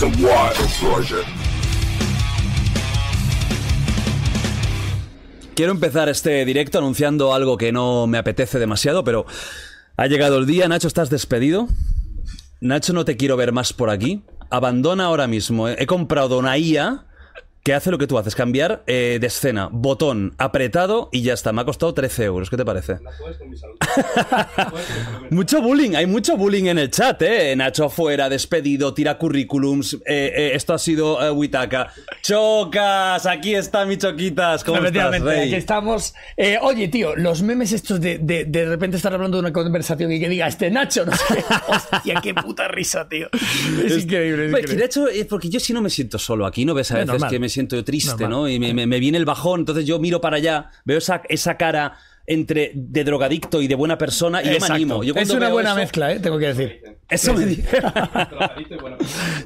The Wild Project. Quiero empezar este directo anunciando algo que no me apetece demasiado, pero ha llegado el día. Nacho, estás despedido. Nacho, no te quiero ver más por aquí. Abandona ahora mismo. He comprado una IA que hace lo que tú haces, cambiar eh, de escena, botón apretado y ya está. Me ha costado 13 euros. ¿Qué te parece? mucho bullying, hay mucho bullying en el chat, ¿eh? Nacho fuera, despedido, tira currículums. eh, eh, esto ha sido eh, Huitaca. Chocas, aquí está mi choquitas. ¿Cómo estás, Efectivamente, rey? aquí estamos. Eh, oye, tío, los memes estos de, de, de repente estar hablando de una conversación y que diga este Nacho, no sé qué. Hostia, qué puta risa, tío. Es, increíble. es Hombre, que increíble. de hecho, eh, porque yo si no me siento solo aquí, ¿no ves? A Es veces normal. que me siento triste, Normal. ¿no? Y me, me- me viene el bajón, entonces yo miro para allá, veo esa, esa cara entre de drogadicto y de buena persona y Ah, yo me Exacto. animo. es Yo cuando una veo buena eso- mezcla, ¿eh? tengo que decir. Eso me dice.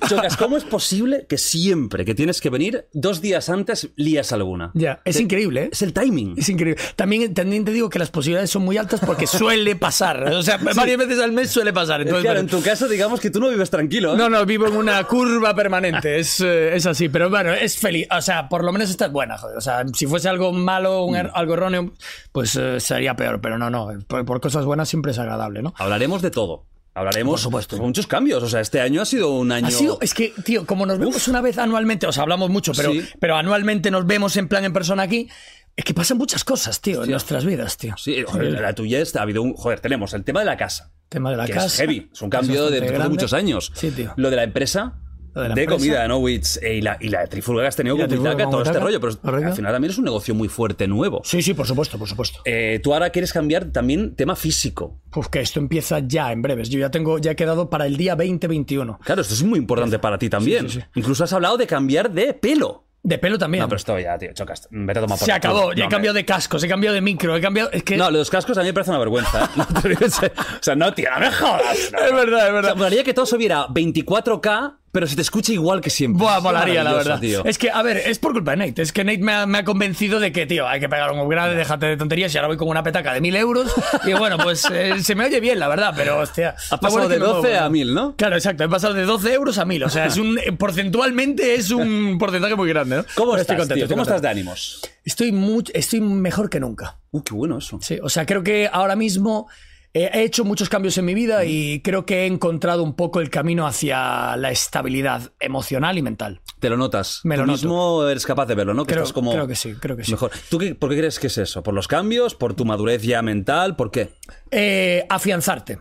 Chocas, ¿cómo es posible que siempre que tienes que venir, dos días antes lías alguna? Ya, es increíble, ¿eh? Es el timing. Es increíble. También, también te digo que las posibilidades son muy altas porque suele pasar. O sea, varias veces al mes suele pasar. Entonces, claro, bueno. en tu caso, digamos que tú no vives tranquilo. ¿eh? No, no, vivo en una curva permanente. Es, eh, es así, pero bueno, es feliz. O sea, por lo menos estás buena, joder. O sea, si fuese algo malo, Mm. un er- algo erróneo, pues eh, sería peor. Pero no, no. eh, Por, por cosas buenas siempre es agradable, ¿no? Hablaremos de todo. Hablaremos, Por supuesto. con muchos cambios. O sea, este año ha sido un año. Ha sido, es que, tío, como nos vemos una vez anualmente, o sea, hablamos mucho, pero, Sí. pero anualmente nos vemos en plan en persona aquí, es que pasan muchas cosas, tío, en nuestras vidas, tío. Sí, joder, la tuya está, ha habido un. Joder, tenemos el tema de la casa. Tema de la que casa. es heavy. Es un que cambio de bastante después de grande. muchos años. Sí, tío. Lo de la empresa. Lo de de la empresa. comida, ¿no, Wits? Eh, Y la, y la trifulga que has tenido Y la con trifulga Huitaca, con todo este Huitaca. rollo. Pero Correcto. al final también es un negocio muy fuerte, nuevo. Sí, sí, por supuesto, por supuesto. Eh, tú ahora quieres cambiar también tema físico. Pues que esto empieza ya en breves. Yo ya tengo, ya he quedado para el día 20-21. Claro, esto es muy importante para ti también. sí, sí. Incluso has hablado de cambiar de pelo. De pelo también. No, pero esto ya, tío, chocas. Vete a tomar por Se el acabó. culo. ya he No, cambiado de cascos, he cambiado de micro, he cambiado. Es que. No, los cascos a mí me parece una vergüenza. ¿eh? No te ríes, eh. o sea, no, tío, no me jodas. no. es verdad, es O sea, verdad. molaría que todo subiera 24K, pero se te escucha igual que siempre. Buah, Es molaría, la maravilloso, verdad. tío. Es que, a ver, es por culpa de Nate. Es que Nate me ha, me ha convencido de que, tío, hay que pegar un upgrade, déjate de tonterías y ahora voy con una petaca de mil euros. Y bueno, pues eh, se me oye bien, la verdad, pero hostia. Ha lo pasado bueno es que de me muevo, 12 a ¿no? 1000, ¿no? Claro, exacto. He pasado de 12 euros a 1000. O sea, es un, eh, porcentualmente es un porcentaje muy grande, ¿no? ¿Cómo Pero estás, estoy contento, tío? estoy ¿Cómo estás contento. de ánimos? Estoy, much- estoy mejor que nunca. Uh, qué bueno eso. Sí, o sea, creo que ahora mismo eh, he hecho muchos cambios en mi vida y creo que he encontrado un poco el camino hacia la estabilidad emocional y mental. Te lo notas. Me lo Tú noto. mismo eres capaz de verlo, ¿no? Que Creo- estás como creo que sí, creo que sí. Mejor. ¿Tú qué- por qué crees que es eso? ¿Por los cambios? ¿Por tu madurez ya mental? ¿Por qué? Eh, afianzarte.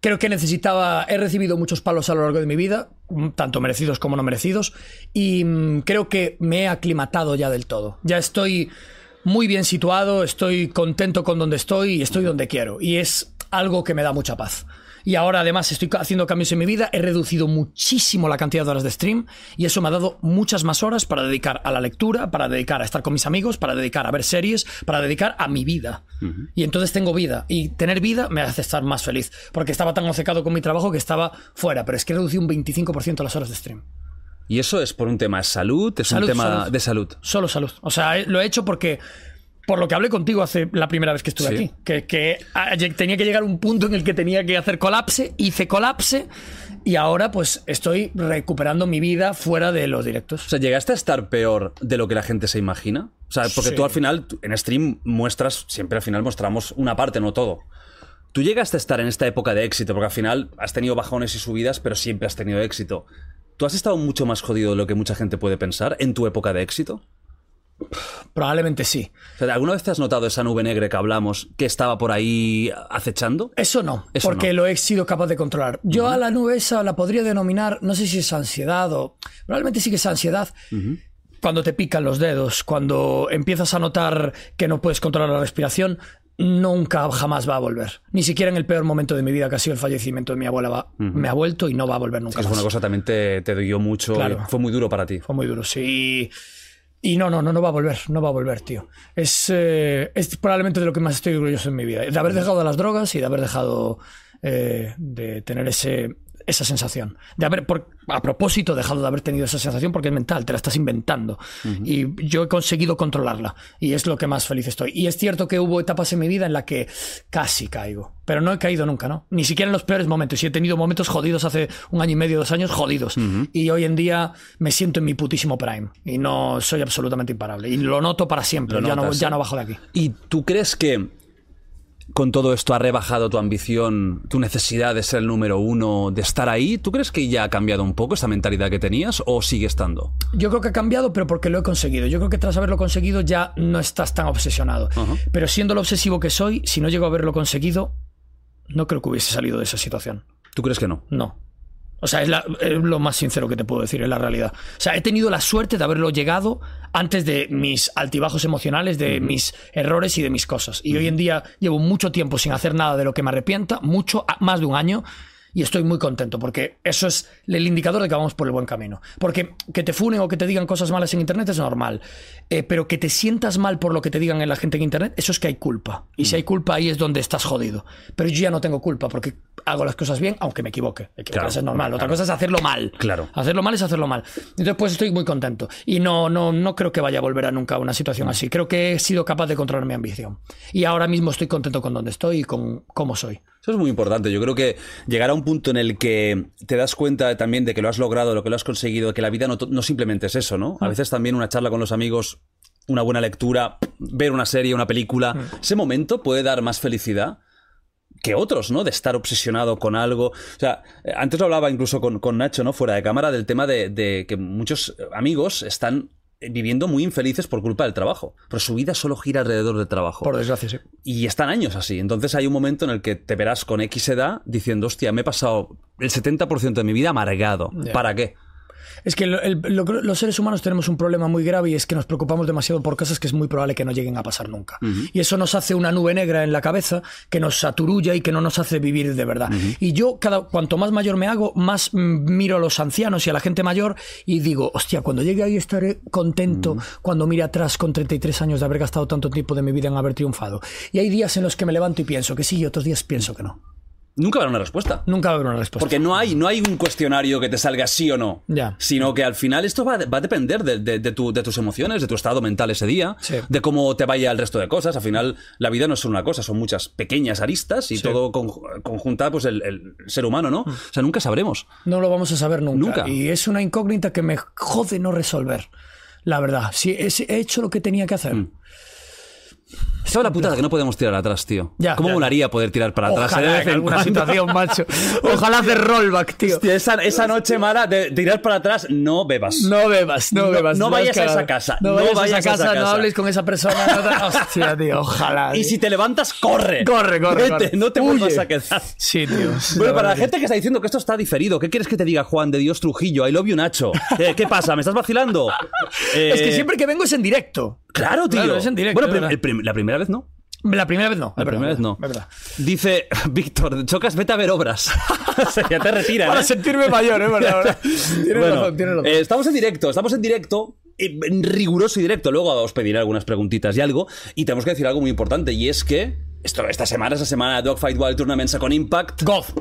Creo que necesitaba, he recibido muchos palos a lo largo de mi vida, mm, tanto merecidos como no merecidos, y mm, creo que me he aclimatado ya del todo. Ya estoy muy bien situado, estoy contento con donde estoy y estoy donde quiero. Y es algo que me da mucha paz. Y ahora además estoy ca- haciendo cambios en mi vida, he reducido muchísimo la cantidad de horas de stream y eso me ha dado muchas más horas para dedicar a la lectura, para dedicar a estar con mis amigos, para dedicar a ver series, para dedicar a mi vida. Mm-hmm. Y entonces tengo vida y tener vida me hace estar más feliz porque estaba tan obcecado con mi trabajo que estaba fuera, pero es que he reducido un 25% las horas de stream. Y eso es por un tema de salud, es Salud, un tema salud. de salud. Solo salud. O sea, eh, lo he hecho porque. Por lo que hablé contigo hace la primera vez que estuve Sí. aquí. Que, que a- lle- tenía que llegar a un punto en el que tenía que hacer colapse, hice colapse y ahora pues estoy recuperando mi vida fuera de los O directos. sea, ¿llegaste a estar peor de lo que la gente se imagina? O sea, porque Sí. tú al final, tú- en stream muestras, siempre al final mostramos una parte, no todo. Tú llegaste a estar en esta época de éxito, porque al final has tenido bajones y subidas, pero siempre has tenido éxito. ¿Tú has estado mucho más jodido de lo que mucha gente puede pensar en tu época de éxito? Probablemente sí. O sea, ¿Alguna vez te has notado esa nube negra que hablamos que estaba por ahí acechando? Eso no, Eso porque no. lo he sido capaz de controlar. Yo a la nube esa la podría denominar, no sé si es ansiedad o. Probablemente sí que es ansiedad. Cuando te pican los dedos, cuando empiezas a notar que no puedes controlar la respiración, nunca jamás va a volver. Ni siquiera en el peor momento de mi vida, que ha sido el fallecimiento de mi abuela, va- me ha vuelto y no va a volver nunca. Eso fue más. una cosa también te, te dio mucho. Claro. Fue muy duro para ti. Fue muy duro, sí. Y no, no, no, no va a volver, no va a volver, tío. Es, eh, es probablemente de lo que más estoy orgulloso en mi vida. De haber dejado las drogas y de haber dejado eh, de tener ese, esa sensación. De haber, por- a propósito, dejado de haber tenido esa sensación porque es mental, te la estás inventando. Y yo he conseguido controlarla. Y es lo que más feliz estoy. Y es cierto que hubo etapas en mi vida en la que casi caigo. Pero no he caído nunca, ¿no? Ni siquiera en los peores momentos. Y he tenido momentos jodidos hace un año y medio, dos años, jodidos. Y hoy en día me siento en mi putísimo prime. Y no soy absolutamente imparable. Y lo noto para siempre. Lo Ya no, notas. ya no bajo de aquí. ¿Y tú crees que con todo esto ha rebajado tu ambición, tu necesidad de ser el número uno, de estar ahí? ¿Tú crees que ya ha cambiado un poco esa mentalidad que tenías o sigue estando? Yo creo que ha cambiado, pero porque lo he conseguido. Yo creo que tras haberlo conseguido ya no estás tan obsesionado. Pero siendo lo obsesivo que soy, si no llego a haberlo conseguido, no creo que hubiese salido de esa situación. ¿Tú crees que no? No. O sea, es, la- es lo más sincero que te puedo decir, es la realidad. O sea, he tenido la suerte de haberlo llegado antes de mis altibajos emocionales, de mis errores y de mis cosas. Y hoy en día llevo mucho tiempo sin hacer nada de lo que me arrepienta, mucho, a- más de un año, y estoy muy contento porque eso es el indicador de que vamos por el buen camino. Porque que te funen o que te digan cosas malas en Internet es normal, Eh, pero que te sientas mal por lo que te digan en la gente en Internet, eso es que hay culpa. Y Mm. si hay culpa ahí es donde estás jodido. Pero yo ya no tengo culpa porque hago las cosas bien, aunque me equivoque. Equivocarse Claro. es normal. Otra cosa es hacerlo mal. Claro. Hacerlo mal es hacerlo mal. Entonces, pues estoy muy contento. Y no, no, no creo que vaya a volver a nunca a una Mm. situación así. Creo que he sido capaz de controlar mi ambición. Y ahora mismo estoy contento con donde estoy y con cómo soy. Eso es muy importante. Yo creo que llegar a un punto en el que te das cuenta también de que lo has logrado, lo que lo has conseguido, que la vida no, to- no simplemente es eso, ¿no? Mm. A veces también una charla con los amigos, una buena lectura, ver una serie, una película, Mm. ese momento puede dar más felicidad que otros, ¿no? De estar obsesionado con algo. O sea, eh, antes lo hablaba incluso con, con Nacho, ¿no? Fuera de cámara, del tema de, de que muchos eh, amigos están eh, viviendo muy infelices por culpa del trabajo, pero su vida solo gira alrededor del trabajo. Por desgracia, sí. Y están años así. Entonces hay un momento en el que te verás con X edad diciendo, hostia, me he pasado el 70% de mi vida amargado. Ya. ¿Para qué? Es que lo- el- lo- los seres humanos tenemos un problema muy grave y es que nos preocupamos demasiado por cosas que es muy probable que no lleguen a pasar nunca. Y eso nos hace una nube negra en la cabeza que nos saturulla y que no nos hace vivir de verdad. Y yo, cada, cuanto más mayor me hago, más mm, miro a los ancianos y a la gente mayor y digo, hostia, cuando llegue ahí estaré contento cuando mire atrás con 33 años de haber gastado tanto tiempo de mi vida en haber triunfado. Y hay días en los que me levanto y pienso que sí y otros días pienso que no. Nunca habrá una respuesta. Nunca va a haber una respuesta. Porque no hay, no hay un cuestionario que te salga sí o no. Ya. Sino que al final esto va, va a depender de, de- de tu- de tus emociones, de tu estado mental ese día, Sí. de cómo te vaya el resto de cosas. Al final, la vida no es solo una cosa, son muchas pequeñas aristas y todo con- conjunta, pues el, el ser humano, Mm. ¿no? O sea, nunca sabremos. No lo vamos a saber nunca. Nunca. Y es una incógnita que me jode no resolver. La verdad. Sí, es- he hecho lo que tenía que hacer. Mm, Esta es la putada que no podemos tirar atrás, tío. Ya, ¿Cómo ya. molaría poder tirar para atrás? eh, de Ojalá vez en en alguna cuando? situación, macho. Ojalá hacer rollback, tío. Hostia, esa, esa noche mala de tirar para atrás, no bebas. No bebas, no, No- bebas. no lo has vayas a esa cagado. casa, No no vayas, a vayas esa casa, no hables con esa persona. no te- Hostia, tío, ojalá. y tío. si te levantas, corre. Corre, corre, Vete, corre. No te Huye. vuelvas a quedar. Sí, tío. Bueno, La para la verdad. gente que está diciendo que esto está diferido, ¿qué quieres que te diga, Juan, de Dios Trujillo? I love you, Nacho. Eh, ¿Qué pasa? ¿Me estás vacilando? Es que Eh, siempre que vengo es en directo. Claro, tío. Claro, es en directo, bueno, prim- ¿verdad? el prim- la primera vez no. La primera vez no. La primera vez no. Verdad. Dice Víctor, chocas, vete a ver obras. o sea, ya te retiran. Para ¿eh? sentirme mayor, ¿eh? Verdad, verdad. Tienes Bueno, razón, tienes razón. eh, estamos en directo, estamos en directo, eh, en riguroso y directo. Luego os pediré algunas preguntitas y algo. Y tenemos que decir algo muy importante, y es que esto, esta semana es la semana de Dogfight Wild Tournament con Impact. Goth.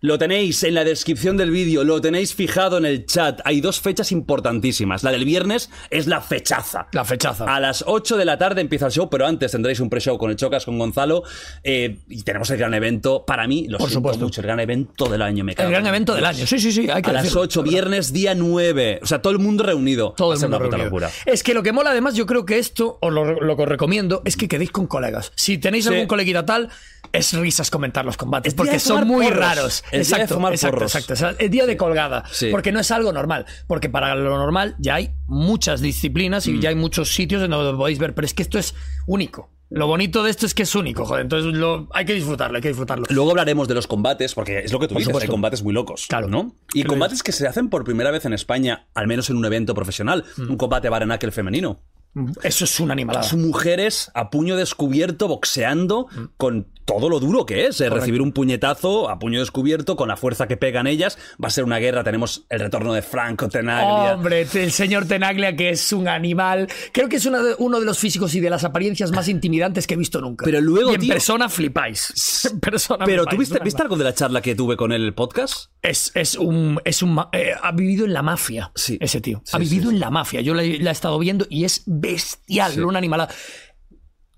Lo tenéis en la descripción del vídeo, lo tenéis fijado en el chat. Hay dos fechas importantísimas. La del viernes es la fechaza. La fechaza. A las 8 de la tarde empieza el show, pero antes tendréis un pre-show con el Chocas, con Gonzalo. eh, y tenemos el gran evento, para mí, lo Por siento supuesto. mucho, el gran evento del año. Me cago El gran en evento del Dios. año. Sí, sí, sí. Hay que A las decirlo. 8, viernes, día 9. O sea, todo el mundo reunido. Todo Va a el ser mundo una puta reunido. locura. Es que lo que mola, además, yo creo que esto, os lo, lo que os recomiendo, es que quedéis con colegas. Si tenéis Sí. algún coleguita tal, es risas comentar los combates, El día porque de son fumar muy porros. raros. El día de exacto, fumar exacto, porros. exacto. O sea, el día de colgada, Sí. porque no es algo normal. Porque para lo normal ya hay muchas disciplinas y Mm. ya hay muchos sitios en donde podéis ver, pero es que esto es único. Lo bonito de esto es que es único, joder. Entonces lo, hay que disfrutarlo, hay que disfrutarlo. Luego hablaremos de los combates, porque es lo que tú dices, supuesto. hay combates muy locos. Claro. ¿no? Y Lo combates que se hacen por primera vez en España, al menos en un evento profesional. Un combate Barenakel femenino. Mm. Eso es una animalada. Mm. Son mujeres a puño descubierto, boxeando, con todo lo duro que es. eh, Recibir un puñetazo a puño descubierto, con la fuerza que pegan ellas. Va a ser una guerra. Tenemos el retorno de Franco Tenaglia. Hombre, el señor Tenaglia, que es un animal. Creo que es una de- uno de los físicos y de las apariencias más intimidantes que he visto nunca. Pero luego, Y en tío- persona flipáis. En persona Pero flipáis, ¿tú viste, una viste algo de la charla que tuve con él en el podcast? Es, es un. Es un ma- eh, ha vivido en la mafia Sí. ese tío. Sí, ha sí, vivido sí. en la mafia. Yo la, he- la he estado viendo y es bestial, Sí. una animalada.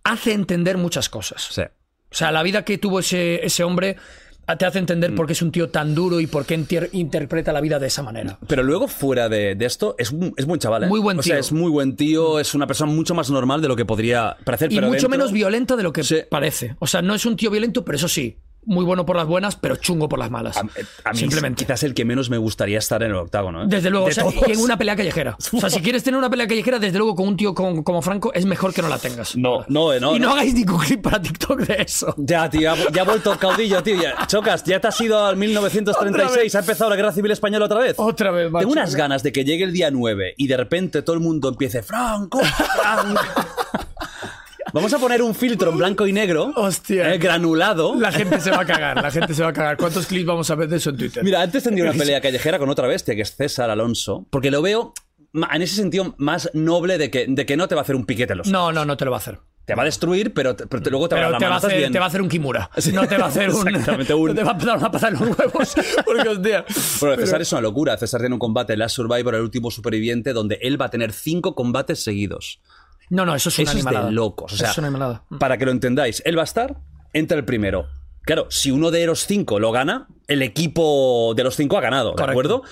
Hace entender muchas cosas. Sí. O sea, la vida que tuvo ese, ese hombre te hace Mm. entender por qué es un tío tan duro y por qué entier- interpreta la vida de esa manera. Pero luego, fuera de, de esto, es, un- es buen chaval, ¿eh? Muy buen O sea, tío. Mm. es muy buen tío, es una persona mucho más normal de lo que podría parecer. Y pero mucho dentro- menos violento de lo que Sí. parece. O sea, no es un tío violento, pero eso sí, muy bueno por las buenas, pero chungo por las malas. A, eh, a mí Simplemente. quizás el que menos me gustaría estar en el octágono, ¿eh? Desde luego, De o sea, todos. y en una pelea callejera. O sea, si quieres tener una pelea callejera, desde luego con un tío como, como Franco es mejor que no la tengas. No, no, eh, no. y no, no. hagáis ningún clip para TikTok de eso. Ya, Ah, tío, ya, ya ha vuelto caudillo, tío. ya. chocas, ya te has ido al 1936, ha empezado la Guerra Civil Española otra vez. Otra vez, macho. Tengo unas ganas de que llegue el día 9 y de repente todo el mundo empiece, Franco, Franco. Vamos a poner un filtro en blanco y negro, Hostia. eh, granulado. La gente se va a cagar, la gente se va a cagar. ¿Cuántos clips vamos a ver de eso en Twitter? Mira, antes tendría una pelea callejera con otra bestia, que es César Alonso, porque lo veo ma- en ese sentido más noble de que, de que no te va a hacer un piquete en los... No, no, no te lo va a hacer. Te va a destruir, pero, te- pero te- luego te va a Pero dar te va, la a mano, estás hacer, bien. te va a hacer un Kimura. Sí. No te va a hacer un. Exactamente, un- No te va a dar una patada en los huevos. Porque, hostia. Bueno, César es una locura. César tiene un combate en Last Survivor, el último superviviente, donde él va a tener cinco combates seguidos. No, no, eso es una Eso es de animalada. locos. O sea, Eso es una animalada. Para que lo entendáis, él va a estar, entra el primero. Claro, si uno de los cinco lo gana, el equipo de los cinco ha ganado, ¿de Correcto. acuerdo?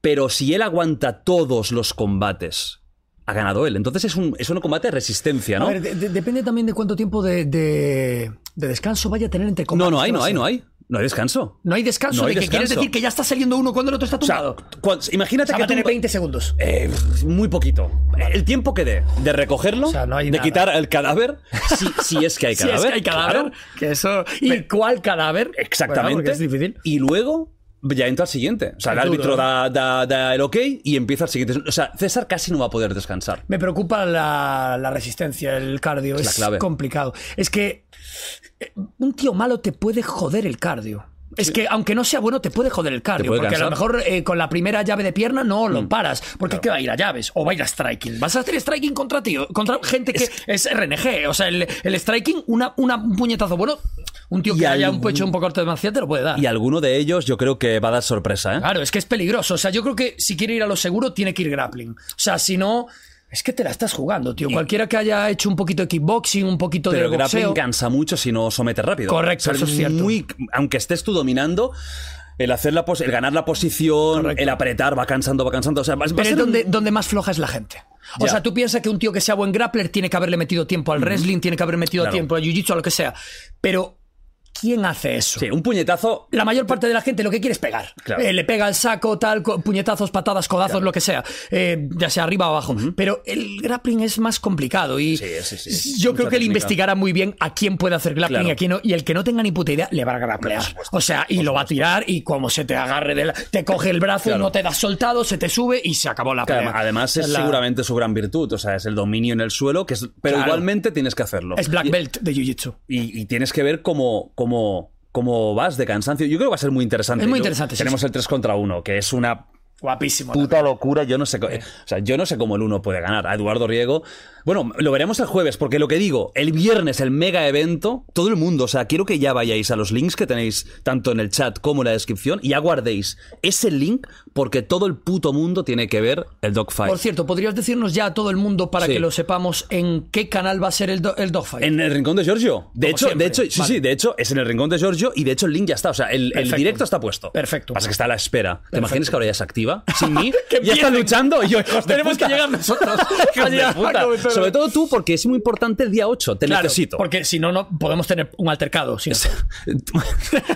Pero si él aguanta todos los combates, ha ganado él. Entonces es un, es un combate de resistencia, ¿no? A ver, de- de- depende también de cuánto tiempo de, de- de descanso vaya a tener entre ¿eh? no, combates. no hay, ¿Qué va no a hay, ser? no hay. No hay descanso. No hay descanso. No hay de que quieres descanso. decir que ya está saliendo uno cuando el otro está O sea, tumbado. cuan- imagínate O sea, que va a tener tumba- 20 segundos. Eh, muy poquito. El tiempo que dé de recogerlo, O sea, no hay de nada. quitar el cadáver, si, si es que hay Si cadáver. es que hay cadáver. claro. Que eso. ¿Y cuál cadáver? Bueno, Exactamente. porque es difícil. Y luego ya entra el siguiente. O sea, el Es duro, árbitro ¿eh? da, da- da el ok y empieza el siguiente. O sea, César casi no va a poder descansar. Me preocupa la, la resistencia, el cardio. Es, la clave. complicado. Es que eh, un tío malo te puede joder el cardio. Es que aunque no sea bueno, te puede joder el cardio. puede porque a cansar. lo Mm. mejor eh, con la primera llave de pierna no lo paras. Porque ¿qué va a ir a llaves? O va a ir a striking. Vas a hacer striking contra tío, contra gente que es, RNG. O sea, el, el striking, una, una- un puñetazo bueno, un tío Y que haya un algún- pecho un poco arte marcial te lo puede dar. Y alguno de ellos yo creo que va a dar sorpresa, ¿eh? Ah. Claro, es que es peligroso. O sea, yo creo que si quiere ir a lo seguro, tiene que ir grappling. O sea, si no, es que te la estás jugando, tío. Cualquiera que haya hecho un poquito de kickboxing, un poquito Pero el de boxeo. grappling cansa mucho si no sometes rápido. Correcto, eso es cierto. muy- aunque estés tú dominando, el, hacer la pos- el ganar la posición, Correcto. el apretar, va cansando, va cansando. O sea, va, va a Pero es ser un- donde, donde más floja es la gente. O Ya. sea, tú piensas que un tío que sea buen grappler tiene que haberle metido tiempo al wrestling, tiene que haber metido Claro. tiempo al jiu-jitsu, a lo que sea. Pero, ¿quién hace eso? Sí, un puñetazo La mayor parte de la gente lo que quiere es pegar. Claro. Eh, le pega al saco, tal, co- puñetazos, patadas, codazos, lo que sea. Eh, ya sea arriba o abajo. Pero el grappling es más complicado y Sí, sí, sí, es yo mucha creo que él técnica. investigará muy bien a quién puede hacer grappling Claro. y a quién no. Y el que no tenga ni puta idea le va a grapplear. O sea, y lo va a tirar y como se te agarre, de la- te coge el brazo Claro. y no te da soltado, se te sube y se acabó la Que pelea. adem- Además es La- seguramente su gran virtud, o sea, es el dominio en el suelo, que es, pero Claro. igualmente tienes que hacerlo. Es black belt de jiu-jitsu. Y, y tienes que ver cómo, cómo, cómo vas de cansancio. Yo creo que va a ser muy interesante. Es muy Yo- interesante, sí, Tenemos el 3 contra 1, que es una Guapísimo. puta locura. Yo no sé, co- eh, o sea, yo no sé cómo el 1 puede ganar. A Eduardo Riego. Bueno, lo veremos el jueves, porque lo que digo, el viernes, el mega evento, todo el mundo, o sea, quiero que ya vayáis a los links que tenéis tanto en el chat como en la descripción y aguardéis ese link, porque todo el puto mundo tiene que ver el Dogfight. Por cierto, ¿podrías decirnos ya a todo el mundo para Sí. que lo sepamos en qué canal va a ser el, do- el dogfight? En el rincón de Giorgio. De Como hecho, siempre. de hecho, sí, Vale. sí, de hecho, es en el rincón de Giorgio y de hecho el link ya está. O sea, el, el Perfecto. directo está puesto. Perfecto. Pasa que está a la espera. ¿Te Perfecto. imaginas que ahora ya se activa? Sin mí. Que ya empiecen. están luchando y yo, hijos de Tenemos que puta. llegar nosotros. Hijos de Allá, puta. como Pedro. Sobre todo tú, porque es muy importante el día 8. Te Claro, necesito. Porque si no, no podemos tener un altercado. si no.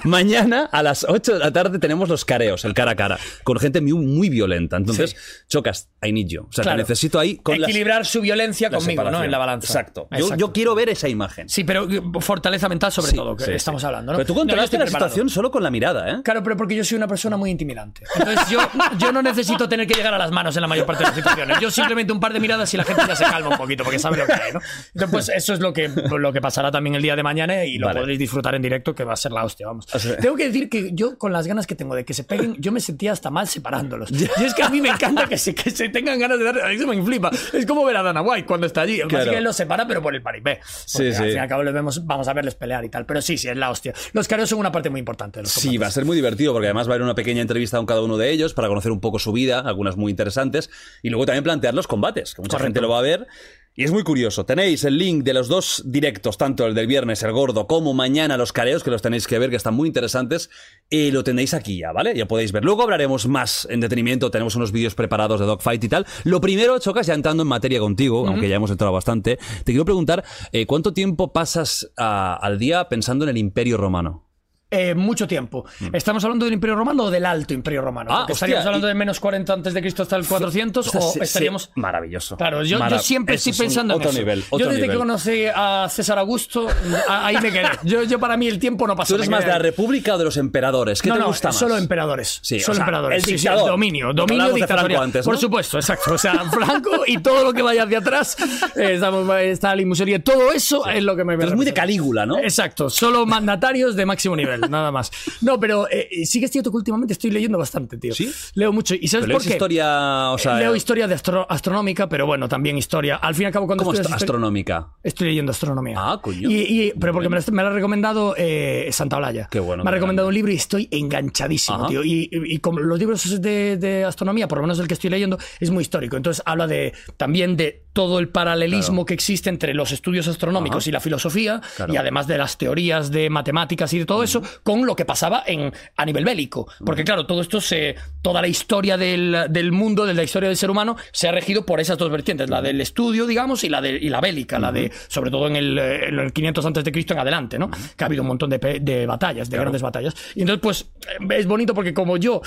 Mañana a las 8 de la tarde tenemos los careos, el cara a cara, con gente muy, muy violenta. Entonces, chocas, I need you. O sea, Claro. te necesito ahí con las- Equilibrar su violencia la conmigo, ¿no? separación. En la balanza. Exacto. Yo- Exacto. Yo, quiero ver esa imagen. Sí, pero fortaleza mental sobre Sí, todo, que sí, estamos sí. hablando, ¿no? Pero tú No, yo controlaste estoy la preparado. situación solo con la mirada, ¿eh? Claro, pero porque yo soy una persona muy intimidante. Entonces yo, yo no necesito tener que llegar a las manos en la mayor parte de las situaciones. Yo simplemente un par de miradas y la gente ya se calma un poquito porque sabe lo que hay, ¿no? Entonces, pues eso es lo que, lo que pasará también el día de mañana y lo Vale. podréis disfrutar en directo, que va a ser la hostia, vamos. sea- Tengo que decir que yo, con las ganas que tengo de que se peguen, yo me sentía hasta mal separándolos. Y es que a mí me encanta que se, que se tengan ganas de dar. A mí se me flipa. Es como ver a Dana White cuando está allí. Así Claro. que él los separa, pero por el paripé. Porque Sí, sí. Al fin y al cabo los vemos, vamos a verles pelear y tal. Pero sí, sí, es la hostia. Los careos son una parte muy importante de los Sí, va a ser muy divertido porque además va a haber una pequeña entrevista con cada uno de ellos para conocer un poco su vida, algunas muy interesantes, y luego también plantear los combates, que mucha Correcto. gente lo va a ver. Y es muy curioso. Tenéis el link de los dos directos, tanto el del viernes, el gordo, como mañana los careos, que los tenéis que ver, que están muy interesantes. y lo tenéis aquí ya, ¿vale? Ya podéis ver. Luego hablaremos más en detenimiento. Tenemos unos vídeos preparados de Dogfight y tal. Lo primero, Chocas, ya entrando en materia contigo, aunque ya hemos entrado bastante, te quiero preguntar, eh, ¿cuánto tiempo pasas ah, al día pensando en el Imperio Romano? Eh, mucho tiempo. ¿Estamos hablando del Imperio Romano o del Alto Imperio Romano? Mm. Ah, Porque hostia, estaríamos hablando y- de menos 40 antes de Cristo hasta el 400 sea, o se- se- estaríamos... maravilloso. Claro, yo, yo Mara- siempre estoy eso es un- pensando en otro eso. Nivel, otro yo desde nivel. que conocí a César Augusto, a- ahí me quedé. Yo, yo para mí el tiempo no pasa. ¿Tú eres me más de quedé la ahí. república o de los emperadores? ¿Qué no, te no, gusta más? solo emperadores. Sí, o solo sea, emperadores. el sí, sí, dictador. dominio, Como dominio hablábamos de Franco dictatorial. antes, Por ¿no? supuesto, exacto. O sea, Franco y todo lo que vaya hacia atrás, eh, estamos, está la limusería. Todo eso es lo que me Tú eres muy de representa. Calígula, ¿no? Exacto, solo mandatarios de máximo nivel, nada más. No, pero eh, sí que es cierto que últimamente estoy leyendo bastante, tío. ¿Sí? Leo mucho. ¿Y sabes Pero por es qué? Eh, historia, o sea, eh? Leo historia de astro- astronómica, pero bueno, también historia. Al fin y al cabo, cuando ¿cómo estudias historia- astro- astronómica? Estoy leyendo astronomía. Ah, coño. Y, y- pero porque me lo, me lo ha recomendado eh, Santa Olalla. Qué bueno, Me ha qué recomendado grande. un libro y estoy enganchadísimo, Ajá. tío. Y, y- y como los libros de, de astronomía, por lo menos el que estoy leyendo, es muy histórico. Entonces habla de también de todo el paralelismo que existe entre los estudios astronómicos Ajá. y la filosofía, Claro. y además de las teorías de matemáticas y de todo eso, con lo que pasaba en, a nivel bélico. Porque, claro, todo esto se. toda la historia del, del mundo, de la historia del ser humano, se ha regido por esas dos vertientes, la del estudio, digamos, y la de y la bélica, la de, sobre todo en el, eh, en el 500 antes de Cristo en adelante, ¿no? Que ha habido un montón de, pe- de batallas, de grandes batallas. Y entonces, pues, eh, es bonito porque como yo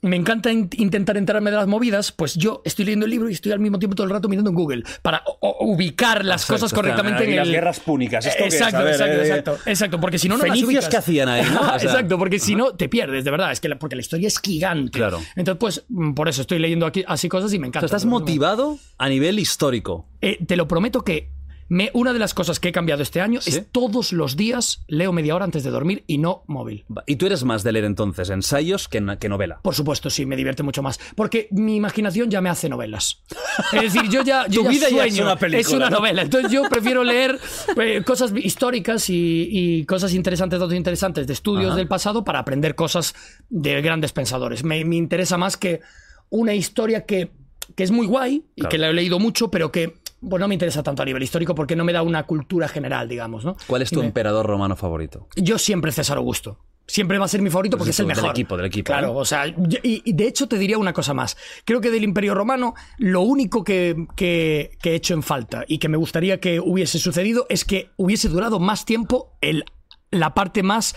me encanta in- intentar enterarme de las movidas, pues yo estoy leyendo el libro y estoy al mismo tiempo todo el rato mirando en Google para o- o- ubicar las Exacto, cosas está, correctamente y en las el- guerras púnicas, ¿esto qué es? exacto, A ver, exacto, eh, exacto, exacto, porque si no no las Fenicios ubicas. que hacían ahí, ¿no? Ajá, O sea, exacto, porque si no te pierdes, de verdad, es que la- porque la historia es gigante. Claro. Entonces, pues mm, por eso estoy leyendo aquí así cosas y me o encanta. sea, estás Pero, motivado a nivel histórico. eh, te lo prometo que me, una de las cosas que he cambiado este año ¿Sí? es todos los días leo media hora antes de dormir y no móvil. Y tú eres más de leer entonces ensayos que, na- que novela. Por supuesto, sí, me divierte mucho más. Porque mi imaginación ya me hace novelas. Es decir, yo ya, yo Tu vida ya sueño. es una película, Es una ¿no? novela. Entonces yo prefiero leer eh, cosas históricas y, y cosas interesantes, datos interesantes de estudios Ajá. del pasado para aprender cosas de grandes pensadores. Me, me interesa más que una historia que, que es muy guay y Claro. que la he leído mucho, pero que pues, no me interesa tanto a nivel histórico porque no me da una cultura general, digamos. ¿no? ¿Cuál es Y tu me- emperador romano favorito? yo siempre César Augusto. Siempre va a ser mi favorito porque Pues es el del mejor. equipo, del equipo, Claro, ¿no? o sea, yo- y, y de hecho te diría una cosa más. Creo que del Imperio Romano lo único que, que- que he hecho en falta y que me gustaría que hubiese sucedido es que hubiese durado más tiempo el, la parte más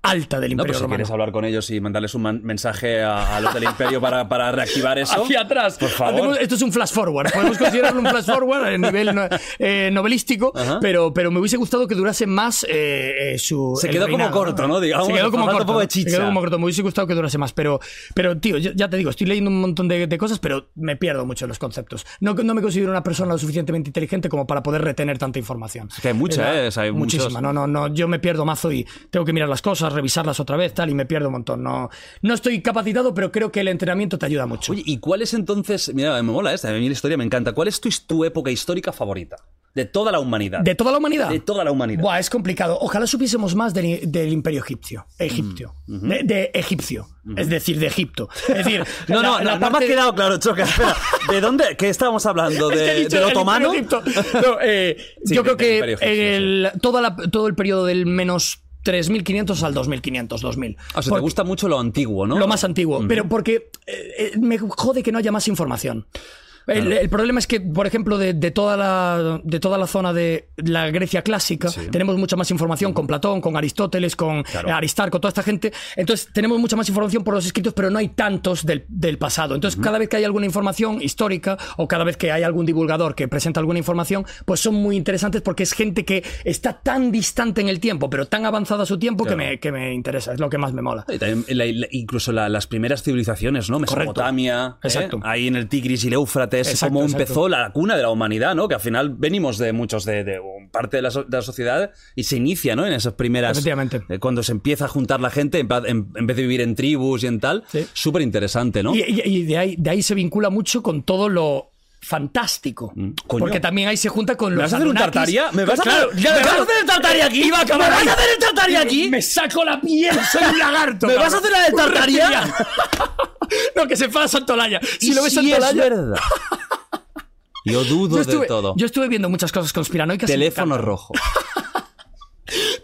alta del Imperio No, pero si Romano. quieres hablar con ellos y mandarles un man- mensaje a, a los del imperio para, para reactivar eso. Hacia atrás. Por favor. Hacemos- esto es un flash forward. Podemos considerarlo un flash forward a nivel no- eh, novelístico, Ajá. pero, pero me hubiese gustado que durase más eh, eh, su. Se el quedó como reinado, corto, ¿no? Digamos, se quedó como falta corto. un poco de ¿no? Se quedó chicha. como corto. Me hubiese gustado que durase más, pero, pero tío, yo- ya te digo, estoy leyendo un montón de, de cosas, pero me pierdo mucho en los conceptos. No, no me considero una persona lo suficientemente inteligente como para poder retener tanta información. que hay mucha, ¿eh? O sea, hay muchísima. muchos- No, no, no. Yo me pierdo mazo y tengo que mirar las cosas, revisarlas otra vez, tal, y me pierdo un montón. No, no estoy capacitado, pero creo que el entrenamiento te ayuda mucho. Oye, ¿y cuál es entonces? Mira, me mola esta, a mí la historia me encanta. ¿Cuál es tu, tu época histórica favorita? De toda la humanidad. ¿De toda la humanidad? De toda la humanidad. Buah, es complicado. Ojalá supiésemos más del, del imperio egipcio. Mm, Egipcio. de, de egipcio. Es decir, de Egipto. Es decir, No, no, la- no, la no me parte- ha quedado claro, Choca. Espera, ¿de dónde? ¿Qué estábamos hablando? Es que he ¿De, dicho ¿Del el otomano? Imperio Egipto. No, eh, Sí, yo del creo que Imperio Egipcio, el- toda la- todo el periodo del menos 3.500 al 2.500, 2.000. Ah, O sea, Porque- te gusta mucho lo antiguo, ¿no? Mm. Lo más antiguo. Pero porque eh, eh, me jode que no haya más información. El, el problema es que, por ejemplo, de, de toda la, de toda la zona de la Grecia clásica, tenemos mucha más información con Platón, con Aristóteles, con Claro. eh, Aristarco, toda esta gente. Entonces, tenemos mucha más información por los escritos, pero no hay tantos del, del pasado. Entonces, cada vez que hay alguna información histórica o cada vez que hay algún divulgador que presenta alguna información, pues son muy interesantes porque es gente que está tan distante en el tiempo, pero tan avanzada a su tiempo que, Claro. me, que me interesa. Es lo que más me mola. Y también la- la- incluso la- las primeras civilizaciones, ¿no? Correcto. Mesopotamia, ¿eh? Exacto. ahí en el Tigris y el Éufrates, Exacto, como exacto. empezó la cuna de la humanidad, ¿no? Que al final venimos de muchos, de, de un parte de la, so- de la sociedad y se inicia, ¿no? En esas primeras... Efectivamente. eh, cuando se empieza a juntar la gente, en, pla- en- en vez de vivir en tribus y en tal, Sí. súper interesante, ¿no? Y, y- y de, ahí, de ahí se vincula mucho con todo lo fantástico. Mm, coño. Porque también ahí se junta con los. ¿Me vas a hacer un Anunnakis. tartaría? ¿Me vas a Claro, hacer- ¿Me vas a hacer el tartaría aquí? Iba a acabar ¿Me vas ahí. a hacer el tartaría aquí? Me saco la piel, soy un lagarto. ¿Me vas cabrón. a hacer la de Un tartaría? reptiliano. no, que se pasa Santolaya. Si ¿Y lo ves si es Santolaya. verdad. Yo dudo Yo estuve, de todo. yo estuve viendo muchas cosas conspiranoicas. y me Teléfono encantan. rojo.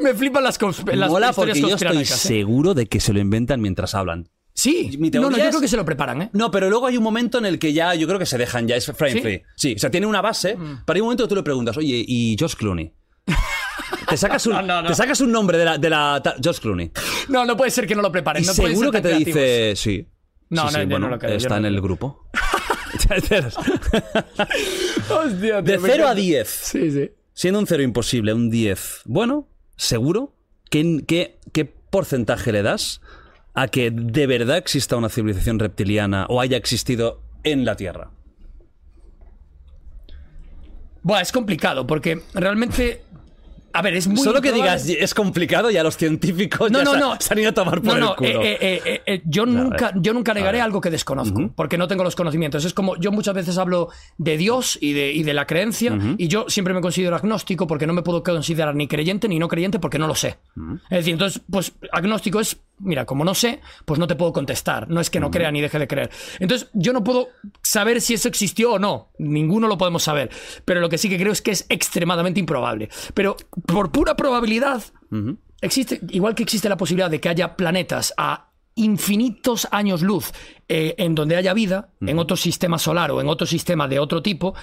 Me flipan las, consp- las Mola historias porque yo estoy conspiranoicas. ¿eh? seguro de que se lo inventan mientras hablan. Sí. Mi no, no, teoría yo es- creo que se lo preparan, ¿eh? No, pero luego hay un momento en el que ya Ah, yo creo que se dejan ya, es frame ¿Sí? Mm. free. Sí, o sea, tiene una base, pero hay un momento que tú le preguntas, oye, ¿y Josh Clooney? Te sacas un, No, no, no. Te sacas un nombre de la, de la ta- George Clooney. No, no puede ser que no lo preparen. Y no pueden seguro que ser te tan creativos. dice, sí. No, Sí, no, sí, yo no bueno, lo creo, yo Está no en lo creo. el grupo. Hostia, de tío, me 0 a encanta. 10, Sí, sí. siendo un 0 imposible, un 10, bueno, seguro, ¿qué, qué, qué porcentaje le das a que de verdad exista una civilización reptiliana o haya existido en la Tierra? Buah, es complicado porque realmente. A ver, es muy. Solo que improbable. digas, es complicado, ya los científicos No, ya no, se, no. se han ido a tomar por no, no, el culo. eh, eh, eh, eh, yo, nunca, yo nunca negaré algo que desconozco, porque no tengo los conocimientos. Es como yo muchas veces hablo de Dios y de, y de la creencia, y yo siempre me considero agnóstico porque no me puedo considerar ni creyente ni no creyente porque no lo sé. Es decir, entonces, pues agnóstico es, mira, como no sé, pues no te puedo contestar. No es que no crea ni deje de creer. Entonces, yo no puedo saber si eso existió o no. Ninguno lo podemos saber. Pero lo que sí que creo es que es extremadamente improbable. Pero por pura probabilidad, Existe, igual que existe la posibilidad de que haya planetas a infinitos años luz eh, en donde haya vida, en otro sistema solar o en otro sistema de otro tipo,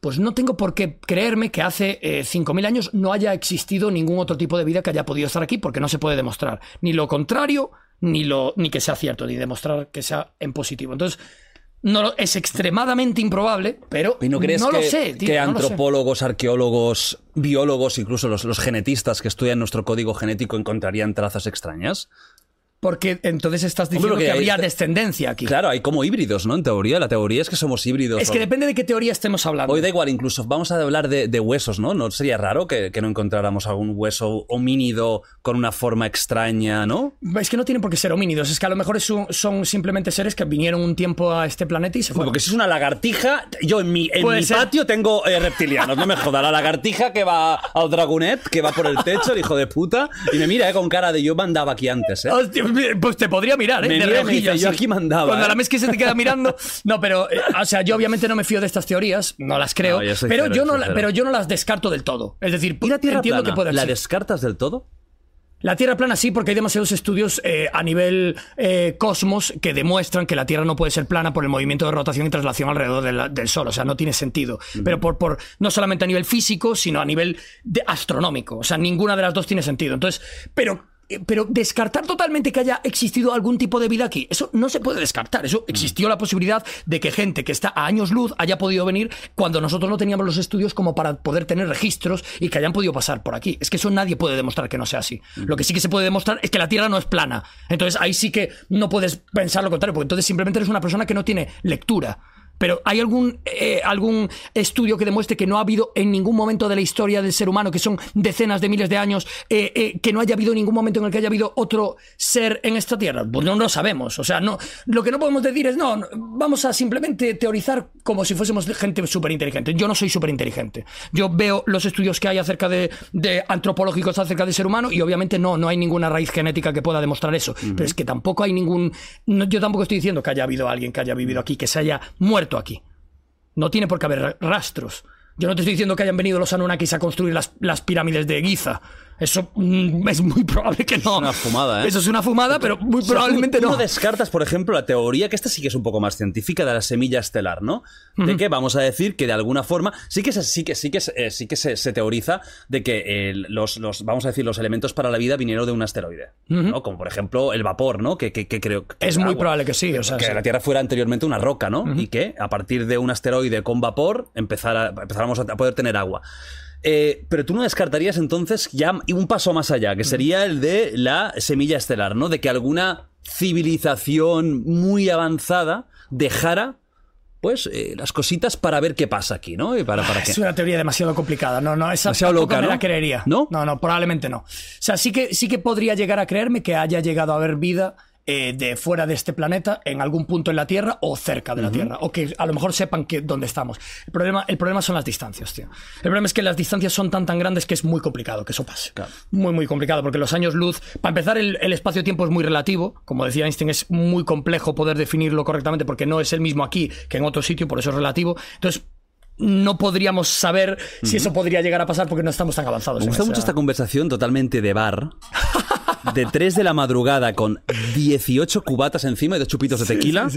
pues no tengo por qué creerme que hace eh, 5.000 años no haya existido ningún otro tipo de vida que haya podido estar aquí, porque no se puede demostrar. Ni lo contrario, ni, lo, ni que sea cierto, ni demostrar que sea en positivo. Entonces, no lo- es extremadamente improbable, pero ¿Y no crees lo que, sé. tío, que no lo sé. antropólogos, arqueólogos, biólogos, incluso los, los genetistas que estudian nuestro código genético encontrarían trazas extrañas? Porque entonces estás diciendo porque que ahí habría está- descendencia aquí. Claro, hay como híbridos, ¿no? En teoría, la teoría es que somos híbridos. Es que o- depende de qué teoría estemos hablando. Hoy da igual, incluso vamos a hablar de, de huesos, ¿no? No sería raro que, que no encontráramos algún hueso homínido con una forma extraña, ¿no? Es que no tienen por qué ser homínidos, es que a lo mejor es un- son simplemente seres que vinieron un tiempo a este planeta y se fueron. Porque si pues es una lagartija, yo en mi, en Puede mi ser. patio tengo eh, reptilianos, no me joda. La lagartija que va al dragonet, que va por el techo, el hijo de puta, y me mira eh, con cara de yo mandaba aquí antes, ¿eh? Hostia, Pues te podría mirar, ¿eh? Me de mira y me reojillo, dice, "Yo así". aquí mandaba, Cuando ¿eh? la mezquita se te queda mirando. No, pero, eh, o sea, yo obviamente no me fío de estas teorías, no las creo, No, yo soy pero, cero, yo no, soy la- cero. pero yo no las descarto del todo. Es decir, ¿Y la tierra entiendo plana? que puede ¿La existir. descartas del todo? La Tierra plana sí, porque hay demasiados estudios eh, a nivel eh, cosmos que demuestran que la Tierra no puede ser plana por el movimiento de rotación y traslación alrededor de la- del Sol. O sea, no tiene sentido. Pero por, por no solamente a nivel físico, sino a nivel de- astronómico. O sea, ninguna de las dos tiene sentido. Entonces, pero, eh, pero descartar totalmente que haya existido algún tipo de vida aquí, eso no se puede descartar. Eso existió la posibilidad de que gente que está a años luz haya podido venir cuando nosotros no teníamos los estudios como para poder tener registros y que hayan podido pasar por aquí. Es que eso nadie puede demostrar que no sea así. Lo que sí que se puede demostrar es que la Tierra no es plana. Entonces ahí sí que no puedes pensar lo contrario, porque entonces simplemente eres una persona que no tiene lectura. Pero ¿hay algún, eh, algún estudio que demuestre que no ha habido en ningún momento de la historia del ser humano, que son decenas de miles de años, eh, eh, que no haya habido ningún momento en el que haya habido otro ser en esta Tierra? Pues no lo sabemos. O sea, no, lo que no podemos decir es, no, no, vamos a simplemente teorizar como si fuésemos gente súper inteligente. Yo no soy súper inteligente. Yo veo los estudios que hay acerca de, de antropológicos acerca del ser humano y obviamente no, no hay ninguna raíz genética que pueda demostrar eso. Pero es que tampoco hay ningún... no, yo tampoco estoy diciendo que haya habido alguien que haya vivido aquí, que se haya muerto aquí. No tiene por qué haber ra- rastros. Yo no te estoy diciendo que hayan venido los Anunnakis a construir las, las pirámides de Giza. Eso mm, es muy probable que no. una fumada, ¿eh? Eso es una fumada, pero muy O sea, probablemente tú- tú no. No descartas, por ejemplo, la teoría, que esta sí que es un poco más científica, de la semilla estelar, ¿no? De que vamos a decir que de alguna forma sí que se, sí que, sí que, se- eh, sí que se, se teoriza de que eh, los, los, vamos a decir, los elementos para la vida vinieron de un asteroide, ¿no? Como por ejemplo el vapor, ¿no? Que, que- que creo que Es el muy agua. probable que sí. O sea, que sí. la Tierra fuera anteriormente una roca, ¿no? Y que a partir de un asteroide con vapor empezara, empezáramos a a poder tener agua. Eh, pero tú no descartarías entonces ya un paso más allá, que sería el de la semilla estelar, ¿no? De que alguna civilización muy avanzada dejara, pues, eh, las cositas para ver qué pasa aquí, ¿no? Y para, para que... Es una teoría demasiado complicada. No, no, esa Demasiado tampoco loca, me ¿no? la creería. ¿No? No, no, probablemente no. O sea, sí que, sí que podría llegar a creerme que haya llegado a haber vida eh, de fuera de este planeta, en algún punto en la Tierra o cerca de la Tierra. O que a lo mejor sepan que, dónde estamos. El problema, el problema son las distancias, tío. El problema es que las distancias son tan tan grandes que es muy complicado que eso pase. Claro. Muy, muy complicado, porque los años luz, para empezar, el, el espacio-tiempo es muy relativo. Como decía Einstein, es muy complejo poder definirlo correctamente porque no es el mismo aquí que en otro sitio, por eso es relativo. Entonces, no podríamos saber si eso podría llegar a pasar porque no estamos tan avanzados. Me Pues en gusta esa- mucho esta conversación totalmente de bar. De 3 de la madrugada con 18 cubatas encima y dos chupitos de tequila,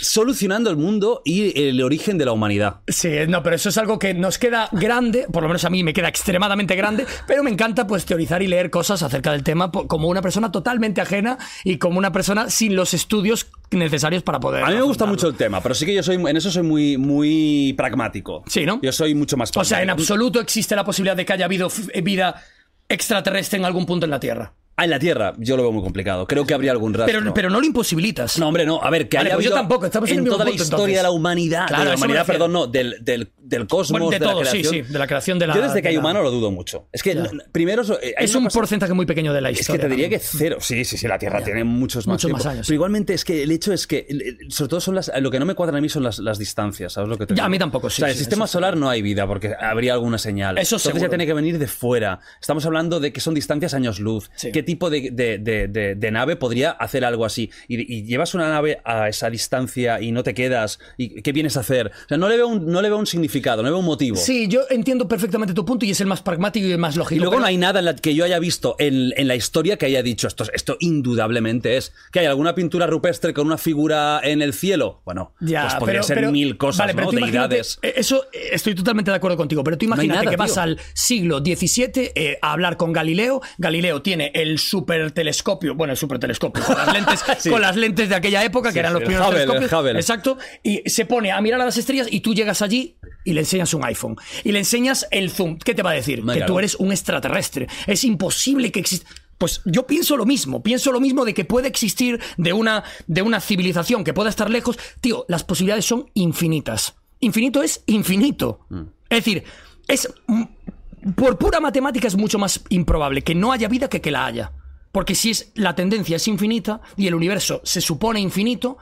solucionando el mundo y el origen de la humanidad. Sí, no, pero eso es algo que nos queda grande, por lo menos a mí me queda extremadamente grande, pero me encanta pues teorizar y leer cosas acerca del tema po- como una persona totalmente ajena y como una persona sin los estudios necesarios para poder. A mí me gusta afrontarlo. mucho el tema, pero sí que yo soy en eso soy muy, muy pragmático. Sí, ¿no? Yo soy mucho más O sea, en pragmático. absoluto existe la posibilidad de que haya habido f- eh, vida extraterrestre en algún punto en la Tierra. Ah, en la Tierra yo lo veo muy complicado. Creo que habría algún rastro. Pero, pero no lo imposibilitas. No, hombre, no. A ver, que Vale, haya pues yo habido tampoco, estamos en en, el mismo toda la punto, historia entonces. de la humanidad, Claro, de a la eso me humanidad, refiero. perdón, no, del, del, del cosmos, Bueno, de la todo, sí, creación. sí, de la creación de la- Yo desde que de hay la- humano lo dudo mucho. Es que Ya. no- primero eso, eh, hay es una un cosa- porcentaje muy pequeño de la Es historia. que te diría también. que cero. Sí, sí, sí, la Tierra tiene muchos más, Muchos más tiempo. años. Pero igualmente es que el hecho es que, el- el- sobre todo, son las, lo que no me cuadran a mí son las, las distancias, ¿sabes lo que te Ya, digo? a mí tampoco, sí, O sea, el sí, sistema solar no hay vida porque habría alguna señal. Eso Entonces seguro. ya tiene que venir de fuera. Estamos hablando de que son distancias años luz. Sí. ¿Qué tipo de, de- de- de- de nave podría hacer algo así? Y, y llevas una nave a esa distancia y no te quedas. ¿Y qué vienes a hacer? O sea, no le veo un, no le veo un significado, no le veo un motivo. Sí, yo entiendo perfectamente tu punto y es el más pragmático y el más lógico. Y luego pero- no hay nada en la que yo haya visto en, en la historia que haya dicho esto. Esto indudablemente es. ¿Que hay alguna pintura rupestre con una figura en el cielo? Bueno, Ya, pues podría pero- ser pero- mil cosas, vale, pero ¿no? tú imagínate- Deidades. eh, Eso eh, estoy totalmente de acuerdo contigo, pero tú hay imagínate nada, que tío. vas al siglo XVII eh, a hablar con Galileo. Galileo tiene el supertelescopio, bueno, el supertelescopio, con las lentes, Sí. con las lentes de aquella época, Sí, que eran sí, los el primeros Hubble, el telescopios. Hubble. Exacto. Y se pone a mirar a las estrellas y tú llegas allí y le enseñas un iPhone. Y le enseñas el zoom. ¿Qué te va a decir? Venga, que tú no. eres un extraterrestre. Es imposible que exista. Pues yo pienso lo mismo, pienso lo mismo de que puede existir de una, de una civilización que pueda estar lejos. Tío, las posibilidades son infinitas. Infinito es infinito. Mm. Es decir, es mm, por pura matemática es mucho más improbable que no haya vida que que la haya. Porque si es la tendencia es infinita y el universo se supone infinito,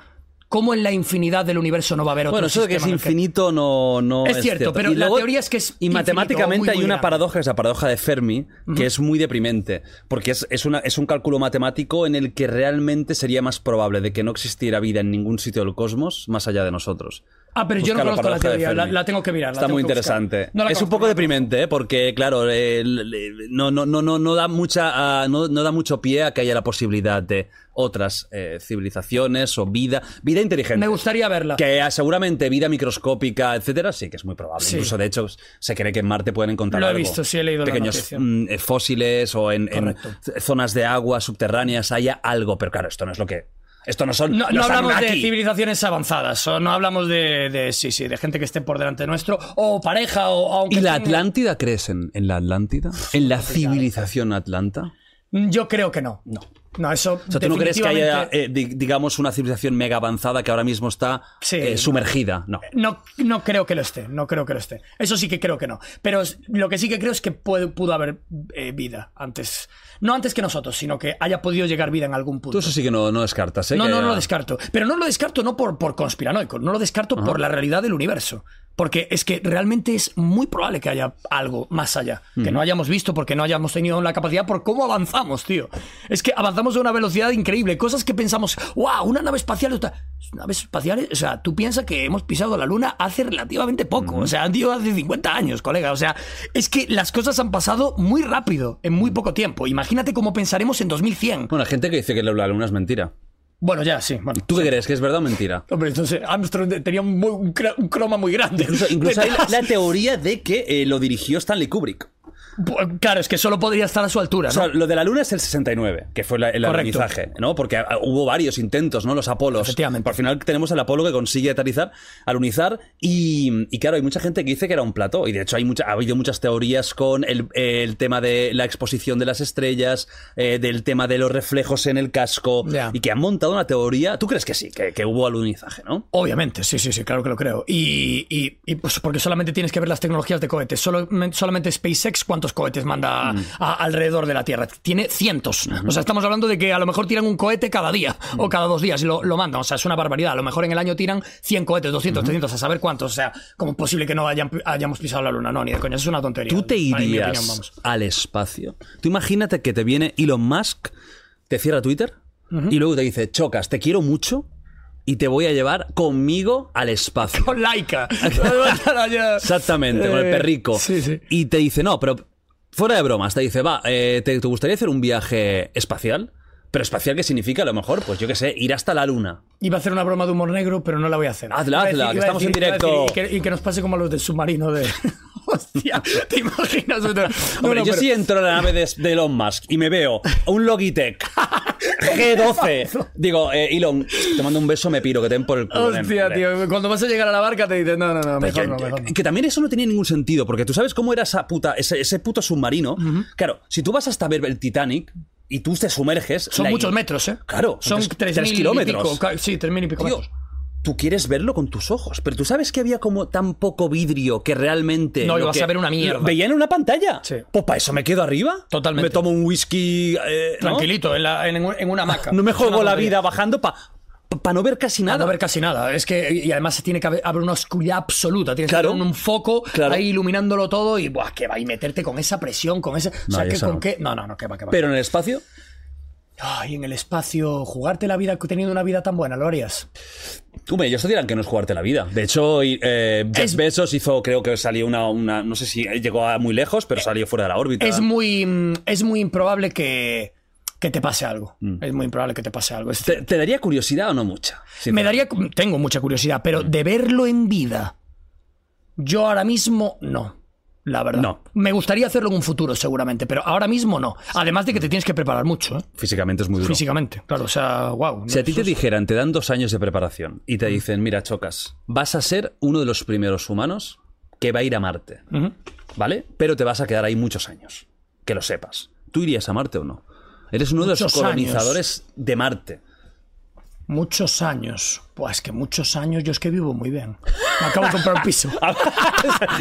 ¿cómo en la infinidad del universo no va a haber otro Bueno, eso de que es sistema en el infinito no, no Es cierto, pero Y la teoría es que es Y infinito, matemáticamente muy, muy hay una grande. paradoja, es la paradoja de Fermi, que es muy deprimente, porque es, es, una, es un cálculo matemático en el que realmente sería más probable de que no existiera vida en ningún sitio del cosmos más allá de nosotros. Ah, pero yo no Buscar conozco la paradoja de teoría, la, Fermi. la tengo que mirar. la Está tengo muy que buscar. interesante. No la es un conozco. poco deprimente, ¿eh? porque, claro, eh, le- le- no, no, no, no, no da mucha, ah, no, no da mucho pie a que haya la posibilidad de otras eh, civilizaciones o vida, vida inteligente. Me gustaría verla. Que ah, seguramente vida microscópica, etcétera, sí que es muy probable. Sí. Incluso, de hecho, se cree que en Marte pueden encontrar Lo he algo. visto, sí, he leído la Pequeños noticia. mm, eh, fósiles o en, en Correcto. z- zonas de agua subterráneas haya algo, pero claro, esto no es lo que... Esto no son No, no los hablamos de Anunnaki. civilizaciones avanzadas, o no hablamos de, de- sí, sí, de gente que esté por delante nuestro, o pareja, o aunque. ¿Y la tenga- Atlántida crees en, en la Atlántida? ¿En la civilización atlanta? Yo creo que no. No. No, eso. O sea, ¿tú no crees que haya, definitivamente- eh, di- digamos, una civilización mega avanzada que ahora mismo está Sí, eh, no. sumergida? No. No, no creo que lo esté, no creo que lo esté. Eso sí que creo que no. Pero es- lo que sí que creo es que puede- pudo haber eh, vida antes. No antes que nosotros, sino que haya podido llegar vida en algún punto. Tú eso sí que no, no descartas, ¿eh? No, Que no, no haya- lo descarto. Pero no lo descarto no por, por conspiranoico, no lo descarto por la realidad del universo. Porque es que realmente es muy probable que haya algo más allá, que no hayamos visto porque no hayamos tenido la capacidad por cómo avanzamos, tío. Es que avanzamos a una velocidad increíble, cosas que pensamos, wow, una nave espacial, otra... naves espaciales, o sea, tú piensas que hemos pisado la luna hace relativamente poco, o sea, tío, hace 50 años, colega, o sea, es que las cosas han pasado muy rápido, en muy poco tiempo. Imagínate cómo pensaremos en 2100. Bueno, hay gente que dice que la luna es mentira. Bueno, ya, sí, bueno. ¿Tú qué crees? ¿Que es verdad o mentira? Hombre, entonces Armstrong de- tenía un, muy- un cra- un croma muy grande. Incluso, incluso hay la, Detrás. la teoría de que eh, lo dirigió Stanley Kubrick. Bu- Claro, es que solo podría estar a su altura, O ¿no? sea, lo de la Luna es el 69, que fue la- el Correcto. aterrizaje, ¿no? Porque ah, hubo varios intentos, ¿no? Los Apolos. Efectivamente. Al final tenemos el Apolo que consigue aterrizar, alunizar, y, y claro, hay mucha gente que dice que era un plató. Y de hecho hay mucha, ha habido muchas teorías con el, el tema de la exposición de las estrellas, eh, del tema de los reflejos en el casco, Ya. y que han montado una teoría. ¿Tú crees que sí? Que, que hubo alunizaje, ¿no? Obviamente, sí, sí, sí, claro que lo creo. Y, y- y, pues porque solamente tienes que ver las tecnologías de cohetes. Solo- solamente SpaceX, ¿cuántos cohetes manda Mm. a- alrededor de la Tierra? Tiene cientos. O sea, estamos hablando de que a lo mejor tiran un cohete cada día Mm. o cada dos días y lo, lo mandan. O sea, es una barbaridad. A lo mejor en el año tiran 100 cohetes, 200, 300, a saber cuántos. O sea, ¿cómo es posible que no hayan- hayamos pisado la Luna? No, ni de coña, eso es una tontería. ¿Tú te En mi opinión, irías vamos. al espacio? Tú imagínate que te viene Elon Musk, te cierra Twitter y luego te dice, chocas, te quiero mucho y te voy a llevar conmigo al espacio. Con laica. Exactamente, con el Eh, perrico. Sí, sí. Y te dice, no, pero fuera de bromas, te dice, va, eh, ¿te, te gustaría hacer un viaje espacial? Pero espacial, ¿qué significa? A lo mejor, pues yo qué sé, ir hasta la luna. Iba a hacer una broma de humor negro, pero no la voy a hacer. Hazla, Iba a hazla, que iba a estamos en iba a directo. y, que, y que nos pase como a los del submarino de. Hostia, ¿te imaginas? No, Hombre, no, yo pero- sí entro en la nave de, de Elon Musk y me veo un Logitech G12. Digo, eh, Elon, te mando un beso, me piro, que te den por el culo. Hostia, nen, hombre. tío. Cuando vas a llegar a la barca te dicen, no, no, no, Que, mejor no, mejor no. que- que también eso no tenía ningún sentido, porque tú sabes cómo era esa puta, ese, ese puto submarino. Claro, si tú vas hasta ver el Titanic y tú te sumerges. Son la- muchos metros, ¿eh? Claro, son tres- 3.000 tres y kilómetros. pico, ca- sí, 3.000 y pico Tío, metros. tú quieres verlo con tus ojos, pero tú sabes que había como tan poco vidrio que realmente. No, lo ibas que- a ver una mierda. Veía en una pantalla. Sí. Pues para eso me quedo arriba. Totalmente. Me tomo un whisky. eh, ¿no? Tranquilito, en, la- en, en una hamaca. No me Es una juego la tontería. vida bajando para no ver casi Nada. nada. a ver casi nada. Es que, y además tiene que haber, haber una oscuridad absoluta. Tienes Claro. que tener un foco Claro. ahí iluminándolo todo y, buah, que va y meterte con esa presión, con esa. o No, sea, y que eso con no. qué. No, no, no, que va, que va. Pero en el espacio, Ay, en el espacio, jugarte la vida teniendo una vida tan buena, ¿lo harías? tú ellos te dirán que no es jugarte la vida. De hecho, y, eh, Jeff Es- Bezos hizo, creo que salió una, una- no sé si llegó a muy lejos, pero salió fuera de la órbita. Eh, Es muy, mm, es muy improbable que, que te pase algo. Es muy improbable que te pase algo. Es- Mm. ¿Te, te daría curiosidad o no mucha? Mm. me daría, cu- tengo mucha curiosidad, pero de verlo en vida, yo ahora mismo no. La verdad. No. Me gustaría hacerlo en un futuro, seguramente, pero ahora mismo no. Además de que te tienes que preparar mucho, ¿eh? Físicamente es muy duro. Físicamente, claro, o sea, wow. Si a ti te dijeran, te dan dos años de preparación y Mm. te dicen, mira, chocas, vas a ser uno de los primeros humanos que va a ir a Marte, ¿vale? Pero te vas a quedar ahí muchos años, que lo sepas. ¿Tú irías a Marte o no? Eres uno de los Muchos años. colonizadores de Marte. Muchos años. Pues que muchos años, yo es que vivo muy bien. Me acabo de comprar un piso.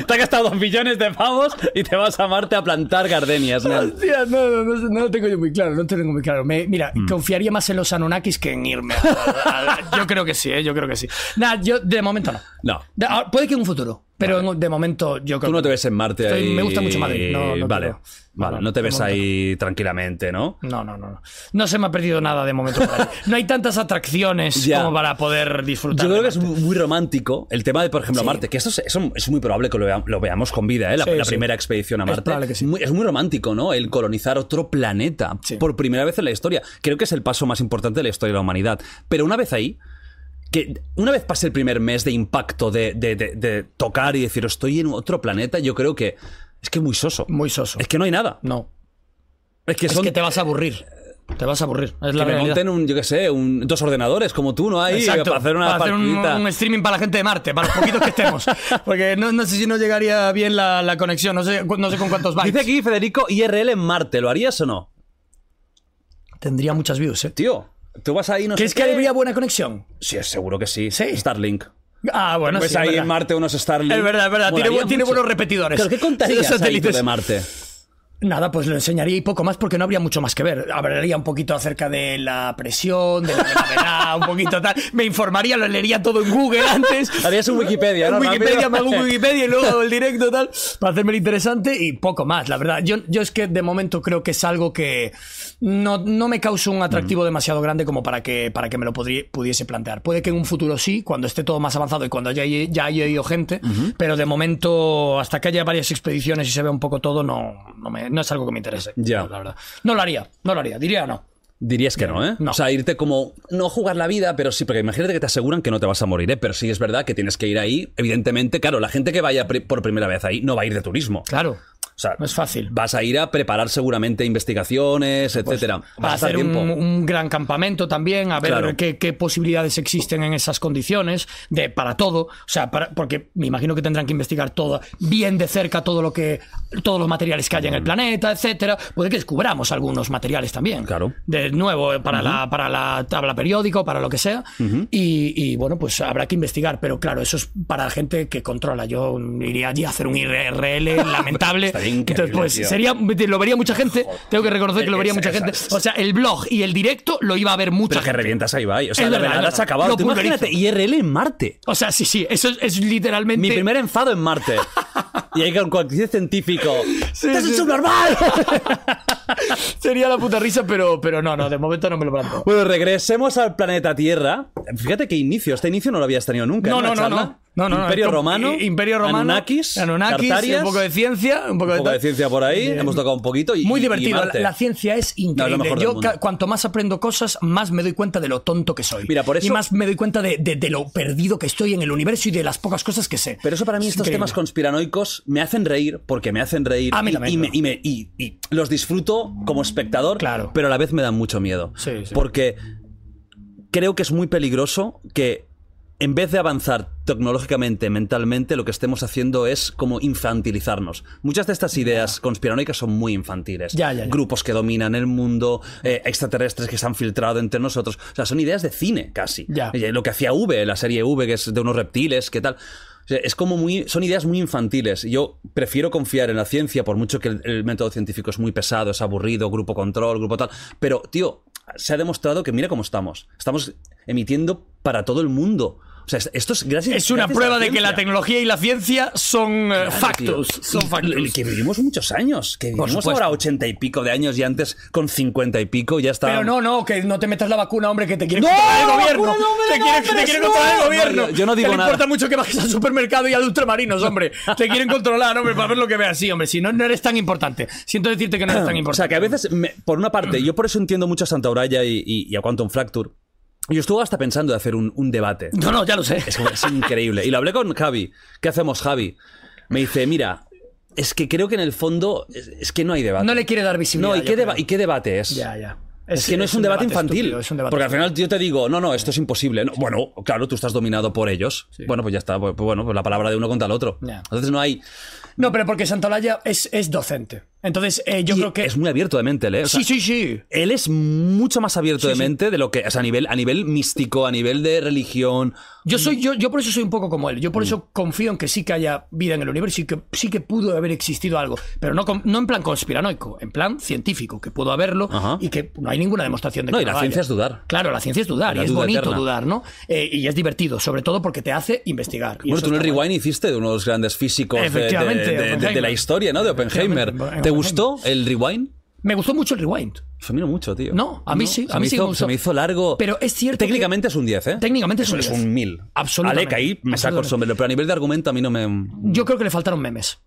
te has gastado dos millones de pavos y te vas a Marte a plantar gardenias. ¿no? Hostia, no, no, no, sé, no lo tengo yo muy claro, no lo tengo muy claro. Me- mira, Mm. confiaría más en los Anunnakis que en irme. a- a- a- yo creo que sí, ¿eh? yo creo que sí. Nada, yo de momento no. No. De- ah, puede que en un futuro, pero en- de momento yo creo Tú no te que- ves en Marte Estoy- ahí. me gusta mucho Madrid, no, no vale, quiero- vale. no, No te de ves momento ahí tranquilamente, ¿no? No, no, no, no. No se me ha perdido nada de momento. por ahí. No hay tantas atracciones Ya. como para poder disfrutar. Yo creo de que es muy romántico el tema de, por ejemplo, Marte, que esto es, eso es muy probable que lo, vea- lo veamos con vida, ¿eh? la, Sí, la sí. primera expedición a Es Marte. probable que sí. muy, es muy romántico, ¿no? El colonizar otro planeta Sí. por primera vez en la historia. Creo que es el paso más importante de la historia de la humanidad. Pero una vez ahí, que una vez pase el primer mes de impacto, de, de- de- de tocar y decir, estoy en otro planeta, yo creo que es que es muy soso. Muy soso. Es que no hay nada. No. Es que Es son... que te vas a aburrir. Te vas a aburrir. Es la que me realidad. monten un, yo qué sé, un- dos ordenadores como tú, ¿no? Ahí, Exacto, para hacer una para hacer un, partidita. un streaming para la gente de Marte, para los poquitos que estemos. Porque no, no sé si no llegaría bien la, la conexión, no sé, cu- no sé con cuántos bytes. Dice aquí Federico IRL en Marte, ¿lo harías o no? Tendría muchas views, ¿eh? Tío, tú vas ahí, no sé ¿Crees que qué. habría buena conexión? Sí, seguro que sí. Sí. Starlink. Ah, bueno, Pues sí, ahí es verdad. en Marte unos Starlink. Es verdad, es verdad. Tiene, Molaría bu- tiene mucho. buenos repetidores. Pero ¿qué contarías Los ahí tú satélites. de Marte? Nada, pues lo enseñaría y poco más porque no habría mucho más que ver. Hablaría un poquito acerca de la presión, de la gravedad, "Ah, un poquito tal. Me informaría, lo leería todo en Google antes. Harías un Wikipedia, ¿no? En Wikipedia, Rápido. me hago un Wikipedia y luego hago el directo tal, para hacerme lo interesante y poco más, la verdad. Yo, yo es que de momento creo que es algo que no, no me causa un atractivo Mm. demasiado grande como para que, para que me lo podría- pudiese plantear. Puede que en un futuro sí, cuando esté todo más avanzado y cuando ya, haya- ya haya ido gente, Mm. pero de momento, hasta que haya varias expediciones y se vea un poco todo, no, no, me- no es algo que me interese. Ya. La verdad. No lo haría, no lo haría, diría no. Dirías que no, ¿eh? No. O sea, irte como, no jugar la vida, pero sí, porque imagínate que te aseguran que no te vas a morir, ¿eh? Pero sí es verdad que tienes que ir ahí. Evidentemente, claro, la gente que vaya pri- por primera vez ahí no va a ir de turismo. Claro, O sea, no es fácil. vas a ir a preparar seguramente investigaciones, etcétera. Vas a a estar hacer un, tiempo. un gran campamento también, a ver Claro. qué, qué posibilidades existen en esas condiciones, de para todo, o sea, para- porque me imagino que tendrán que investigar todo bien de cerca todo lo que todos los materiales que hay Mm. en el planeta, etcétera. Puede que descubramos algunos materiales también. Claro. De nuevo eh, para la para la tabla periódica o para lo que sea y, y, bueno, pues habrá que investigar, pero claro, eso es para gente que controla. Yo iría allí a hacer un IRL lamentable. Estaría Entonces, increíble, pues tío. sería lo vería mucha gente, tengo que reconocer que lo vería Es- mucha es- gente. O sea, el blog y el directo lo iba a ver mucha Pero que gente. revientas ahí, va. O sea, Es la verdad, es velada se ha verdad. acabado. Lo Tú imagínate, IRL en Marte. O sea, sí, sí, eso es, es literalmente. Mi primer enfado en Marte. y hay con cualquier científico. Sí, ¡Estás sí. un subnormal! Sería la puta risa, pero, pero no, no, de momento no me lo planteo. bueno, regresemos al planeta Tierra. Fíjate qué inicio. Este inicio no lo habías tenido nunca. No, ¿eh? no, Una no, charla. no. No, no, no. Imperio Com- Romano. I- Imperio Romano. Anunnakis. Anunnakis, Tartarias, un poco de ciencia. Un poco, un poco tal. de ciencia por ahí. Eh, Hemos tocado un poquito. Y, Muy y divertido. La, Marte. la ciencia es No, es lo increíble. mejor del Yo mundo. ca- cuanto más aprendo cosas, más me doy cuenta de lo tonto que soy. Mira, por Y eso- más me doy cuenta de, de- de lo perdido que estoy en el universo y de las pocas cosas que sé. Pero eso para mí, estos increíble. temas conspiranoicos me hacen reír porque me hacen reír A mí y- también, y, me, ¿no? y me- y- y los disfruto como espectador, Claro. pero a la vez me dan mucho miedo. Sí, sí. Porque creo que es muy peligroso que en vez de avanzar tecnológicamente, mentalmente, lo que estemos haciendo es como infantilizarnos. Muchas de estas ideas conspiranoicas son muy infantiles. Ya, ya, ya. Grupos que dominan el mundo, eh, extraterrestres que se han filtrado entre nosotros. O sea, son ideas de cine casi. Ya. Y Lo que hacía V, la serie V, que es de unos reptiles, ¿qué tal? O sea, es como muy. Son ideas muy infantiles. Yo prefiero confiar en la ciencia, por mucho que el, el método científico es muy pesado, es aburrido, grupo control, grupo tal. Pero, tío, se ha demostrado que mira cómo estamos. Estamos emitiendo para todo el mundo. O sea, es- esto es gracias. Es una gracias a prueba de que la ciencia. tecnología y la ciencia son eh, Tío, factos. Son y- factos. y que vivimos muchos años. Que vivimos supuesto. ahora ochenta y pico de años y antes con cincuenta y pico ya está. Pero no, no, que no te metas la vacuna, hombre, que te quiere ¡No! controlar el gobierno. ¡Vacuna, no, hombre, te no, quiere, te hombre, quiere no! controlar el gobierno. No, yo- yo no Que digo le nada. importa mucho que bajes al supermercado y al ultramarinos, hombre. te quieren controlar, hombre, Pues para ver lo que veas. Sí, hombre, si no, no eres tan importante. Siento decirte que no eres tan O sea, importante. que a veces, me- por una parte, yo por eso entiendo mucho a Santa Uraya y, y- y a Quantum Fracture. Yo estuve hasta pensando de hacer un, un debate. No, no, ya lo sé. Es, como- es increíble. Y lo hablé con Javi. ¿Qué hacemos, Javi? Me dice, mira, es que creo que en el fondo es, es que no hay debate. No le quiere dar visibilidad. No, ¿y yo qué, deba- creo. ¿y qué debate es? Ya, ya. Es, que no es, un, debate, infantil. estúpido, es un debate porque al final yo te digo, no, no, esto es imposible. No, bueno, claro, tú estás dominado por ellos. Bueno, pues ya está. Pues, pues bueno, pues la palabra de uno contra el otro. Ya. Entonces no hay. No, pero porque Santolaya es, es docente. Entonces, eh, yo y creo que. Es muy abierto de mente, ¿eh? O sea, sí, sí, sí. él es mucho más abierto de sí. mente de lo que o sea, a nivel a nivel místico a nivel de religión Yo soy yo, yo por eso soy un poco como él. Yo por eso confío en que sí que haya vida en el universo y que sí que pudo haber existido algo, pero no con- no en plan conspiranoico, en plan científico, que pudo haberlo Ajá. y que no hay ninguna demostración de no que y la lo ciencia haya. es dudar Claro, la ciencia es dudar La y es duda bonito eterna. dudar, ¿no? Eh, y es divertido, sobre todo porque te hace investigar. Y bueno, eso tú en el está rewind guay. hiciste de uno de los grandes físicos eh, de- de, Efectivamente, de- de- de la Oppenheimer. historia, ¿no? De Oppenheimer. Efectivamente, ¿Te gustó el rewind? Me gustó mucho el rewind. Pues a mí no mucho, tío. No, a mí sí, se a mí me sí hizo- me gustó. Se me hizo largo. Pero es cierto que- Técnicamente es un 10, ¿eh? Técnicamente es Eso un es 10. un 1000. Absolutamente. Aleca ahí me saco el Absolutamente. sombrero, pero a nivel de argumento a mí no me. Yo creo que le faltaron memes.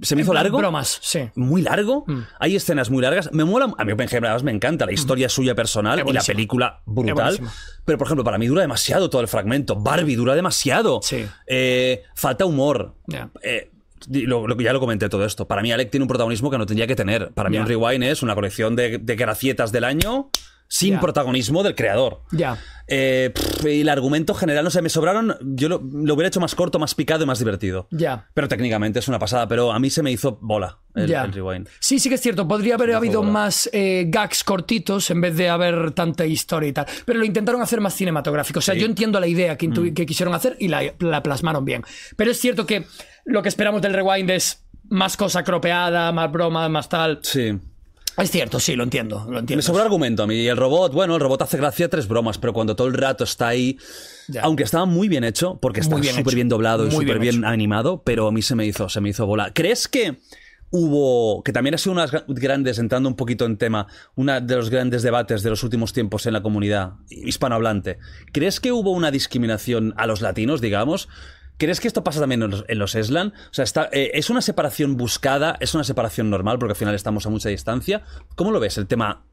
¿Se me hizo largo? Mm. Bromas, sí. muy largo. Mm. Hay escenas muy largas. Me mola. A mí Oppenheimer además me encanta la historia suya personal Es y la buenísimo. película Es brutal. buenísimo. Pero por ejemplo, para mí dura demasiado todo el fragmento. Barbie dura demasiado. Sí. Eh, falta humor. Ya. Eh, di- lo, lo que ya lo comenté todo esto. Para mí Alec tiene un protagonismo que no tendría que tener. Para mí Ya. un rewind es una colección de, de gracietas del año sin Ya. protagonismo del creador. Ya. Eh, pff, y el argumento general, no sé, me sobraron. Yo lo, lo hubiera hecho más corto, más picado y más divertido. Ya. Pero técnicamente es una pasada, pero a mí se me hizo bola el, Ya. el rewind. Sí, sí que es cierto. Podría haber habido bola. más eh, gags cortitos en vez de haber tanta historia y tal. Pero lo intentaron hacer más cinematográfico. O sea, yo entiendo la idea que, intu- que quisieron hacer y la, la plasmaron bien. Pero es cierto que lo que esperamos del rewind es más cosa cropeada, más broma, más tal. Sí. Es cierto, sí, lo entiendo, lo entiendo. Me sobra argumento a mí. Y el robot, bueno, el robot hace gracia tres bromas, pero cuando todo el rato está ahí, Ya. aunque estaba muy bien hecho, porque está Muy bien súper hecho. bien doblado y Muy súper bien bien, animado, pero a mí se me hizo, se me hizo bola. ¿Crees que hubo, que también ha sido una de las gra- grandes, entrando un poquito en tema, una de los grandes debates de los últimos tiempos en la comunidad hispanohablante? ¿Crees que hubo una discriminación a los latinos, digamos? ¿Crees que esto pasa también en los, en los Eslan? O sea, está, eh, ¿es una separación buscada? ¿Es una separación normal? Porque al final estamos a mucha distancia. ¿Cómo lo ves el tema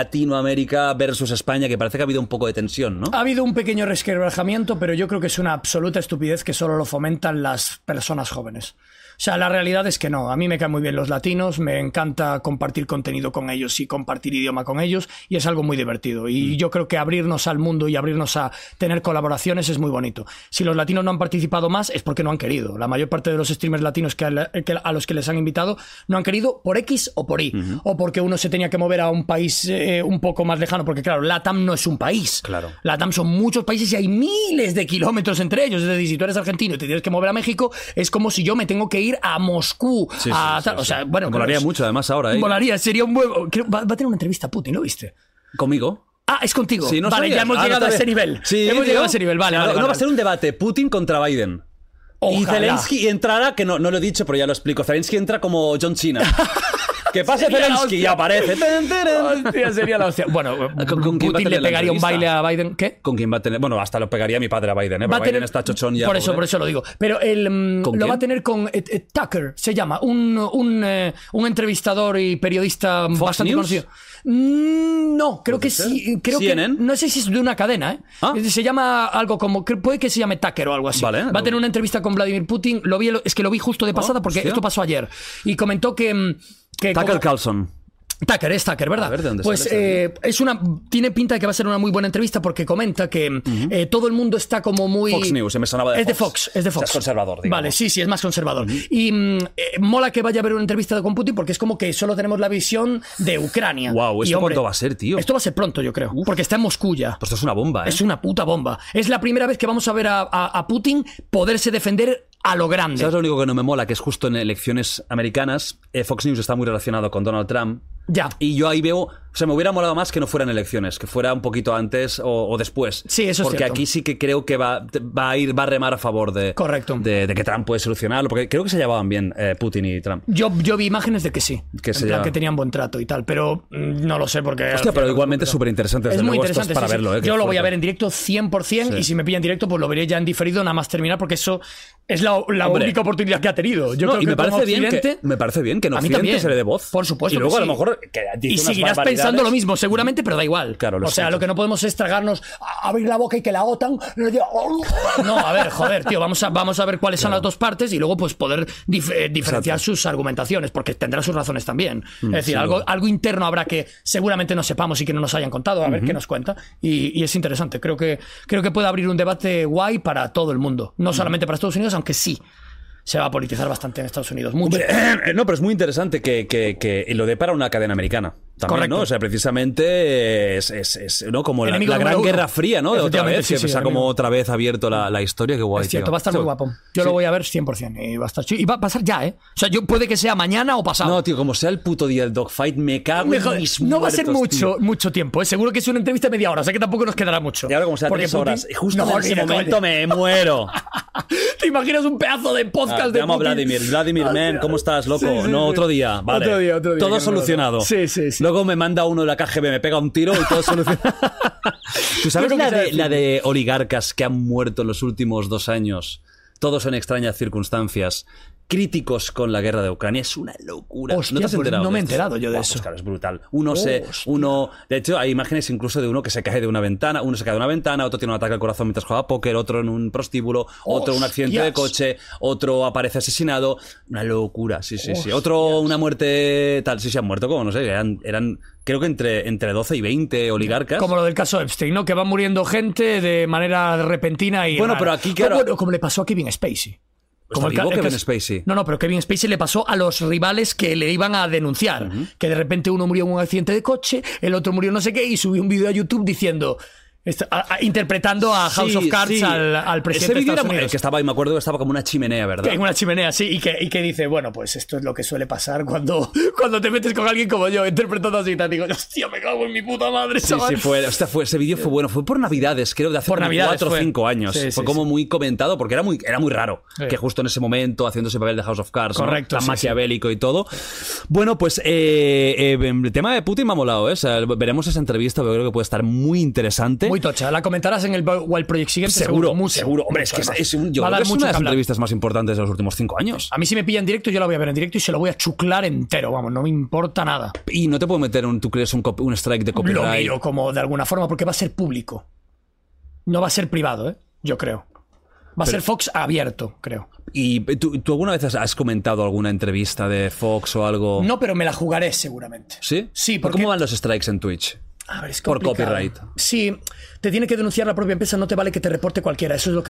Latinoamérica versus España? Que parece que ha habido un poco de tensión, ¿no? Ha habido un pequeño resquebrajamiento, pero yo creo que es una absoluta estupidez que solo lo fomentan las personas jóvenes. O sea, la realidad es que no. A mí me caen muy bien los latinos, me encanta compartir contenido con ellos y compartir idioma con ellos, y es algo muy divertido. Y yo creo que abrirnos al mundo y abrirnos a tener colaboraciones es muy bonito. Si los latinos no han participado más es porque no han querido. La mayor parte de los streamers latinos que eh, a, la- que- a los que les han invitado no han querido por X o por Y, o porque uno se tenía que mover a un país eh, un poco más lejano, porque claro, Latam no es un país. Claro. La TAM son muchos países y hay miles de kilómetros entre ellos. Es decir, si tú eres argentino y te tienes que mover a México, es como si yo me tengo que ir a Moscú. Sí, sí, a tal- sí, sí. Ah, o sea, bueno, Molaría claro, es- mucho, además, ahora, ¿eh? Molaría, sería un buen. creo- va, va a tener una entrevista a Putin, ¿lo viste? Conmigo. Ah, es contigo. Sí, no vale, sabías. ya hemos Ah, no llegado a sabía. ese nivel. Sí, hemos tío. llegado a ese nivel, vale. Claro, vale, no vale, va a ser un debate Putin contra Biden. Ojalá. Y Zelensky entrará, que no, no lo he dicho, pero ya lo explico. Zelensky entra como John China. que pase Sería la Zelensky y hostia. aparece. Ten, ten, ten. Hostia, sería la hostia. Bueno, ¿Con- con quién va a Putin tener le la pegaría un baile entrevista? a Biden. ¿Qué? ¿Con quién va a tener? Bueno, hasta lo pegaría mi padre a Biden, ¿eh? Va a Pero Biden tener- está chochón ¿eh? ya. Por eso, por pobre. eso lo digo. Pero el, mm, lo ¿Con quién? va a tener con eh, eh, Tucker, se llama, un, un, eh, un entrevistador y periodista bastante News? conocido. Mm, No, creo que ser? sí. Creo que, CNN? no sé si es de una cadena, ¿eh? Ah. Es- Se llama algo como. cre- Puede que se llame Tucker o algo así. Vale, va a lo- Ah, tener una entrevista con Vladimir Putin. Lo vi, es que lo vi justo de pasada porque hostia. esto pasó ayer. Y comentó que. mm, que Tucker como- Carlson. Tucker, es Tucker, ¿verdad? A ver, ¿de dónde pues sale eh, es una, tiene pinta de que va a ser una muy buena entrevista porque comenta que eh, todo el mundo está como muy... Fox News, se me sonaba de eh, es Fox. de Fox, es de O sea, Fox. es conservador, digamos. Vale, sí, sí, es más conservador. Y mm, eh, mola que vaya a haber una entrevista con Putin porque es como que solo tenemos la visión de Ucrania. Guau, Y, ¿esto hombre, cuándo va a ser, tío? Esto va a ser pronto, yo creo, porque está en Moscú ya. Pues esto es una bomba, ¿eh? Es una puta bomba. Es la primera vez que vamos a ver a, a- a Putin poderse defender a lo grande. ¿Sabes lo único que no me mola? Que es justo en elecciones americanas, eh, Fox News está muy relacionado con Donald Trump. Ya. Y yo ahí veo, o sea, me hubiera molado más que no fueran elecciones, que fuera un poquito antes o, o después. Sí, eso es Porque cierto. aquí sí que creo que va, te- va a ir, va a remar a favor de, Correcto. de, de que Trump puede solucionarlo, porque creo que se llevaban bien eh, Putin y Trump. Yo, yo vi imágenes de que sí. Que en se plan llama- que tenían buen trato y tal, pero mm, no lo sé porque. al Hostia, final- pero igualmente es súper interesante. Es muy interesante. para sí, sí. verlo, eh, qué Yo lo voy a fuerte. ver en directo 100% Sí. y si me pilla en directo, pues lo veré ya en diferido, nada más terminar, porque eso es la, la Hombre. única oportunidad que ha tenido. Yo No, creo y que me como parece, bien que, Occidente- me parece bien que en A mí Occidente también. se le dé voz. Por supuesto Y luego que a lo sí. mejor. que dice Y unas seguirás barbaridades. pensando lo mismo, seguramente, pero da igual. Claro, lo o sea, siento. lo que no podemos es tragarnos, "A- abrir la boca y que la OTAN nos diga, "Oh". No, a ver, joder, tío, vamos a, vamos a ver cuáles son las dos partes y luego pues poder dif- eh, diferenciar sus argumentaciones, porque tendrá sus razones también. es decir, algo, algo interno habrá que seguramente no sepamos y que no nos hayan contado, a ver qué nos cuenta. Y, y es interesante, creo que, creo que puede abrir un debate guay para todo el mundo, no solamente para Estados Unidos, aunque sí. Se va a politizar bastante en Estados Unidos. Mucho. Hombre, eh, no, pero es muy interesante que, que- que lo dé para una cadena americana. También, Correcto. ¿no? O sea, precisamente es, es- es, ¿no? como la, Enemigo la número gran uno. guerra fría, ¿no? De otra Efectivamente, vez, sí, que sí, se ha como enemigo. otra vez abierto la, la historia. Qué guay. Es cierto, tío. va a estar muy guapo. Yo lo voy a ver 100%. Y va a estar chido. Y va a pasar ya, ¿eh? O sea, yo puede que sea mañana o pasado. No, tío, como sea el puto día del dogfight, me cago Me en jode- Ah, mis no va a ser muertos, tío. mucho, mucho tiempo. ¿eh? Seguro que es una entrevista de media hora, o sea que tampoco nos quedará mucho. Y ahora como sea Porque tres Putin- horas. Y justo No, en ese ni de momento coña. me muero. ¿Te imaginas un pedazo de podcast Ah, de te llamo Putin? Vladimir. Vladimir, man, ¿cómo estás, loco? Sí, sí, no, sí. otro día. Vale. Otro día, otro día, Todo que no solucionado. lo- Sí, sí, sí. Luego me manda uno de la KGB, me pega un tiro y todo solucionado. ¿Tú sabes Yo creo la que sea de, decir- la de oligarcas que han muerto en los últimos dos años? Todos en extrañas circunstancias. Críticos con la guerra de Ucrania. Es una locura. Hostia, ¿No te has pues enterado? no me he esto? enterado yo de Buah, pues eso. claro, es brutal. Uno se. Hostia. Uno. De hecho, hay imágenes incluso de uno que se cae de una ventana. Uno se cae de una ventana, otro tiene un ataque al corazón mientras juega a póker, otro en un prostíbulo, otro en un accidente de Hostias. coche coche, otro aparece asesinado. Una locura, sí, sí, sí. Hostias. Otro, una muerte tal, sí, se han muerto, como no sé, eran, eran creo que entre, entre 12 y 20 oligarcas. Como lo del caso Epstein, ¿no? Que va muriendo gente de manera repentina y. Bueno, rara. pero aquí, O claro- bueno, como le pasó a Kevin Spacey. Como el ca- vivo el Kevin caso- Spacey? No, no, pero Kevin Spacey le pasó a los rivales que le iban a denunciar. Que de repente uno murió en un accidente de coche, el otro murió en no sé qué y subió un vídeo a YouTube diciendo. Esta- a- a- interpretando a House of Cards sí. al, al Ese presidente de vídeo era Estados muy- el Unidos. que estaba ahí, me acuerdo que estaba como una chimenea, ¿verdad? Que en una chimenea, sí, y que, y que dice, bueno, pues esto es lo que suele pasar cuando, cuando te metes con alguien como yo, interpretando así, te digo, hostia, me cago en mi puta madre, Sí, chaval". sí, fue, hostia, fue- ese vídeo fue bueno, fue por Navidades, creo, de hace Por como Navidades cuatro o fue. cinco años. Sí, fue sí, como sí. muy comentado porque era muy, era muy raro Sí. que justo en ese momento, haciendo ese papel de House of Cards, ¿no? Correcto, tan sí, maquiavélico y todo. Bueno, pues eh, eh, el tema de Putin me ha molado, ¿eh? O sea, veremos esa entrevista, pero creo que puede estar muy interesante. Muy tocha, la comentarás en el Wild Project siguiente. seguro, mucho, seguro. Hombre, es que es, además. es un- yo Va a creo dar que es mucho una de que las hablar. entrevistas más importantes de los últimos cinco años. A mí si me pilla en directo, yo la voy a ver en directo y se la voy a chuclar entero, vamos, no me importa nada. Y no te puedo meter, un, tú crees, un, cop- un strike de Lo copyright. miro como de alguna forma, porque va a ser público. No va a ser privado, ¿eh? Yo creo. Va a ser Fox abierto, creo. ¿Y tú, tú alguna vez has- has comentado alguna entrevista de Fox o algo? No, pero me la jugaré seguramente. ¿Sí? Sí, ¿Por porque- ¿Cómo van los strikes en Twitch? A ver, es Por complicado. copyright. Sí, te tiene que denunciar la propia empresa, no te vale que te reporte cualquiera. Eso es lo que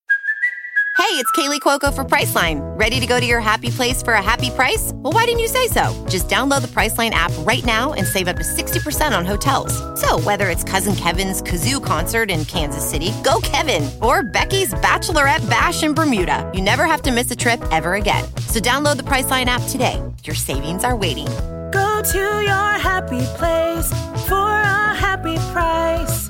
Hey, it's Kaylee Cuoco for Priceline. Ready to go to your happy place for a happy price? Well, why didn't you say so? Just download the Priceline app right now and save up to 60% on hotels. So, whether it's Cousin Kevin's Kazoo concert in Kansas City, go Kevin, or Becky's Bachelorette Bash in Bermuda, you never have to miss a trip ever again. So, download the Priceline app today. Your savings are waiting. Go to your happy place for a happy price.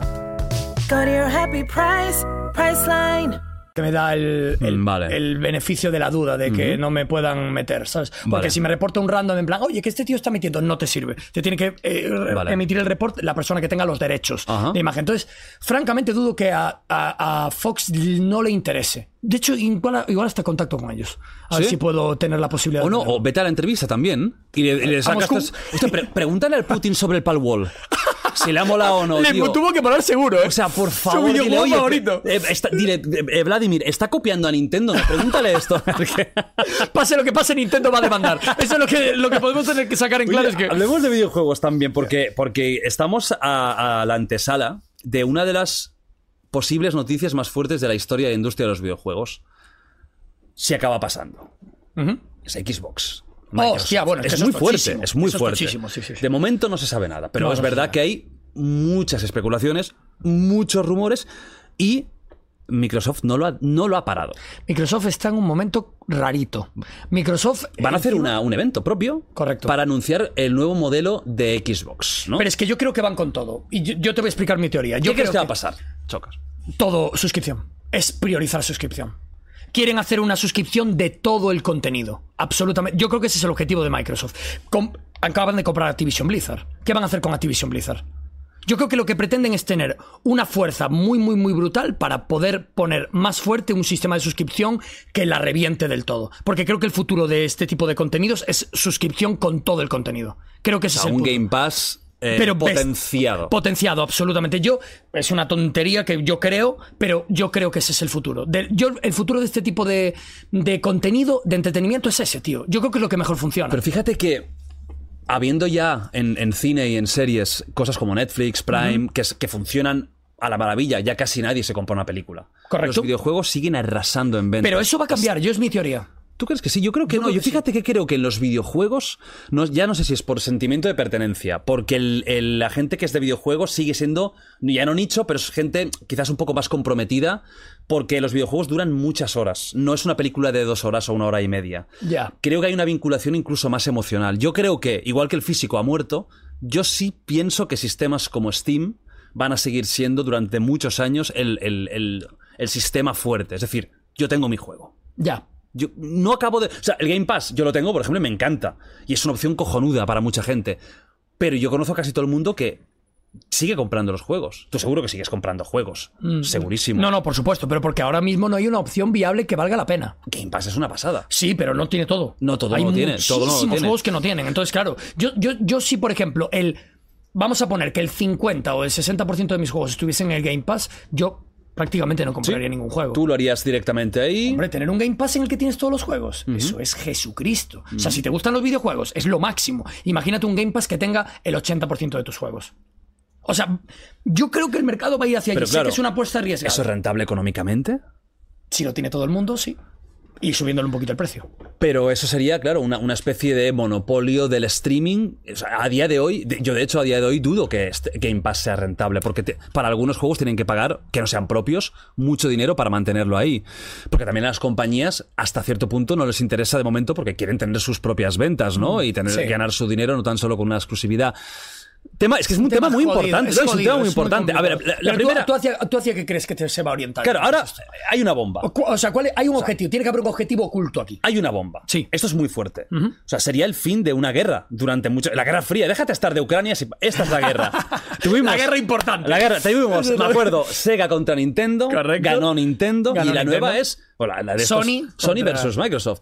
Go to your happy price, price line. que me da el, el, Mm, Vale. el beneficio de la duda de que no me puedan meter, ¿sabes? Porque Vale. si me reporta un random en plan, oye, que este tío está metiendo, no te sirve. Te tiene que eh, re- Vale. emitir el reporte la persona que tenga los derechos Ajá. de imagen. Entonces, francamente dudo que a, a- a Fox no le interese. De hecho, igual, igual hasta contacto con ellos. A ver ¿Sí? si puedo tener la posibilidad. O de no, tenerlo. o vete a la entrevista también. Y le, y le sacas. Moscú. estas- Hostia, pre- pregúntale al Putin sobre el Palwall. Si le ha molado o no. Le tío. tuvo que parar seguro, ¿eh? O sea, por Su favor, dile, videojuego oye, favorito. eh, está- dile, eh, Vladimir, ¿está copiando a Nintendo? Pregúntale esto. Pase lo que pase, Nintendo va a demandar. Eso es lo que, lo que podemos tener que sacar en claro. es que... Hablemos de videojuegos también, porque, porque estamos a, a la antesala de una de las posibles noticias más fuertes de la historia de la industria de los videojuegos. Si acaba pasando. Ujú. es Xbox. Oh, hostia, bueno, es que eso muy es fuerte, tochísimo, es muy eso es fuerte. tochísimo, sí, sí, sí. De momento no se sabe nada, pero No, es no se verdad sabe. que hay muchas especulaciones, muchos rumores y Microsoft no lo ha, no lo ha parado. Microsoft está en un momento rarito. Microsoft. Van a hacer encima- una- un evento propio Correcto. para anunciar el nuevo modelo de Xbox. ¿no? Pero es que yo creo que van con todo. Y yo, yo te voy a explicar mi teoría. ¿Qué Yo creo crees que va a pasar? Chocas. todo suscripción. Es priorizar suscripción. Quieren hacer una suscripción de todo el contenido. Absolutamente. Yo creo que ese es el objetivo de Microsoft. Com- acaban de comprar Activision Blizzard. ¿Qué van a hacer con Activision Blizzard? Yo creo que lo que pretenden es tener una fuerza muy, muy, muy brutal para poder poner más fuerte un sistema de suscripción que la reviente del todo. Porque creo que el futuro de este tipo de contenidos es suscripción con todo el contenido. Creo que ese es el un punto Game Pass eh, pero best- potenciado. Potenciado, absolutamente. Yo, es una tontería que yo creo, pero yo creo que ese es el futuro. De- yo, el futuro de este tipo de, de contenido, de entretenimiento, es ese, tío. Yo creo que es lo que mejor funciona. Pero fíjate que habiendo ya en, en cine y en series cosas como Netflix, Prime, que, es- que funcionan a la maravilla, ya casi nadie se compra una película. Correcto. Los videojuegos siguen arrasando en ventas. Pero eso va a cambiar, yo es mi teoría. ¿Tú crees que sí? Yo creo que no. creo Yo que sí. fíjate que creo que en los videojuegos, no, ya no sé si es por sentimiento de pertenencia, porque el- el- la gente que es de videojuegos sigue siendo, ya no nicho, pero es gente quizás un poco más comprometida, porque los videojuegos duran muchas horas. No es una película de dos horas o una hora y media. Ya. Creo que hay una vinculación incluso más emocional. Yo creo que, igual que el físico ha muerto, yo sí pienso que sistemas como Steam van a seguir siendo durante muchos años el, el- el- el sistema fuerte. Es decir, yo tengo mi juego. Ya. Yo no acabo de. O sea, el Game Pass, yo lo tengo, por ejemplo, y me encanta. Y es una opción cojonuda para mucha gente. Pero yo conozco a casi todo el mundo que sigue comprando los juegos. Tú seguro que sigues comprando juegos. Segurísimo. Mm. No, no, por supuesto, pero porque ahora mismo no hay una opción viable que valga la pena. Game Pass es una pasada. Sí, pero no tiene todo. No todo Hay lo tiene, todo no lo muchísimos tiene. juegos que no tienen. Entonces, claro, yo, yo, yo sí, por ejemplo, el. Vamos a poner que el 50 o el 60% de mis juegos estuviesen en el Game Pass, yo prácticamente no compraría ningún juego. Tú lo harías directamente ahí. Hombre, tener un Game Pass en el que tienes todos los juegos, eso es Jesucristo. O sea, si te gustan los videojuegos, es lo máximo. Imagínate un Game Pass que tenga el 80% de tus juegos. O sea, yo creo que el mercado va a ir hacia allí. Pero Sé claro, que es una apuesta arriesgada. ¿Eso es rentable económicamente? Si lo tiene todo el mundo, sí. y subiéndole un poquito el precio. Pero eso sería, claro, una, una especie de monopolio del streaming. O sea, a día de hoy, de- yo de hecho a día de hoy dudo que este- Game Pass sea rentable, porque te- para algunos juegos tienen que pagar, que no sean propios, mucho dinero para mantenerlo ahí. Porque también a las compañías, hasta cierto punto, no les interesa de momento porque quieren tener sus propias ventas, ¿no? Y tener Sí. ganar su dinero, no tan solo con una exclusividad. Tema, es que es un tema, Tema muy jodido, importante. es claro, es un jodido, tema muy es muy importante. a ver, la- complicado. la, Pero tú- primera. ¿Tú, hacia, tú hacia qué crees que te- se va a orientar? Claro, ahora hay una bomba. O, cu- o sea, ¿cuál es- hay un objetivo, tiene que haber un objetivo oculto aquí. hay una bomba. Sí. Esto es muy fuerte. O sea, sería el fin de una guerra durante mucho. La Guerra Fría. Déjate estar de Ucrania si. Esta es la guerra. Tuvimos- La guerra importante. La guerra. Tuvimos, me acuerdo, Sega contra Nintendo. Correcto. Ganó Nintendo. Ganó y la Nintendo. nueva es. o la- la de estos- Sony Sony contra- versus Microsoft.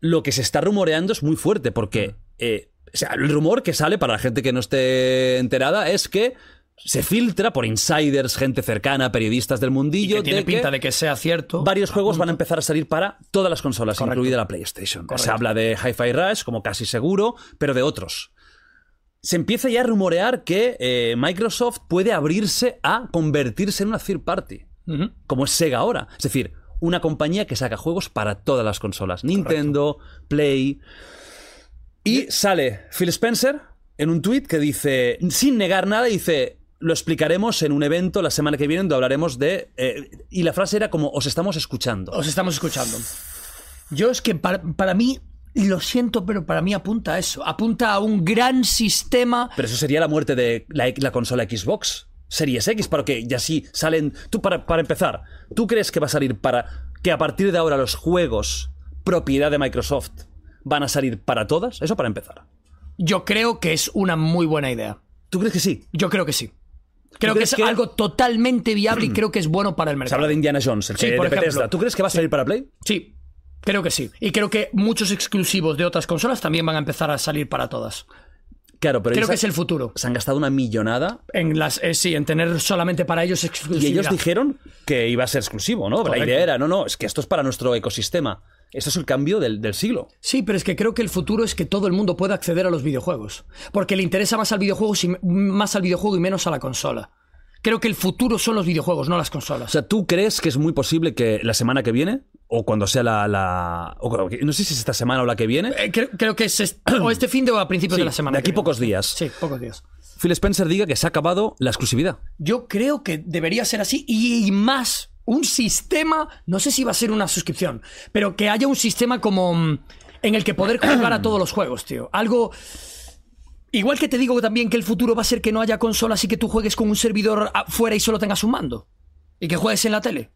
Lo que se está rumoreando es muy fuerte porque. eh, o sea, el rumor que sale para la gente que no esté enterada es que. Se filtra por insiders, gente cercana, periodistas del mundillo. que tiene de que- pinta de que sea cierto. Varios juegos van a empezar a salir para todas las consolas, Correcto. incluida la PlayStation. Se Correcto. habla de Hi-Fi Rush como casi seguro, pero de otros. Se empieza ya a rumorear que eh, Microsoft puede abrirse a convertirse en una third party, Ujú. como es Sega ahora. Es decir, una compañía que saca juegos para todas las consolas. Nintendo, Play. Y sale Phil Spencer en un tuit que dice, sin negar nada, dice, lo explicaremos en un evento la semana que viene donde hablaremos de... eh", y la frase era como, os estamos escuchando. Os estamos escuchando. Yo es que para, para mí, y lo siento, pero para mí apunta a eso. Apunta a un gran sistema. Pero eso sería la muerte de la, la consola Xbox Series X, para que ya sí salen... Tú, para, para empezar, ¿tú crees que va a salir para que a partir de ahora los juegos propiedad de Microsoft van a salir para todas? Eso para empezar. Yo creo que es una muy buena idea. ¿Tú crees que sí? Yo creo que sí. Creo que crees es que- Mm. algo totalmente viable y creo que es bueno para el Se mercado. habla de Indiana Jones, el Sí, que- de por ejemplo. Bethesda. ¿Tú crees que va a salir para Play? Sí, creo que sí. Y creo que muchos exclusivos de otras consolas también van a empezar a salir para todas. Claro, pero Creo ellos que ha- es el futuro. se han gastado una millonada En las, eh, sí, en tener solamente para ellos exclusividad. Y ellos dijeron que iba a ser exclusivo, ¿no? La Correcto. idea era, no, no, es que esto es para nuestro ecosistema. Esto es el cambio del, del siglo. Sí, pero es que creo que el futuro es que todo el mundo pueda acceder a los videojuegos. Porque le interesa más al videojuego, si- más al videojuego y menos a la consola. Creo que el futuro son los videojuegos, no las O consolas. sea, ¿tú crees que es muy posible que la semana que viene, o cuando sea la... la- o cuando- no sé si es esta semana o la que viene, Eh, creo, creo que es est- o este fin de o a principios Sí, de la semana. de aquí que viene. pocos días, Sí, pocos días. Phil Spencer diga que se ha acabado la exclusividad. Yo creo que debería ser así y, y más un sistema, no sé si va a ser una suscripción, pero que haya un sistema como mm, en el que poder jugar a todos los juegos, tío. Algo igual que te digo también que el futuro va a ser que no haya consolas y que tú juegues con un servidor afuera y solo tengas un mando y que juegues en la tele.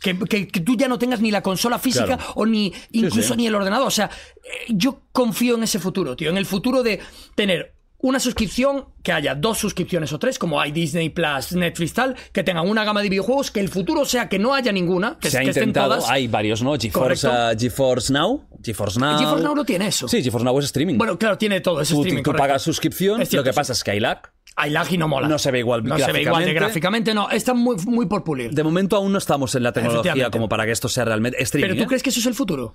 Que, que- que tú ya no tengas ni la consola física Claro. o ni incluso sí. ni el ordenador. O sea, eh, yo confío en ese futuro, tío. En el futuro de tener una suscripción, que haya dos suscripciones o tres, como hay Disney Plus, Netflix, tal, que tengan una gama de videojuegos, que el futuro sea que no haya ninguna, que, se ha que estén intentado, todas. hay varios, ¿no? GeForce, Correcto. uh, GeForce Now, GeForce Now... GeForce Now no tiene eso. Sí, GeForce Now es streaming. Bueno, claro, tiene todo, es tú, streaming. tú correcto. pagas suscripción, Es cierto, lo que sí. pasa es que hay lag. Hay lag y no mola. No se ve igual No se ve igual de gráficamente. gráficamente, no. Está muy, muy por pulir. De momento aún no estamos en la tecnología Efectivamente. como para que esto sea realmente streaming. Pero tú ¿eh? crees que eso es el futuro.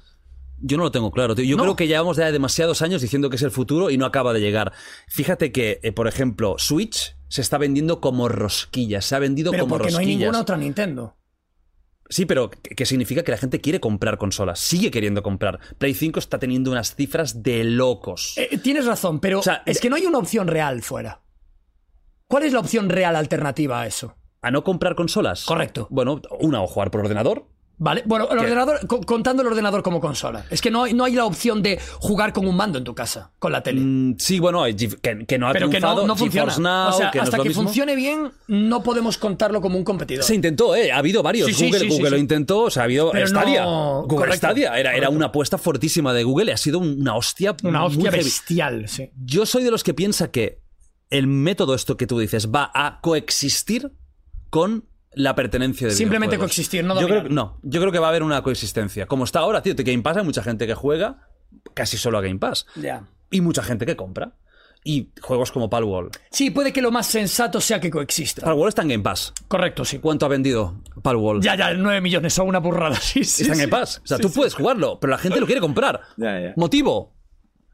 Yo no lo tengo claro. tío. Yo No. creo que llevamos ya demasiados años diciendo que es el futuro y no acaba de llegar. Fíjate que, eh, por ejemplo, Switch se está vendiendo como rosquillas. Se ha vendido Pero como porque no hay rosquillas. ninguna otra Nintendo. Sí, pero que que significa que la gente quiere comprar consolas. Sigue queriendo comprar. Play 5 está teniendo unas cifras de locos. Eh, tienes razón, pero O sea, es que no hay una opción real fuera. ¿Cuál es la opción real alternativa a eso? ¿A no comprar consolas? Correcto. Bueno, una o jugar por ordenador. ¿Vale? Bueno, el ordenador, co- contando el ordenador como consola. Es que no hay, no hay la opción de jugar con un mando en tu casa, con la tele. Mm, Sí, bueno, hay Gif- que, que no ha pero que triunfado no, no GeForce funciona. Now, o sea, que no es hasta lo que mismo. funcione bien, no podemos contarlo como un competidor. Se intentó, ¿eh? Ha habido varios. Sí, sí, Google, sí, sí, Google lo sí. intentó, o sea, ha habido Pero Stadia. no- Google correcto, Stadia era, era correcto. una apuesta fortísima de Google y ha sido una hostia. Una hostia muy heavy. bestial, sí. Yo soy de los que piensa que el método esto que tú dices va a coexistir con la pertenencia de Simplemente videojuegos. coexistir, no yo dominar. creo, no, yo creo que va a haber una coexistencia. Como está ahora, tío, de Game Pass hay mucha gente que juega casi solo a Game Pass Ya. y mucha gente que compra. Y juegos como Palworld. Sí, puede que lo más sensato sea que coexista. Palworld está en Game Pass. Correcto, sí. ¿Cuánto ha vendido Palworld? Ya, ya, 9 millones, son una burrada. Sí, sí, Está en sí. Game Pass. O sea, tú puedes jugarlo, pero la gente lo quiere comprar. Ya, ya. ¿Motivo?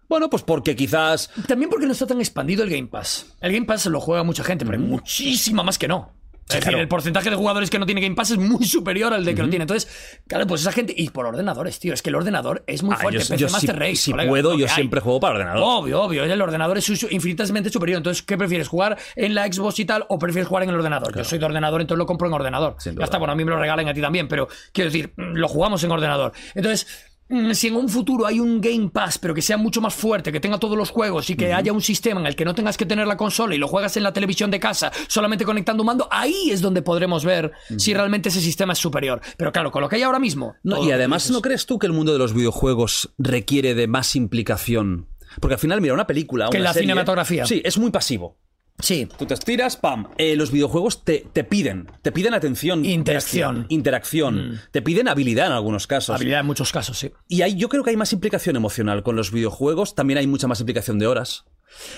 Bueno, pues porque quizás. También porque no está tan expandido el Game Pass. El Game Pass lo juega mucha gente, pero hay muchísima más que no. Es decir, el porcentaje de jugadores que no tiene Game Pass es muy superior al de que lo tiene. Entonces, claro, pues esa gente. Y por ordenadores, tío. Es que el ordenador es muy Ah, fuerte. yo- PC yo si- Master Race, si colega, puedo, lo yo que hay. siempre juego para ordenador. Obvio, obvio. El ordenador es su- infinitamente superior. Entonces, ¿qué prefieres? ¿Jugar en la Xbox y tal o prefieres jugar en el ordenador? Yo soy de ordenador, entonces lo compro en ordenador. Sin duda. Ya está, bueno, a mí me lo regalan a ti también, pero quiero decir, mm, lo jugamos en ordenador. Entonces. mm, Si en un futuro hay un Game Pass, pero que sea mucho más fuerte, que tenga todos los juegos y que haya un sistema en el que no tengas que tener la consola y lo juegas en la televisión de casa solamente conectando un mando, ahí es donde podremos ver si realmente ese sistema es superior. Pero claro, con lo que hay ahora mismo. No, todo y lo que además, dices- ¿no crees tú que el mundo de los videojuegos requiere de más implicación? Porque al final, mira, una película. Que una la serie- cinematografía. Sí, es muy pasivo. Sí. Tú te estiras, pam. Eh, los videojuegos te, te piden, te piden atención. Interacción. Mm. Interacción. Te piden habilidad en algunos casos. Habilidad en muchos casos, sí. Y hay, yo creo que hay más implicación emocional con los videojuegos. También hay mucha más implicación de horas.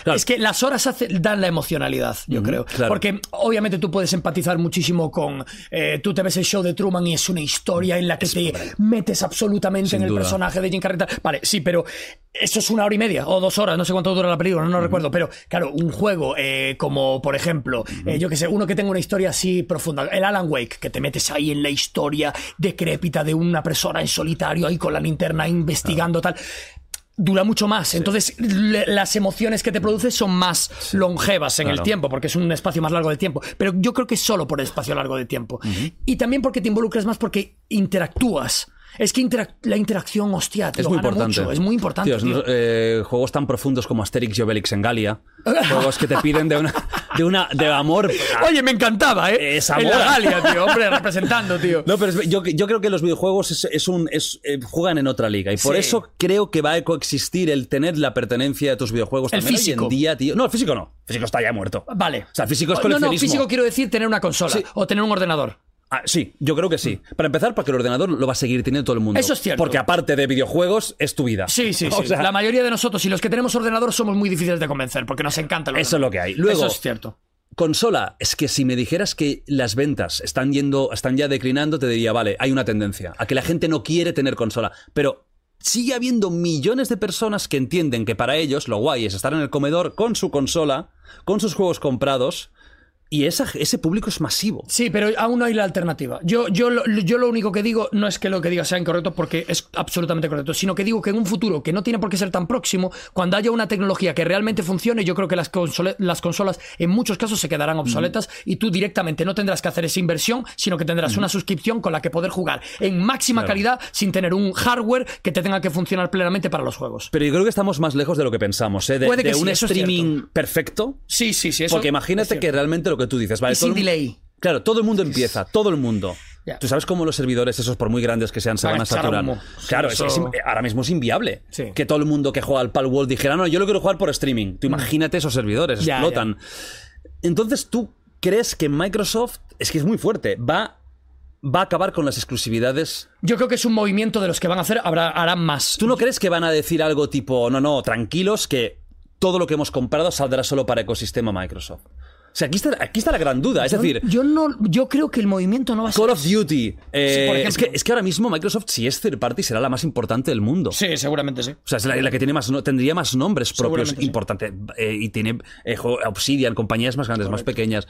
Claro, Es que las horas hace- dan la emocionalidad, yo creo. claro. Porque obviamente tú puedes empatizar muchísimo con. eh, tú te ves el show de Truman y es una historia en la que te metes absolutamente Sin en el duda. personaje de Jim Carrey. y tal. Vale, sí, pero eso es una hora y media o dos horas, no sé cuánto dura la película, no, no recuerdo. Pero claro, un juego eh, como, por ejemplo, eh, yo que sé, uno que tenga una historia así profunda, el Alan Wake, que te metes ahí en la historia decrépita de una persona en solitario ahí con la linterna investigando tal dura mucho más. Entonces, le- las emociones que te produces son más longevas en Claro. el tiempo, porque es un espacio más largo de tiempo. Pero yo creo que es solo por el espacio largo de tiempo. Y también porque te involucras más, porque interactúas. Es que interac- la interacción, hostia, te es lo muy gana importante. mucho. Es muy importante. Tíos, tío. no- eh, juegos tan profundos como Asterix y Obelix en Galia. juegos que te piden de una. de una. de amor. Oye, me encantaba, ¿eh? Es en la amor. Galia, tío, hombre, representando, tío. No, pero es- yo, yo creo que los videojuegos es, es un, es- eh, juegan en otra liga y por Sí. eso creo que va a coexistir el tener la pertenencia de tus videojuegos El también hoy físico. en día, tío. No, el físico no. El físico está ya muerto. Vale. O sea, el físico es No, no, coleccionismo. físico quiero decir tener una consola o tener un ordenador. Ah, sí, yo creo que sí. Para empezar, porque el ordenador lo va a seguir teniendo todo el mundo. Eso es cierto. Porque aparte de videojuegos, es tu vida. Sí, sí, O sí. sea, la mayoría de nosotros y los que tenemos ordenador somos muy difíciles de convencer porque nos encanta el Eso es ordenador. lo que hay. Luego- Eso es cierto. Consola, es que si me dijeras que las ventas están yendo, están ya declinando, te diría, vale, hay una tendencia a que la gente no quiere tener consola, pero sigue habiendo millones de personas que entienden que para ellos lo guay es estar en el comedor con su consola, con sus juegos comprados, y esa- ese público es masivo. Sí, pero aún no hay la alternativa. Yo, yo, lo- yo lo único que digo no es que lo que diga sea incorrecto porque es absolutamente correcto, sino que digo que en un futuro que no tiene por qué ser tan próximo, cuando haya una tecnología que realmente funcione, yo creo que las, console- las consolas en muchos casos se Mm. quedarán obsoletas y tú directamente no tendrás que hacer esa inversión, sino que Mm. tendrás una suscripción con la que poder jugar en máxima calidad sin tener un hardware que te tenga que funcionar plenamente para los juegos. Pero yo creo que estamos más lejos de lo que pensamos, ¿eh? de, Puede que de sí, un eso es streaming perfecto. Sí, sí, sí. Porque imagínate que realmente lo que tú dices, vale, Y sin el mu- delay. Claro, todo el mundo empieza, todo el mundo. Ya. Tú sabes cómo los servidores, esos por muy grandes que sean, se Van van a a echar saturar. humo. Sí, Claro, es- eso- es im- ahora mismo es inviable Sí. Mm. que todo el mundo que juega al Palworld dijera, no, yo lo quiero jugar por streaming. Tú imagínate esos servidores, Ya, explotan. Entonces, ¿tú crees que Microsoft, es que es muy fuerte, va, va a acabar con las exclusividades? Yo creo que es un movimiento de los que van a hacer, habrá, harán más. ¿Tú no crees que van a decir algo tipo, no, no, tranquilos, que todo lo que hemos comprado saldrá solo para ecosistema Microsoft? O sea, aquí está, aquí está la gran duda. Es decir, yo no, yo creo que el movimiento no va a ser Call of Duty. eh, Sí, por ejemplo. es, que, es que ahora mismo Microsoft, si es third party, será la más importante del mundo. Sí, seguramente sí. O sea, es la, la que tiene más, no- tendría más nombres propios Seguramente sí. importante eh, y tiene eh, jo- Obsidian, compañías más grandes, más pequeñas.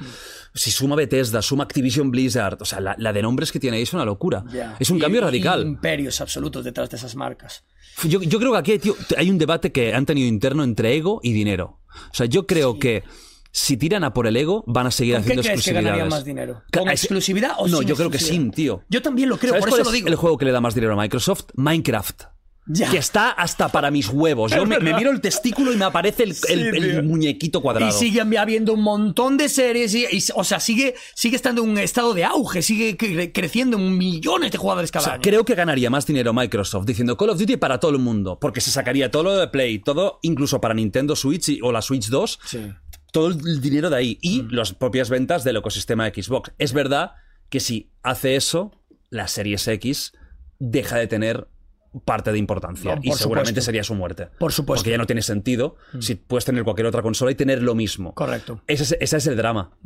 Si suma Bethesda, suma Activision Blizzard, o sea, la, la de nombres que tiene ahí es una locura. Es un Y- cambio y radical. imperios absolutos detrás de esas marcas. Yo, yo creo que aquí tío, hay un debate que han tenido interno entre ego y dinero. O sea, yo creo que si tiran a por el ego, van a seguir ¿Con qué haciendo crees que exclusividades. ganarían más dinero? Ca- ¿Con es- exclusividad o No, sin yo creo que exclusividad? sin, tío. Yo también lo creo, ¿Sabes por cuál eso lo es digo. El juego que le da más dinero a Microsoft, Minecraft. Ya. Que está hasta para mis huevos. Yo me, me miro el testículo y me aparece el, el- el muñequito cuadrado. Y sigue habiendo un montón de series, y, y- o sea, sigue, sigue estando en un estado de auge, sigue cre- creciendo en millones de jugadores cada O sea, año. creo que ganaría más dinero Microsoft diciendo Call of Duty para todo el mundo, porque se sacaría todo lo de Play, todo, incluso para Nintendo Switch y- o la Switch 2, Sí. todo el dinero de ahí y las propias ventas del ecosistema de Xbox. Es verdad que si hace eso, la Series X deja de tener parte de importancia No, y por seguramente supuesto. sería su muerte. Por supuesto. Mm. Porque ya no tiene sentido si puedes tener cualquier otra consola y tener lo mismo. Correcto. Ese es, ese es el drama.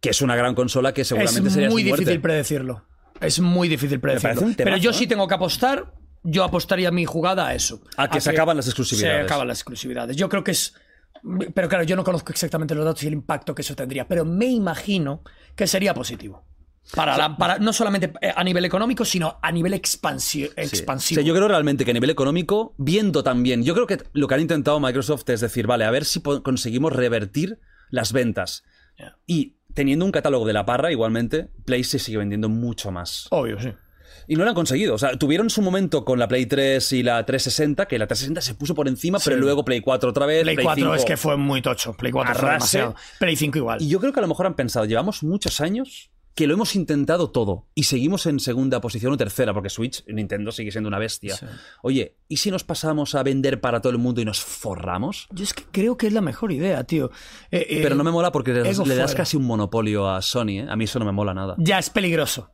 Que es una gran consola que seguramente Mm. es sería muy su muerte. difícil predecirlo. Es muy difícil predecirlo. parece un temazo, Pero yo ¿eh? sí tengo que apostar. Yo apostaría mi jugada a eso. A que se acaban las exclusividades. Se acaban las exclusividades. Yo creo que es Pero claro, yo no conozco exactamente los datos y el impacto que eso tendría, pero me imagino que sería positivo. Para, la- para- no solamente eh, a nivel económico, sino a nivel expansi- Sí. O expansivo. sea, yo creo realmente que a nivel económico, viendo también, yo creo que lo que han intentado Microsoft es decir, vale, a ver si po- conseguimos revertir las ventas. Ya. Y teniendo un catálogo de la parra, igualmente, Play se sigue vendiendo mucho más. Obvio, sí. Y no lo han conseguido. O sea, tuvieron su momento con la Play 3 y la 360, que la 360 se puso por encima, pero luego Play 4 otra vez. Play, 4 5. es que fue muy tocho. Play 4 fue Arrase. demasiado. Play 5 igual. Y yo creo que a lo mejor han pensado, llevamos muchos años que lo hemos intentado todo y seguimos en segunda posición o tercera, porque Switch, Nintendo sigue siendo una bestia. Oye, ¿y si nos pasamos a vender para todo el mundo y nos forramos? Yo es que creo que es la mejor idea, tío. Eh, eh, Pero no me mola porque le, ego le das fuera. casi un monopolio a Sony, ¿eh? A mí eso no me mola nada. Ya es peligroso.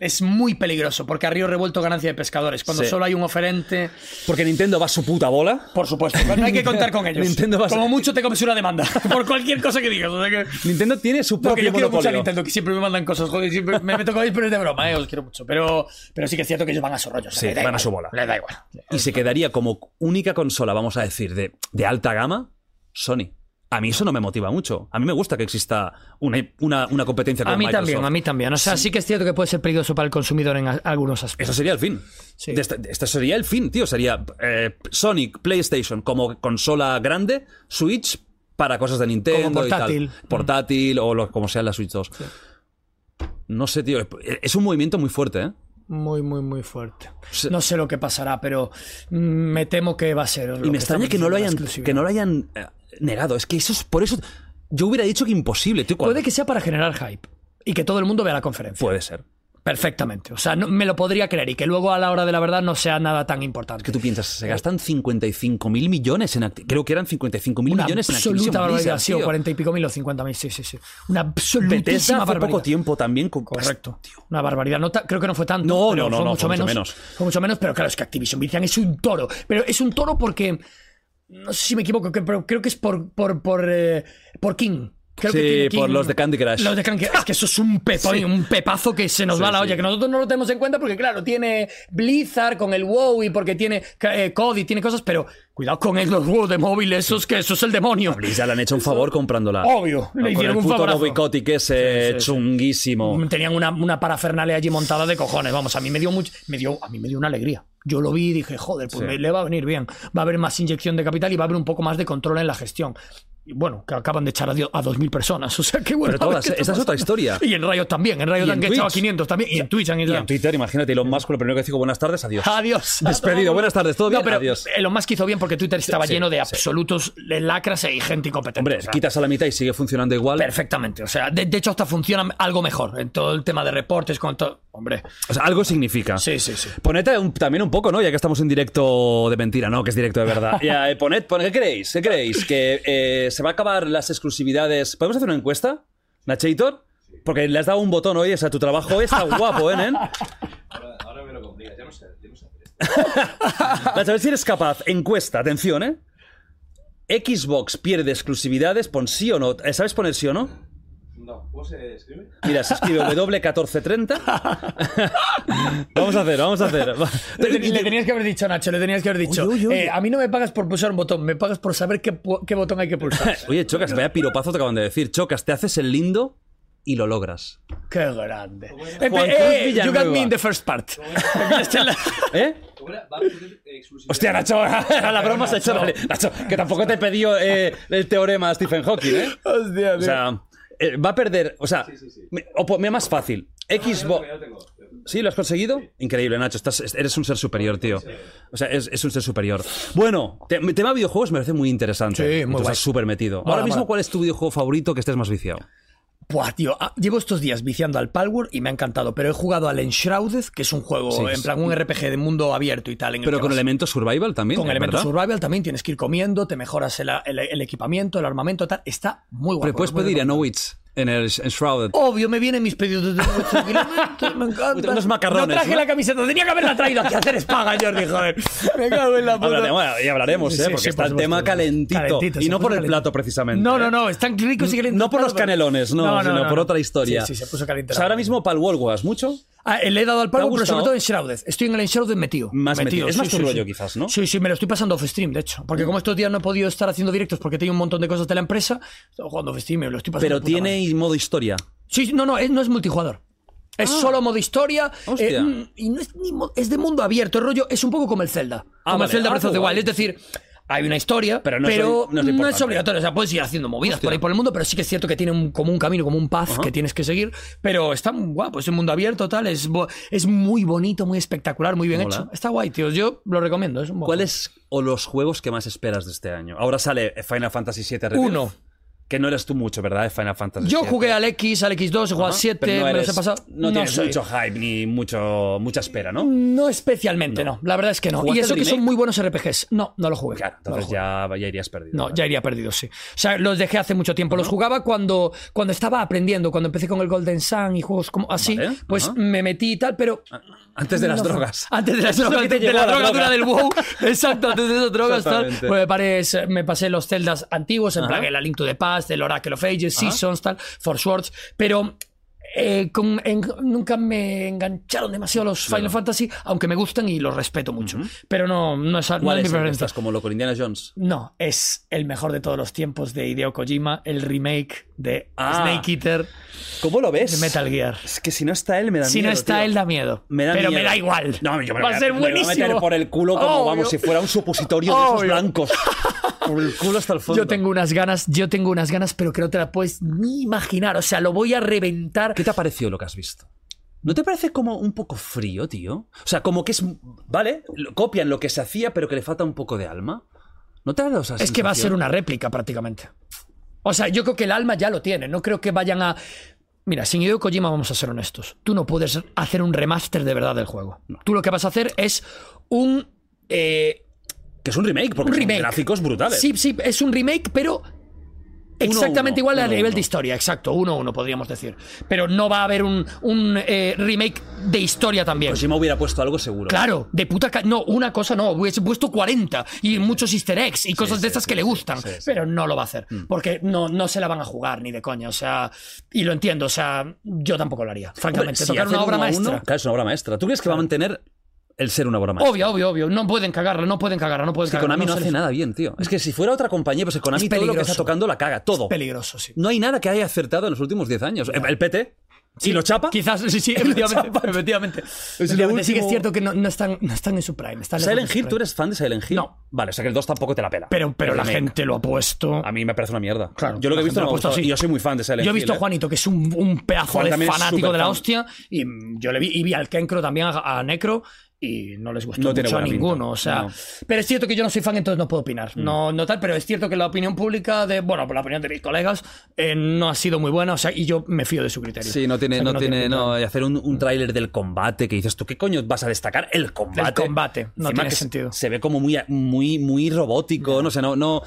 Es muy peligroso, porque a río revuelto ganancia de pescadores. Cuando Sí. solo hay un oferente. Porque Nintendo va a su puta bola. Por supuesto, pero no hay que contar con ellos. Nintendo va a ser- Como mucho te comes una demanda por cualquier cosa que digas. O sea que... Nintendo tiene su Porque propio yo quiero mucho a monopolio. Nintendo, que siempre me mandan cosas, joder, siempre me meto con ellos, pero es de broma, eh, os quiero mucho. Pero, pero sí que es cierto que ellos van a su rollo. o sea, Sí, le da van a igual, su bola. Le da igual. Y se quedaría como única consola, vamos a decir, de, de alta gama, Sony. A mí eso no me motiva mucho. A mí me gusta que exista una, una- una competencia con A mí Microsoft. también, a mí también. O sea, sí. que es cierto que puede ser peligroso para el consumidor en a- algunos Eso aspectos. sería el fin. Sí. De esta- de este sería el fin, tío. Sería eh, Sonic, PlayStation como consola grande, Switch para cosas de Nintendo Como y portátil. Mm. tal. Portátil o lo- como sea la Switch 2. No sé, tío. Es un movimiento muy fuerte, ¿eh? Muy, muy, muy fuerte. Sí. No sé lo que pasará, pero mm, me temo que va a ser. lo Y que me extraña estamos que no lo hayan, diciendo, la que exclusividad. no lo hayan eh, negado. Es que eso es por eso. Yo hubiera dicho que imposible, tío. cuando- Puede que sea para generar hype y que todo el mundo vea la conferencia. Puede ser. Perfectamente. O sea, no- me lo podría creer y que luego a la hora de la verdad no sea nada tan importante. Que tú piensas, se gastan 55 mil millones en Acti- Creo que eran 55 mil Una millones en Activision absoluta barbaridad. Blizzard, Sí, o tío. 40 y pico mil o 50 mil. Sí, sí, sí. Una absolutísima Bethesda hace barbaridad. Pues, poco tiempo también. con- Correcto. Una barbaridad. No ta- creo que no fue tanto. No, pero no, no, fue no, mucho, fue mucho menos, menos. Fue mucho menos, pero claro, es que Activision Blizzard es un toro. Pero es un toro porque. No sé si me equivoco, que- pero creo que es por, por, por, eh, por King. Creo que Sí, tiene King- por los de Candy Crush. Los de Candy Crush. Es que eso es un, pepo- un pepazo que se nos Sí, va la sí. olla, que nosotros no lo tenemos en cuenta porque, claro, tiene Blizzard con el WoW y porque tiene eh, COD y tiene cosas, pero cuidado con el- los WoW de móvil, esos que eso es el demonio. Ya le han hecho un favor comprándola. Obvio, Con le hicieron el un puto favorazo. boicote que es chunguísimo. Tenían una, una parafernalia allí montada de cojones. Vamos, a mí me dio mucho, me dio, a mí me dio una alegría. Yo lo vi y dije, joder, pues Sí. me- le va a venir bien. Va a haber más inyección de capital y va a haber un poco más de control en la gestión. Y bueno, que acaban de echar a, dio- a 2.000 personas. O sea, que bueno. Pero a ver todas, qué esa es pasa. otra historia. Y en Riot también. En Riot Y han en echado a Twitch. 500 también. Y en Twitch han Y echado. en Twitter, imagínate, Elon Musk, lo primero que dijo, buenas tardes, adiós. Adiós. Despedido, buenas tardes, todo bien, No, pero eh, adiós. Elon Musk hizo bien porque Twitter estaba Sí, lleno de sí. absolutos lacras e gente incompetente. Hombre, O sea, quitas a la mitad y sigue funcionando igual. Perfectamente. O sea, de, de hecho, hasta funciona algo mejor en todo el tema de reportes, con todo. Hombre. O sea, algo significa. Sí, sí, sí. Poned un- también un poco, ¿no? Ya que estamos en directo de mentira, ¿no? Que es directo de verdad. Ya, eh, poned, poned- ¿qué creéis? ¿Qué creéis? ¿Que eh, se va a acabar las exclusividades? ¿Podemos hacer una encuesta, Nacheitor? Porque le has dado un botón hoy, o sea, tu trabajo está guapo, ¿eh, nen? Ahora me lo complicas, ya no sé, ya no sé hacer esto. Nacho, a ver si eres capaz. Encuesta, atención, ¿eh? Xbox pierde exclusividades, pon sí o no. Eh, ¿Sabes poner sí o no? No, ¿cómo se escribe? Mira, se escribe W1430. vamos a hacer, vamos a hacer. Va. Le, le tenías que haber dicho, Nacho, le tenías que haber dicho. Oye, oye, oye. eh, a mí no me pagas por pulsar un botón, me pagas por saber qué, pu- qué botón hay que pulsar. Oye, Chocas, vaya piropazo te acaban de decir. Chocas, te haces el lindo y lo logras. qué grande. Juan Eh, Cruz eh, you Villanueva. got me in the first part. ¿Eh? ¿Cómo era? Va a tener exclusividad. Hostia, Nacho, a la broma se ha hecho. Nacho. Vale, Nacho, que tampoco te he pedido eh, el teorema Stephen Hawking, ¿eh? Hostia, O sea, eh, va a perder. O sea, me- o po- mira, más fácil. Xbox. Ya lo tengo. ¿Sí? ¿Lo has conseguido? Increíble, Nacho. Estás, es- eres un ser superior, tío. O sea, es, es un ser superior. Bueno, te- el tema videojuegos me parece muy interesante. Sí, muy Tú guay. estás súper metido. Mola, Ahora mismo, mola. ¿cuál es tu videojuego favorito que estés más viciado? Buah, tío, ah, llevo estos días viciando al Palworld y me ha encantado, pero he jugado al Enshrouded, que es un juego, Sí, en sí. plan un RPG de mundo abierto y tal. En el Pero que con vas- elementos survival también. con elementos ¿verdad? survival también tienes que ir comiendo, te mejoras el, el- el equipamiento, el armamento, tal. Está muy guapo. Pero puedes muy pedir a guapo. Nowitz. en el Shrouded. Obvio, me vienen mis pedidos de nuestro kilómetro, me encanta. Unos macarrones, No traje ¿no? la camiseta, tenía que haberla traído aquí a hacer espaga, Jordi, joder. Me cago en la puta. Hablaremos, y hablaremos, Sí, ¿eh? sí, Porque sí, está por el supuesto. tema calentito. Calentito, y se no por puso el calentito. plato, precisamente. No, no, ¿eh? no, están ricos y calientes. No por los canelones, no, sino por otra historia. Sí, sí, se puso caliente. O sea, ahora mismo para el Walwas, mucho. Ah, eh, le he dado al palo, ¿Te pero ha sobre gustado? todo en Shrouded. Estoy en el Shrouded metido. Más metido. Es más tu rollo, sí. quizás, ¿no? Mm. Sí, sí, me lo estoy pasando off stream, de hecho. Porque como estos días no he podido estar haciendo directos porque tengo un montón de cosas de la empresa, estoy jugando off stream, me lo estoy pasando. Pero de puta tiene madre. y modo historia. Ah. Sí, no, no, es- no es multijugador. Es solo modo historia. Hostia. eh, mm, y no es, ni mo- es de mundo abierto. El rollo es un poco como el Zelda. Ah, como vale. el Zelda Ah, Breath of the qué Wild. guay. Es decir, hay una historia, Pero pero no, no es es, obli- no es lo importante. obligatorio. O sea, puedes ir haciendo movidas por ahí por el mundo, pero sí que es cierto que tiene un, como un camino, como un path que tienes que seguir. Pero está muy guapo. Es un mundo abierto, tal. Es, bo- es muy bonito, muy espectacular, muy bien Mola. hecho. Está guay, tío. Yo lo recomiendo. Es un buen juego. ¿Cuáles o los juegos que más esperas de este año? Ahora sale Final Fantasy VII Rebirth. Uno. Que no eres tú mucho, ¿verdad? de Final Fantasy Yo VII. jugué al X, al X2, he jugado al Ajá. 7, Pero no me los eres- he pasado. No tienes soy- mucho hype ni mucho, mucha espera, ¿no? No especialmente, no. La verdad es que no. ¿Jugaste Y eso el que son remake? muy buenos RPGs. No, no lo jugué. Claro, No lo entonces jugué. ya, ya irías perdido. ¿eh? No, ¿vale? ya iría perdido, sí. O sea, los dejé hace mucho tiempo. Los jugaba cuando, cuando estaba aprendiendo, cuando empecé con el Golden Sun y juegos como así. Vale, Pues ajá. Ah. me metí y tal, pero. Antes de las no fue- drogas. Antes de las Eso drogas. que te Antes de llevó la a la droga. drogadura del WoW. Exacto, antes de esas drogas. tal. Exactamente. Pues me, paré- me pasé los celdas antiguos, en Ajá. plan el A Link to the Past, el Oracle of Ages, Seasons, tal, For Swords. Pero. eh, con- en- nunca me engancharon demasiado los Final Fantasy, aunque me gustan y los respeto mucho. Pero no, no es, no ¿Cuál es mi es el que preferencia. estás como loco, Indiana Jones? No, es el mejor de todos los tiempos de Hideo Kojima, el remake de Ah. Snake Eater ¿Cómo lo de ves? Metal Gear. Es que si no está él, me da Si miedo. no está tío. él, da miedo. Me da pero miedo. me da igual. No, yo me lo Va voy a ser me lo voy buenísimo. Oh, a meter por el culo como, Obvio. vamos, si fuera un supositorio de esos Obvio. blancos. Por el culo hasta el fondo. Yo tengo unas ganas, yo tengo unas ganas, pero que no te la puedes ni imaginar. O sea, lo voy a reventar. ¿Qué te ha parecido lo que has visto? ¿No te parece como un poco frío, tío? O sea, como que es. Vale, lo- copian lo que se hacía, pero que le falta un poco de alma. ¿No te ha dado esa Es que va a ser sensación? una réplica prácticamente. O sea, yo creo que el alma ya lo tiene. No creo que vayan a. Mira, sin Hideo Kojima vamos a ser honestos. Tú no puedes hacer un remaster de verdad del juego. Tú lo que vas a hacer es un. eh, Que es un remake, porque un son remake. gráficos brutales. Sí, sí, es un remake, pero exactamente uno, igual a uno, nivel uno. de historia, exacto, uno a uno podríamos decir. Pero no va a haber un, un, eh, remake de historia también. Pues si me hubiera puesto algo seguro. Claro, de puta ca- No, una cosa no, hubiese puesto 40 y muchos easter eggs y cosas sí, de estas sí, que le sí, gustan, sí, Mm. sí. pero no lo va a hacer, porque no, no se la van a jugar ni de coña, o sea, y lo entiendo, o sea, yo tampoco lo haría, Hombre, francamente, si tocar hacen una obra uno a uno- maestra. claro, es una obra maestra. ¿Tú crees que va a mantener el ser una obra maestra? Obvio, obvio, obvio, no pueden cagarla, no pueden cagarla, no pueden Es que cagarla. Konami no, se hace les- nada bien, tío. Es que si fuera otra compañía, pues Konami Es todo lo que peligroso. está tocando la caga, todo. Peligroso, sí. No hay nada que haya acertado en los últimos 10 años. El PT. ¿Y lo chapa? Quizás, sí, sí, efectivamente. efectivamente. Efectivamente, sí que es cierto que no, no están, no están en su prime. están lejos de Silent su Hill, ¿tú prime. eres fan de Silent Hill? No. Vale, o sea que el 2 tampoco te la pela. Pero, pero El la remake. gente lo ha puesto. A mí me parece una mierda. Claro, yo lo que he la gente visto lo no me ha ha puesto gustado. así. Y Yo soy muy fan de Silent Hill. Yo he visto a ¿eh? Juanito, que es un, un pedazo Juan de también es fanático de la superfan. hostia, y mm, yo le vi, y vi al Kenkro también a, a Necro, y no les gustó No tiene mucho a buena pinta, ninguno. O sea, no. pero es cierto que yo no soy fan, entonces no puedo opinar. Mm. No, no tal, pero es cierto que la opinión pública de, bueno, la opinión de mis colegas eh, no ha sido muy buena, o sea, y yo me fío de su criterio. Sí, no tiene, O sea, que no tiene, pinta. Mm. no, y hacer un, un tráiler del combate que dices tú, ¿qué coño vas a destacar? El combate. Del combate, no tiene que se- sentido. Se ve como muy, muy, muy robótico, no, sé, no, no,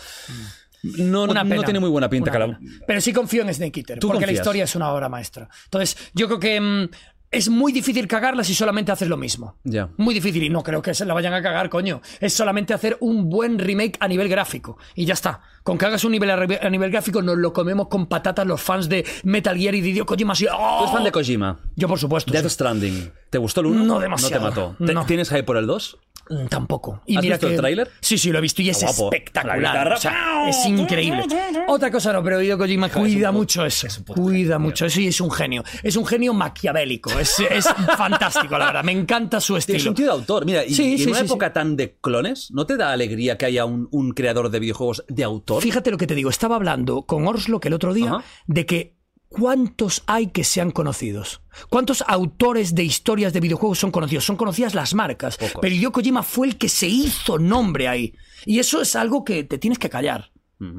no, Una no pena. tiene muy buena pinta. Una Calabu- pena. Pero sí confío en Snake Eater, ¿Tú porque confías? la historia es una obra maestra. Entonces, yo creo que mm, es muy difícil cagarla si solamente haces lo mismo. Ya. Muy difícil, y no creo que se la vayan a cagar, coño. Es solamente hacer un buen remake a nivel gráfico. Y ya está. Con que hagas un nivel a, re- a nivel gráfico, nos lo comemos con patatas los fans de Metal Gear y de Hideo Kojima. así, ¡oh! ¿Tú eres fan de Kojima? Yo, por supuesto. Death sí. Stranding. ¿Te gustó el 1? No demasiado, No te mató. ¿Te- no. ¿Tienes hype por el 2? Mm, Tampoco. Y ¿Has mira visto que- el tráiler? Sí, sí, lo he visto y es Está guapo. La espectacular. guitarra. O sea, es increíble. Otra cosa no, pero Hideo Kojima cuida mucho eso. cuida mucho eso y es un genio. Es un genio maquiavélico. Es, es fantástico, la verdad. Me encanta su Tiene estilo. sentido de autor. Mira, y, Sí, y en sí, una sí, época tan de clones, ¿no te da alegría que haya un, un creador de videojuegos de autor? Fíjate lo que te digo. Estaba hablando con Orslo que el otro día Ajá. de que cuántos hay que sean conocidos. ¿Cuántos autores de historias de videojuegos son conocidos? Son conocidas las marcas. Pocos. Pero Hideo Kojima fue el que se hizo nombre ahí. Y eso es algo que te tienes que callar.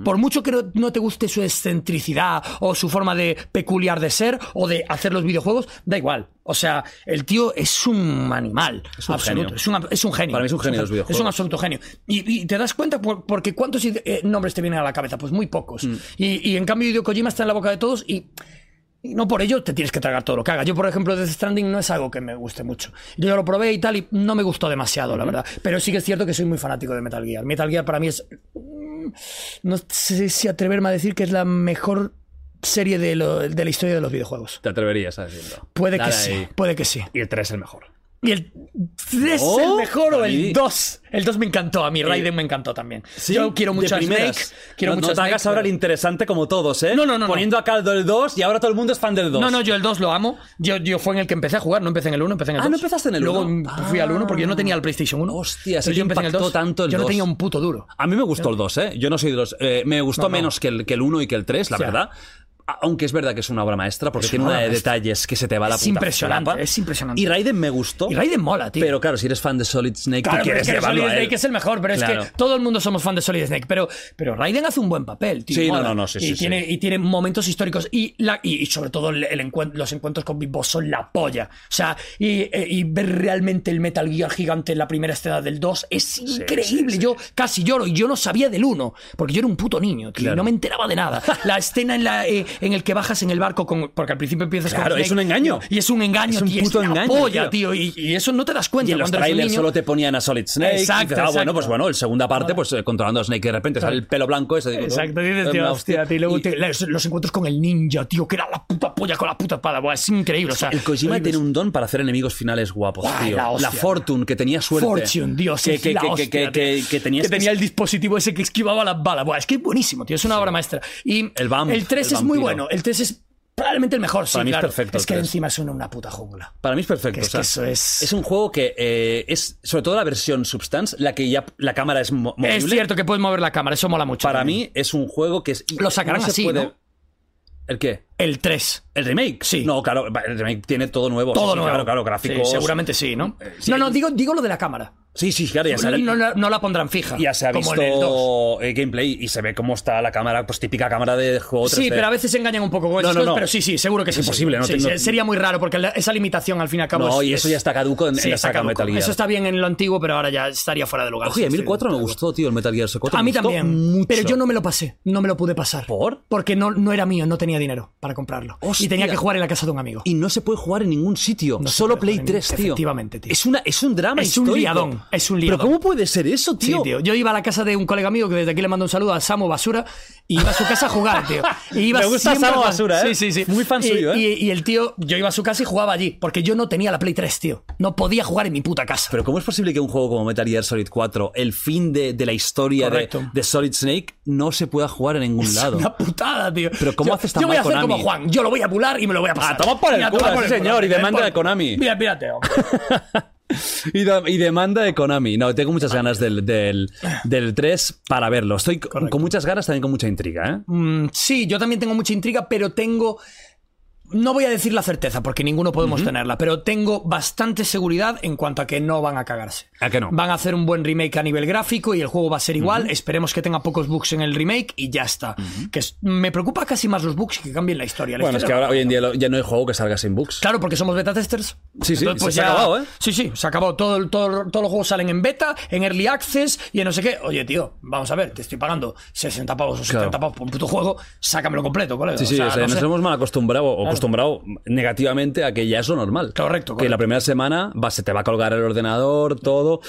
Por mucho que no, no te guste su excentricidad o su forma de peculiar de ser o de hacer los videojuegos, da igual. O sea, el tío es un animal. Es un absoluto. genio. Es, un, es un genio. Para mí es un genio de los gen- videojuegos. Es un absoluto genio. Y, y te das cuenta por- porque cuántos eh, nombres te vienen a la cabeza. Pues muy pocos. Mm. Y, y en cambio, Hideo Kojima está en la boca de todos y y no por ello te tienes que tragar todo lo que haga. Yo, por ejemplo, Death Stranding no es algo que me guste mucho. Yo ya lo probé y tal, y no me gustó demasiado, la verdad. Pero sí que es cierto que soy muy fanático de Metal Gear. Metal Gear para mí es. mm, No sé si atreverme a decir que es la mejor serie de, lo- de la historia de los videojuegos. Te atreverías a decirlo. Puede que Dale sí, ahí. puede que sí. Y el 3 es el mejor. ¿Y el 3 No, el mejor o a mí- Eh, el 2? El 2 me encantó, a mí Raiden me encantó también. Yo quiero de mucho a Snake. primeras. Quiero no, mucho no a te Snake, hagas ahora pero- el interesante como todos, ¿eh? No, no, no, no. Poniendo a caldo el 2 y ahora todo el mundo es fan del 2. No, no, yo el 2 lo amo. Yo, yo fue en el que empecé a jugar, no empecé en el 1, empecé en el Ah, 2. ¿no empezaste en el Luego 1? mm, fui al 1 porque yo no tenía el PlayStation 1. Hostia, sí Pero te yo empecé en el 2. impactó tanto el yo no 2. tenía un puto duro. A mí me gustó el 2, ¿eh? Yo no soy de los. eh, me gustó menos que el, que el 1 y que el 3, la Ya. verdad. A- Aunque es verdad que es una obra maestra porque Es tiene una una obra de maestra. detalles que se te va la Es puta impresionante, flapa. es impresionante. Y Raiden me gustó. Y Raiden mola, tío. Pero claro, si eres fan de Solid Snake, Claro, pero tú quieres es que llevarlo Solid a él. Snake es el mejor, pero Claro. es que todo el mundo somos fan de Solid Snake. Pero, pero Raiden hace un buen papel, tío. Sí, no, mola. no, no, sí, y sí, tiene, Y tiene momentos históricos. Y, la, y, y sobre todo el, el encuent- los encuentros con Big Boss son la polla. O sea, y, eh, y ver realmente el Metal Gear gigante en la primera escena del 2 es increíble. Yo casi lloro y yo no sabía del 1, porque yo era un puto niño, tío. y Claro. no me enteraba de nada. La escena en, la, eh, en el que bajas en el barco, con, porque al principio empiezas Claro, con es Snake, un engaño. Y es un engaño, Es un tío, puto la engaño, polla, tío. tío. Y, y eso no te das cuenta Y en los cuando eres un trailers niño. solo te ponían a Solid Snake. Exacto, y dices, ah, exacto. bueno, pues bueno, el segunda parte, pues eh, controlando a Snake y de repente sale el pelo blanco ese. digo, Exacto, "Oh, dices, tío, una hostia, tío, y luego Y te- los, los encuentros con el ninja, tío, que era la puta polla con la puta espada, buah, es increíble. O sea, El Kojima tiene un don para hacer enemigos finales guapos, Guay, tío. la La, hostia. Fortune, que tenía suerte. Fortune, Dios, que, es que, la que, hostia, que, tío. que, este que tenías Que tenía el dispositivo ese que esquivaba las balas. Buah, es que es buenísimo, tío, es una obra maestra. Y El vamp, el 3 el es muy vampiro. bueno, el 3 es probablemente el mejor, sí, Para mí es claro. perfecto Es el que 3. encima suena una puta jungla. Para mí es perfecto. Que es o sea, que eso es- un juego que eh, es, sobre todo la versión Substance, la que ya la cámara es mo- movible. Es cierto que puedes mover la cámara, eso mola mucho. Para también. mí es un juego que es. Lo sacarán se así, ¿no? ¿El qué? El 3. ¿El remake? Sí. No, claro, el remake tiene todo nuevo. Todo sí, sí, nuevo. Claro, claro, gráficos. Sí, seguramente sí, ¿no? sí, no, hay- no, digo, digo lo de la cámara. Sí, sí, claro, ya se ha- No, la- no la pondrán fija. Ya se ha como en el 2. visto eh, gameplay y se ve cómo está la cámara, pues típica cámara de juego 3D. Sí, pero a veces se engañan un poco con No, esas no, cosas, no. pero sí, sí, seguro que Es sí. imposible, no Sí, tengo- se- Sería muy raro, porque la- esa limitación al fin y al cabo. No, es- y eso es- ya está caduco en, en Sí, la está saga caduco. Metal Gear. Eso está bien en lo antiguo, pero ahora ya estaría fuera de lugar. Oye, a Sí, mí el estoy 4 me de acuerdo. gustó, tío, el Metal Gear Solid este, 4. A me mí gustó también. mucho. Pero yo no me lo pasé, no me lo pude pasar. ¿Por? Porque no, no era mío, no tenía dinero para comprarlo. Hostia. Y tenía que jugar en la casa de un amigo. Y no se puede jugar en ningún sitio, No se solo puede Play jugar en- 3, tío. efectivamente, tío. Es, una, es un drama Es un histórico. liadón, es un liadón. Pero ¿cómo puede ser eso, tío? Sí, tío. Yo iba a la casa de un colega mío que desde aquí le mando un saludo a Samo Basura y iba a su casa a jugar, tío. Y iba Me gusta siempre Samo a- Basura, ¿eh? Sí, sí, sí. Muy fan Y- suyo, ¿eh? Y, y el tío, yo iba a su casa y jugaba allí, porque yo no tenía la Play 3, tío. No podía jugar en mi puta casa. Pero ¿cómo es posible que un juego como Metal Gear Solid 4, el fin de, de la historia de, Correcto. de Solid Snake, no se pueda jugar en ningún lado? Una putada, tío. Pero ¿cómo yo, haces tan yo voy a mal hacer Konami? como Juan, yo lo voy a pular y me lo voy a pasar. A tomar por el Mira, a culo, tomar por sí, culo, señor, y mira, demanda por- de Konami. Mira, pírate, hombre. Y, da- y demanda de Konami. No, tengo muchas ganas del, del, del 3 para verlo. Estoy c- con muchas ganas, también con mucha intriga. ¿eh? Mm, Sí, yo también tengo mucha intriga, pero tengo. No voy a decir la certeza, porque ninguno podemos tenerla, pero tengo bastante seguridad en cuanto a que no van a cagarse. ¿A que no? Van a hacer un buen remake a nivel gráfico y el juego va a ser igual. Esperemos que tenga pocos bugs en el remake y ya está. Que es- me preocupa casi más los bugs que cambien la historia. La Bueno, es historia que no ahora cambia. hoy en día lo- ya no hay juego que salga sin bugs. Claro, porque somos beta testers. pues Sí, sí, se ha acabado, ¿eh? Sí, sí, se ha acabado. Todo, todo- todos los juegos salen en beta, en early access y en no sé qué. Oye, tío, vamos a ver, te estoy pagando 60 pavos o 70 Claro. pavos por un puto juego, sácamelo completo, colega. Sí, sí, O sea, o sea, no nos sé. hemos mal acostumbrado o acostumbrado negativamente a que ya es lo normal. Correcto, Que correcto. la primera semana va, se te va a colgar el ordenador, todo.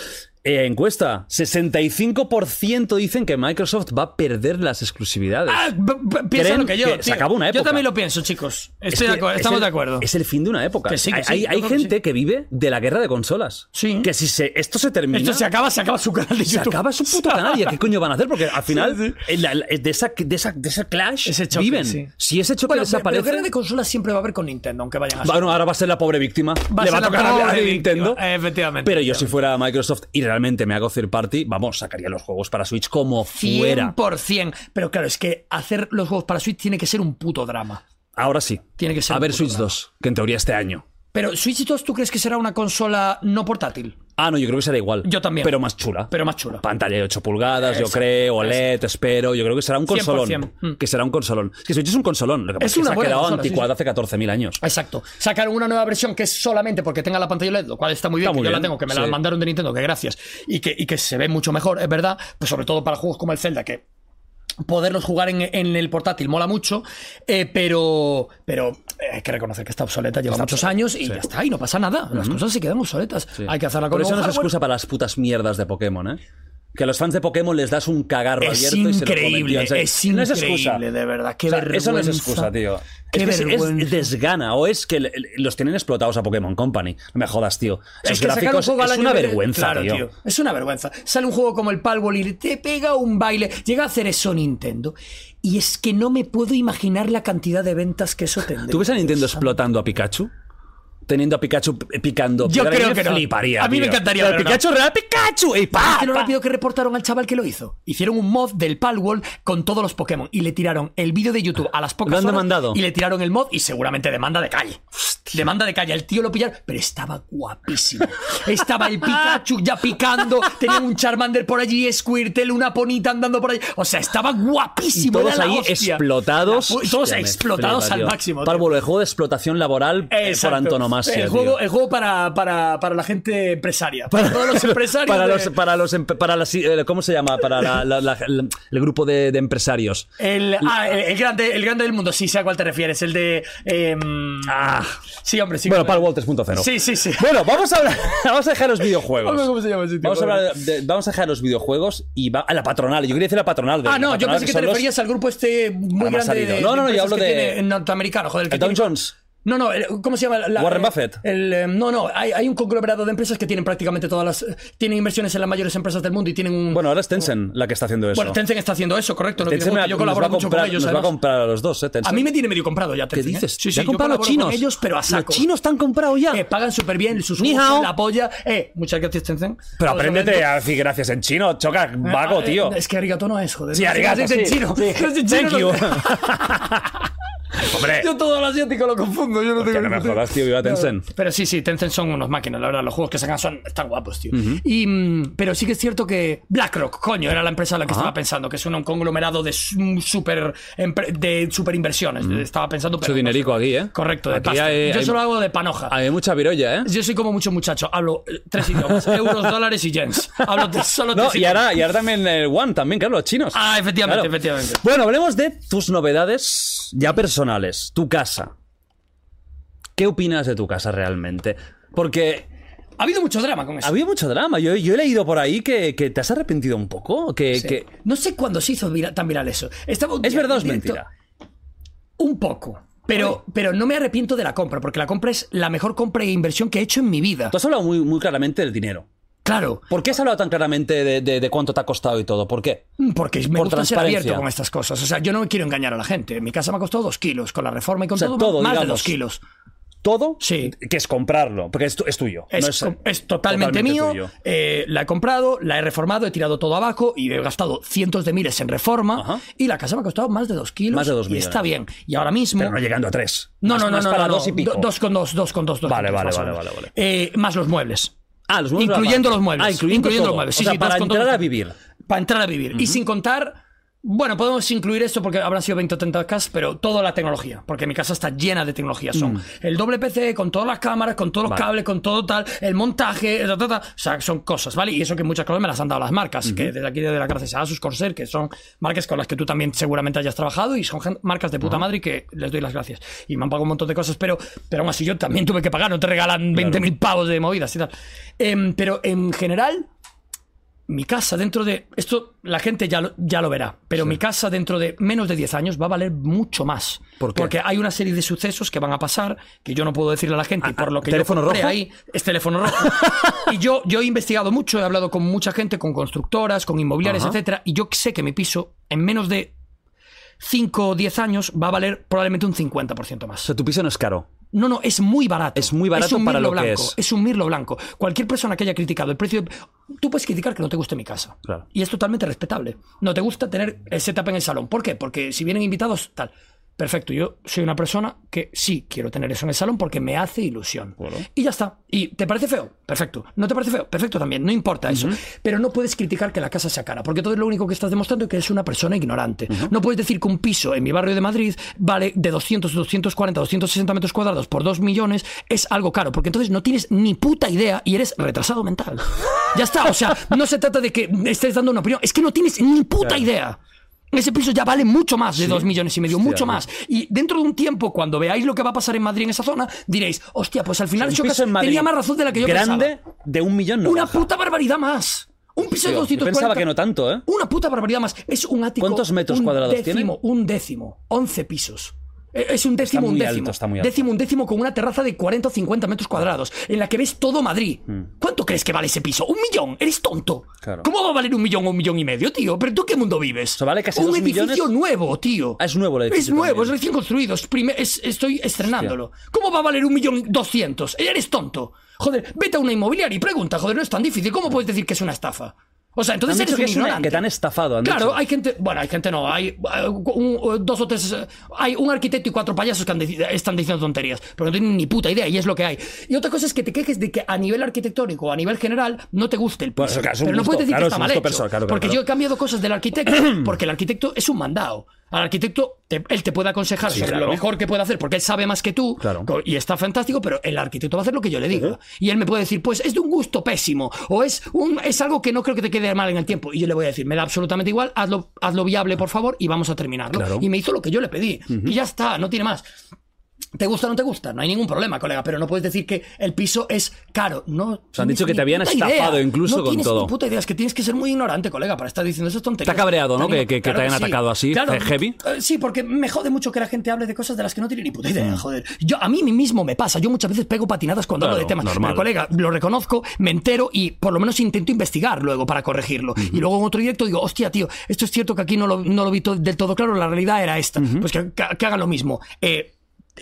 Eh, encuesta: 65% dicen que Microsoft va a perder las exclusividades. Ah, b- b- piensa Creen lo que yo. que tío. se acabó una Yo época. también lo pienso, chicos. Es Estoy que de acuerdo, es estamos el- de acuerdo. Es el fin de una época. Que sí, que Hay- sí, hay yo hay creo que gente sí. que, vive de la guerra de consolas. Sí. Que si se- esto se termina. Esto se acaba, se acaba su canal de se YouTube. acaba su puta canaria. ¿Qué coño van a hacer? Porque al final, Sí, sí. eh, la- la- de, esa, de, esa, de esa clash, Ese choque, viven. sí. Si ese choque Bueno, pero- desaparece. pero guerra de consolas siempre va a haber con Nintendo, aunque vayan a Bueno, ahora va a ser la pobre víctima. Va a Le ser va a la tocar pobre hablar de víctima, Nintendo. efectivamente. Pero yo, si fuera Microsoft y realmente me hago third party, vamos, sacaría los juegos para Switch como fuera. 100%. Pero claro, es que hacer los juegos para Switch tiene que ser un puto drama. Ahora sí. Tiene que ser A un ver puto Switch drama. 2, que en teoría este año. Pero Switch 2, ¿tú crees que será una consola no portátil? Ah, no, yo creo que será igual. Yo también. Pero más chula. Pero más chula. Pantalla de 8 pulgadas, yo Exacto, creo, OLED, espero. Yo creo que será un 100%, consolón. mm. Que será un consolón. Es que Switch es un consolón. Lo que pasa Es es, que una se ha buena quedado consola, sí, anticuado hace 14.000 años. Exacto. Sacaron una nueva versión que es solamente porque tenga la pantalla LED, lo cual está muy bien, Está muy que yo bien, la tengo, que me la sí. mandaron de Nintendo, que gracias. Y que, y que se ve mucho mejor, es verdad, pues sobre todo para juegos como el Zelda, que poderlos jugar en, en el portátil mola mucho, eh, pero, pero eh, hay que reconocer que está obsoleta, lleva muchos años y ya está, y no pasa nada. Las cosas se quedan obsoletas. Sí. Hay que hacerla con Pero eso nuevo no es hardware. excusa para las putas mierdas de Pokémon, ¿eh? Que a los fans de Pokémon les das un cagarro Es abierto y se lo comen, tío, increíble, en serio. es No es excusa. increíble, de verdad. Qué O sea, eso no es vergüenza. excusa, tío. Qué es que es- es, vergüenza. desgana o es que le- le- los tienen explotados a Pokémon Company. No me jodas, tío. Esos es que sacar un gráficos juego al es año una que- vergüenza, Claro, tío. Es una vergüenza. Sale un juego como el Palbol y te pega un baile. Llega a hacer eso Nintendo. Y es que no me puedo imaginar la cantidad de ventas que eso tendría. ¿Tú ves a Nintendo explotando a Pikachu? Teniendo a Pikachu p- picando. piedra, creo a mí me que no. fliparía. A mí me tío. encantaría, Pero pero Pikachu real Pikachu y pa. ¿Viste lo pa! rápido que reportaron al chaval que lo hizo? Hicieron un mod del Palworld con todos los Pokémon y le tiraron el vídeo de YouTube a las pocas Lo han horas demandado. y le tiraron el mod y seguramente demanda de calle. Demanda de calle. El tío lo pillaron, pero estaba guapísimo. Estaba el Pikachu ya picando, tenía un Charmander por allí, Squirtle, una ponita andando por allí. O sea, estaba Y guapísimo. todos era la ahí hostia. explotados. La pu- todos Hostia, me explotados flipa, al tío. máximo. tío. Párvulo, el juego de explotación laboral eh, por Exacto. antonomasia. El juego, tío. el juego para, para, para la gente empresaria. Para, todos los empresarios. Para de- los, para los, em- para las- eh, ¿cómo se llama? Para la- la- la- la- el grupo de, de empresarios. El, ah, el, el grande, el grande del mundo, sí, sé a cuál te refieres, el de... em, Ah. sí, hombre, sí. Bueno, claro. Palworld 3.0. Sí, sí, sí. Bueno, vamos a hablar, vamos a dejar los videojuegos. Hombre, ¿cómo se llama ese tipo? Vamos a, hablar de- vamos a dejar los videojuegos y va a la patronal. Yo quería decir la patronal. De, Ah, la no, yo patronal, pensé que te son los- referías al grupo este muy Ahora me ha grande salido. de, No, no, no, yo empresas hablo que de- tiene en norteamericano, joder. el que El Dow tiene- Jones. No, no, el- ¿cómo se llama? La- Warren eh, Buffett. el, em, no, no, hay, hay un conglomerado de empresas que tienen prácticamente todas las... eh, Tienen inversiones en las mayores empresas del mundo y tienen un... Bueno, ahora es Tencent la que está haciendo eso. Bueno, Tencent está haciendo eso, correcto. No tiene Tencent juego, me- yo nos va colaboro a mucho comprar, con ellos, nos va a además. comprar a los dos, ¿eh? Tencent. A mí me tiene medio comprado ya. ¿Qué Tencent, ¿eh? dices? Sí, sí, ya yo han comprado a los colaboro con chinos. ellos, pero a saco. Los chinos te han comprado ya. Eh, pagan súper bien sus Ni ojos, hao. la polla. Eh, muchas gracias, Tencent. pero Todos apréndete saben- a decir gracias en chino, choca, Eh, vago, eh, tío. Es que arigato no es, joder. Sí, No, arigato, Es en sí, chino. sí. Es en Thank chino. you. Hombre. Yo todo lo asiático lo confundo. Yo no Hostia, tengo ni no me puta idea. jodas, tío, viva eh, No, Tencent. Pero sí, sí, Tencent son unos máquinas, la verdad. Los juegos que sacan son, están guapos, tío. y, mm, pero sí que es cierto que BlackRock, coño, era la empresa en la que estaba pensando, que es un, un conglomerado de su- super, empre- de super inversiones. Estaba pensando. Pero Mucho dinerico aquí, ¿eh? Correcto, de Aquí pasta. hay- Yo hay- solo hago de panoja. Hay mucha virolla, ¿eh? Yo soy como mucho muchacho, hablo eh, tres idiomas, euros, dólares y yens. Hablo de- solo No, tres y idiomas. ahora, y ahora también el One, también, claro, los chinos. Ah, efectivamente, Claro. efectivamente. Bueno, hablemos de tus novedades ya personales, tu casa. ¿Qué opinas de tu casa realmente? Porque Ha habido mucho drama con eso. había mucho drama. Yo, yo he leído por ahí que, que te has arrepentido un poco. Que, Sí. que- No sé cuándo se hizo vira- tan viral eso. Estaba un ¿Es día verdad o es en directo- mentira? Un poco. Pero, pero no me arrepiento de la compra, porque la compra es la mejor compra e inversión que he hecho en mi vida. Tú has hablado muy, muy claramente del dinero. Claro, ¿Por qué has hablado tan claramente de, de- de cuánto te ha costado y todo? ¿Por qué? Mm, porque me Por gusta ser transparencia. abierto con estas cosas. O sea, yo no me quiero engañar a la gente. Mi casa me ha costado dos kilos, con la reforma y con O sea, todo, todo, más de digamos. dos kilos. Todo Sí. que es comprarlo, porque es, tu- es tuyo. Es, no es, com- es totalmente, mío. tuyo. eh, la he comprado, la he reformado, he tirado todo abajo y he gastado cientos de miles en reforma. Ajá. Y la casa me ha costado más de dos kilos. Más de dos y millones. está bien. Y ahora mismo. Pero no llegando a tres. no, Más- no, no, más no, para no, no. dos y pico. Do- dos con dos, dos con dos, dos Vale, con vale, dos, más o vale, menos. vale, vale. Eh, más los muebles. Ah, los muebles Incluyendo aparte. los muebles. Ah, incluyendo todo. los muebles. O Sí, sea, sí, para dos con dos. entrar a vivir. Para entrar a vivir. Y sin contar. Bueno, podemos incluir esto porque habrán sido 20 o 30 casas, pero toda la tecnología, porque mi casa está llena de tecnología. Son el doble PC, con todas las cámaras, con todos los Vale. cables, con todo tal, el montaje, eh, ta, ta, ta. o sea, son cosas, ¿vale? Y eso que muchas cosas me las han dado las marcas, que desde aquí, de la gracias a Asus, Corsair, que son marcas con las que tú también seguramente hayas trabajado y son gen- marcas de puta madre y que les doy las gracias. Y me han pagado un montón de cosas, pero, pero aún así yo también tuve que pagar, no te regalan 20.000 pavos de movidas y tal. Em, pero en general, mi casa dentro de. Esto la gente ya lo, ya lo verá, pero mi casa dentro de menos de 10 años va a valer mucho más. ¿Por qué? Porque hay una serie de sucesos que van a pasar que yo no puedo decirle a la gente y por lo que Ah, ¿teléfono yo compré rojo? ahí es teléfono rojo. y yo, yo he investigado mucho, he hablado con mucha gente, con constructoras, con inmobiliarias, Ajá. etcétera, y yo sé que mi piso en menos de 5 o 10 años va a valer probablemente un 50% más. O sea, tu piso no es caro. No, no, es muy barato. Es muy barato un para mirlo lo que blanco, es. un mirlo blanco. Cualquier persona que haya criticado el precio. de- Tú puedes criticar que no te guste mi casa. Claro. Y es totalmente respetable. No te gusta tener el setup en el salón. ¿Por qué? Porque si vienen invitados, tal. Perfecto, yo soy una persona que sí quiero tener eso en el salón porque me hace ilusión. Claro. Y ya está. ¿Y te parece feo? Perfecto. ¿No te parece feo? Perfecto también. No importa eso. Pero no puedes criticar que la casa sea cara, porque todo es lo único que estás demostrando es que eres una persona ignorante. No puedes decir que un piso en mi barrio de Madrid vale de 200, 240, 260 metros cuadrados por 2 millones es algo caro, porque entonces no tienes ni puta idea y eres retrasado mental. ya está. O sea, no se trata de que estés dando una opinión. Es que no tienes ni puta idea. Ese piso ya vale mucho más de dos millones y medio, Hostia, mucho no. más. Y dentro de un tiempo, cuando veáis lo que va a pasar en Madrid en esa zona, diréis, hostia, pues al final Un yo piso en Madrid tenía más razón de la que yo Grande pensaba. de un millón no Una baja. puta barbaridad más. Un piso de Tío, yo 240. pensaba que no tanto, ¿eh? Una puta barbaridad más. Es un ático. ¿Cuántos metros un cuadrados décimo, tiene? Un décimo. 11 pisos. Eh, Es un décimo, un muy décimo. alto, está muy alto. Décimo, un décimo con una terraza de 40 o 50 metros cuadrados, en la que ves todo Madrid. Mm. ¿Cuánto crees que vale ese piso? ¡Un millón! ¡Eres tonto! Claro. ¿Cómo va a valer un millón o un millón y medio, tío? ¿Pero tú en qué mundo vives? sea, vale casi un dos edificio millones. nuevo, tío. Ah, es nuevo el edificio Es nuevo, también. es recién construido. es prime- es- estoy estrenándolo. ¿Cómo va a valer un millón doscientos? Eh, Eres tonto. Joder, vete a una inmobiliaria y pregunta. Joder, no es tan difícil. ¿Cómo puedes decir que es una estafa? O sea, entonces Han eres dicho que, un es una- ignorante. que te han estafado. han Claro, dicho. hay gente, bueno, hay gente no, hay eh, un- eh, dos o tres, eh, hay un arquitecto y cuatro payasos que han deci- están diciendo tonterías, pero no tienen ni puta idea y es lo que hay. Y otra cosa es que te quejes de que a nivel arquitectónico, a nivel general, no te guste el piso. Bueno, eso, claro, es un pero no gusto, puedes decir claro, que es está un mal gusto hecho, personal, claro, claro, porque claro. yo he cambiado cosas del arquitecto, porque el arquitecto es un mandado. Al arquitecto, te- él te puede aconsejar sobre claro. lo mejor que puede hacer, porque él sabe más que tú, Claro. co- y está fantástico, pero el arquitecto va a hacer lo que yo le diga. Y él me puede decir, pues es de un gusto pésimo, o es, un, es algo que no creo que te quede mal en el tiempo. Y yo le voy a decir, me da absolutamente igual, hazlo, hazlo viable, por favor, y vamos a terminarlo. Claro. Y me hizo lo que yo le pedí. Y ya está, no tiene más. ¿Te gusta o no te gusta? No hay ningún problema, colega, pero no puedes decir que el piso es caro. No. sea, han tienes dicho que ni te habían puta estafado idea. incluso No con tienes todo. ni puta idea, es que tienes que ser muy ignorante, colega, para estar diciendo esas tonterías. Te ha cabreado, ¿no? Te animo- Que- que- que claro te hayan sí. atacado así, Claro. eh, heavy. Eh, Sí, porque me jode mucho que la gente hable de cosas de las que no tiene ni puta Mm. idea, joder. Yo, a mí mismo me pasa, yo muchas veces pego patinadas cuando Claro, hablo de temas. normal. Pero, colega, lo reconozco, me entero y por lo menos intento investigar luego para corregirlo. Y luego en otro directo digo, hostia, tío, esto es cierto que aquí no lo, no lo vi to- del todo claro, la realidad era esta. Pues que, que- que hagan lo mismo. Eh,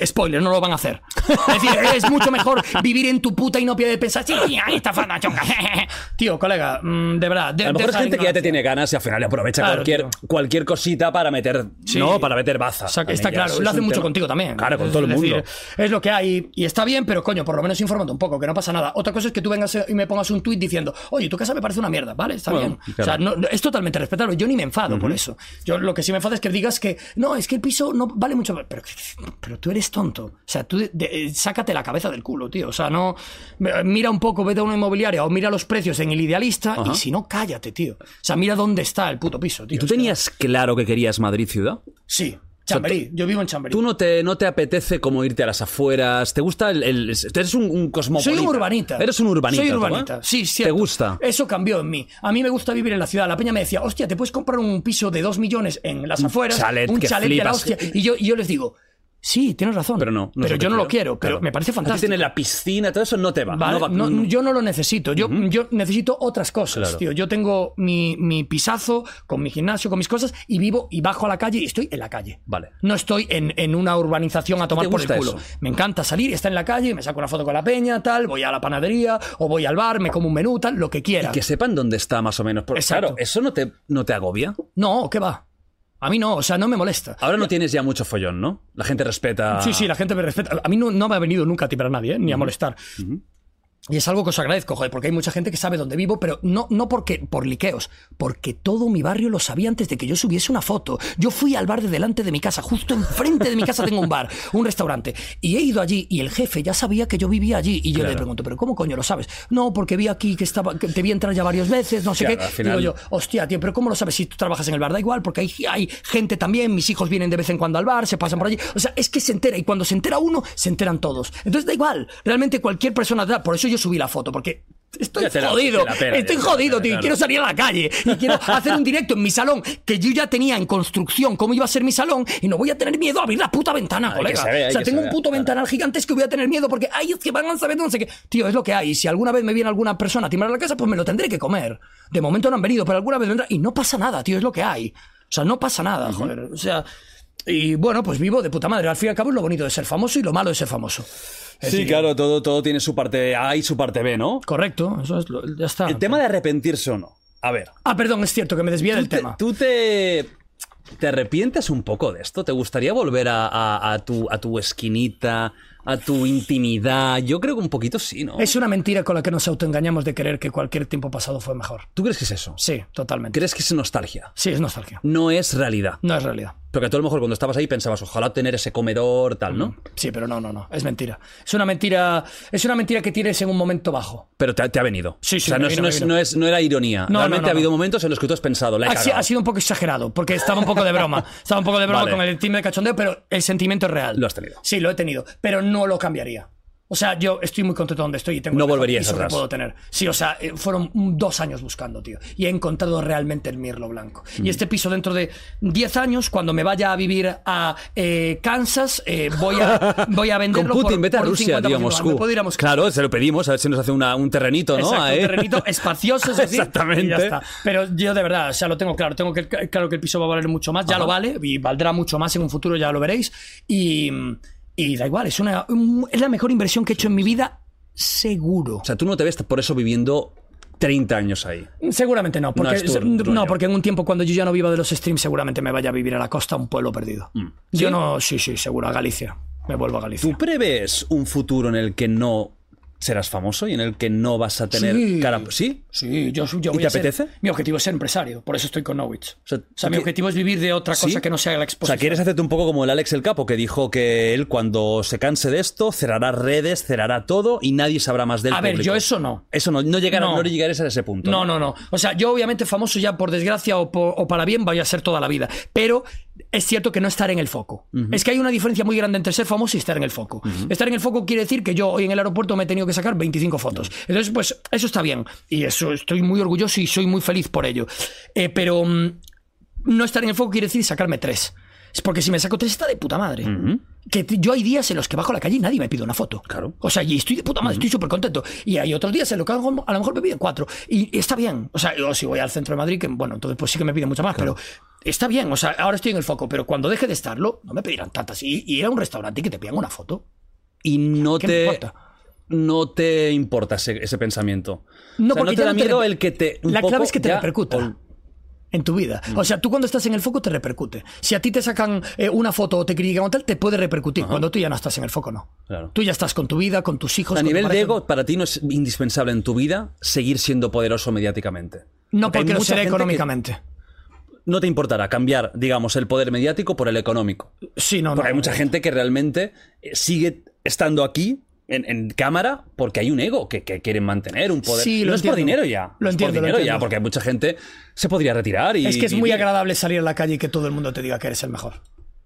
Spoiler, no lo van a hacer. Es decir, es mucho mejor vivir en tu puta inopia de pensar, sí, sí, ahí está Fana chonga. Tío, colega, mm, de verdad. de- A lo mejor deja es gente la que ya te ignorancia. tiene ganas y al final le aprovecha Claro, cualquier, tío. cualquier cosita para meter, ¿no? Para meter baza. O sea, que También está ya claro, es- lo es hace un mucho tema- contigo también. Claro, con Es todo el decir, mundo. Es lo que hay y está bien, pero coño, por lo menos infórmate un poco, que no pasa nada. Otra cosa es que tú vengas y me pongas un tuit diciendo, oye, tu casa me parece una mierda, ¿vale? Está Bueno, bien. claro. O sea, no- no- es totalmente respetable. Yo ni me enfado por eso. Yo lo que sí me enfado es que digas que, no, es que el piso no vale mucho. Pero, pero tú eres tonto. O sea, tú de- de- eh, sácate la cabeza del culo, tío. O sea, no. me- Mira un poco, vete a una inmobiliaria o mira los precios en el idealista y si no, cállate, tío. O sea, mira dónde está el puto piso, tío. ¿Y tú tenías claro que querías Madrid ciudad? Sí. Chamberí, yo vivo en Chamberí. ¿Tú no te, no te apetece como irte a las afueras? ¿Te gusta el... el- eres un, un cosmopolita. Soy un urbanita. Eres un urbanita. Soy tú, ¿eh? urbanita. Sí, sí. ¿Te gusta? Eso cambió en mí. A mí me gusta vivir en la ciudad. La peña me decía, hostia, te puedes comprar un piso de dos millones en las afueras. chalet un que chalet de la flipas. hostia. Y yo, y yo les digo, sí, tienes razón. Pero no. no es pero yo no te lo quiero. Pero Claro. me parece A ti fantástico. tienes la piscina, todo eso no te va. Vale, no va- no, no- yo no lo necesito. Yo, yo necesito otras cosas, Claro. tío. Yo tengo mi, mi pisazo con mi gimnasio, con mis cosas, y vivo y bajo a la calle y estoy en la calle. Vale. No estoy en, en una urbanización a tomar por el gusta culo. eso? Me encanta salir, estar en la calle, me saco una foto con la peña, tal, voy a la panadería, o voy al bar, me como un menú, tal, lo que quiera. Que sepan dónde está más o menos. Porque, Exacto. Claro, eso no te, no te agobia. No, ¿qué va? A mí no, o sea, no me molesta. Ahora no tienes ya mucho follón, ¿no? La gente respeta... Sí, sí, la gente me respeta. A mí no, no me ha venido nunca a tirar a nadie, ¿eh? ni a molestar. Y es algo que os agradezco, joder, porque hay mucha gente que sabe dónde vivo, pero no, no porque por liqueos, porque todo mi barrio lo sabía antes de que yo subiese una foto. Yo fui al bar de delante de mi casa, justo enfrente de mi casa tengo un bar, un restaurante, y he ido allí y el jefe ya sabía que yo vivía allí y yo le pregunto, pero ¿cómo coño lo sabes? No, porque vi aquí que estaba que te vi entrar ya varias veces, no sé Claro, qué. al final- Digo yo, hostia, tío, pero ¿cómo lo sabes si tú trabajas en el bar? Da igual, porque hay, hay gente también, mis hijos vienen de vez en cuando al bar, se pasan por allí. O sea, es que se entera y cuando se entera uno, se enteran todos. Entonces da igual, realmente cualquier persona da. Por eso yo subí la foto, porque estoy Ya te la- jodido, te la pela, estoy ya, jodido, claro, tío, y claro. quiero salir a la calle y quiero hacer un directo en mi salón que yo ya tenía en construcción cómo iba a ser mi salón y no voy a tener miedo a abrir la puta ventana, Hay que colega. saber, hay o sea, que tengo saber, un puto claro. ventana canal gigantesco y voy a tener miedo porque ay, es que van a saber no sé qué. Tío, es lo que hay. Y si alguna vez me viene alguna persona a timar a la casa, pues me lo tendré que comer. De momento no han venido, pero alguna vez vendrá. Y no pasa nada, tío, es lo que hay. O sea, no pasa nada, joder. O sea. Y bueno, pues vivo de puta madre. Al fin y al cabo es lo bonito de ser famoso y lo malo de ser famoso. Sí, claro, todo, todo tiene su parte A y su parte B, ¿no? Correcto, eso es lo- ya está. El tema de arrepentirse o no. A ver. Ah, perdón, es cierto que me desvié del Te- tema. Tú te. ¿Te arrepientes un poco de esto? ¿Te gustaría volver a, a- a tu, a tu esquinita, a tu intimidad? Yo creo que un poquito sí, ¿no? Es una mentira con la que nos autoengañamos de creer que cualquier tiempo pasado fue mejor. ¿Tú crees que es eso? Sí, totalmente. ¿Crees que es nostalgia? Sí, es nostalgia. No es realidad. No es realidad. Porque tú a lo mejor cuando estabas ahí pensabas, ojalá tener ese comedor, tal, ¿no? Mm, Sí, pero no, no, no. Es mentira. Es una mentira. Es una mentira que tienes en un momento bajo. Pero te, ha- te ha venido. Sí, sí, O sea, me no, es- vino, no me es- vino. no es- no era ironía. No, no, Realmente no, ha habido no. momentos en los que tú has pensado, la he Ha, si- cagado. ha sido un poco exagerado, porque estaba un poco de broma. Estaba un poco de broma Vale. con el timbre de cachondeo, pero el sentimiento es real. Lo has tenido. Sí, lo he tenido, pero no lo cambiaría. O sea, yo estoy muy contento donde estoy y tengo No el mejor volverías piso que atrás. puedo tener. Sí, o sea, eh, fueron mm, dos años buscando, tío. Y he encontrado realmente el mirlo blanco. Mm. Y este piso dentro de 10 años, cuando me vaya a vivir a eh, Kansas, eh, voy, a, voy a Con venderlo Putin, por- vete a por un Rusia, 50%. tío, a Me Moscú. puedo ir a Moscú. Claro, se lo pedimos, a ver si nos hace una- un terrenito, ¿no? Exacto, Ahí. un terrenito espacioso, eso sí, Exactamente. y ya está. Pero yo de verdad, o sea, lo tengo claro. Tengo que, claro que el piso va a valer mucho más, ya lo vale y valdrá mucho más en un futuro, ya lo veréis. Y, y da igual, es, una, es la mejor inversión que he hecho en mi vida, seguro. O sea, tú no te ves por eso viviendo 30 años ahí. Seguramente no, porque, es tu dueño. no, porque en un tiempo cuando yo ya no viva de los streams, seguramente me vaya a vivir a la costa, a un pueblo perdido. Yo no, sí, sí, seguro, a Galicia. Mm. Me vuelvo a Galicia. ¿Tú prevés un futuro en el que no serás famoso y en el que no vas a tener Sí. cara? ¿Sí? Sí, yo, yo ¿Y voy te a ser- apetece? mi objetivo es ser empresario, por eso estoy con Nowitz. O sea, sea, ¿tú mi qué- objetivo es vivir de otra ¿Sí? cosa que no sea la O exposición. sea, quieres hacerte un poco como el Alex el Capo, que dijo que él cuando se canse de esto cerrará redes, cerrará todo y nadie sabrá más de él. A ver, público. yo eso no. Eso no, no llegará, no. No. llegarás a ese punto. No, no, no. O sea, yo obviamente famoso ya por desgracia o, por- o para bien voy a ser toda la vida. Pero es cierto que no estar en el foco. Es que hay una diferencia muy grande entre ser famoso y estar en el foco. Estar en el foco quiere decir que yo hoy en el aeropuerto me he tenido que sacar 25 fotos. Entonces, pues eso está bien. Y eso estoy muy orgulloso y soy muy feliz por ello. Eh, pero mm, no estar en el foco quiere decir sacarme tres. Es porque si me saco tres está de puta madre. Que t- yo hay días en los que bajo a la calle y nadie me pide una foto. Claro. O sea, y estoy de puta madre, estoy súper contento. Y hay otros días en los que a lo mejor- a lo mejor me piden cuatro. Y, y está bien. O sea, yo si voy al centro de Madrid, que bueno, entonces pues sí que me piden mucho más, pero está bien. O sea, ahora estoy en el foco, pero cuando deje de estarlo, no me pedirán tantas. Y, y ir a un restaurante y que te pidan una foto. Y no ¿Qué me te. importa? No te importa ese, ese pensamiento. No, O sea, porque te ya da no te miedo re- el que te. un La poco clave es que te ya- repercuta. ol- En tu vida. O sea, tú cuando estás en el foco te repercute. Si a ti te sacan eh, una foto o te critican o tal, te puede repercutir. Cuando tú ya no estás en el foco, no. Claro. Tú ya estás con tu vida, con tus hijos. A con tu nivel de pareja. ego, para ti no es indispensable en tu vida seguir siendo poderoso mediáticamente. No hay porque lo mucha será gente que económicamente. No te importará cambiar, digamos, el poder mediático por el económico. Sí, no, no. Porque hay mucha gente que realmente eh, sigue estando aquí en, en cámara porque hay un ego que, que quieren mantener, un poder. Sí, lo no es por entiendo. dinero ya. Lo es entiendo, por lo dinero ya, entiendo. porque hay mucha gente se podría retirar y. Es que es muy vivir. agradable salir a la calle y que todo el mundo te diga que eres el mejor.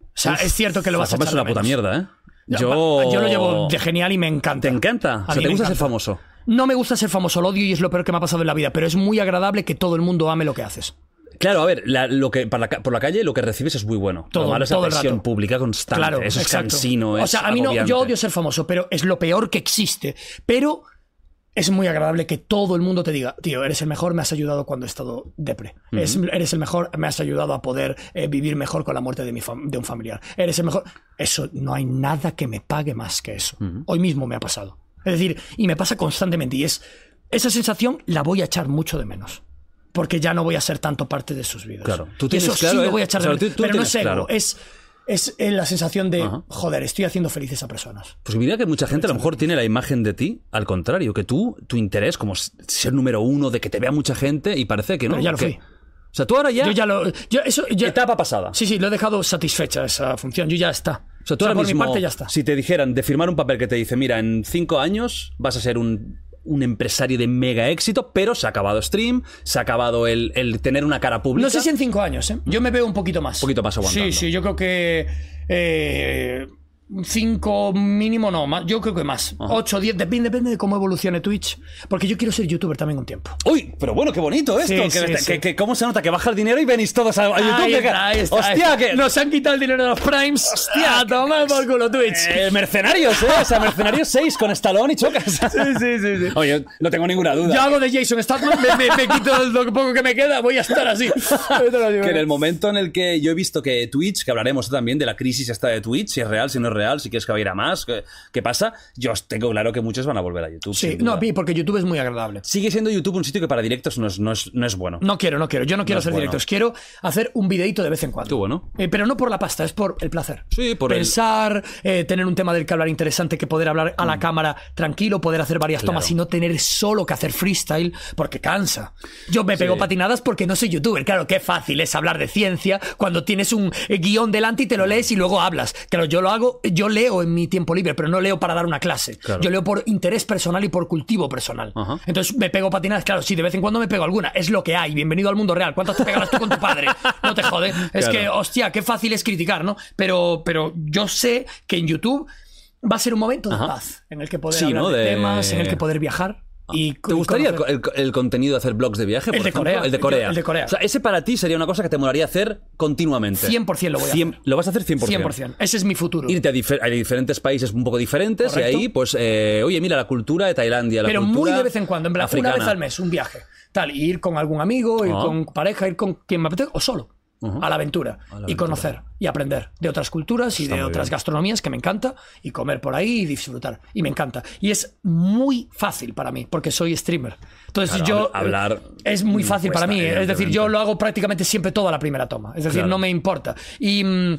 O sea, es cierto que lo vas a Fama echar es una de puta menos. mierda, ¿eh? Ya, Yo... pa- yo lo llevo de genial y me encanta. ¿Te encanta? A O sea, mí ¿te me gusta ser encanta. famoso? No me gusta ser famoso, lo odio y es lo peor que me ha pasado en la vida, pero es muy agradable que todo el mundo ame lo que haces. Claro, a ver, la- lo que, para la ca- por la calle lo que recibes es muy bueno. Todo- lo malo es la todo el presión rato. pública constante. Claro, eso es exacto. cansino. O es sea, a mí no, agobiante. yo odio ser famoso, pero es lo peor que existe. Pero es muy agradable que todo el mundo te diga, tío, eres el mejor, me has ayudado cuando he estado depre. Es- eres el mejor, me has ayudado a poder eh, vivir mejor con la muerte de, mi fam- de un familiar. Eres el mejor. Eso, no hay nada que me pague más que eso. Hoy mismo me ha pasado. Es decir, y me pasa constantemente. Y es, esa sensación la voy a echar mucho de menos. Porque ya no voy a ser tanto parte de sus vidas. Claro. Tú Y tienes eso claro, sí ¿eh? lo voy a echar O sea, de tú- menos. tú pero no tienes es ego, claro. es, es eh, la sensación de, Ajá. joder, estoy haciendo felices a personas. Pues mira que mucha gente a lo mejor tiene la imagen de ti, al contrario, que tú, tu interés, como s- ser número uno, de que te vea mucha gente, y parece que no. Pero ya lo que- fui. O sea, tú ahora ya. Yo ya lo. Yo eso, yo- Etapa pasada. Sí, sí, lo he dejado satisfecha esa función. Yo ya está. O sea, tú ahora por mismo, mi parte ya está. si te dijeran de firmar un papel que te dice, mira, en cinco años vas a ser un, un empresario de mega éxito, pero se ha acabado stream, se ha acabado el, el tener una cara pública. No sé si en cinco años, ¿eh? Yo me veo un poquito más. Un poquito más aguantando. Sí, sí, yo creo que. eh, cinco mínimo, no, más, yo creo que más. Ocho, diez, depende, depende de cómo evolucione Twitch. Porque yo quiero ser youtuber también un tiempo. Uy, pero bueno, qué bonito Sí, esto. que, sí, que- sí. que- ¿Cómo se nota que baja el dinero y venís todos a, a YouTube? Ahí que- está, ahí está. ¡Hostia! Que, Nos han quitado el dinero de los Primes. ¡Hostia! A tomar por culo Twitch. Eh, mercenarios, ¿eh? O sea, Mercenarios 6 con Stallone y chocas. Sí, sí, sí. Oye, no tengo ninguna duda. Yo hago de Jason Statham, me, me- me quito lo poco que me queda, voy a estar así. que en el momento en el que yo he visto que Twitch, que hablaremos también de la crisis esta de Twitch, si es real, si no es real, si quieres que vaya a más, ¿qué, qué pasa? Yo os tengo claro que muchos van a volver a YouTube. Sí, sin no, duda. a mí, porque YouTube es muy agradable. Sigue siendo YouTube un sitio que para directos no es, no es, no es bueno. No quiero, no quiero. Yo no quiero es hacer bueno. directos. Quiero hacer un videito de vez en cuando. Tú, bueno. Eh, pero no por la pasta, es por el placer. Sí, por el- Pensar, eh, tener un tema del que hablar interesante, que poder hablar a la cámara tranquilo, poder hacer varias Mm. Claro. tomas y no tener solo que hacer freestyle, porque cansa. Yo me pego patinadas porque no soy youtuber. Claro, qué fácil es hablar de ciencia cuando tienes un eh, guión delante y te lo lees y luego hablas. Claro, yo lo hago, yo leo en mi tiempo libre, pero no leo para dar una clase. Claro. Yo leo por interés personal y por cultivo personal. Ajá. Entonces me pego patinadas, claro, sí, de vez en cuando me pego alguna, es lo que hay, bienvenido al mundo real. ¿Cuántas te pegarás tú con tu padre? No te jode. Es Claro. que, hostia, qué fácil es criticar, ¿no? Pero, pero yo sé que en YouTube va a ser un momento de Ajá. paz, en el que poder Sí, hablar ¿no? de... De- temas, en el que poder viajar. Y Ah. ¿Te gustaría el, conocer- co- el- el contenido de hacer blogs de viaje? El por de ejemplo? Corea. El de Corea. El de Corea. O sea, ese para ti sería una cosa que te molaría hacer continuamente. 100% lo voy a Cien- hacer. Lo vas a hacer 100%. 100%. Ese es mi futuro. Irte a, difer- a diferentes países un poco diferentes Correcto. y ahí, pues, eh, oye, mira la cultura de Tailandia, la pero muy cultura de vez en cuando, en plan, africana. una vez al mes, un viaje. Tal, y ir con algún amigo, ir Ah. con pareja, ir con quien me apetezca, o solo, Ujú. a la aventura, la y aventura. conocer y aprender de otras culturas y Está de muy otras bien. gastronomías que me encanta, y comer por ahí y disfrutar. Y me encanta. Y es muy fácil para mí, porque soy streamer. Entonces Claro, yo... eh, hab- hablar Es muy fácil cuesta, para mí. ¿eh? Es decir, yo evidentemente. lo hago prácticamente siempre todo a la primera toma. Es decir, Claro. no me importa. Y, mm,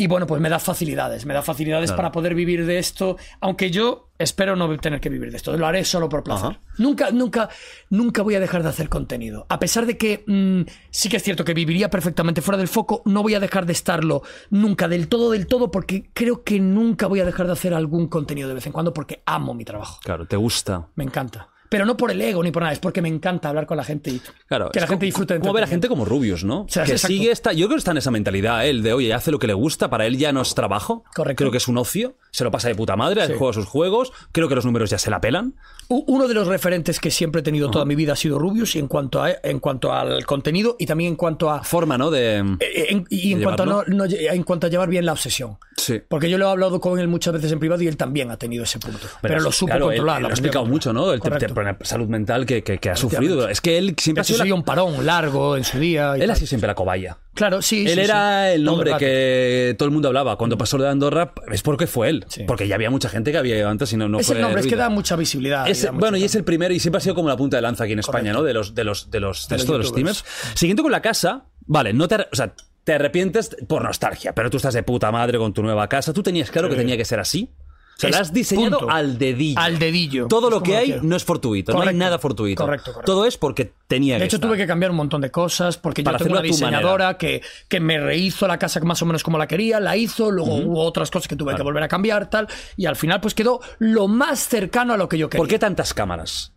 y bueno, pues me da facilidades. Me da facilidades para poder vivir de esto. Aunque yo espero no tener que vivir de esto. Lo haré solo por placer. Ajá. Nunca, nunca, nunca voy a dejar de hacer contenido. A pesar de que mm, sí que es cierto que viviría perfectamente fuera del foco, no voy a dejar de estarlo nunca del todo, del todo, porque creo que nunca voy a dejar de hacer algún contenido de vez en cuando porque amo mi trabajo. Claro, te gusta. Me encanta. Pero no por el ego ni por nada, es porque me encanta hablar con la gente y Claro, que la es gente co- disfrute de Como ver a gente entretenimiento. como Rubius, ¿no? sea, que exacto. sigue esta. Yo creo que está en esa mentalidad, ¿eh? el de, oye, hace lo que le gusta, para él ya no es trabajo. Correcto. Creo que es un ocio, se lo pasa de puta madre, Sí. juega sus juegos, creo que los números ya se la pelan. U- Uno de los referentes que siempre he tenido toda mi vida ha sido Rubius y en cuanto, a, en cuanto al contenido y también en cuanto a... Forma, ¿no? De. eh, en- y en ¿De cuanto, a no, llevarlo? no lle- en cuanto a llevar bien la obsesión. Sí. Porque yo lo he hablado con él muchas veces en privado y él también ha tenido ese punto. Pero, lo supo claro, él- controlar. él la aprendió lo ha a explicado mucho, controlar. ¿no? El te- Correcto. te- la salud mental que, que- que ha sufrido. Es que él De siempre ha hecho, sido. soy la- un parón largo en su día. y Él ha tal. sido siempre la cobaya. Claro, sí. Él sí, era sí. el Todo nombre rato. que todo el mundo hablaba. Cuando pasó lo de Andorra, es porque fue él. Sí. Porque ya había mucha gente que había ido antes y no, no Es fue el nombre, es que ruido. da mucha visibilidad. Es- da mucho bueno, y tal. es el primero y siempre ha sido como la punta de lanza aquí en España, ¿no? De los de los de los de, los esto de los youtubers. streamers. Siguiente con la casa, vale, no te, ar- o sea, te arrepientes por nostalgia, pero tú estás de puta madre con tu nueva casa, tú tenías claro que tenía que ser así. O sea, Es la has diseñado punto. al dedillo. Al dedillo. Todo Es lo como que lo hay quiero. no es fortuito, no Correcto. hay nada fortuito. Correcto, correcto. Todo es porque tenía que De hecho, estar. tuve que cambiar un montón de cosas porque Para yo tengo hacerlo una a tu diseñadora que, que me rehizo la casa más o menos como la quería, la hizo, luego hubo otras cosas que tuve que volver a cambiar, tal, y al final pues quedó lo más cercano a lo que yo quería. ¿Por qué tantas cámaras?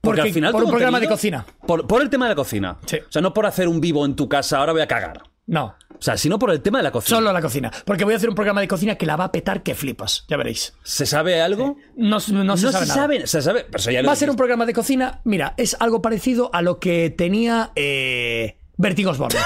Porque- por tu un programa contenido- de cocina. Por, por el tema de la cocina. Sí. O sea, no por hacer un vivo en tu casa, ahora voy a cagar. No, O sea, sino por el tema de la cocina. solo la cocina. Porque voy a hacer un programa de cocina que la va a petar que flipas, ya veréis. ¿Se sabe algo? No, s- no se sabe nada. se sabe, pero eso ya lo Va a ser un dijiste. programa de cocina. Mira, es algo parecido a lo que tenía. Eh... Vértigo Osborne.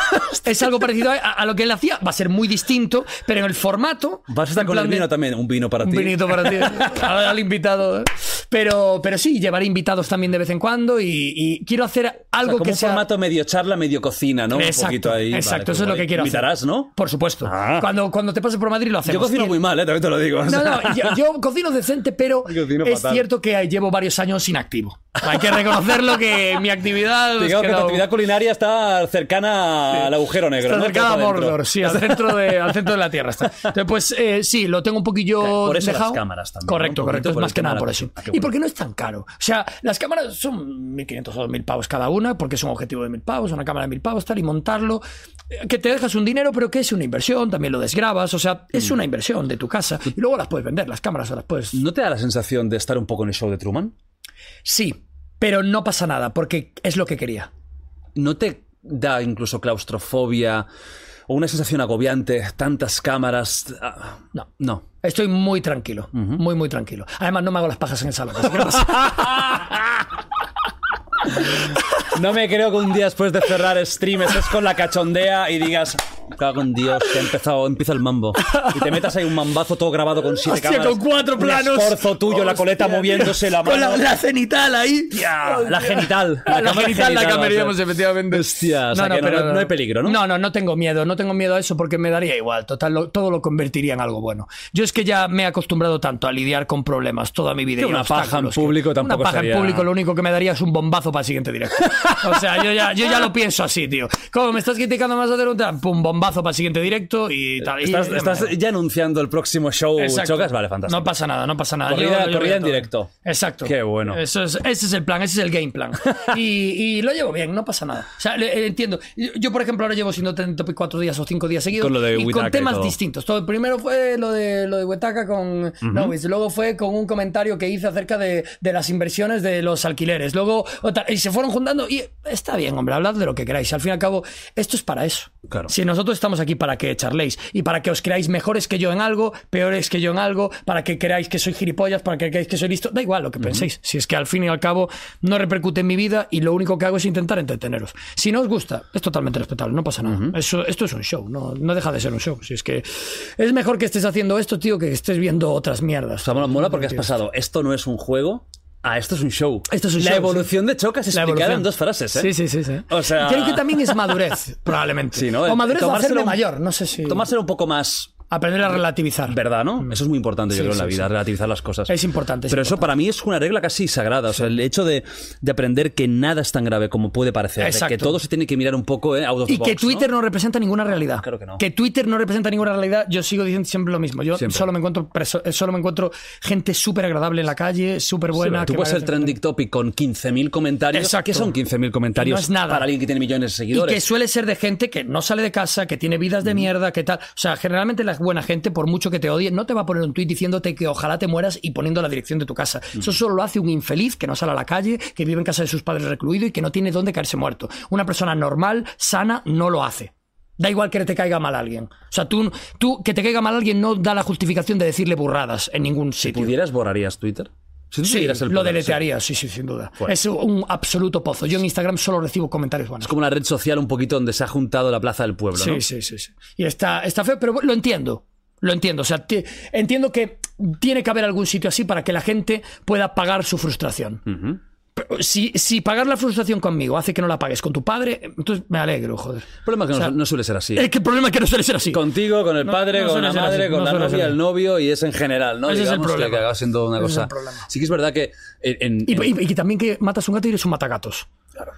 es algo parecido a, a lo que él hacía. Va a ser muy distinto, pero en el formato. Vas a estar en con plan el de- vino ¿eh? también, un vino para Un ti. vinito para ti. Al, al invitado. Pero, pero sí, llevaré invitados también de vez en cuando y, y quiero hacer O sea, algo como que un sea. formato medio charla, medio cocina, ¿no? un Exacto, poquito ahí. exacto, vale, pues eso es lo guay. que quiero hacer. Invitarás, ¿no? Por supuesto. Ah. Cuando, cuando te pases por Madrid lo hacemos. Yo cocino Y- muy mal, ¿eh? también te lo digo. o no, sea. no, yo, yo cocino decente, pero Yo cocino es fatal. cierto que llevo varios años inactivo. Hay que reconocerlo que mi actividad. pues, Digamos que tu quedó- actividad culinaria está cercana al agujero negro. Está ¿no? cercana a Todo adentro. Mordor, sí, al centro de, al centro de la Tierra está. Entonces, pues eh, sí, lo tengo un poquillo Por eso las dejado. cámaras también, Correcto, ¿no? Un correcto. poquito Es por más el que tema nada de la por eso. cocina. Ah, qué Y bueno. porque no es tan caro. O sea, las cámaras son 1.500 o 2.000 pavos cada una, porque es un objetivo de 1.000 pavos, una cámara de 1.000 pavos, tal, y montarlo. eh, Que te dejas un dinero, pero que es una inversión, también lo desgrabas. O sea, es una inversión de tu casa. Y luego las puedes vender, las cámaras o las puedes Mm. ¿No te da la sensación de estar un poco en el show de Truman? Sí, pero no pasa nada porque es lo que quería. ¿No te da incluso claustrofobia o una sensación agobiante? Tantas cámaras. Ah, No. No. Estoy muy tranquilo, muy, muy tranquilo. Además, no me hago las pajas en el salón. así que no pasa nada. No me creo que un día después de cerrar stream estés con la cachondea y digas, Cago en Dios, que ha empezado, empieza el mambo. Y te metas ahí un mambazo todo grabado con siete Hostia, cámaras. con cuatro un planos. Oh, escorzo tuyo, la coleta Hostia, moviéndose, la mano. Con la, la cenital ahí. Oh, Hostia, la genital. La, genital la va a cameríamos, ser. efectivamente. Hostia, o sea que no, no hay peligro, ¿no? No, no, no tengo miedo, no tengo miedo a eso porque me daría igual, total, lo- todo lo convertiría en algo bueno. Yo es que ya me he acostumbrado tanto a lidiar con problemas toda mi vida. Que y una obstáculos, paja en que- público tampoco Una paja sería- en público, lo único que me daría es un bombazo para el siguiente directo. O sea, yo ya, yo ya lo pienso así, tío. Como me estás criticando más de un pum, bombazo para el siguiente directo y tal. y- Estás, y- estás ya anunciando el próximo show, Exacto. Chocas. Vale, fantástico. No pasa nada, no pasa nada. Corrida- lo llevo corrida en todo. directo. Exacto. Qué bueno. Eso es- ese es el plan, ese es el game plan. y, y lo llevo bien, no pasa nada. O sea, le- eh, entiendo. Yo, yo, por ejemplo, ahora llevo siendo trending topic cuatro días o cinco días seguidos. Con lo de y Whitaker con y temas todo. distintos. Todo, primero fue lo de lo de Huetaca con Novis. Luego fue con un comentario que hice acerca de, de las inversiones de los alquileres. Luego, otra- y se fueron juntando. Y está bien, hombre, hablad de lo que queráis. Al fin y al cabo, esto es para eso. Claro. Si nosotros estamos aquí para que charléis y para que os creáis mejores que yo en algo, peores que yo en algo, para que creáis que soy gilipollas, para que creáis que soy listo, da igual lo que penséis. Si es que al fin y al cabo no repercute en mi vida y lo único que hago es intentar entreteneros. Si no os gusta, es totalmente respetable, no pasa nada. Eso, esto es un show, no, no deja de ser un show. Si es que es mejor que estés haciendo esto, tío, que estés viendo otras mierdas. O sea, mola, mola Ah, porque has pasado. Esto no es un juego. Ah, esto es un show. Esto es un la show, evolución de Chocas La explicada evolución. en dos frases, ¿eh? Sí, sí, sí. sí. O sea- Creo que también es madurez, probablemente. Sí, ¿no? O madurez o Tomárselo hacerme un- mayor, no sé si. Tomárselo un poco más Aprender a relativizar. Mm. verdad, ¿no? Eso es muy importante, yo Sí, creo, en sí, la vida, sí. relativizar las cosas. Es importante, es Pero eso para mí es una regla casi sagrada. O sea, el hecho de, de aprender que nada es tan grave como puede parecer. de Exacto. Que todo se tiene que mirar un poco, ¿eh? Out of the Y que box, Twitter ¿no? ¿no? representa ninguna realidad. Claro que no. Twitter no representa ninguna realidad. Yo sigo diciendo siempre lo mismo. Yo Siempre. solo me encuentro preso- eh, solo me encuentro gente súper agradable en la calle, súper buena. Tú que puedes me ser agradece- trending topic con 15.000 comentarios. Exacto. ¿Qué son 15.000 comentarios No es nada. para alguien que tiene millones de Y seguidores? que suele ser de gente que no sale de casa, que tiene vidas de mierda, que tal. O sea, generalmente la buena gente, por mucho que te odie, no te va a poner un tuit diciéndote que ojalá te mueras y poniendo la dirección de tu casa. Eso solo lo hace un infeliz que no sale a la calle, que vive en casa de sus padres recluido y que no tiene dónde caerse muerto. Una persona normal, sana, no lo hace. Da igual que te caiga mal alguien. O sea, tú, tú que te caiga mal alguien no da la justificación de decirle burradas en ningún sitio. ¿Pudieras borrarías Twitter? Si tú Sí, tuvieras el lo poder, sí. deletearía, sí, sí, sin duda. Bueno. Es un absoluto pozo. Yo en Instagram solo recibo comentarios buenos. Es como una red social un poquito donde se ha juntado la plaza del pueblo, ¿no? Sí, sí, sí, sí. Y está, está feo, pero lo entiendo. Lo entiendo. O sea, ti- entiendo que tiene que haber algún sitio así para que la gente pueda pagar su frustración. Pero Si, si pagar la frustración conmigo hace que no la pagues con tu padre, entonces me alegro, joder. El problema es que no- O sea, no, suele ser así. Es que el problema es que no suele ser así. Contigo, con el No- padre, no con suele la ser madre, así, con no la suele ser novia, así. el novio y es en general, ¿no? Ese es el Digamos que- problema. Que acaba siendo una Ese es cosa. el problema. sí que es verdad que en- en- Y, y- y también que matas un gato y eres un matagatos.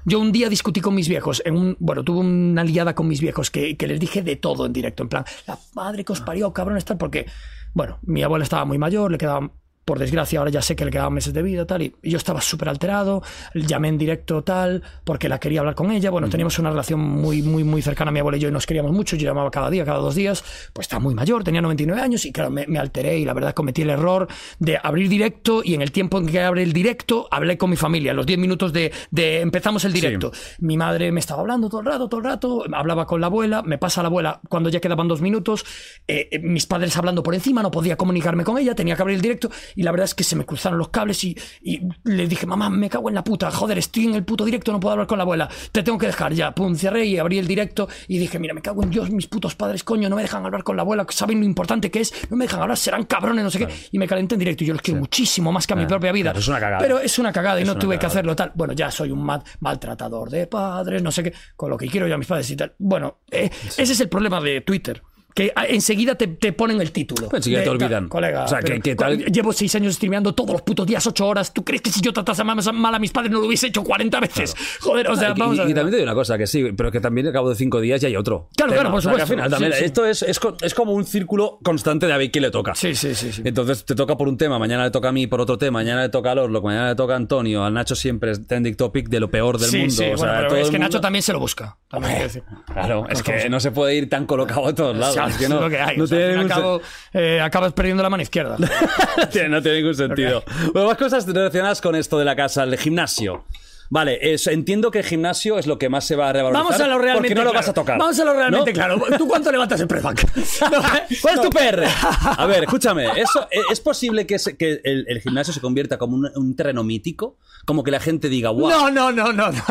Yo un día discutí con mis viejos, en un, bueno, tuve una liada con mis viejos que, que les dije de todo en directo, en plan, la madre que os parió, cabrón, tal, porque, bueno, mi abuela estaba muy mayor, le quedaban, por desgracia, ahora ya sé que le quedaban meses de vida, tal, y yo estaba súper alterado, llamé en directo, tal, porque la quería hablar con ella, bueno, teníamos una relación muy, muy, muy cercana, mi abuela y yo, y nos queríamos mucho, yo llamaba cada día, cada dos días, pues estaba muy mayor, tenía 99 años, y claro, me, me alteré, y la verdad cometí el error de abrir directo, y en el tiempo en que abre el directo, hablé con mi familia, los 10 minutos de, de empezamos el directo. Mi madre me estaba hablando todo el rato, todo el rato, hablaba con la abuela, me pasa la abuela cuando ya quedaban dos minutos, eh, eh, mis padres hablando por encima, no podía comunicarme con ella, tenía que abrir el directo y la verdad es que se me cruzaron los cables y, y le dije, mamá, me cago en la puta, joder, estoy en el puto directo, no puedo hablar con la abuela, te tengo que dejar ya, pum, cerré y abrí el directo y dije, mira, me cago en Dios, mis putos padres, coño, no me dejan hablar con la abuela, saben lo importante que es, no me dejan hablar, serán cabrones, no sé qué, y me calenté en directo y yo los quiero muchísimo más Eh. que a mi propia vida. Ah, claro, es una cagada. Pero es una cagada y Es no una tuve que cagada. hacer hacerlo, tal. Bueno, ya soy un mal- maltratador de padres, no sé qué, con lo que quiero yo a mis padres y tal. Bueno, eh, ese es el problema de Twitter. Que a- enseguida te, te ponen el título. Pues enseguida De, te tal, olvidan. Colega, O sea, que- pero- que tal- co- llevo seis años streameando todos los putos días, ocho horas. ¿Tú crees que si yo tratase mal, mal a mis padres no lo hubiese hecho 40 veces? Joder, o sea, Ah, y, vamos y- a y ver. también te digo una cosa, que sí, pero que también al cabo de cinco días ya hay otro. Claro, tema. claro, por O sea, que supuesto. al final también, Sí, sí. esto es, es co- es como un círculo constante de a ver quién le toca. Sí, sí, sí. sí. Entonces te toca por un tema, mañana le toca a mí por otro tema, mañana le toca a Lorlo, mañana le toca a Antonio, al Nacho siempre es trending topic de lo peor del Sí, mundo. sí, o sea, bueno, pero todo es el que mundo- Nacho también se lo busca. También hay que decir. Claro, es Vamos. que no se puede ir tan colocado a todos lados. Claro, es que es no, lo que hay. no O sea, tiene al fin y al ningún sen- cabo, eh, acabas perdiendo la mano izquierda. Tiene- no tiene ningún sentido. Bueno, más cosas relacionadas con esto de la casa, el gimnasio. Vale, es- entiendo que el gimnasio es lo que más se va a revalorizar. Vamos a lo realmente Porque no lo claro. vas a tocar. Vamos a lo realmente ¿no? claro. ¿Tú cuánto levantas en press bank? No, ¿eh? ¿Cuál es tu PR? A ver, escúchame, ¿eso, e- ¿es posible que, se- que el, el gimnasio se convierta como un, un terreno mítico? Como que la gente diga, wow. No, no, no, no, no.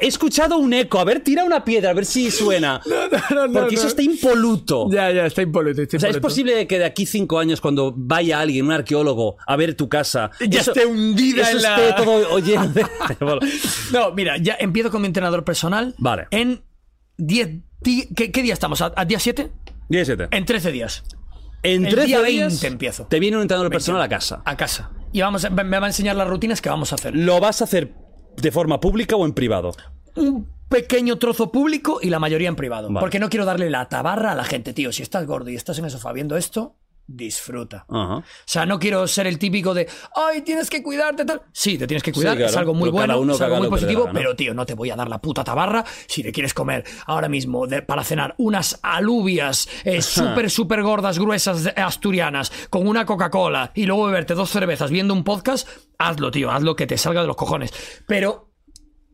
He escuchado un eco, a ver, tira una piedra, a ver si suena. no, no, Porque no. eso está impoluto. Ya, ya, está impoluto. está O sea, ¿es impoluto. posible que de aquí cinco años, cuando vaya alguien, un arqueólogo, a ver tu casa, Ya esté hundida eso en la- esté todo oyendo? No, mira, ya empiezo con mi entrenador personal. Vale. En 10 di- ¿Qué, qué día estamos? ¿A, a día 7? 17. En 13 días. En el 13 día días 20 empiezo. Te viene un entrenador personal a casa. A casa. Y vamos a- me va a enseñar las rutinas que vamos a hacer. ¿Lo vas a hacer de forma pública o en privado? un pequeño trozo público y la mayoría en privado. Vale. Porque no quiero darle la tabarra a la gente, tío. Si estás gordo y estás en el sofá viendo esto, disfruta. Ajá. O sea, no quiero ser el típico de, ay, tienes que cuidarte, tal. Sí, te tienes que cuidar, claro, es algo muy pero cada bueno, uno es que algo haga muy lo que le dé la positivo, gana. pero tío, no te voy a dar la puta tabarra si te quieres comer ahora mismo de- para cenar unas alubias eh, súper, súper gordas, gruesas, de- asturianas, con una Coca-Cola y luego beberte dos cervezas viendo un podcast, hazlo, tío, hazlo que te salga de los cojones. Pero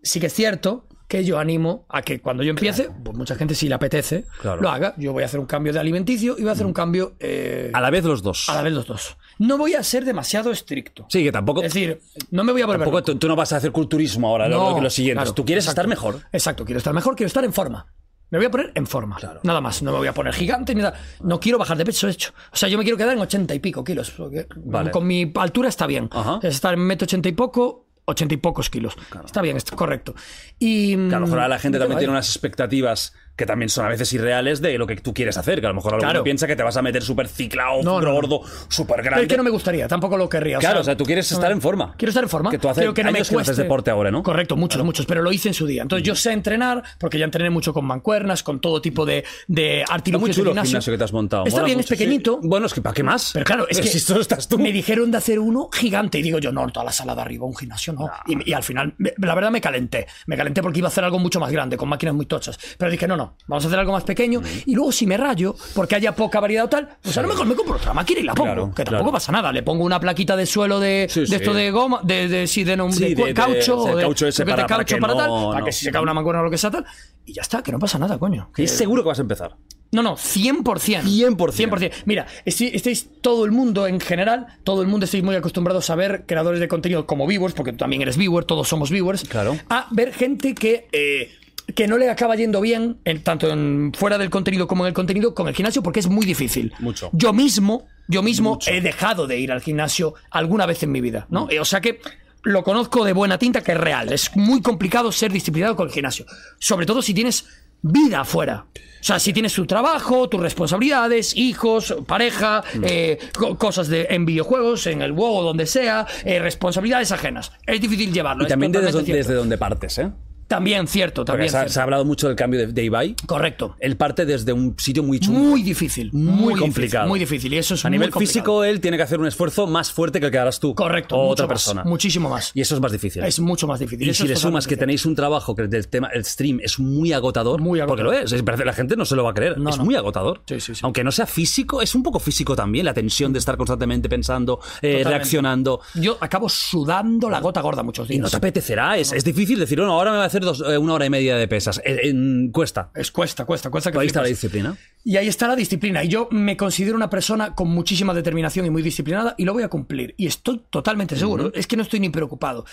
sí que es cierto que yo animo a que cuando yo empiece, pues mucha gente si le apetece, Claro. Mm. lo haga. Yo voy a hacer un cambio de alimenticio y voy a hacer un cambio... eh, A la vez los dos. a la vez los dos. No voy a ser demasiado estricto. Sí, que tampoco. Es decir, no me voy a volver. tampoco loco. tú, tú no vas a hacer culturismo ahora, lo- No, lo, lo siguiente. claro, tú quieres exacto. estar mejor. Exacto, quiero estar mejor, quiero estar en forma. Me voy a poner en forma. Nada más, no me voy a poner gigante ni nada. No quiero bajar de peso, de hecho. O sea, yo me quiero quedar en ochenta y pico kilos. porque Vale. Con mi altura está bien. Ajá. Es estar en metro ochenta y poco, ochenta y pocos kilos. Está bien, es correcto. Y, Que a lo mejor mm, ahora la gente también ahí. tiene unas expectativas que también son a veces irreales de lo que tú quieres hacer. Que a lo mejor alguno Claro. piensa que te vas a meter súper ciclado, No, no, no. gordo, súper Pero grande. es que no me gustaría, tampoco lo querría. Claro, o sea, tú quieres no estar me- en forma. Quiero estar en forma. Que tú hace Quiero que no me años que no haces cueste. deporte ahora, ¿no? Correcto, muchos, muchos, pero lo hice en su día. Entonces yo sé entrenar, porque ya entrené mucho con mancuernas, con todo tipo de, de Está muy artilugios de chulo el gimnasio que te has montado. Está mola bien, mucho, es pequeñito. sí. Bueno, es que ¿para qué más? Pero claro, es que Si solo estás tú. me dijeron de hacer uno gigante y digo yo, no, toda la sala de arriba, un gimnasio, no. Y, y al final, me- la verdad me calenté. Me calenté porque iba a hacer algo mucho más grande, con máquinas muy tochas. Pero dije, no, no, vamos a hacer algo más pequeño. Y luego si me rayo, porque haya poca variedad o tal, pues a lo mejor me compro otra máquina y la pongo. Claro, que tampoco claro. pasa nada. Le pongo una plaquita de suelo de, Sí, de sí. esto de goma, de, de, sí, de, no- Sí, de cu- de- de- caucho. de o de caucho ese de para- para caucho que para tal, no- para no. que si se cae una mancuerna o lo que sea tal. Y ya está, que no pasa nada, coño. Que- Es seguro que vas a empezar. no, no, 100%. 100%. 100%. Mira, esti- estáis todo el mundo en general, todo el mundo estáis muy acostumbrados a ver creadores de contenido como viewers, porque tú también eres viewer, todos somos viewers. Claro. A ver gente que. eh, que no le acaba yendo bien, en- tanto en, fuera del contenido como en el contenido, con el gimnasio, porque es muy difícil. Mucho. Yo mismo, yo mismo he dejado de ir al gimnasio alguna vez en mi vida, ¿no? Eh, O sea que lo conozco de buena tinta que es real. Es muy complicado ser disciplinado con el gimnasio. Sobre todo si tienes vida afuera. O sea, si tienes tu trabajo, tus responsabilidades, hijos, pareja, Mm. eh, co- cosas de, en videojuegos, en el WoW o donde sea, eh, responsabilidades ajenas. Es difícil llevarlo. Y es también desde, totalmente desde cierto. donde partes, ¿eh? También cierto, Porque también se, ha- cierto. se ha hablado mucho del cambio de, de Ibai. Correcto. Él parte desde un sitio muy chungo. Muy difícil, muy, difícil, complicado. muy difícil. Y eso es a muy nivel complicado. físico, él tiene que hacer un esfuerzo más fuerte que el que harás tú. Correcto. O mucho otra más, persona. Muchísimo más. Y eso es más difícil. Es mucho más difícil. y Eso si es le sumas totalmente que tenéis un trabajo que el tema el stream es muy agotador, Muy agotador. porque lo es, es verdad, la gente no se lo va a creer, No, es no. muy agotador. Sí, sí, sí. Aunque no sea físico, es un poco físico también la tensión de estar constantemente pensando, eh, Totalmente. reaccionando. cierto. Yo acabo sudando la gota gorda muchos días. Y no te apetecerá, es, es difícil decir, no, ahora me voy a hacer dos- eh, una hora y media de pesas. Eh, eh, cuesta. es cuesta, cuesta, cuesta. Que Ahí está la flipas. disciplina. Y ahí está la disciplina. Y yo me considero una persona con muchísima determinación y muy disciplinada y lo voy a cumplir. Y estoy totalmente seguro. Es que no estoy ni preocupado.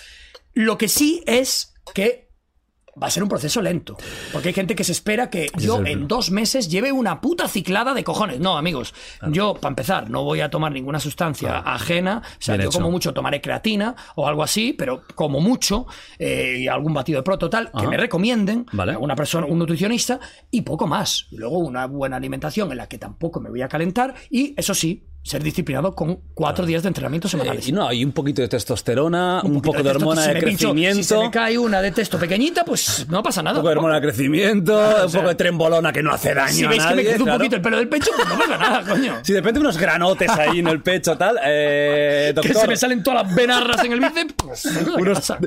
Lo que sí es que va a ser un proceso lento. Porque hay gente que se espera que yo el- en dos meses lleve una puta ciclada de cojones. No, amigos. Yo, para empezar, no voy a tomar ninguna sustancia ajena. O sea, Bien yo como hecho. mucho tomaré creatina o algo así, pero como mucho, eh, y algún batido de proto tal, que Ajá. me recomienden, Vale. una persona, un nutricionista y poco más. Y Luego una buena alimentación en la que tampoco me voy a calentar y eso sí, ser disciplinado con cuatro días de entrenamiento semanales. Eh, Y no, hay un poquito de testosterona, un, poquito poco de testo, hormona si de me pincho- crecimiento. si se me cae una de texto pequeñita, pues no pasa nada. Un poco de tampoco. hormona de crecimiento, un poco de trembolona que no hace daño. Si a veis que me nadie, crece un claro. poquito el pelo del pecho, pues no pasa nada, coño. Si de repente unos granotes ahí en el pecho, tal. Eh, que doctor, se me salen todas las venarras en el bíceps, pues, ¿qué unos, pasa?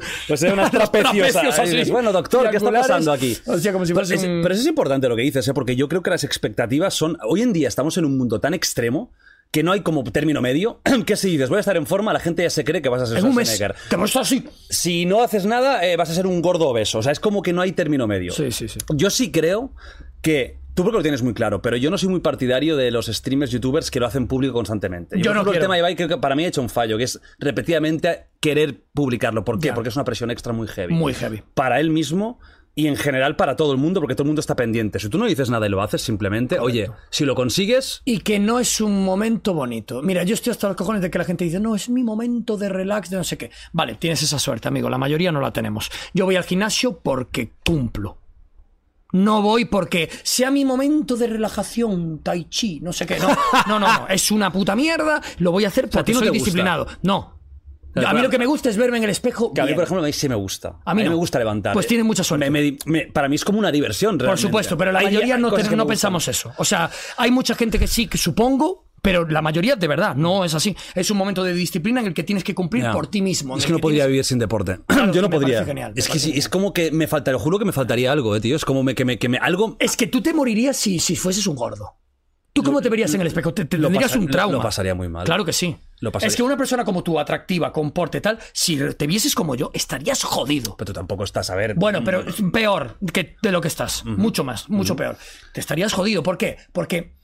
pues, eh, unas trapecios. trapecios ahí. así, Dices, bueno, doctor, ¿qué está triangulares. pasando aquí? O sea, como si pero, fuese es- un- pero eso es importante lo que dices, ¿eh? porque yo creo que las expectativas son. Hoy en día estamos en un mundo tan extremo que no hay como término medio, que si dices voy a estar en forma, la gente ya se cree que vas a ser En un mes. Schwarzenegger. Te muestro así. Si no haces nada, eh, vas a ser un gordo obeso. O sea, es como que no hay término medio. Sí, sí, sí. Yo sí creo que. Tú porque lo tienes muy claro, pero yo no soy muy partidario de los streamers, youtubers que lo hacen público constantemente. Yo por no ejemplo, el quiero. tema de Ibai creo que para mí ha hecho un fallo, que es repetidamente querer publicarlo. ¿Por qué? Ya. Porque es una presión extra muy heavy. Muy heavy. Para él mismo y en general para todo el mundo, porque todo el mundo está pendiente. Si tú no dices nada y lo haces simplemente, oye, si lo consigues, Y que no es un momento bonito. Mira, yo estoy hasta los cojones de que la gente dice, no, es mi momento de relax, de no sé qué. Vale, tienes esa suerte, amigo. La mayoría no la tenemos. Yo voy al gimnasio porque cumplo. No voy porque sea mi momento de relajación, tai chi, no sé qué. No, no, no, no. es una puta mierda. Lo voy a hacer porque a ti no soy te gusta. disciplinado. No. A mí claro. lo que me gusta es verme en el espejo. Que a mí, bien. por ejemplo, a mí sí me gusta. A mí no. me gusta levantar. ¿eh? Pues tiene mucha suerte. Me- me- me- para mí es como una diversión, Por realmente. supuesto, pero la Hay- mayoría hay no, cosas ten- que me no gustan. pensamos eso. O sea, hay mucha gente que sí, que supongo, pero la mayoría de verdad no es así. Es un momento de disciplina en el que tienes que cumplir Ya. por ti mismo. en Es el que no podría tienes- vivir sin deporte. Claro, Yo no me parece podría. genial, me es que parece sí, es como que me falta, lo juro que me faltaría algo, eh, tío. Es como me- que me, que me algo Es que tú te morirías si, si fueses un gordo. ¿Tú cómo te verías en el espejo? Te, te lo tendrías pasa- un trauma. lo pasaría muy mal. Claro que sí. Lo pasaría. Es que una persona como tú, atractiva, con porte tal, si te vieses como yo, estarías jodido. Pero tú tampoco estás a ver. mm. Bueno, pero es peor que de lo que estás. Mucho más, mucho peor. Te estarías jodido. ¿Por qué? Porque,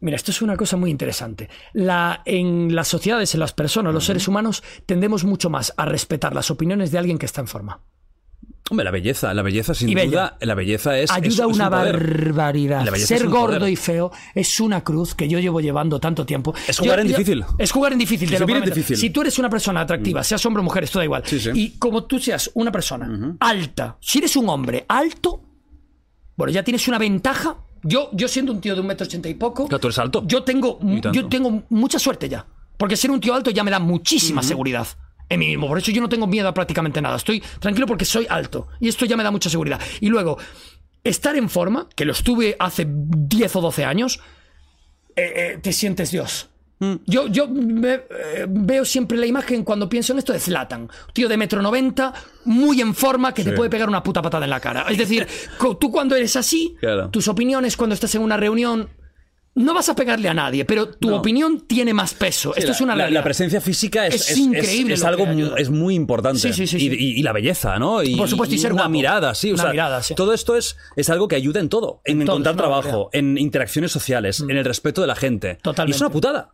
mira, esto es una cosa muy interesante. La, en las sociedades, en las personas, los seres humanos, tendemos mucho más a respetar las opiniones de alguien que está en forma. Hombre, la belleza, la belleza sin Y bella. duda, la belleza es es- es Ayuda un una poder. barbaridad. La belleza es Ser un gordo poder. y feo es una cruz que yo llevo llevando tanto tiempo. Es jugar en difícil. Es jugar en difícil. Te lo Disciplina en prometo. difícil. Mm. Si tú eres una persona atractiva, seas hombre o mujer, esto da igual. Sí, sí. Y como tú seas una persona alta, si eres un hombre alto, bueno, ya tienes una ventaja. Yo, yo siendo un tío de un metro ochenta y poco, Claro, tú eres alto. Yo tengo, mu- Y tanto. yo tengo mucha suerte ya, porque ser un tío alto ya me da muchísima seguridad en mí mismo. Por eso yo no tengo miedo a prácticamente nada. Estoy tranquilo porque soy alto y esto ya me da mucha seguridad. Y luego estar en forma, que lo estuve hace 10 o 12 años, eh, eh, te sientes Dios. Mm. Yo, yo me- eh, veo siempre la imagen cuando pienso en esto de Zlatan, tío de metro 90, muy en forma, que te puede pegar una puta patada en la cara. Es decir, co- tú cuando eres así, Claro. tus opiniones cuando estás en una reunión, no vas a pegarle a nadie, pero tu No. opinión tiene más peso. Sí, esto la- es una la, realidad. la presencia física es, Es increíble Es, lo algo que mu- ayuda. es muy importante. Sí, sí, sí, Y- sí. Y, y la belleza, ¿no? Y, Por supuesto, y y ser una guapo. mirada, sí. o Una sea, mirada, sí. Todo esto es, es algo que ayuda en todo. En, todo, encontrar es una Mm. trabajo, en interacciones sociales, en el respeto de la gente. Y es Totalmente. una putada.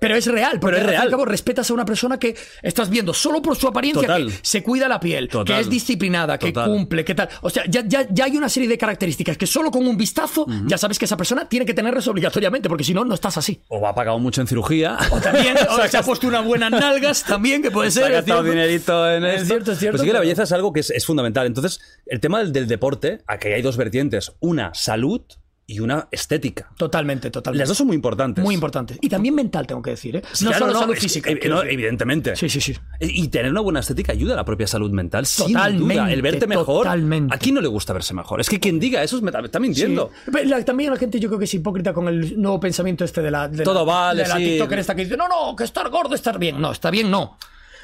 Pero es real, porque es al fin y al real. cabo respetas a una persona que estás viendo solo por su apariencia, Total. que se cuida la piel, Total. que es disciplinada, que Total. cumple, que tal. O sea, ya, ya- ya hay una serie de características que solo con un vistazo ya sabes que esa persona tiene que tenerlas obligatoriamente, porque si no, no estás así. O ha pagado mucho en cirugía. O también o se ha puesto unas buenas nalgas también, que puede Se ha ser. gastado ¿cierto? dinerito en Es esto. cierto, es cierto, Pero sí que la pero- belleza es algo que es, es fundamental. Entonces, el tema del, del deporte, aquí hay dos vertientes. Una, salud y una estética. Totalmente, totalmente. Las dos son muy importantes. Muy importantes. Y también mental, tengo que decir, ¿eh? Sí, no claro, solo salud es- física. eh, no, evidentemente. E, Sí, sí, sí. Y tener una buena estética ayuda a la propia salud mental. sin duda. Totalmente, El verte mejor. totalmente. ¿A quién no le gusta verse mejor? Es que quien diga eso es- me, está mintiendo. Sí. Pero la- también la gente yo creo que es hipócrita con el nuevo pensamiento este de la, de la- Todo vale, de la sí. TikToker esta que dice, no, no, que estar gordo, estar bien. No, está bien, no.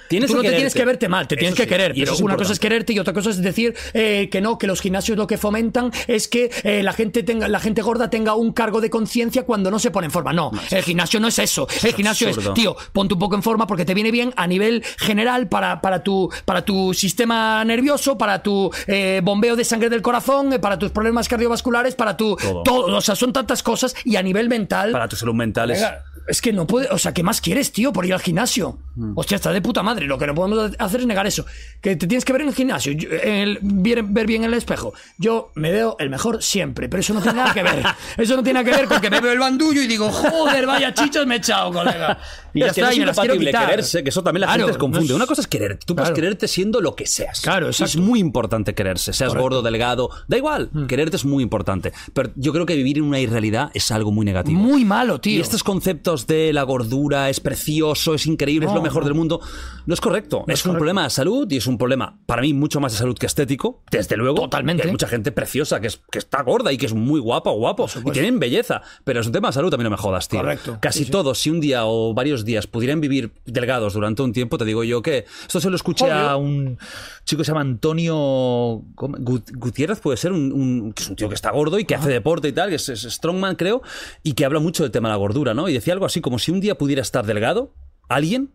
Tienes Tú que no te quererte. tienes que verte mal, te Eso tienes que sí, querer. y eso Pero es una cosa es importante. quererte y otra cosa es decir eh, que no, que los gimnasios lo que fomentan es que eh, la gente tenga, la gente gorda tenga un cargo de conciencia cuando no se pone en forma. No, el gimnasio no es eso. el gimnasio absurdo. es, tío, ponte un poco en forma porque te viene bien a nivel general para, para tu para tu sistema nervioso, para tu eh, bombeo de sangre del corazón, eh, para tus problemas cardiovasculares, para tu Todo. todo. O sea, son tantas cosas y a nivel mental. Para tu salud mental es. Venga, es que no puede, o sea, ¿qué más quieres, tío, por ir al gimnasio? Mm. Hostia, está de puta madre. Lo que no podemos hacer es negar eso. Que te tienes que ver en el gimnasio, yo- en el- ver, ver bien en el espejo. Yo me veo el mejor siempre, pero eso no tiene nada que ver. Eso no tiene nada que ver con que me veo el bandullo y digo, joder, vaya chichas, me he echado, colega. Y ya es que está, no es y me las quiero incompatible quitar. quererse, que eso también la Claro, gente se confunde. no es- Una cosa es quererte. Tú puedes Claro. quererte siendo lo que seas. Claro, Es exacto. Mm. muy importante quererse. Seas gordo, delgado, da igual. Quererte es muy importante. Pero yo creo que vivir en una irrealidad es algo muy negativo. Muy malo, tío. Y estos conceptos de la gordura es precioso, es increíble, es No, lo mejor no. del mundo, No es correcto. es correcto. un problema de salud y es un problema, para mí, mucho más de salud que estético, desde luego. Totalmente. Y Hay mucha gente preciosa que, es, que está gorda y que es muy guapa o guapo. Y tienen belleza. Pero es un tema de salud, también no me jodas, tío. Correcto. Casi Sí, sí. todos, si un día o varios días pudieran vivir delgados durante un tiempo, te digo yo que. Esto se lo escuché a un chico que se llama Antonio ¿cómo? Gut- Gutiérrez, puede ser, un, un- que es un tío que está gordo y que Ah. hace deporte y tal, que es, es strongman, creo, y que habla mucho del tema de la gordura, ¿no? Y decía algo así como si un día pudiera estar delgado, alguien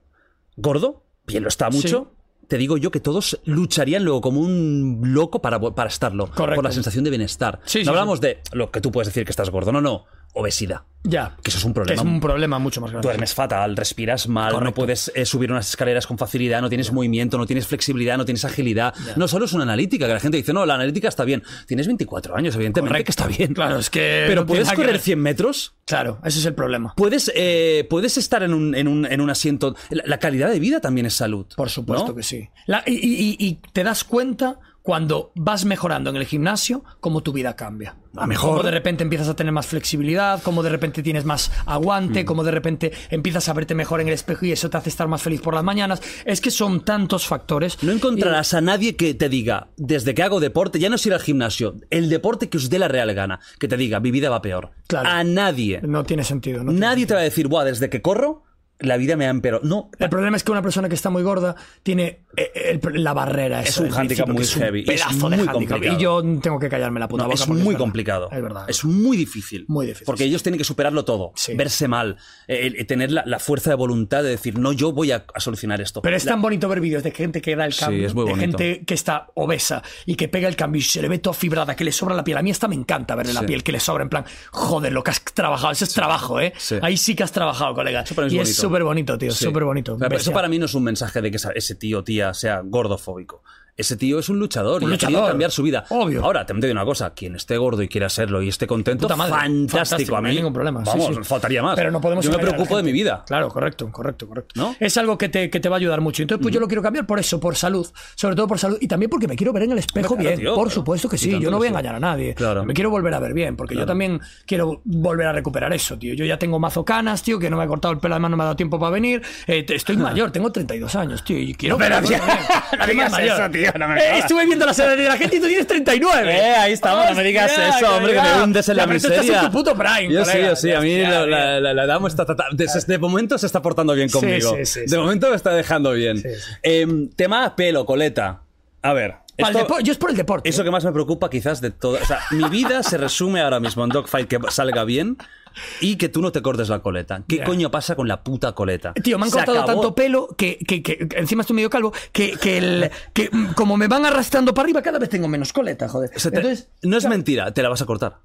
gordo, bien lo está mucho. Te digo yo que todos lucharían luego como un loco para, para estarlo. Correcto. Por la sensación de bienestar. Sí, sí, no hablamos de lo que tú puedes decir que estás gordo. No, no. Obesidad. Ya. Que eso es un Que problema. es un problema mucho más grande. Duermes fatal, respiras mal, no puedes eh, subir unas escaleras con facilidad, no tienes movimiento, no tienes flexibilidad, no tienes agilidad. No solo es una analítica, que la gente dice, no, la analítica está bien. Tienes 24 años, evidentemente que está bien. Claro, es que Pero no tiene puedes nada que correr ver. 100 metros, Claro, ese es el problema. puedes, eh, puedes estar en un, en un, en un asiento. La, la calidad de vida también es salud. Por supuesto ¿no? que sí. La- y, y- y- y te das cuenta cuando vas mejorando en el gimnasio cómo tu vida cambia. A Ah, mejor. Cómo de repente empiezas a tener más flexibilidad, cómo de repente tienes más aguante, Mm. cómo de repente empiezas a verte mejor en el espejo y eso te hace estar más feliz por las mañanas. Es que son tantos factores. No encontrarás a nadie que te diga, desde que hago deporte, ya no es ir al gimnasio, el deporte que os dé la real gana, que te diga, mi vida va peor. Claro. A nadie. No tiene sentido. no tiene nadie te va a decir, Buah, desde que corro, la vida me ha empeorado. No, El problema es que una persona que está muy gorda tiene eh, el- la barrera. Es esa un del handicap principio, muy que es un heavy, y es pedazo de muy handicap. complicado. Y yo tengo que callarme la puta No, boca es porque muy verdad. complicado. Es verdad. Es muy difícil. Muy difícil, Porque sí. ellos tienen que superarlo todo. Sí. Verse mal. eh, el- tener la, la fuerza de voluntad de decir, no, yo voy a, a solucionar esto. Pero es La- tan bonito ver vídeos de gente que da el Sí, cambio, es muy de bonito. gente que está obesa y que pega el cambio y se le ve toda fibrada, que le sobra la piel. A mí esta me encanta verle la Sí. piel que le sobra, en plan, joder, lo que has trabajado, ese es trabajo, ¿eh? Sí. Ahí sí que has trabajado, colega. Eso para mí y es es bonito. súper bonito, tío, Sí. súper bonito. Claro, pero eso Bestia. para mí no es un mensaje de que esa- ese tío o tía sea gordofóbico. Ese tío es un luchador Un y ha querido luchador. cambiar su vida. Obvio. Ahora, también te digo una cosa. Quien esté gordo y quiera serlo y esté contento, Puta madre, fantástico. fantástico, A mí no hay ningún problema, sí, Vamos, sí. faltaría más. Pero no podemos Yo me engañar a la preocupo de gente. mi vida. Claro, correcto, correcto, correcto. ¿No? Es algo que te, que te va a ayudar mucho. Entonces, pues yo lo quiero cambiar por eso, por salud. Sobre todo por salud. Y también porque me quiero ver en el espejo Hombre, claro, bien. tío, por claro. supuesto que Y sí. tanto Yo no que voy a sí. engañar a nadie. Claro. Me quiero volver a ver bien, porque yo también quiero volver a recuperar eso, tío. Yo ya tengo mazo canas, tío, que no me ha cortado el pelo, además no me ha dado tiempo para venir. Eh, te- estoy mayor, tengo 32 años, tío. Y quiero Pero, tío, verme bien. no Soy más digas eso, mayor. tío, no me Eh, jodas. estuve viendo la serie de la gente y tú tienes 39. Eh, ahí estamos, no me digas Hostia, eso, hombre, que colega. me hundes en la Ya, pero tú estás en miseria. tu puto prime, Yo sí, colega. yo sí, a mí Hostia, la, tío. la, la- la dama está, trata- de, de momento se está portando bien conmigo. sí, sí, de sí. momento me está dejando bien. sí. Em, tema pelo, coleta. A ver. Para el esto- depo- yo es por el deporte. eso que más me preocupa quizás de todo. O sea, mi vida se resume ahora mismo en Dogfight que salga bien y que tú no te cortes la coleta. ¿Qué coño pasa con la puta coleta? Tío, me han Se cortado acabó. tanto pelo que, que- que- que encima estoy medio calvo que, que el- que, mm, como me van arrastrando para arriba cada vez tengo menos coleta, joder. O sea, te- Entonces, Eh, no es mentira, te la vas a cortar.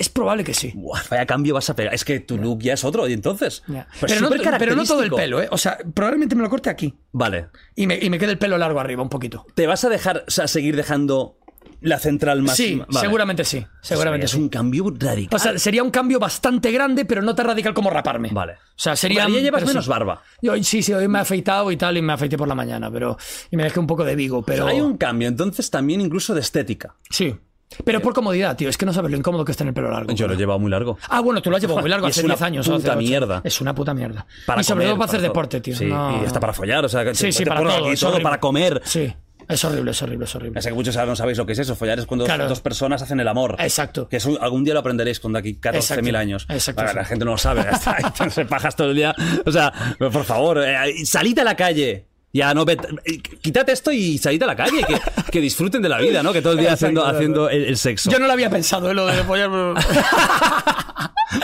es probable que sí. Buah, vaya cambio vas a pegar. Es que tu look ya es otro, y entonces. Ya. Pues Pero, no, súper pero no todo el característico. pelo, ¿eh? O sea, probablemente me lo corte aquí Vale. y me, y me quede el pelo largo arriba un poquito. ¿Te vas a dejar, o sea, seguir dejando la central más? sí, vale. seguramente sí. Seguramente Pues es sí. un cambio radical. O sea, sería un cambio bastante grande, pero no tan radical como raparme. Vale. O sea, sería. Hombre, ya llevas pero menos sí. barba. Yo, sí, sí, hoy me he afeitado y tal, y me afeité por la mañana, pero. Y me dejé un poco de vigo, pero. Hay un cambio, entonces también incluso de estética. Sí. Pero por comodidad, tío. Es que no sabes lo incómodo que es tener el pelo largo. Yo lo he llevado muy largo. Ah, bueno, tú lo has llevado muy largo Y es hace una 10 años. puta o hace ocho. mierda. Es una puta mierda. Para y sobre comer, todo para hacer todo. deporte, tío. Sí, No. y hasta para follar, o sea, que Sí, te- sí, te para ponen todo, aquí es horrible. para comer. Sí, es horrible, es horrible, es horrible. Ya sé que muchos ahora no sabéis lo que es eso. Follar es cuando Claro. dos personas hacen el amor. Exacto. Que eso algún día lo aprenderéis cuando aquí 14.000 Exacto. años. Exacto, Ahora, sí. La gente no lo sabe. ya está. Entonces pajas todo el día. O sea, pero por favor, eh, salid a la calle. Ya, no, vete- eh, quítate esto y salid a la calle. Que, que disfruten de la vida, ¿no? Que todo el día haciendo, Exacto, haciendo el, el sexo. Yo no lo había pensado, ¿eh? lo de pues follar. pero-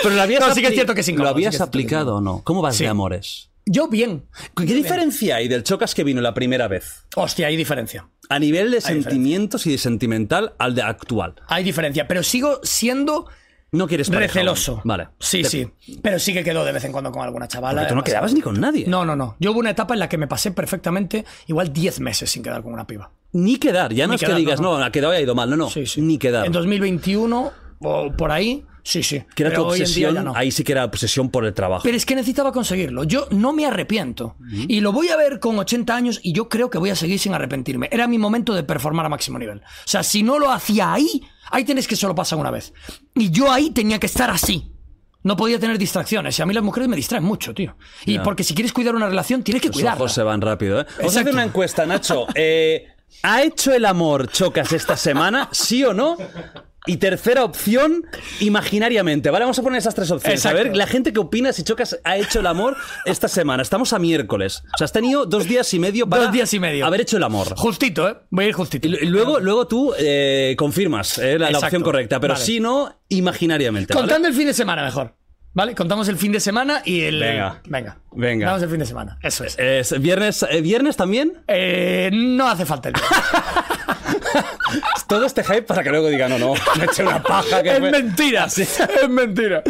Pero lo habías, No, sí que es apli- cierto que es incómodo, ¿Lo sí que habías es cierto que es aplicado o no? ¿Cómo vas de amores? Yo bien. ¿Qué diferencia hay del chocas que vino la primera vez? Hostia, hay diferencia. A nivel de sentimientos y de sentimental al de actual. Hay diferencia. Pero sigo siendo No quieres pareja, receloso. Vale. Sí, Te- sí. Pero sí que quedó de vez en cuando con alguna chavala. Porque tú no además. quedabas ni con nadie. No, no, no. Yo hubo una etapa en la que me pasé perfectamente, igual 10 meses sin quedar con una piba. Ni quedar. Ya no Ni es quedar, que digas, no, no, ha quedado y ha ido mal. No, no. Sí, sí. Ni quedar. En 2021 o por ahí, sí, sí. que era tu Pero hoy en día obsesión. ya no. Ahí sí que era obsesión por el trabajo. Pero es que necesitaba conseguirlo. Yo no me arrepiento. Y lo voy a ver con 80 años y yo creo que voy a seguir sin arrepentirme. Era mi momento de performar a máximo nivel. O sea, si no lo hacía ahí, ahí tenés que solo pasar una vez. Y yo ahí tenía que estar así. No podía tener distracciones. Y a mí las mujeres me distraen mucho, tío. Y porque si quieres cuidar una relación, tienes que Los cuidarla. ojos se van rápido, ¿eh? Vamos a hacer Exacto. una encuesta, Nacho. Eh, ¿Ha hecho el amor Chocas esta semana? ¿Sí o no? Y tercera opción, imaginariamente. Vale, vamos a poner esas tres opciones. A Exacto. ver, la gente que opina si Chocas ha hecho el amor esta semana. Estamos a miércoles. O sea, has tenido dos días y medio para Dos días y medio. haber hecho el amor. Justito, ¿eh? Voy a ir justito. Y lu- y luego, luego tú eh, confirmas eh, la, la Exacto. opción correcta, pero Vale. si no, imaginariamente. ¿vale? Contando el fin de semana mejor. ¿Vale? Contamos el fin de semana y el. Venga. Venga. Venga. Contamos el fin de semana. Eso es. Es viernes, eh, ¿Viernes también? Eh, no hace falta el. Todo este hype para que luego diga, no, no, me he hecho una paja. Que es fue- mentira, es mentira.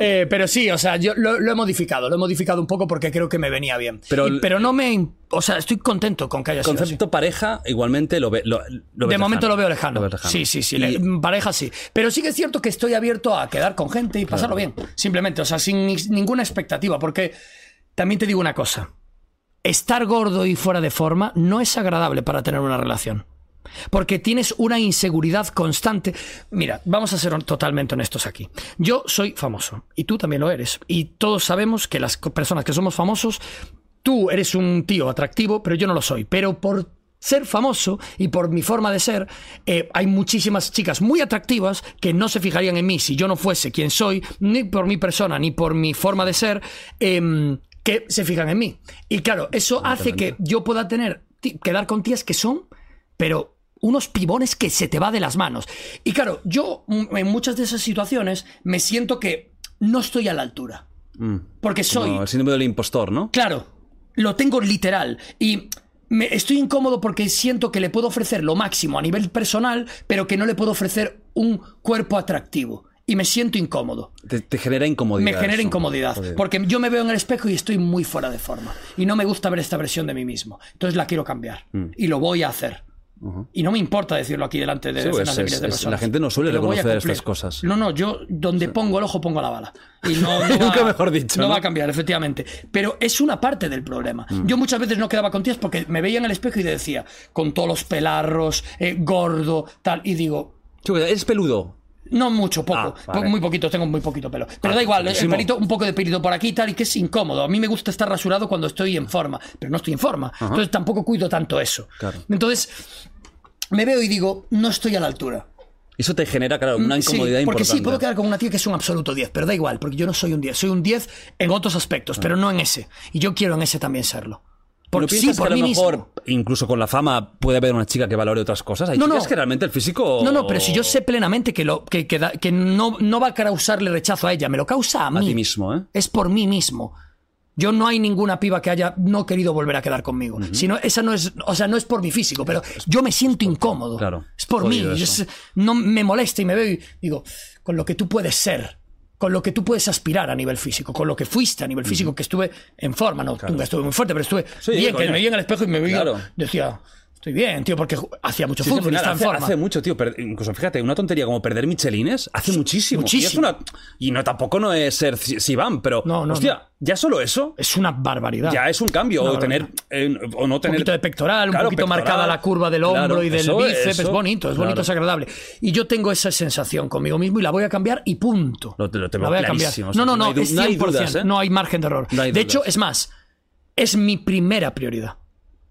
Eh, pero sí, o sea, yo lo, lo he modificado, lo he modificado un poco porque creo que me venía bien. Pero- Pero, pero no me, in- o sea, estoy contento con que haya sido así. Concepto pareja, igualmente lo, ve, lo, lo ves De lejano. momento lo veo lejano. Lo ves lejano. Sí, sí, sí. Y- le- Pareja sí. Pero sí que es cierto que estoy abierto a quedar con gente y pasarlo bien. Simplemente, o sea, sin ni- ninguna expectativa. Porque también te digo una cosa. Estar gordo y fuera de forma no es agradable para tener una relación. Porque tienes una inseguridad constante. Mira, vamos a ser hon- totalmente honestos aquí. Yo soy famoso y tú también lo eres. Y todos sabemos que las co- personas que somos famosos, tú eres un tío atractivo, pero yo no lo soy. Pero por ser famoso y por mi forma de ser, eh, hay muchísimas chicas muy atractivas que no se fijarían en mí si yo no fuese quien soy, ni por mi persona, ni por mi forma de ser. em, que se fijan en mí. Y claro, eso hace que yo pueda tener, ti- quedar con tías que son, pero unos pibones que se te va de las manos. Y claro, yo mm, en muchas de esas situaciones me siento que no estoy a la altura. Porque soy, No, Mm. el síndrome del impostor, ¿no? claro, lo tengo literal. Y me estoy incómodo porque siento que le puedo ofrecer lo máximo a nivel personal, pero que no le puedo ofrecer un cuerpo atractivo. Y me siento incómodo. Te, te genera incomodidad. Me genera eso. incomodidad. Joder. Porque yo me veo en el espejo y estoy muy fuera de forma. Y no me gusta ver esta versión de mí mismo. Entonces la quiero cambiar. Mm. Y lo voy a hacer. Y no me importa decirlo aquí delante de Sí, decenas pues, de es- miles de es- la personas. gente no suele Que lo voy a reconocer cumplir. estas cosas. No, no, yo donde pongo el ojo pongo la bala. Y no, no va, Nunca mejor dicho, No, ¿no? Mm. va a cambiar, efectivamente. Pero es una parte del problema. Yo muchas veces no quedaba con tías porque me veía en el espejo y decía, con todos los pelarros, eh, gordo, tal. Y digo, Chuca, eres peludo. no mucho, poco. Ah, vale. Po- Muy poquito, tengo muy poquito pelo. Pero Ah, da igual, ¿eh? el poquísimo. pelito, un poco de pelito por aquí y tal, y que es incómodo. A mí me gusta estar rasurado cuando estoy en forma, pero no estoy en forma. Entonces tampoco cuido tanto eso. Claro. Entonces, me veo y digo, no estoy a la altura. Eso te genera, claro, una Mm, Sí, incomodidad porque importante. sí, puedo quedar con una tía que es un absoluto 10, pero da igual, porque yo no soy un 10. Soy un 10 en otros Ah. aspectos, pero no en ese. Y yo quiero en ese también serlo. ¿No Porque sí, piensas por que a mí lo mismo. mejor, incluso con la fama, puede haber una chica que valore otras cosas? Hay No, chicas no. que realmente el físico... No, no, pero si yo sé plenamente que, lo, que, que da- que no, no va a causarle rechazo a ella, me lo causa a A mí. ti mismo, ¿eh? Es por mí mismo. Yo no hay ninguna piba que haya no querido volver a quedar conmigo. Sino esa no es, o sea, no es por mi físico, pero yo me siento incómodo. claro. Es por mí. Jodido eso. es- no me molesta y me veo y digo, con lo que tú puedes ser, con lo que tú puedes aspirar a nivel físico, con lo que fuiste a nivel físico, que estuve en forma, no, nunca estuve muy fuerte, pero estuve Sí, bien, coño. que me veía en el espejo y me veía, Claro. decía, estoy bien, tío, porque ju- hacía mucho Sí, sí, al fútbol, y final, estaba en hace, forma. hace mucho, tío. per- incluso fíjate, una tontería como perder michelines hace muchísimo. Y, es muchísimo. una- y no tampoco no es ser si- Sivan, pero. No, no, hostia, no. ya solo eso Es una barbaridad. ya es un cambio. o, tener, eh, o no tener. Un poquito de pectoral, Claro, un poquito pectoral. marcada la curva del hombro Claro, y del eso- bíceps. eso- es bonito, es claro. bonito, es agradable. Y yo tengo esa sensación conmigo mismo y la voy a cambiar y punto. Lo- lo tengo La voy a cambiar. clarísimo, o sea, No, no, no no, hay du- es 100%. no No hay hay, dudas, ¿eh? margen de error. No hay de dudas. hecho, es más, es mi primera prioridad.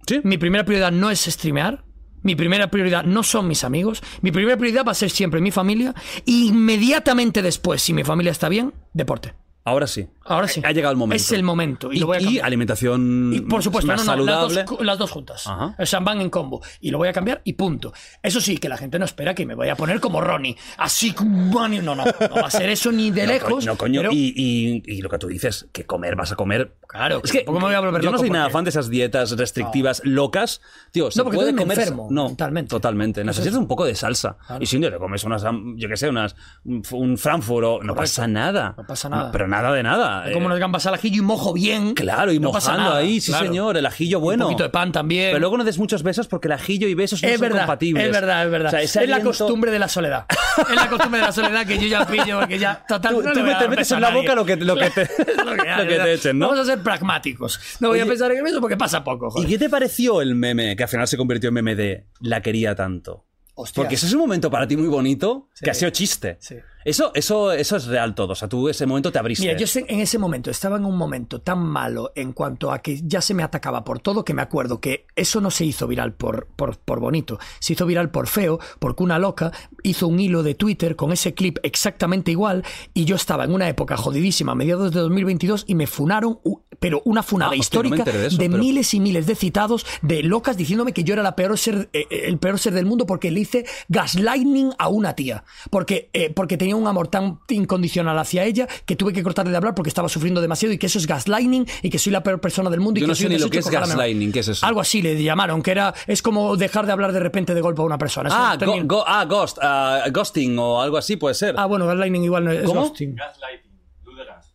Sí. Mi primera prioridad no es streamear. Mi primera prioridad no son mis amigos. Mi primera prioridad va a ser siempre mi familia. Y inmediatamente después, si mi familia está bien, deporte. Ahora sí. Ahora sí. Ha llegado el momento. Es el momento. Y, lo voy a y cambiar. alimentación. Y por supuesto, más no, no, saludable. Las, dos, cu- las dos juntas. Ajá. O sea, van en combo. Y lo voy a cambiar y punto. Eso sí, que la gente no espera que me voy a poner como Ronnie. Así como. No, no, no va a ser eso ni de No, lejos. coño, No, coño. pero- Y, y- y lo que tú dices, que comer vas a comer. Claro, es que que tampoco me voy a volver yo no loco soy nada porque- fan de esas dietas restrictivas locas. Tío, se No, porque puede entonces me comer. enfermo no, mentalmente. Totalmente. Necesitas un poco de salsa. Y si un día te comes unas, ham- yo qué sé, unas, un un Frankfurt, o- no pasa nada. No pasa nada. Pero nada de nada. Me como Eh, unas gambas al ajillo y mojo bien. Claro, y No pasa mojando nada, ahí, sí claro. señor, el ajillo bueno. Un poquito de pan también. Pero luego no des muchos besos porque el ajillo y besos no es son verdad, compatibles. es verdad, es verdad. O sea, es ese la aliento- costumbre de la soledad. Es la costumbre de la soledad que yo ya pillo, porque ya total. Tú- no le tú voy a te dar metes beso a en la nadie. boca lo que te- lo que te- Lo que hay, lo que te echen, ¿no? Vamos a ser pragmáticos. No voy a Oye- pensar en eso porque pasa poco. ¿Y Joder. qué te pareció el meme que al final se convirtió en meme de la quería tanto? Hostia. Porque ese es un momento para ti muy bonito Sí. que ha sido chiste. Sí. Eso, eso, eso es real todo. O sea, tú ese momento te abriste. Mira, yo sé- en ese momento estaba en un momento tan malo en cuanto a que ya se me atacaba por todo que me acuerdo que eso no se hizo viral por, por, por bonito, se hizo viral por feo, porque una loca hizo un hilo de Twitter con ese clip exactamente igual y yo estaba en una época jodidísima, a mediados de 2022, y me funaron, u- pero una funada Ah, hostia, no me histórica enteré de eso, pero- miles miles y miles de citados de locas diciéndome que yo era la peor ser, eh, eh, el peor ser del mundo porque le hice gaslighting a una tía. Porque, eh, porque tenía un amor tan incondicional hacia ella que tuve que cortarle de hablar porque estaba sufriendo demasiado y que eso es gaslighting y que soy la peor persona del mundo. y Yo que no soy sé un ni lo desecho que es ojalá me- gaslighting, ¿qué es eso? Algo así le llamaron, que era es como dejar de hablar de repente de golpe a una persona. Es Ah, un go- término- go- ah, ghost, ah, ghosting o algo así puede ser. Ah, Ah, bueno, gaslighting igual no es ¿Cómo? ghosting. Gaslighting, luz de gas.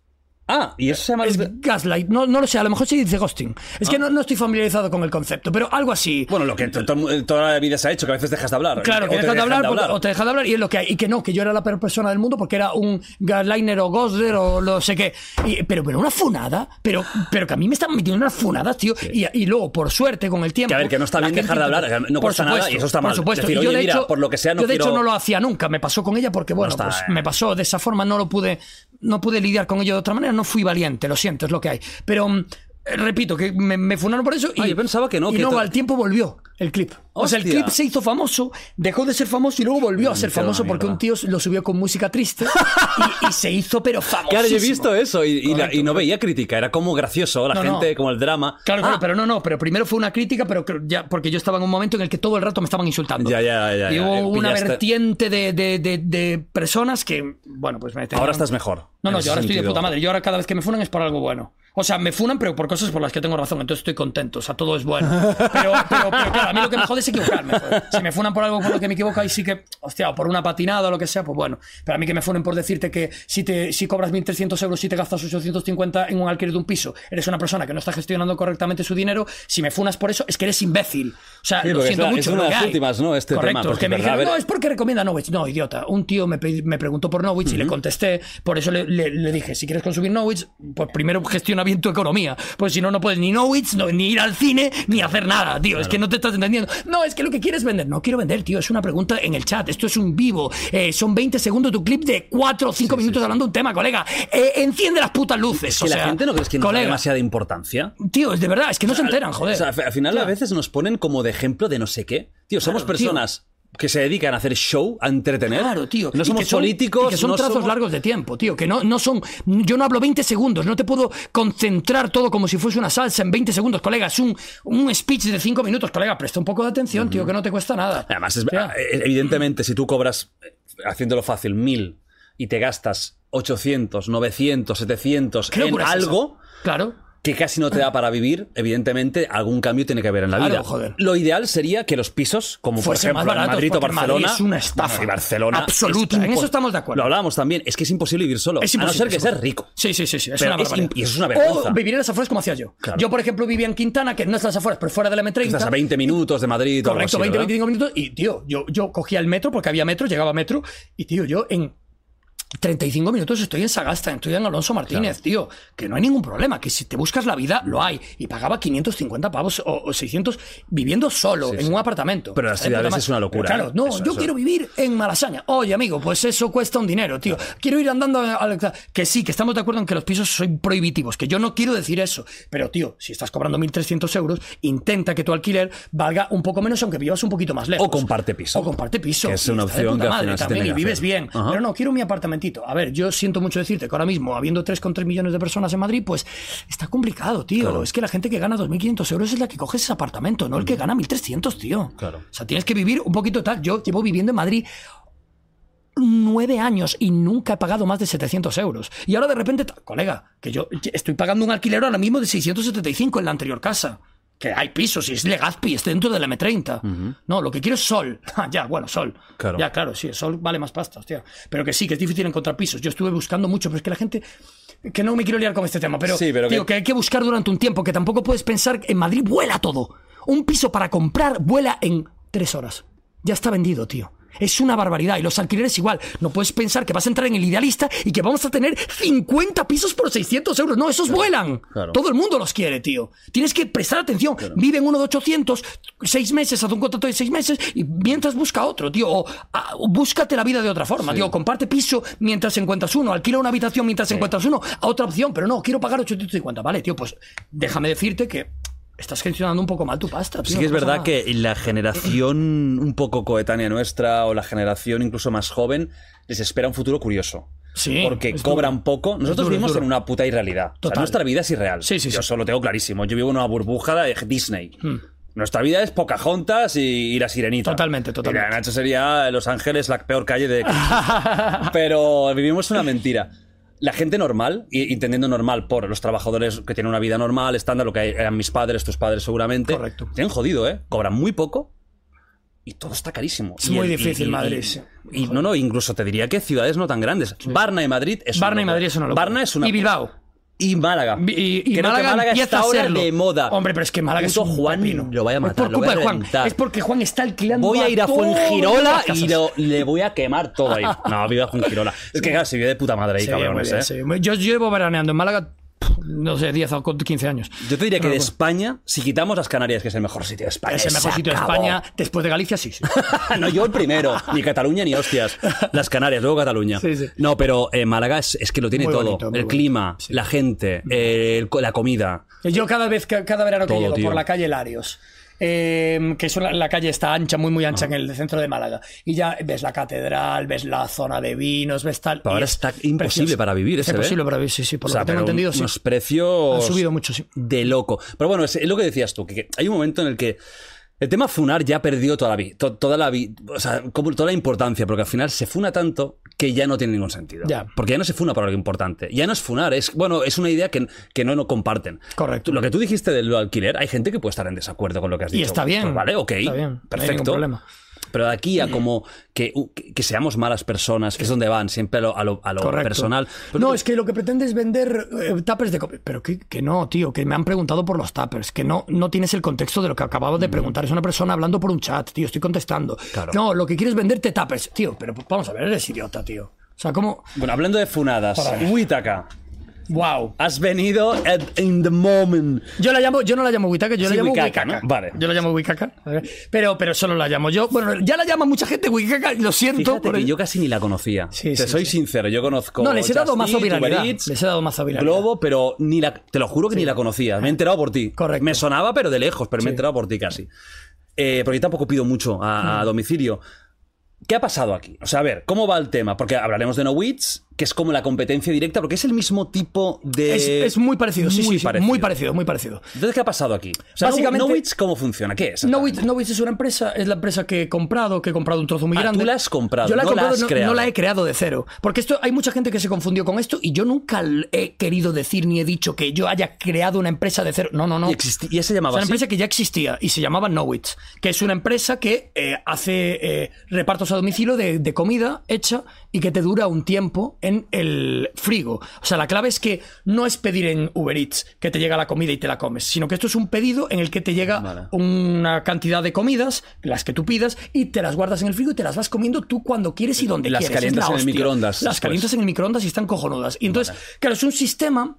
ah, y eso se llama. Ah. Es gaslight, no, no lo sé, a lo mejor se dice ghosting. Es que no, no estoy familiarizado con el concepto, pero algo así. Bueno, lo que to- to- toda la vida se ha hecho, que a veces dejas de hablar. Claro, O que te dejas de dejan hablar, pues, porque- o te dejas de hablar y es lo que hay. Y que no, que yo era la peor persona del mundo porque era un gasliner o Gosler o lo sé qué. Y- pero, pero una funada, pero, pero que a mí me están metiendo unas funadas, tío. Y, y luego, por suerte, con el tiempo. Que a ver, que no está la bien gente dejar de hablar, intenta- que no Por cuesta nada y supuesto, eso está mal. Por supuesto, Decir, y yo oye, de mira, hecho, por lo que sea, no yo de hecho quiero- no lo hacía nunca. Me pasó con ella porque, bueno, está, pues eh. me pasó de esa forma, no lo pude, no pude lidiar con ello de otra manera, no fui valiente, lo siento, es lo que hay. Pero. mm, Repito, que me, me funaron por eso y, Ah, yo pensaba que no, y que to- al tiempo volvió el clip. O sea, el Hostia. clip se hizo famoso, dejó de ser famoso y luego volvió a ser Mentira, famoso una porque un tío Mm, mierda. lo subió con música triste y, y se hizo pero famoso. Claro, yo he visto eso y, y la- Correcto, y no correcto. veía crítica, era como gracioso, la No, gente, no. como el drama. Claro, claro, Ah, pero no, no, pero primero fue una crítica, pero creo- ya, porque yo estaba en un momento en el que todo el rato me estaban insultando. Ya, ya, ya, Y ya, hubo eh, una pillaste. vertiente de, de- de- de personas que, bueno, pues me Ahora terminaron- estás mejor. No, no, en ese yo ahora estoy de sentido. puta madre. Yo ahora cada vez que me funan es por algo bueno. O sea, me funan, pero por cosas por las que tengo razón. Entonces estoy contento. O sea, todo es bueno. Pero, pero, pero claro, a mí lo que me jode es equivocarme. joder. Si me funan por algo por lo que me equivoco, ahí sí que, hostia, o por una patinada o lo que sea, pues bueno. Pero a mí que me funen por decirte que si, te, si cobras 1.300 euros y te gastas 850 en un alquiler de un piso, eres una persona que no está gestionando correctamente su dinero. Si me funas por eso, es que eres imbécil. O sea, Sí, lo porque siento es la- mucho. es una pero de las ¿qué hay? últimas, ¿no? Este Correcto. tema, porque que me es verdad, dijeron, a no, ver- es porque recomienda Novich. No, idiota. Un tío me, pe- me preguntó por Novich y le contesté. Por eso le, le- le dije, si quieres consumir Novich, pues primero gestiona bien tu economía. Pues si no, no puedes ni Novich, no- ni ir al cine, ni hacer nada, tío. Es que no te estás entendiendo. No, es que lo que quieres vender. No quiero vender, tío. Es una pregunta en el chat. Esto es un vivo. Eh, son 20 segundos tu clip de 4 o 5 minutos hablando de un tema, colega. Eh, enciende las putas luces. Que o la sea, gente no crees que no da colega. demasiada importancia. Tío, es de verdad, es que no se enteran, joder. O sea, al final Claro. a veces nos ponen como de ejemplo de no sé qué. Tío, somos Claro, personas que se dedican a hacer show, a entretener. Claro, tío. No Y somos que son- políticos. y que son no trazos somos- largos de tiempo, tío. Que no, no son. Yo no hablo 20 segundos. No te puedo concentrar todo como si fuese una salsa en 20 segundos, colega. Es un, un speech de 5 minutos, colega. Presta un poco de atención, tío, que no te cuesta nada. Además, es- Hostia. eh, evidentemente, si tú cobras, eh, haciéndolo fácil, mil y te gastas 800, 900, 700 ¿Qué en locura es esa? algo Claro. que casi no te da para vivir, evidentemente algún cambio tiene que haber en la Claro, vida. joder. Lo ideal sería que los pisos, como Fuese por más ejemplo en baratos, Madrid o porque Madrid Barcelona, es una estafa. Madrid, Barcelona Absoluta, es en impos- eso estamos de acuerdo. Lo hablábamos también, es que es imposible vivir solo, Es a no imposible, ser que es seas imposible. rico. Sí, sí, sí, sí. Es Pero una es barbaridad. imp- y eso es una vergüenza. O vivir en las afueras como hacía yo. Claro. Yo, por ejemplo, vivía en Quintana, que no es las afueras, pero fuera de la M30. Estás a 20 minutos de Madrid o algo Correcto, así, 20, ¿verdad? 25 minutos. Y, tío, yo, yo cogía el metro porque había metro, llegaba metro. Y, tío, yo en 35 minutos estoy en Sagasta, estoy en Alonso Martínez, tío. Que no hay ningún problema, que si te buscas la vida, lo hay. Y pagaba 550 pavos o, o 600 viviendo solo Sí, en sí. un apartamento. Pero las Está de puta ciudades madre. es una locura, Pero claro, ¿eh? no, Eso, yo eso. quiero vivir en Malasaña. Oye, amigo, pues eso cuesta un dinero, tío. Quiero ir andando a- a la- Que sí, que estamos de acuerdo en que los pisos son prohibitivos, que yo no quiero decir eso. Pero, tío, si estás cobrando 1.300 euros, intenta que tu alquiler valga un poco menos, aunque vivas un poquito más lejos. O comparte piso. O comparte piso. Que es Y una está de opción puta que al madre final se también, tiene y que vives hacer. bien. Ajá. Pero no, quiero mi apartamentito. A ver, yo siento mucho decirte que ahora mismo, habiendo 3,3 millones de personas en Madrid, pues está complicado, tío. Claro. Mm. Es que la gente que gana 2.500 euros es la que coge ese apartamento, no el que gana 1.300, tío. Claro. O sea, tienes que vivir un poquito tal. Yo llevo viviendo en Madrid nueve años y nunca he pagado más de 700 euros. Y ahora de repente, ta- colega, que yo estoy pagando un alquiler ahora mismo de 675 en la anterior casa. Que hay pisos, y es Legazpi, es dentro de la M30. No, lo que quiero es sol. Ah, ya, bueno, sol. Claro. Ya, claro, sí, el sol vale más pasta, hostia. Pero que sí, que es difícil encontrar pisos. Yo estuve buscando mucho, pero es que la gente. Que no me quiero liar con este tema, pero, Sí, pero tío, que- que hay que buscar durante un tiempo, que tampoco puedes pensar en Madrid vuela todo. Un piso para comprar vuela en tres horas. Ya está vendido, tío. Es una barbaridad. Y los alquileres igual. No puedes pensar que vas a entrar en el idealista y que vamos a tener 50 pisos por 600 euros. No, esos vuelan. claro. Todo el mundo los quiere, tío. Tienes que prestar atención. Vive en uno de 800, seis meses, haz un contrato de seis meses y mientras busca otro, tío. O, ah, o búscate la vida de otra forma, tío. Comparte piso mientras encuentras uno. Alquila una habitación mientras encuentras uno. A otra opción, pero no, quiero pagar 850. Vale, tío, pues déjame decirte que estás gestionando un poco mal tu pasta, tío. Sí que es no pasa verdad nada. que la generación un poco coetánea nuestra o la generación incluso más joven les espera un futuro curioso. Sí, porque es cobran duro. poco. Es duro, Nosotros es vivimos duro. en una puta irrealidad. O sea, Total. nuestra vida es irreal. Sí, sí, Yo sí. eso lo tengo clarísimo. Yo vivo en una burbuja de Disney. Hmm. Nuestra vida es Pocahontas y, y la sirenita. Totalmente, totalmente. Y la Nacho sería Los Ángeles, la peor calle de. Pero vivimos una mentira. La gente normal, y entendiendo normal por los trabajadores que tienen una vida normal, estándar, lo que eran mis padres, tus padres seguramente. Correcto. Tienen jodido, ¿eh? Cobran muy poco y todo está carísimo. Es Y muy el- y- difícil y- Madrid, y- sí. Y, no, no, incluso te diría que ciudades no tan grandes. Barna y Madrid es Barna una y locura. Madrid es una locura. Barna es una. Y Bilbao. Y Málaga. Y, y Creo que Málaga, empieza está a ahora serlo. de moda. Hombre, pero es que Málaga Puto es un Juan pepino. lo vaya a matar, Es por lo culpa voy a de Juan. reventar. Es porque Juan está alquilando. Voy a ir a todas Fuengirola las y casas. lo- le voy a quemar todo ahí. No, viva Fuengirola. Es que claro, se vive de puta madre ahí, Sí, muy cabrones, bien, ¿eh? sí. Yo yo llevo veraneando en Málaga, pff, no sé, 10 o 15 años. Yo te diría que No, de no. España, si quitamos las Canarias, que es el mejor sitio de España. Es el mejor se sitio de acabó. España. Después de Galicia, sí. sí. no, yo el primero. Ni Cataluña ni hostias. Las Canarias, luego Cataluña. Sí, sí. No, pero eh, Málaga es, es que lo tiene Muy todo. bonito, muy el bonito. clima, la gente, eh, el co- la comida. Yo cada vez, ca- cada verano que Todo, llego tío. por la calle Larios, eh, que es una- la calle está ancha, muy muy ancha en Ah. el centro de Málaga, y ya ves la catedral, ves la zona de vinos, ves tal. y Pero ahora es está imposible precioso. para vivir, Es ese, ¿eh? imposible para vivir, sí, sí, por O sea, lo que tengo pero entendido, sí. unos precios... Han subido mucho, sí. De loco. Pero bueno, es, es lo que decías tú, que, que hay un momento en el que el tema funar ya perdió toda la vi- to- toda la vi- o sea, como toda la importancia, porque al final se funa tanto que ya no tiene ningún sentido. Ya. Porque ya no se funa por algo importante. Ya no es funar, es bueno, es una idea que, que no, no comparten. Correcto. Tú- Lo que tú dijiste del alquiler, hay gente que puede estar en desacuerdo con lo que has Y dicho. está bien. Pues vale, ok. Está bien, no hay Perfecto. ningún problema. Pero de aquí a como que, uh, que- que seamos malas personas, que es donde van, siempre a lo, a lo- a lo Correcto. personal. Pero no, tú- es que lo que pretende es vender eh, tuppers de copa. Pero que, que no, tío, que me han preguntado por los tuppers, que no, no tienes el contexto de lo que acababas Mm. de preguntar. Es una persona hablando por un chat, tío, estoy contestando. Claro. No, lo que quieres es venderte tuppers. Tío, pero vamos a ver, eres idiota, tío. O sea, como, Bueno, hablando de funadas, Para. Huitaca, wow. has venido at, in the moment. Yo la llamo, yo no la llamo Wiccaca, yo Sí, la llamo Wiccaca, Wiccaca. ¿no? Vale. Yo la llamo Wiccaca, pero, pero solo la llamo yo. Bueno, ya la llama mucha gente Wiccaca, lo siento. Fíjate por que el- yo casi ni la conocía. Sí, Te sí, soy sí. sincero, yo conozco. No, les he dado más mazo viralidad. Les he dado mazo viralidad. Globo, pero ni la, te lo juro que ni la conocía. Me he enterado por ti. Ah, Correcto. Me sonaba, pero de lejos, pero me he enterado por ti casi. Eh, porque yo tampoco pido mucho a, a Mm. domicilio. ¿Qué ha pasado aquí? O sea, a ver, ¿cómo va el tema? Porque hablaremos de No Wits, que es como la competencia directa, porque es el mismo tipo de. Es, es muy parecido, sí, sí, sí, parecido. muy parecido, muy parecido. Entonces, ¿qué ha pasado aquí? O sea, Básicamente- No Wits, ¿cómo funciona? ¿Qué es? Nowitz, Nowitz es una empresa, es la empresa que he comprado, que he comprado un trozo muy Ah, grande. tú la has comprado, Yo la he no la comprado, has no, creado. no la he creado de cero. Porque esto hay mucha gente que se confundió con esto y yo nunca l- he querido decir ni he dicho que yo haya creado una empresa de cero. No, no, no. Y, existi- y ese Es llamaba una así. empresa que ya existía y se llamaba Nowitz, que es una empresa que eh, hace eh, repartos a domicilio de, de comida hecha y que te dura un tiempo en el frigo. O sea, la clave es que no es pedir en Uber Eats que te llega la comida y te la comes, sino que esto es un pedido en el que te llega una cantidad de comidas, las que tú pidas, y te las guardas en el frigo y te las vas comiendo tú cuando quieres y donde Las quieres. Es calientas la en el hostia. Las microondas después. calientas en el microondas y están cojonudas. Y entonces, claro, es un sistema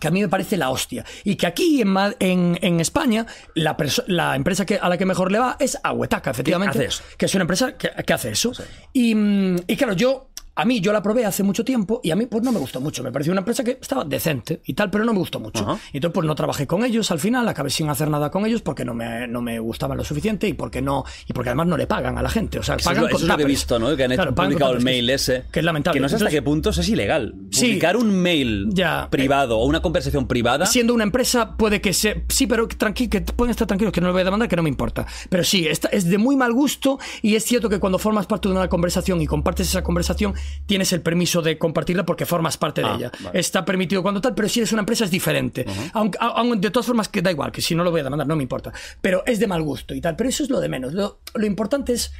que a mí me parece la hostia. Y que aquí en, Ma- en, en España, la, perso- la empresa que, a la que mejor le va es Agüetaca, efectivamente. hace eso. Que es una empresa que, que hace eso. Y, mm, y claro, yo. A mí, yo la probé hace mucho tiempo y a mí pues no me gustó mucho. Me pareció una empresa que estaba decente y tal, pero no me gustó mucho. Ajá. Y entonces pues no trabajé con ellos al final, acabé sin hacer nada con ellos porque no me, no me gustaban lo suficiente y porque no y porque además no le pagan a la gente. O sea, Eso es pagan lo- eso con es lo que he tuppers. visto, ¿no? Que han hecho- Claro, pagan con publicado el tuppers, que mail es- ese. Que es lamentable. Que no sé hasta Entonces, qué puntos es ilegal. Sí. Eh, Publicar un mail Ya. privado o una conversación privada. siendo una empresa puede que se sí pero tranqui que pueden estar tranquilos que no lo voy a demandar que no me importa pero sí esta- es de muy mal gusto y es cierto que cuando formas parte de una conversación y compartes esa conversación tienes el permiso de compartirla porque formas parte de Ah, ella vale. está permitido cuando tal pero si eres una empresa es diferente aunque, a- aun- de todas formas que da igual que si no lo voy a demandar no me importa pero es de mal gusto y tal pero eso es lo de menos lo, lo importante es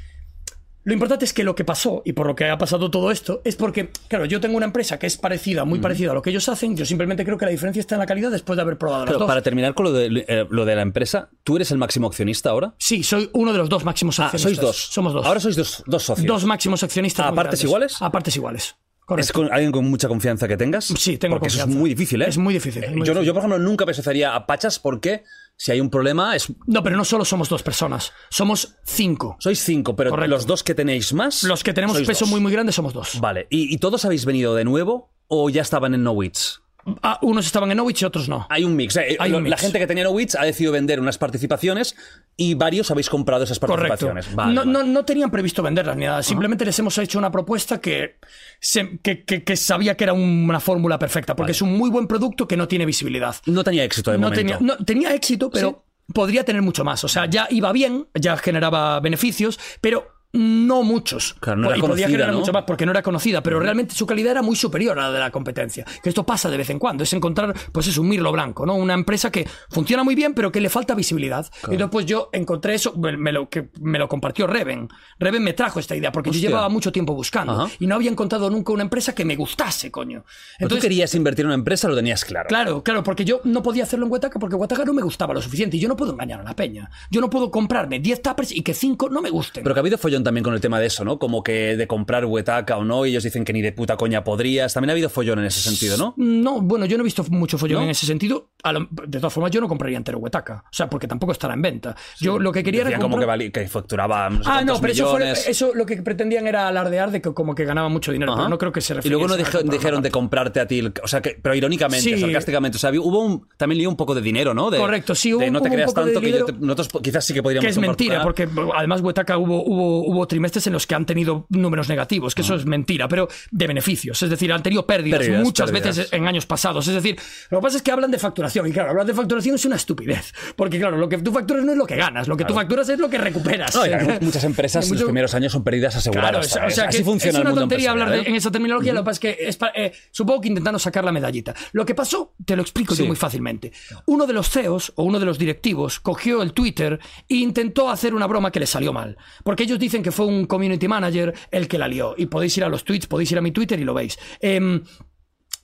Lo importante es que lo que pasó y por lo que ha pasado todo esto es porque, claro, yo tengo una empresa que es parecida, muy parecida a lo que ellos hacen. Yo simplemente creo que la diferencia está en la calidad después de haber probado las Pero dos. para terminar con lo de, eh, lo de la empresa, ¿tú eres el máximo accionista ahora? Sí, soy uno de los dos máximos Ah, accionistas. sois dos. Somos dos. Ahora sois dos, dos socios. dos máximos accionistas. ¿A muy Ah, partes grandes. iguales? A partes iguales. Correcto. ¿Es con alguien con mucha confianza que tengas? Sí, tengo Porque eso es confianza. muy difícil, ¿eh? Es muy difícil, Eh, muy yo, no- difícil. yo, por ejemplo, nunca me asociaría a Pachas porque si hay un problema, es, No, pero no solo somos dos personas, somos cinco. sois cinco, pero Correcto. los dos que tenéis más. Los que tenemos sois peso dos. muy muy grande somos dos. Vale. ¿Y, y todos habéis venido de nuevo o ya estaban en Nowitz? Ah, unos estaban en Novich y otros no. Hay un mix. eh, Hay lo- un La mix. gente que tenía Nowitz ha decidido vender unas participaciones y varios habéis comprado esas Correcto. participaciones. Vale, no, vale. no- no tenían previsto venderlas ni nada. Simplemente les hemos hecho una propuesta que, se- que, que- que sabía que era un- una fórmula perfecta, porque es un muy buen producto que no tiene visibilidad. No tenía éxito de no momento. tenía, no, tenía éxito, pero podría tener mucho más. O sea, ya iba bien, ya generaba beneficios, pero no muchos. Claro, no era y podía conocida, generar ¿no? mucho más porque no era conocida, pero realmente su calidad era muy superior a la de la competencia. Que esto pasa de vez en cuando, es encontrar, pues es un mirlo blanco, ¿no? Una empresa que funciona muy bien, pero que le falta visibilidad. Y entonces, pues yo encontré eso, me, me lo, que me lo compartió Reven. Reven me trajo esta idea porque Hostia. yo llevaba mucho tiempo buscando Ajá. y no había encontrado nunca una empresa que me gustase, coño. Pero tú querías invertir en una empresa, lo tenías claro. Claro, claro, porque yo no podía hacerlo en Huetaca porque Huetaca no me gustaba lo suficiente y yo no puedo engañar a la peña. Yo no puedo comprarme 10 tappers y que 5 no me gusten. Pero que ha habido follón también con el tema de eso, ¿no? Como que de comprar Huetaca o no, y ellos dicen que ni de puta coña podrías. También ha habido follón en ese sentido, ¿no? no, bueno, yo no he visto mucho follón ¿No? en ese sentido. A lo- de todas formas, yo no compraría entero Huetaca. O sea, porque tampoco estará en venta. yo lo que quería era Decían como que, comprar- vali- que facturaba no sé Ah, no, cuántos pero eso, fue- millones. eso lo que pretendían era alardear de que como que ganaba mucho dinero, Ajá. pero no creo que se Y luego refiriese no a dije- comprar dijeron una de comprarte a ti, el- o sea, que, pero irónicamente, Sí. sarcásticamente, o sea, hubo un, también lío un poco de dinero, ¿no? De- Correcto, sí, hubo de no te como un creas poco de tanto que yo dinero. te- nosotros po- quizás sí que podríamos Que es comprar tu mentira, canal. porque además Huetaca hubo, hubo, hubo trimestres en los que han tenido números negativos, que eso es mentira, pero de beneficios. Es decir, han tenido pérdidas, Pérdidas, muchas pérdidas. veces en años pasados. Es decir, lo que pasa es que hablan de facturación. Y claro, hablar de facturación es una estupidez. Porque claro, lo que tú facturas no es lo que ganas, lo que tú facturas es lo que recuperas. No, y claro, muchas empresas en los Mucho- primeros años son pérdidas aseguradas. Claro, o sea, o ¿sabes? sea, que Así funciona es el una mundo tontería hablar de- empresarial, en ¿eh? esa terminología, lo que pasa es que es pa- eh, supongo que intentando sacar la medallita. Lo que pasó, te lo explico Sí. yo muy fácilmente. Uno de los CEOs o uno de los directivos cogió el Twitter e intentó hacer una broma que le salió mal. Porque ellos dicen que fue un community manager el que la lió. Y podéis ir a los tweets, podéis ir a mi Twitter y lo veis. Em,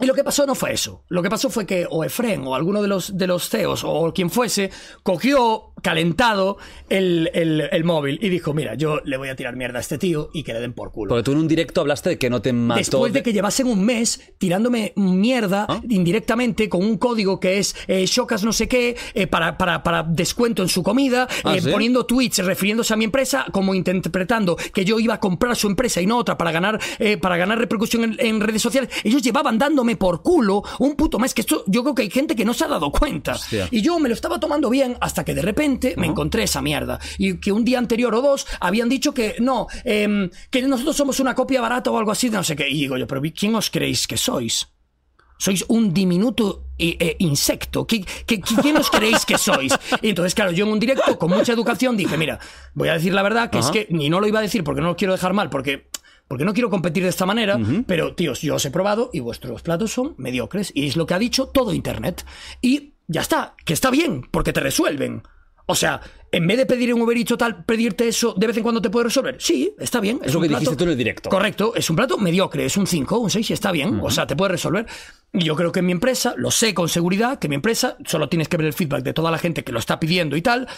y lo que pasó no fue eso. Lo que pasó fue que o Efren o alguno de los, de los CEOs o quien fuese cogió calentado el, el- el móvil y dijo, mira, yo le voy a tirar mierda a este tío y que le den por culo. Porque tú en un directo hablaste de que no te mató. Después de que llevasen un mes tirándome mierda ¿Ah? indirectamente con un código que es eh, Shocas no sé qué eh, para, para, para descuento en su comida, Ah, eh, ¿sí? poniendo tweets refiriéndose a mi empresa como interpretando que yo iba a comprar su empresa y no otra para ganar eh, para ganar repercusión en, en redes sociales. Ellos llevaban dándome por culo un puto mes que esto yo creo que hay gente que no se ha dado cuenta. Hostia. Y yo me lo estaba tomando bien hasta que de repente me encontré esa mierda. Y que un día anterior o dos habían dicho que no, em, que nosotros somos una copia barata o algo así, de no sé qué. Y digo yo, pero ¿quién os creéis que sois? Sois un diminuto eh, eh, insecto. ¿Qui- qui- qui- quién os creéis que sois? Y entonces, claro, yo en un directo con mucha educación dije, mira, voy a decir la verdad, que Ajá. es que ni no lo iba a decir porque no lo quiero dejar mal, porque... Porque no quiero competir de esta manera, pero tíos, yo os he probado y vuestros platos son mediocres. Y es lo que ha dicho todo Internet. Y ya está, que está bien, porque te resuelven. O sea, en vez de pedir un Uber Eats o tal, pedirte eso de vez en cuando te puede resolver. Sí, está bien. Es lo un que dijiste plato- tú en el directo. Correcto, es un plato mediocre, es un 5, un 6 y está bien, o sea, te puede resolver. Y yo creo que en mi empresa, lo sé con seguridad, que mi empresa, solo tienes que ver el feedback de toda la gente que lo está pidiendo y tal,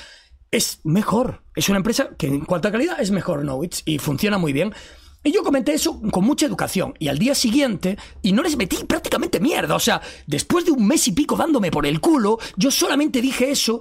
es mejor. Es una empresa que en cuanto a calidad es mejor Knowits y funciona muy bien. Y yo comenté eso con mucha educación. Y al día siguiente, y no les metí prácticamente mierda. O sea, después de un mes y pico dándome por el culo, yo solamente dije eso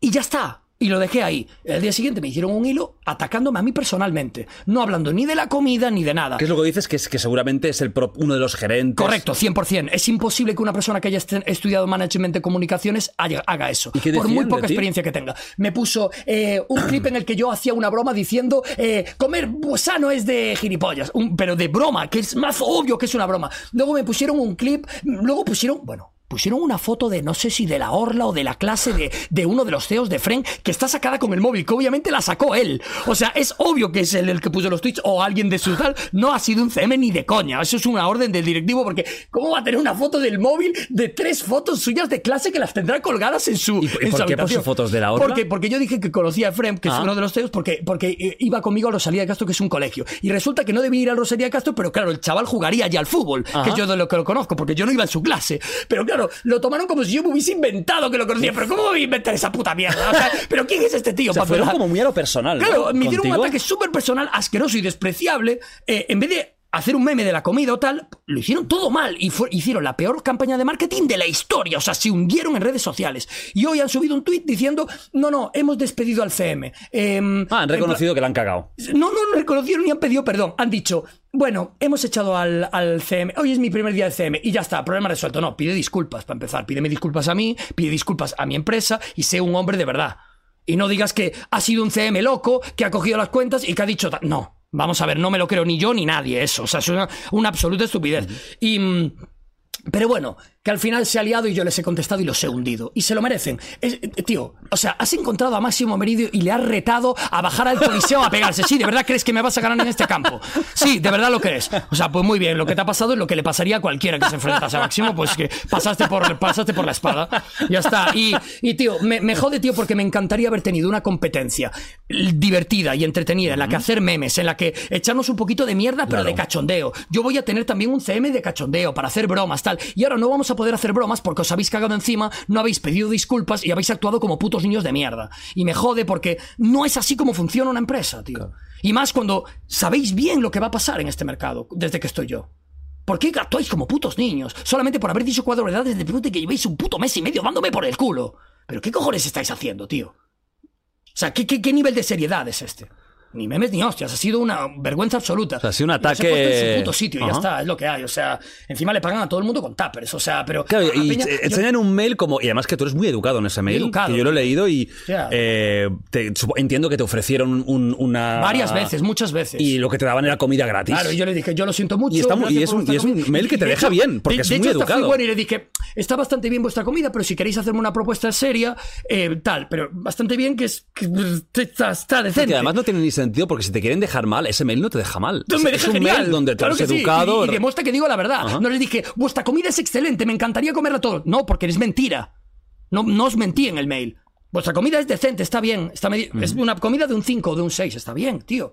y ya está. Y lo dejé ahí. El día siguiente me hicieron un hilo atacándome a mí personalmente. No hablando ni de la comida ni de nada. Que es lo que dices? Que, es, que seguramente es el prop- uno de los gerentes. Correcto, 100%. Es imposible que una persona que haya est- estudiado management de comunicaciones haya- haga eso. ¿Y qué por muy decían de poca ti? experiencia que tenga. Me puso eh, un clip en el que yo hacía una broma diciendo eh, comer gusano es de gilipollas, Un- pero de broma, que es más obvio que es una broma. Luego me pusieron un clip, luego pusieron, bueno, pusieron una foto de no sé si de la orla o de la clase de, de uno de los CEOs de Fren que está sacada con el móvil, que obviamente la sacó él. O sea, es obvio que es él el que puso los tweets o alguien de su tal. No ha sido un CM ni de coña. Eso es una orden del directivo porque ¿cómo va a tener una foto del móvil de tres fotos suyas de clase que las tendrá colgadas en su... ¿Y en por- y su por qué puso habitación? fotos de la orla? Porque, porque yo dije que conocía a Efrem, que es Ah. uno de los teos, porque, porque eh, iba conmigo a Rosalía de Castro, que es un colegio. Y resulta que no debía ir al Rosalía de Castro, pero claro, el chaval jugaría ya al fútbol, que Ajá. yo de lo que lo conozco, porque yo no iba en su clase. Pero claro, lo tomaron como si yo me hubiese inventado que lo conocía. Pero ¿cómo me voy a inventar esa puta mierda? O sea, ¿pero quién es este tío? O sea, para fueron empezar? como muy a lo personal. ¿no? Claro, me dieron un Contigo. ataque súper personal, asqueroso y despreciable. Eh, en vez de hacer un meme de la comida o tal, lo hicieron todo mal y fue- hicieron la peor campaña de marketing de la historia. O sea, se hundieron en redes sociales. Y hoy han subido un tuit diciendo, no, no, hemos despedido al CM. Em, Ah, han en pla- reconocido que la han cagado. no, no, no reconocieron ni han pedido perdón. Han dicho, bueno, hemos echado al, al CM, hoy es mi primer día del CM y ya está, problema resuelto. No, pide disculpas para empezar. Pídeme disculpas a mí, pide disculpas a mi empresa y sé un hombre de verdad. Y no digas que ha sido un CM loco, que ha cogido las cuentas y que ha dicho, ta- no, vamos a ver, no me lo creo ni yo ni nadie eso. O sea, es una, una absoluta estupidez. Y... mm, pero bueno, que al final se ha liado y yo les he contestado y los he hundido. Y se lo merecen. Es- eh, tío, o sea, has encontrado a Máximo Meridio y le has retado a bajar al coliseo a pegarse. Sí, de verdad crees que me vas a ganar en este campo. Sí, de verdad lo crees. O sea, pues muy bien, lo que te ha pasado es lo que le pasaría a cualquiera que se enfrentase a Máximo, pues que pasaste por, pasaste por la espada. Ya está. Y, y, tío, me, me jode, tío, porque me encantaría haber tenido una competencia l- divertida y entretenida, en la que hacer memes, en la que echarnos un poquito de mierda, pero de cachondeo. Yo voy a tener también un CM de cachondeo para hacer bromas, tal. Y ahora no vamos a poder hacer bromas porque os habéis cagado encima, no habéis pedido disculpas y habéis actuado como putos niños de mierda. Y me jode porque no es así como funciona una empresa, tío. Y más cuando sabéis bien lo que va a pasar en este mercado desde que estoy yo. ¿Por qué actuáis como putos niños? Solamente por haber dicho cuatro verdades de puto y que llevéis un puto mes y medio dándome por el culo. ¿Pero qué cojones estáis haciendo, tío? O sea, ¿qué, qué, qué nivel de seriedad es este? Ni memes ni hostias, ha sido una vergüenza absoluta. sea, ha sido un Los he ataque- puesto en su puto sitio y ya Ajá. está, es lo que hay. O sea, encima le pagan a todo el mundo con tuppers, o sea, pero. Claro, a y Peña- te- yo- enseñan un mail como. Y además que tú eres muy educado en ese mail. educado. que yo lo he leído y. Ya. eh, te- supo- entiendo que te ofrecieron un- una. varias veces, muchas veces. Y lo que te daban era comida gratis. Claro, y yo le dije, yo lo siento mucho. Y está muy- gracias y es por un- vuestra y es un comida. mail que Y te de deja bien, porque de- es de muy hecho, hasta fui educado. bueno y le dije, está bastante bien vuestra comida, pero si queréis hacerme una propuesta seria, eh, tal, pero bastante bien que, es, que está, está decente. Que además no tiene ni sentido porque si te quieren dejar mal, ese mail no te deja mal. Entonces Es- me es deja un genial. mail donde te Claro has que sí, educado. Y, y demuestra que digo la verdad. Ajá. No les dije, vuestra comida es excelente, me encantaría comerla todo. No, porque es mentira. No, no os mentí en el mail. Vuestra comida es decente, está bien. Está medi- Es una comida de un 5 o de un 6, está bien, tío.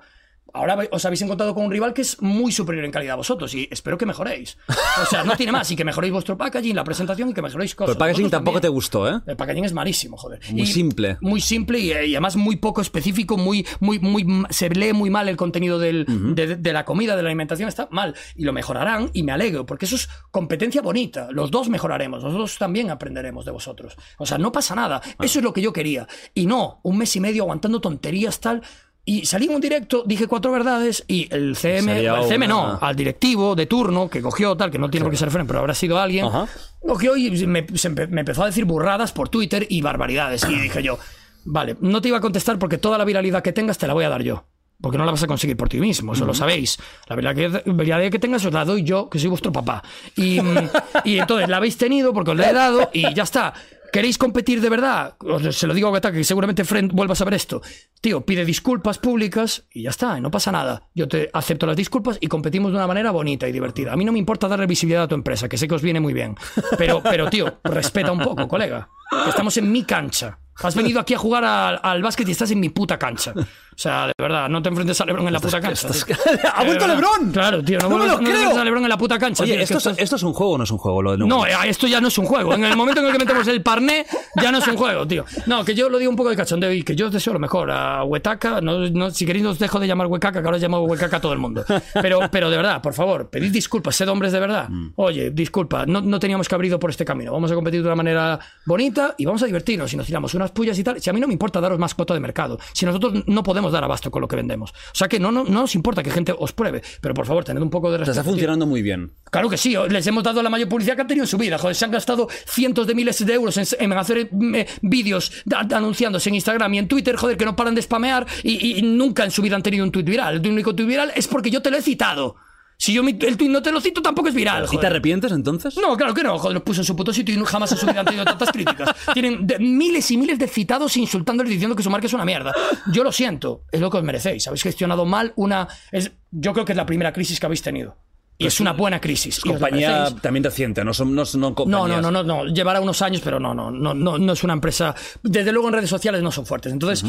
Ahora vai- os habéis encontrado con un rival que es muy superior en calidad a vosotros y espero que mejoréis. O sea, no tiene más y que mejoréis vuestro packaging, la presentación y que mejoréis Pero cosas. el packaging Vosotros tampoco te también. gustó, ¿eh? El packaging es malísimo, joder. Muy simple. Muy simple y, eh, y además muy poco específico, muy, muy, muy, m- se lee muy mal el contenido del- de, de la comida, de la alimentación, está mal. Y lo mejorarán y me alegro, porque eso es competencia bonita. Los dos mejoraremos, nosotros también aprenderemos de vosotros. O sea, no pasa nada. Ah. Eso es lo que yo quería. Y no, un mes y medio aguantando tonterías tal. Y salí en un directo, dije cuatro verdades y el CM, Sería el CM no, una- ah. al directivo de turno que cogió tal, que no tiene por qué ser Fren, pero habrá sido alguien, Ajá. cogió y me, se empe- me empezó a decir burradas por Twitter y barbaridades. Y dije yo, vale, no te iba a contestar porque toda la viralidad que tengas te la voy a dar yo. Porque no la vas a conseguir por ti mismo, eso lo sabéis. La viralidad que, viralidad que tengas os la doy yo, que soy vuestro papá. Y, mm, y entonces la habéis tenido porque os la he dado y ya está. ¿Queréis competir de verdad? Os- se lo digo a Gataca, que seguramente Friend vuelva a saber esto. Tío, pide disculpas públicas y ya está, y no pasa nada. Yo te acepto las disculpas y competimos de una manera bonita y divertida. A mí no me importa darle visibilidad a tu empresa, que sé que os viene muy bien. Pero, pero tío, respeta un poco, colega. que estamos en mi cancha. Has venido aquí a jugar al, al básquet y estás en mi puta cancha. O sea, de verdad, no te enfrentes a Lebron en la puta cancha. tío. ¡Ha vuelto De verdad. LeBron! Eh, Claro, tío, no, ¡No me vuelvas- no lo te creo! enfrentes a Lebron en la puta cancha. tío, Oye, es que ¿esto es, estás- esto es un juego o no es un juego? Lo de no, Nuggets? eh, esto ya no es un juego. En el momento en el que metemos el parné, ya no es un juego, tío. No, que yo lo digo un poco de cachondeo y que yo os deseo lo mejor. A Huetaca, no, no, si queréis, os dejo de llamar Huecaca, que ahora llamo Huecaca a todo el mundo. Pero, pero de verdad, por favor, pedid disculpas, sed hombres de verdad. Mm. Oye, disculpa, no, no teníamos que haber ido por este camino. Vamos a competir de una manera bonita y vamos a divertirnos. Y nos tiramos unas pullas y tal. Si a mí no me importa daros más cuota de mercado, si nosotros no podemos dar abasto con lo que vendemos. O sea que no, no, no nos importa que gente os pruebe, pero por favor, tened un poco de O sea, respeto. está tío. funcionando muy bien. Claro que sí, les hemos dado la mayor publicidad que han tenido en su vida. Joder, se han gastado cientos de miles de euros en, en hacer mm, eh, vídeos da- anunciándose en Instagram y en Twitter, joder, que no paran de spamear y, y nunca en su vida han tenido un tuit viral. El único tuit viral es porque yo te lo he citado. Si yo mi- el tweet no te lo cito, tampoco es viral. ¿Y joder. te arrepientes entonces? No, claro que no, joder, los puso en su puto sitio y jamás en su vida han tenido tantas críticas. Tienen de- miles y miles de citados insultándoles diciendo que su marca es una mierda. Yo lo siento, es lo que os merecéis. Habéis gestionado mal una. Es, yo creo que es la primera crisis que habéis tenido. Y es una buena crisis. y os la Compañía merecéis. también reciente, no son no, no No, compañías. no, no, no, no. Llevará unos años, pero no, no, no, no, no es una empresa. Desde luego en redes sociales no son fuertes. Entonces,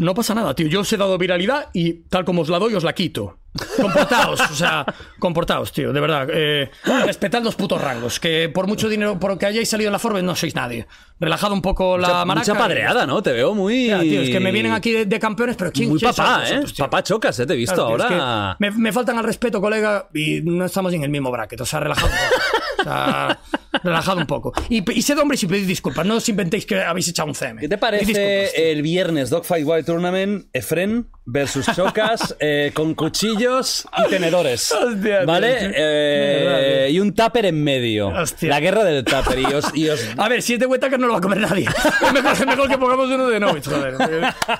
no pasa nada, tío. Yo os he dado viralidad y tal como os la doy, os la quito. Comportaos, o sea, comportaos, tío, de verdad. Eh, respetad los putos rangos, que por mucho dinero, por que hayáis salido en la Forbes, no sois nadie. Relajad un poco la Mucha, maraca. mucha padreada, ¿no? Te veo muy. Ya, tío, es que me vienen aquí de, de campeones, pero ¿quién Muy quién papá, sois ¿eh? vosotros, tío? papá chocas, ¿eh? Te he visto Claro, tío, es ahora. que me, me faltan al respeto, colega, y no estamos en el mismo bracket. O sea, relajado un poco. O sea, relajado un poco. Y, pe- y sed hombres y pedid disculpas. No os inventéis que habéis echado un CM. ¿Qué te Pedid disculpas, tío. parece eh? el viernes Dogfight Wild Tournament, Efren versus Chocas, eh, con cuchillos y tenedores? Hostia, tío. ¿Vale? Qué- Eh, de verdad, y un tupper en medio. Hostia. La guerra del tupper. Y os, y os- A ver, si es de Whittaker no lo va a comer nadie. Es mejor, es mejor que pongamos uno de Novich, joder.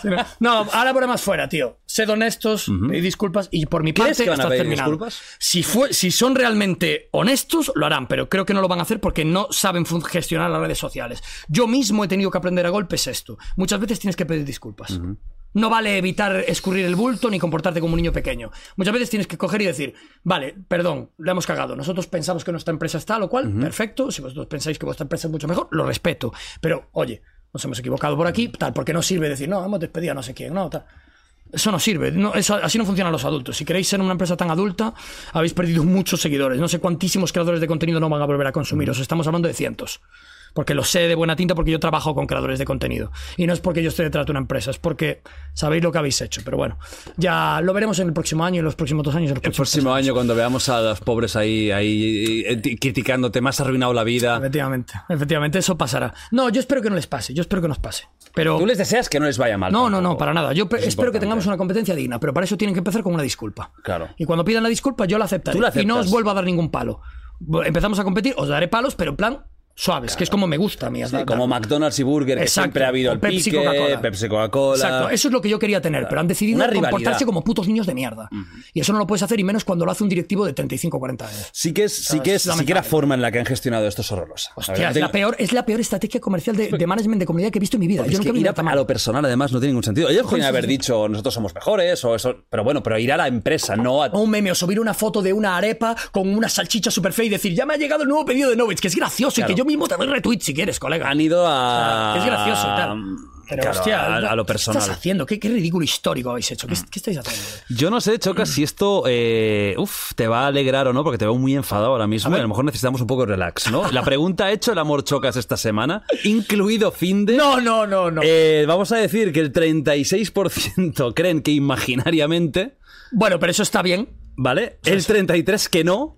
Si no- No, ahora por más fuera, tío. Sed honestos, pedid disculpas y por mi ¿Crees parte que van a estás pedir terminado. disculpas? Si, fue, si son realmente honestos, lo harán, pero creo que no lo van a hacer porque no saben fun- gestionar las redes sociales. Yo mismo he tenido que aprender a golpes esto. Muchas veces tienes que pedir disculpas. No vale evitar escurrir el bulto ni comportarte como un niño pequeño. Muchas veces tienes que coger y decir, vale, perdón, la hemos cagado. Nosotros pensamos que nuestra empresa está, lo cual, perfecto. Si vosotros pensáis que vuestra empresa es mucho mejor, lo respeto. Pero, oye, nos hemos equivocado por aquí, tal, porque no sirve decir, no, hemos despedido a no sé quién, no, tal. Eso no sirve, no, eso- así no funcionan los adultos. Si queréis ser una empresa tan adulta, habéis perdido muchos seguidores. No sé cuantísimos creadores de contenido no van a volver a consumiros. Estamos hablando de cientos. Porque lo sé de buena tinta porque yo trabajo con creadores de contenido. Y no es porque yo esté detrás de una empresa, es porque sabéis lo que habéis hecho. Pero bueno, ya lo veremos en el próximo año, en los próximos dos años, en los el próximos próximo año, cuando veamos a los pobres ahí, ahí eh, ti- criticándote, más arruinado la vida. Efectivamente, efectivamente, eso pasará. No, yo espero que no les pase, yo espero que nos pase. Pero Tú les deseas que no les vaya mal. No, no, tampoco. no, para nada. Yo pe- Es espero que importante. tengamos una competencia digna, pero para eso tienen que empezar con una disculpa. Claro. Y cuando pidan la disculpa, yo la aceptaré. Tú la y no aceptas. os vuelvo a dar ningún palo. Bo- Empezamos a competir, os daré palos, pero en plan suaves, que es como me gusta a mí. Sí, dar- como dar- McDonald's y Burger, que Exacto. siempre ha habido O el Pepsi, pique, Coca-Cola. Pepsi Coca-Cola. Exacto, eso es lo que yo quería tener, pero han decidido Una rivalidad. comportarse como putos niños de mierda. Y eso no lo puedes hacer, y menos cuando lo hace un directivo de 35 o 40 años. Sí que es, sí que es, sí que la forma en la que han gestionado esto es horrorosa. Hostia, La verdad, es, tengo- la peor, es la peor estrategia comercial de, de management de comunidad que he visto en mi vida. Porque Yo es nunca que vi ir nada a, tan a mal. lo personal, además, no tiene ningún sentido. Ellos podrían sí, haber sí. dicho, nosotros somos mejores, o eso. Pero bueno, pero ir a la empresa, no a. O un meme o subir una foto de una arepa con una salchicha super fea y decir, ya me ha llegado el nuevo pedido de Novitz, que es gracioso y Claro. que yo mismo te doy retweet si quieres, colega. Han ido a. Mm, es gracioso y tal. Pero Claro, hostia, a, a lo ¿qué estás personal. haciendo? ¿Qué, qué ridículo histórico habéis hecho? ¿Qué, qué estáis haciendo? Yo no sé, Chocas, si esto eh, uf, te va a alegrar o no, porque te veo muy enfadado ahora mismo y a lo mejor necesitamos un poco de relax, ¿no? La pregunta ha hecho el amor Chocas esta semana, incluido Finde. No, no, no, no. Eh, vamos a decir que el 36% creen que imaginariamente, bueno, pero eso está bien. ¿vale? El 33% que no.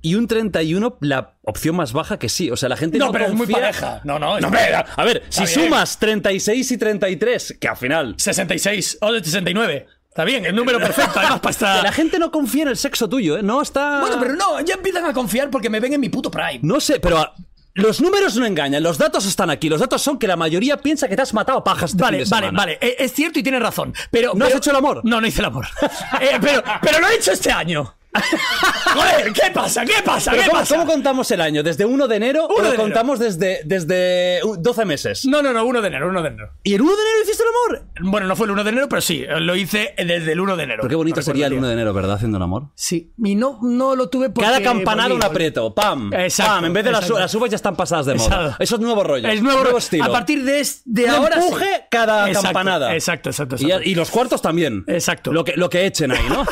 Y un 31, la opción más baja que sí. O sea, la gente no, No, pero es muy confía- pareja. No, no, es- hombre, a- a ver, si Está bien. sumas 36 y 33, que al final. 66 o de 69. Está bien, el número perfecto, además para que estar- La gente no confía en el sexo tuyo, ¿eh? No está. Bueno, pero no, ya empiezan a confiar porque me ven en mi puto prime. No sé, pero. ah, Los números no engañan, los datos están aquí. Los datos son que la mayoría piensa que te has matado a pajas. este Vale, fin de vale, semana. vale. Eh, Es cierto y tienes razón. Pero, ¿No has pero- hecho el amor? No, no hice el amor. Eh, pero, pero lo he hecho este año. Joder, ¿qué pasa? ¿Qué pasa? Pero ¿Qué ¿cómo, pasa? cómo contamos el año? ¿Desde 1 de enero o 1 lo de enero. contamos desde, desde uh, 12 meses? No, no, no, 1 de enero, 1 de enero. ¿Y el 1 de enero hiciste el amor? Bueno, no fue el 1 de enero, pero sí, lo hice desde el 1 de enero. Pero qué bonito No sería el recuerdo 1 de enero, ¿verdad? Haciendo el amor. Sí, y no, no lo tuve porque... Cada campanada un volví, aprieto. ¡Pam! Exacto, ¡Pam! En vez de las, exacto. las uvas ya están pasadas de moda. Exacto. Eso es nuevo rollo. Es nuevo, nuevo estilo. A partir de, es- de Un ahora sí. empuje cada Exacto, campanada. Exacto, exacto, Y, exacto. y los cuartos también. Exacto. Lo que, lo que echen ahí, ¿no?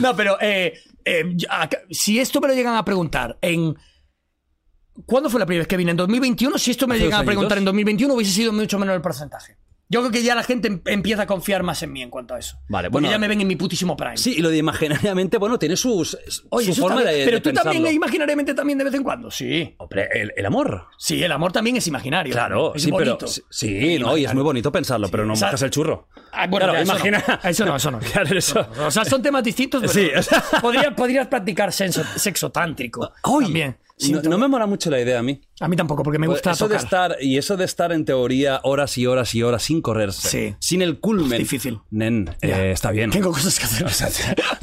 No, pero eh, eh, yo- acá- si esto me lo llegan a preguntar en... ¿Cuándo fue la primera vez que vine? ¿En 2021? Si esto me Hace llegan dos a preguntar añitos. en 2021 hubiese sido mucho menos el porcentaje. Yo creo que ya la gente em- empieza a confiar más en mí en cuanto a eso. Vale, Porque bueno. ya me ven en mi putísimo prime. sí, y lo de imaginariamente, bueno, tiene sus, Oye, eso su está forma bien. de Pero de tú pensarlo. también imaginariamente también de vez en cuando. Sí. Hombre, el, el amor. Sí, el amor también es imaginario. Claro, es sí, bonito. pero. Sí, sí, no, y es muy bonito pensarlo, pero no Esa- buscas el churro. Ah, bueno, claro, ya, eso imagina. no. Eso no, eso no. Claro, eso. O sea, Ah, son temas distintos, pero Sí, o sea. podría- podrías practicar senso- sexo tántrico Ay. también. Sí, no, no me mola mucho la idea a mí. Pues A mí tampoco, porque me gusta eso de tocar. estar y eso de estar en teoría horas y horas y horas sin correrse, Sí. sin el culmen. Difícil. Nen, Ya. eh, está bien. Tengo cosas que hacer. O sea,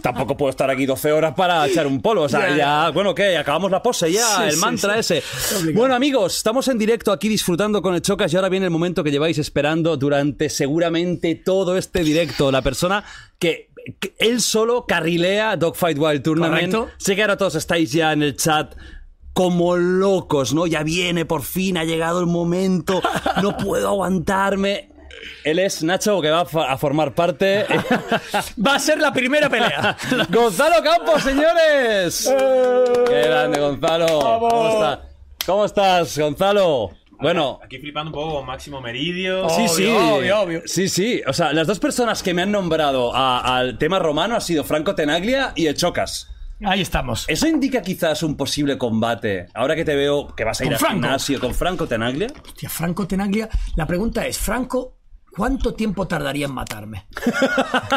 tampoco puedo estar aquí 12 horas para echar un polo. O sea, Ya, ya, ya. bueno, ¿qué? Acabamos la pose ya, Sí, el sí, mantra sí. ese. Obligado. Bueno, amigos, estamos en directo aquí disfrutando con el Chocas y ahora viene el momento que lleváis esperando durante seguramente todo este directo. La persona que. que Él solo carrilea Dogfight Wild Tournament. Correcto. Sé que ahora todos estáis ya en el chat como locos, ¿no? Ya viene, por fin, ha llegado el momento, no puedo aguantarme. Él es Nacho, que va a fa- a formar parte. Va a ser la primera pelea. Gonzalo Campos, señores. Eh. Qué grande, Gonzalo. ¿Cómo, está- cómo estás, Gonzalo? Bueno, Aquí flipando un poco con Máximo Meridio. Oh. sí, obvio, sí. obvio, obvio. Sí, sí. O sea, las dos personas que me han nombrado a- al tema romano ha sido Franco Tenaglia y el Chocas. Ahí estamos. ¿Eso indica quizás un posible combate? Ahora que te veo que vas a ir Con al Franco. gimnasio con Franco Tenaglia. Hostia, Franco Tenaglia. La pregunta es, Franco, ¿cuánto tiempo tardaría en matarme?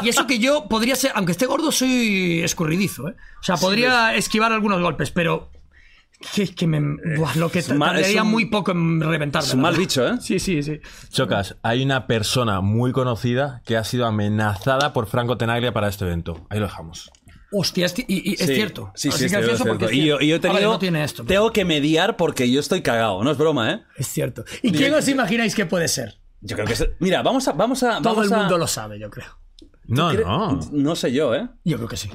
y eso que yo podría ser, aunque esté gordo, soy escurridizo, ¿eh? O sea, podría esquivar algunos golpes, pero que, es que me, buah, lo que es mal- tardaría es un- muy poco en reventarme. Es un mal la verdad. bicho, ¿eh? Sí, sí, sí. Chocas, hay una persona muy conocida que ha sido amenazada por Franco Tenaglia para este evento. Ahí lo dejamos. Hostia, es, ci- y- y es Sí, cierto. Sí, Así sí, que es gracioso cierto, es porque cierto. es Y yo, cierto. y yo he Ah, vale, tenido- no tiene esto. tengo que mediar porque yo estoy cagado, no es broma, ¿eh? Es cierto. ¿Y quién os imagináis que puede ser? Yo creo que es... Mira, vamos a... Vamos a Todo vamos el a- mundo lo sabe, yo creo. No, Cre- no. No sé yo, ¿eh? Yo creo que sí.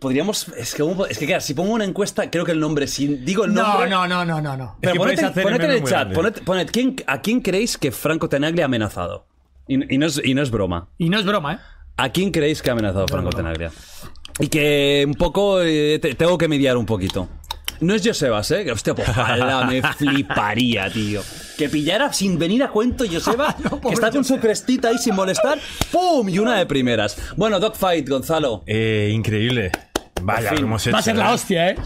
Podríamos... Es que, ¿cómo po- es que claro, si pongo una encuesta, creo que el nombre... Si digo el No, nombre... no, no, no, no, no. Pero que podéis ponete, hacer ponete el en meme el muy chat. grande. Ponete, poned, ¿quién- ¿A quién creéis que Franco Tenaglia ha amenazado? Y, y no es, y no es broma. Y no es broma, ¿eh? ¿A quién creéis que ha amenazado Franco Tenaglia? Y que un poco... eh, te- tengo que mediar un poquito. No es Josebas, ¿eh? Que, Hostia, pues, ojalá me fliparía, tío. Que pillara sin venir a cuento Joseba, que está con su crestita ahí sin molestar. ¡Pum! Y una de primeras. Bueno, Dogfight, Gonzalo. Eh, increíble. Vaya, Por lo fin. hemos hecho. Va a ser la ¿eh? hostia, ¿eh?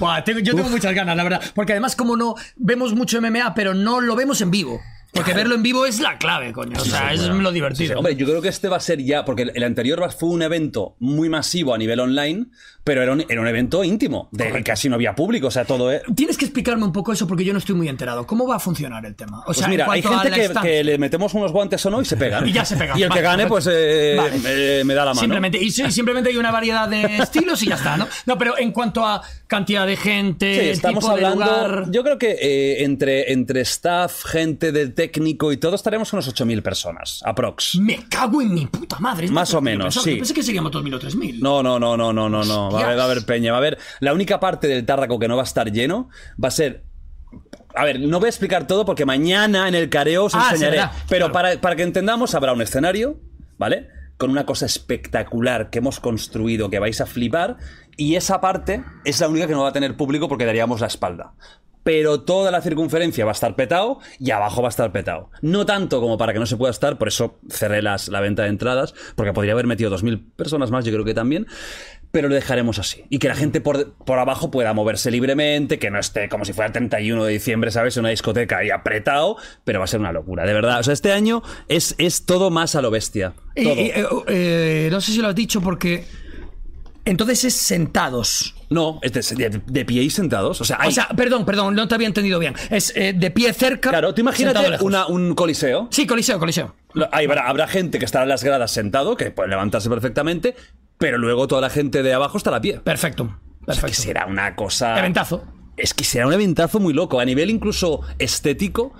Buah, tengo- yo tengo muchas ganas, la verdad. Porque además, como no vemos mucho MMA, pero no lo vemos en vivo. Porque verlo en vivo es la clave, coño. O sea, es lo divertido. Hombre, yo creo que este va a ser ya, porque el- el anterior fue un evento muy masivo a nivel online, pero era un, era un evento íntimo, de casi no había público, o sea, todo e-, es... Tienes que explicarme un poco eso porque yo no estoy muy enterado. ¿Cómo va a funcionar el tema? O Pues sea, en mira, hay cuanto a gente la que, estancia. que le metemos unos guantes o no y se pegan. Y ya se pegan. Y el Vale, que gane, pues perfecto. eh, Vale. eh, me da la mano. Simplemente, y sí, simplemente hay una variedad de estilos y ya está, ¿no? No, pero en cuanto a cantidad de gente, Sí, estamos tipo de hablando. lugar- Yo creo que eh, entre, entre staff, gente del técnico y todo, estaremos unos 8.000 personas, aprox. Me cago en mi puta madre. es Más lo o que menos, pensaba. sí. Yo pensé que seríamos 2.000 o 3.000. No, no, no, no, no, no, no. Va a, haber, va a haber peña. Va a haber. La única parte del tárraco que no va a estar lleno va a ser. A ver, no voy a explicar todo porque mañana en el careo os Ah, sí, enseñaré. verdad, pero claro. para, para que entendamos, habrá un escenario, ¿vale? Con una cosa espectacular que hemos construido que vais a flipar. Y esa parte es la única que no va a tener público porque daríamos la espalda. Pero toda la circunferencia va a estar petado y abajo va a estar petado. No tanto como para que no se pueda estar, por eso cerré las, la venta de entradas, porque podría haber metido 2.000 personas más, yo creo que también pero lo dejaremos así. Y que la gente por, por abajo pueda moverse libremente, que no esté como si fuera el 31 de diciembre, ¿sabes? En una discoteca ahí apretado, pero va a ser una locura, de verdad. O sea, este año es, es todo más a lo bestia. Y- Todo. y, eh, eh, no sé si lo has dicho porque. Entonces es sentados. no, es de, de- de pie y sentados. O sea, hay, O sea, perdón, perdón, no te había entendido bien. Es eh, de pie cerca. claro, tú sentado imagínate lejos. una- un coliseo. Sí, coliseo, coliseo. Lo- ahí habrá, habrá gente que estará en las gradas sentado, que puede levantarse perfectamente, pero luego toda la gente de abajo estará a pie. Perfecto. que Perfecto. será una cosa. Eventazo. Es que será un eventazo muy loco. A nivel incluso estético,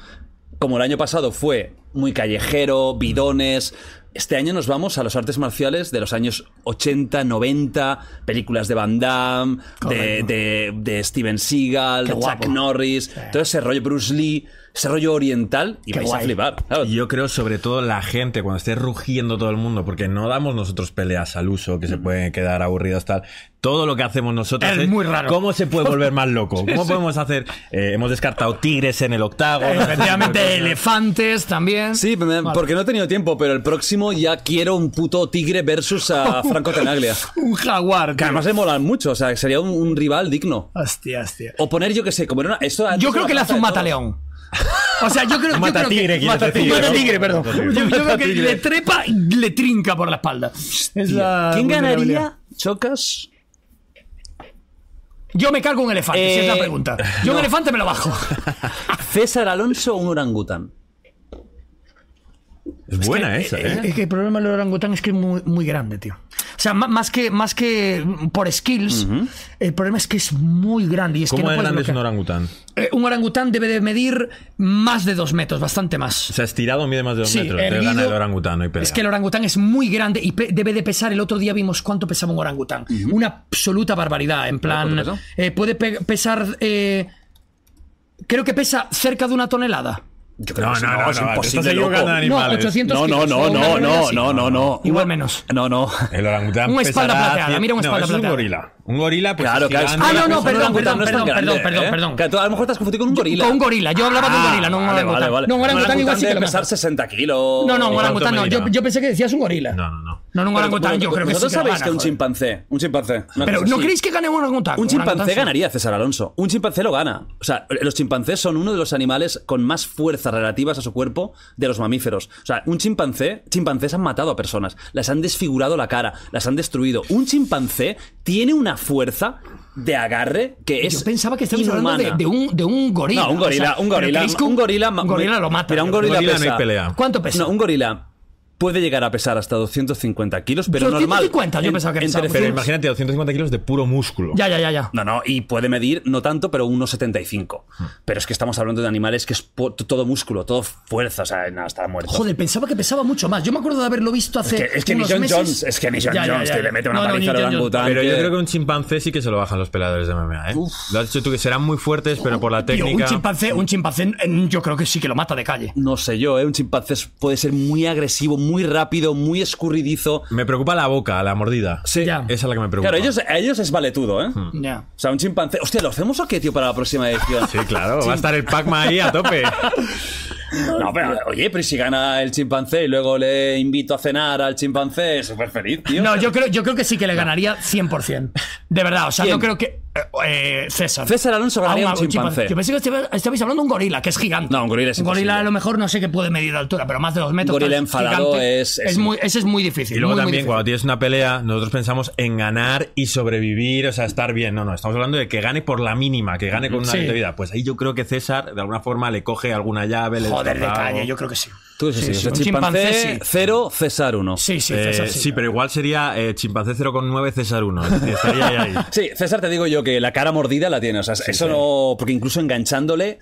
como el año pasado fue muy callejero, bidones. Este año nos vamos a las artes marciales de los años 80, 90, películas de Van Damme, de, Correcto. de- de Steven Seagal, Qué de Chuck guapo. Norris, todo ese rollo Bruce Lee, ese rollo oriental, y Qué vais guay. a flipar. Claro, Y yo creo sobre todo la gente, cuando esté rugiendo todo el mundo, porque no damos nosotros peleas al uso, Mm. que se pueden quedar aburridas tal. Todo lo que hacemos nosotros Es muy raro. ¿Cómo se puede volver más loco? ¿Cómo podemos hacer? eh, hemos descartado tigres en el octavo. Eh, Efectivamente, elefantes también. Ah, Sí, me- porque no he tenido tiempo, pero el próximo ya quiero un puto tigre versus a Franco Tenaglia. Un jaguar. Que tío. además le molan mucho, o sea, sería un, un rival digno. Hostia, hostia. O poner, yo que sé, como era una. Esto antes Yo era creo que le hace plaza un de toros. mataleón. O sea, yo creo, yo creo Matatigre, que. quieres decir, ¿no? matatigre, perdón. Yo, Matatigre. yo creo que le trepa y le trinca por la espalda. Es la ¿Quién vulnerabilidad. ganaría? ¿Chocas? Yo me cargo un elefante, si es la Eh, pregunta. Yo un elefante me lo bajo. César Alonso o un orangután. Es buena esa, ¿eh? Es que el problema del orangután es que es muy, muy grande, tío. O sea, ma- más que, más que por skills, el problema es que es muy grande. Y es que ¿Cómo no de puedes grande es un bloquear. orangután? Eh, un orangután debe de medir más de dos metros, bastante más. O sea, estirado mide más de dos Sí, metros. Te gana erguido. el orangután, no hay pelea. Es que el orangután es muy grande y pe- debe de pesar. El otro día vimos cuánto pesaba un orangután. Una absoluta barbaridad. En plan, ¿Cuánto pesó? eh, puede pe- pesar. eh, creo que pesa cerca de una tonelada. Yo No, no, no, no, es no, te imposible, estás equivocando de loco. animales. No, 800 No, no, kilos, no, una no, barbaridad no, así. no, no, no. Igual menos. No, no. El orangután Un espalda pesará plateada, cien- mira un espalda no, es un plateada. gorila. Un gorila, pues Claro, es claro. es gigante. Ah, no, no, pues un perdón, orangután no es perdón, tan perdón, grande, perdón, ¿eh? perdón. Que tú a lo mejor te has confundido con un gorila. Con un gorila. Yo hablaba de un gorila, no un Ah, vale, orangután. Vale, vale. No, un orangután igual sí que debe lo pesar matas. 60 kilos. No, no, un ¿Cuánto orangután no. Yo, medirá? yo pensé que decías un gorila. No, no, no. No, no, un Pero orangután. Yo vosotros- creo que sí. Vosotros que lo sabéis gana, que un joder. chimpancé, un chimpancé. una Pero cosa ¿no así. creéis que gane un orangután? Un orangután chimpancé sí. ganaría César Alonso. Un chimpancé lo gana. O sea, los chimpancés son uno de los animales con más fuerzas relativas a su cuerpo de los mamíferos. O sea, un chimpancé, chimpancés han matado a personas, las han desfigurado la cara, las han destruido. Un chimpancé tiene una fuerza de agarre que es Yo pensaba que estabas hablando de, inhumana. de un, de un gorila. No, un O sea, gorila, un ¿pero gorila, creéis que un gorila, ma- un gorila lo mata. Mira, un gorila, Gorila no pesa- hay pelea. ¿Cuánto pesa? No, un gorila puede llegar a pesar hasta 250 kilos, pero 250, normal. yo en- pensaba que entre pesaba Pero Uf. imagínate, 250 kilos de puro músculo. Ya, ya, ya, ya. No, no, y puede medir no tanto, pero 1,75. Mm. Pero es que estamos hablando de animales que es po- todo músculo, todo fuerza, o sea, nada, está muerto. Joder, pensaba que pesaba mucho más. Yo me acuerdo de haberlo visto hace. es que, es que ni unos John meses. Jones, es que ni John Ya, ya, Jones, ya. que le mete una No, no, ni paliza al John Jones. orangután. Pero yo que- creo que un chimpancé sí que se lo bajan los peladores de MMA, ¿eh? Lo has dicho tú que serán muy fuertes, pero por la Tío, un técnica. chimpancé, un chimpancé, eh, yo creo que sí que lo mata de calle. No sé yo, ¿eh? un chimpancé puede ser muy agresivo, muy rápido, muy escurridizo. Me preocupa la boca, la mordida. Sí. Ya. Esa es la que me preocupa. Hmm. Claro, ellos, a ellos es valetudo, ¿eh? Ya. O sea, un chimpancé. Hostia, ¿lo hacemos o qué, tío, para la próxima edición? Sí, claro, va a estar el Pac-Man ahí a tope. No, pero oye, pero si gana el chimpancé y luego le invito a cenar al chimpancé, súper feliz, tío. No, yo creo, yo creo que sí que le ganaría 100%. De verdad, o sea, ¿Quién? no creo que. eh, eh, César. César Alonso ganaría un chimpancé. Yo pensé que estaba- estabais hablando de un gorila, que es gigante. No, un gorila es gorila imposible. a lo mejor no sé qué puede medir de altura, pero más de dos metros. Gorila tal, enfadado gigante. es- es- es muy, ese es muy difícil. Y luego muy, muy también, difícil. cuando tienes una pelea, nosotros pensamos en ganar y sobrevivir, o sea, estar bien. No, no, estamos hablando de que gane por la mínima, que gane con una Sí. vida de vida. Pues ahí yo creo que César, de alguna forma, le coge alguna llave. le Joder, de destroza algo. calle, yo creo que sí. Tú sí, sí, o sea, un chimpancé, chimpancé, sí. cero, César uno. Sí, sí, Eh, César, sí, sí. pero igual sería eh, chimpancé 0,9, César 1. Estaría ahí, ahí. Sí, César, te digo yo que la cara mordida la tiene. O sea, eso sí. no. Porque incluso enganchándole.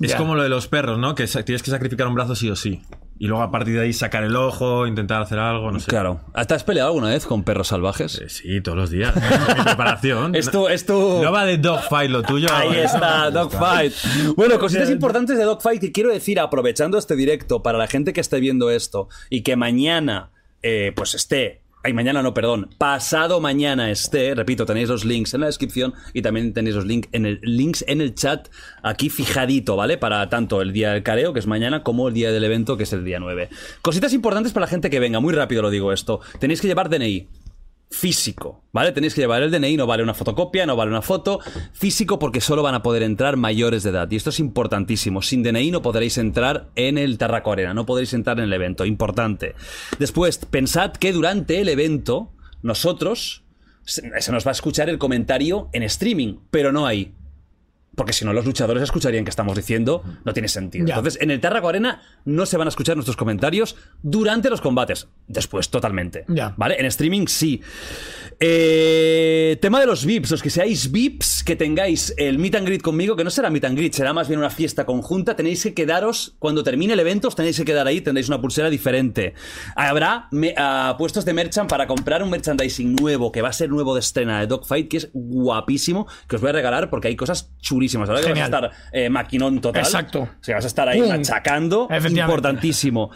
Es Ya. como lo de los perros, ¿no? Que sa- tienes que sacrificar un brazo sí o sí. Y luego a partir de ahí sacar el ojo, intentar hacer algo, no sé. Claro. ¿Te has peleado alguna vez con perros salvajes? Eh, Sí, todos los días. Mi preparación. Es tu. Es tu... No va de dogfight lo tuyo. Ahí está, Dogfight. Bueno, cositas importantes de Dogfight que quiero decir, aprovechando este directo, para la gente que esté viendo esto y que mañana, eh, pues esté. Ay, mañana no, perdón. Pasado mañana esté. Repito, tenéis los links en la descripción y también tenéis los link en el, links en el chat aquí fijadito, ¿vale? Para tanto el día del careo, que es mañana, como el día del evento, que es el día 9. Cositas importantes para la gente que venga. Muy rápido lo digo esto. Tenéis que llevar DNI físico, ¿vale? Tenéis que llevar el DNI, no vale una fotocopia, no vale una foto, físico porque solo van a poder entrar mayores de edad. Y esto es importantísimo. Sin DNI no podréis entrar en el Tarraco Arena, no podréis entrar en el evento, importante. Después, pensad que durante el evento, nosotros, se se nos va a escuchar el comentario en streaming, pero no ahí. Porque si no, los luchadores escucharían que estamos diciendo, no tiene sentido. Ya. Entonces, en el Tarraco Arena no se van a escuchar nuestros comentarios durante los combates. Después, totalmente. Ya. ¿Vale? En streaming sí. Eh, tema de los VIPs, los que seáis VIPs, que tengáis el meet and greet conmigo, que no será meet and greet, será más bien una fiesta conjunta, tenéis que quedaros, cuando termine el evento, os tenéis que quedar ahí, tendréis una pulsera diferente. Habrá me- ah, puestos de merchant para comprar un merchandising nuevo, que va a ser nuevo de estrena de Dogfight, que es guapísimo, que os voy a regalar porque hay cosas chulísimas. Ahora que vas a Genial. estar eh, maquinón total. Exacto. O sea, vas a estar ahí Pum. machacando. Efectivamente. Importante importantísimo.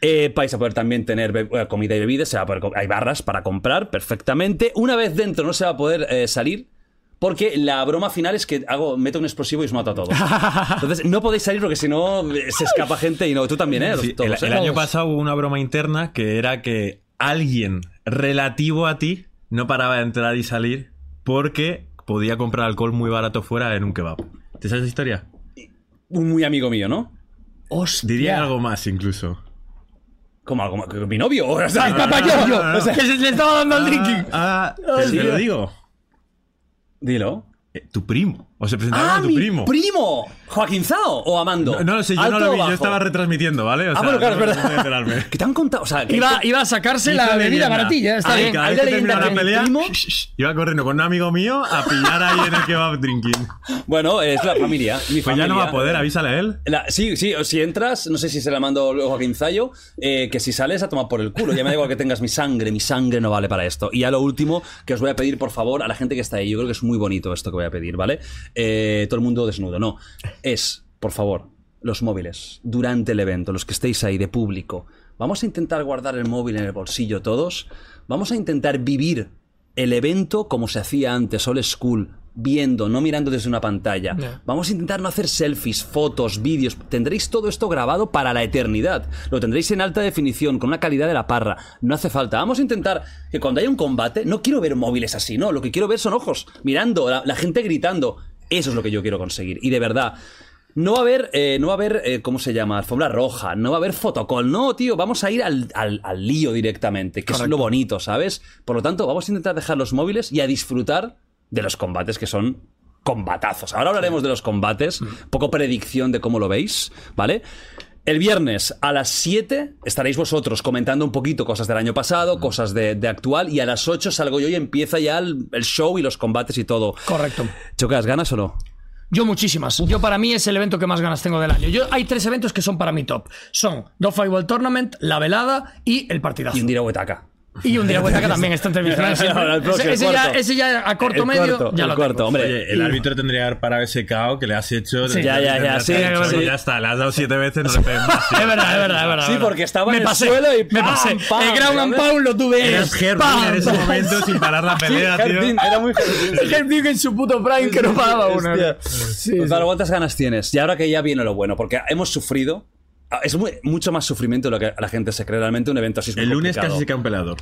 Eh, vais a poder también tener be- eh, comida y bebidas, se va a poder co- hay barras para comprar perfectamente. Una vez dentro no se va a poder eh, salir. Porque la broma final es que hago, meto un explosivo y os mato a todos. Entonces, no podéis salir porque si no eh, se escapa gente y no. Tú también, ¿eh? Los- Sí, el, todos, el ¿eh? año pasado hubo una broma interna que era que alguien relativo a ti no paraba de entrar y salir porque podía comprar alcohol muy barato fuera en un kebab. ¿Te sabes esa historia? Un muy amigo mío, ¿no? Hostia. Diría algo más incluso. Como algo como- mi novio. o sea, Ay, papá, yo, yo. O sea, que se- le estaba dando al drinking. Ah, ah, te- sí. te lo digo. Dilo. eh, tu primo. O se presentaba ¡Ah, como tu mi primo. ¿Primo? ¿Joaquín Zao o Amando? No, no lo sé, yo ¿Alto no lo o vi, yo bajo? estaba retransmitiendo, ¿vale? O Ah, bueno, claro, es no me pude verdad. enterarme. ¿Qué te han contado? O sea, que- Iba, iba a sacarse la Hizo bebida leyenda. baratilla, está Ahí, bien. cada Hay vez la que leyenda terminaba que la pelea, primo- shh, shh, iba corriendo con un amigo mío a pillar ahí en el kebab drinking. Bueno, es la familia. Mi Pues ya no va a familia. poder, avísale a él. La- sí, sí, o si entras, no sé si se la mando luego a Quinzayo, eh, que si sales a tomar por el culo. Ya me da igual que tengas mi sangre, mi sangre no vale para esto. Y ya lo último que os voy a pedir, por favor, a la gente que está ahí, yo creo que es muy bonito esto que voy a pedir, ¿vale? Eh, todo el mundo desnudo, no. Es, por favor, los móviles, durante el evento, los que estéis ahí de público, vamos a intentar guardar el móvil en el bolsillo todos, vamos a intentar vivir el evento como se hacía antes, old school, viendo, no mirando desde una pantalla. No. Vamos a intentar no hacer selfies, fotos, vídeos. Tendréis todo esto grabado para la eternidad. Lo tendréis en alta definición, con una calidad de la parra. No hace falta. Vamos a intentar que cuando haya un combate, no quiero ver móviles así, no. Lo que quiero ver son ojos, mirando, la, la gente gritando. Eso es lo que yo quiero conseguir. Y de verdad. No va a haber, eh, no va a haber, eh, ¿cómo se llama? Alfombra roja, no va a haber fotocall, no, tío, vamos a ir al, al- al lío directamente, que es lo bonito, ¿sabes? Por lo tanto, vamos a intentar dejar los móviles y a disfrutar de los combates que son combatazos. Ahora hablaremos de los combates, poco predicción de cómo lo veis, ¿vale? El viernes a las 7 estaréis vosotros comentando un poquito cosas del año pasado, cosas de, de actual, y a las 8 salgo yo y empieza ya el, el show y los combates y todo. Correcto. ¿Chocas ganas o no? Yo muchísimas. Yo para mí es el evento que más ganas tengo del año. Yo hay tres eventos que son para mí top. Son Dofa World Tournament, La Velada y el partidazo. Y un dira huetaca. Y un día vuelta que también está entrevistado. Ahora el próximo, ese, ese el ya, cuarto. ese ya a corto El medio cuarto, ya el lo cuarto, tengo. hombre. Oye, el árbitro tendría que haber parado ese cao que le has hecho. Ya, ya, ya, sí, ya, sí. ya está, le has dado siete veces, no le pegues más. tío. Es verdad, es verdad, es verdad. Sí, es verdad. porque estaba me en el pasé, suelo y me ¡pam, pasé. pam! el ground and ¿sabes? pound lo tuve. Eras ¡pam! Herb Dean en ese momento sin parar la pelea, Sí, tío. Jardín, era muy Jardín. Herb en su puto prime que no paraba una. Hostia. Sí, Pues, sí. claro, ¿cuántas ganas tienes? Y ahora que ya viene lo bueno, porque hemos sufrido. Ah, Es muy- mucho más sufrimiento de lo que la gente se cree. Realmente un evento así es muy El lunes complicado. casi se cae un pelador.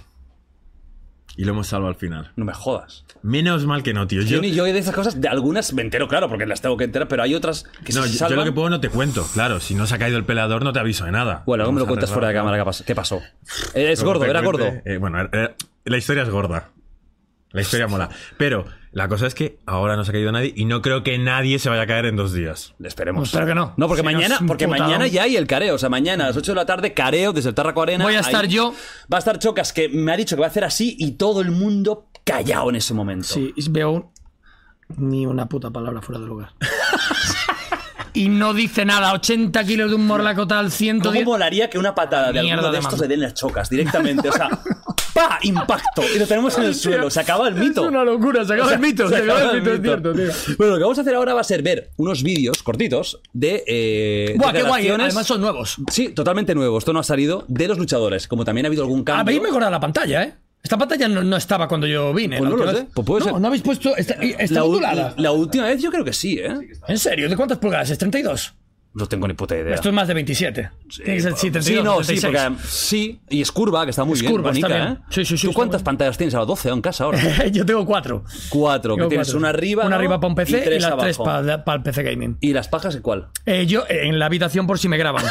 Y lo hemos salvado al final. No me jodas. Menos mal que no, tío. Yo, Yo, ni yo de esas cosas, de algunas me entero, claro, porque las tengo que enterar, pero hay otras que no, se yo- yo salvan. lo que puedo no te cuento, claro. Si no se ha caído el pelador, no te aviso de nada. Bueno, luego me lo Hemos cuentas fuera de arreglado. cámara qué pas- qué pasó. Eh, Es Luego gordo, te era cuente. gordo. Eh, bueno, era- era- la historia es gorda. La historia mola. Pero la cosa es que ahora no se ha caído nadie y no creo que nadie se vaya a caer en dos días. Esperemos. Espero que no. No, porque Si no, mañana, es un porque putadón. mañana ya hay el careo. O sea, mañana a las 8 de la tarde, careo desde el Tarraco Arena. Voy a Ahí estar yo. Va a estar Chocas, que me ha dicho que va a hacer así y todo el mundo callado en ese momento. Sí, y veo un- ni una puta palabra fuera de lugar. y no dice nada. 80 kilos de un morlaco tal, ¿Cómo 110. molaría que una patada de Mierda alguno de, de estos mano. le den las chocas directamente? O sea, ¡pa! Impacto. Y lo tenemos en el suelo. Se acaba el mito. Es una locura, se acaba O sea, el mito, se, acaba, el mito, mito. es cierto, tío. Bueno, lo que vamos a hacer ahora va a ser ver unos vídeos cortitos de. Eh, Buah, qué guay, declaraciones- además son nuevos. Sí, totalmente nuevo. Esto no ha salido de los luchadores. Como también ha habido algún cambio. Habéis mejorado la pantalla, ¿eh? Esta pantalla no, no estaba cuando yo vine. la Pues no lo última sé, vez. pues puede no, ser. no habéis puesto. este- Está, está la, u- modulada. la última vez yo creo que sí, ¿eh? ¿En serio? ¿De cuántas pulgadas? ¿Es 32? No tengo ni puta idea. Esto es más de 27. Tiene que ser sí, 32, sí, no, sí, 36. porque, um, sí, y es curva, que está muy bien, curva, está bonita, bien. ¿eh? Sí, sí, sí, ¿Tú está cuántas bien. pantallas tienes ahora? 12 en casa ahora. Yo tengo cuatro. Cuatro, que Tengo tienes cuatro. una arriba. Una ¿no? arriba para un PC y, tres las tres abajo. para, el PC Gaming. ¿Y las pajas cuál? Eh, yo eh, en la habitación por si me graban.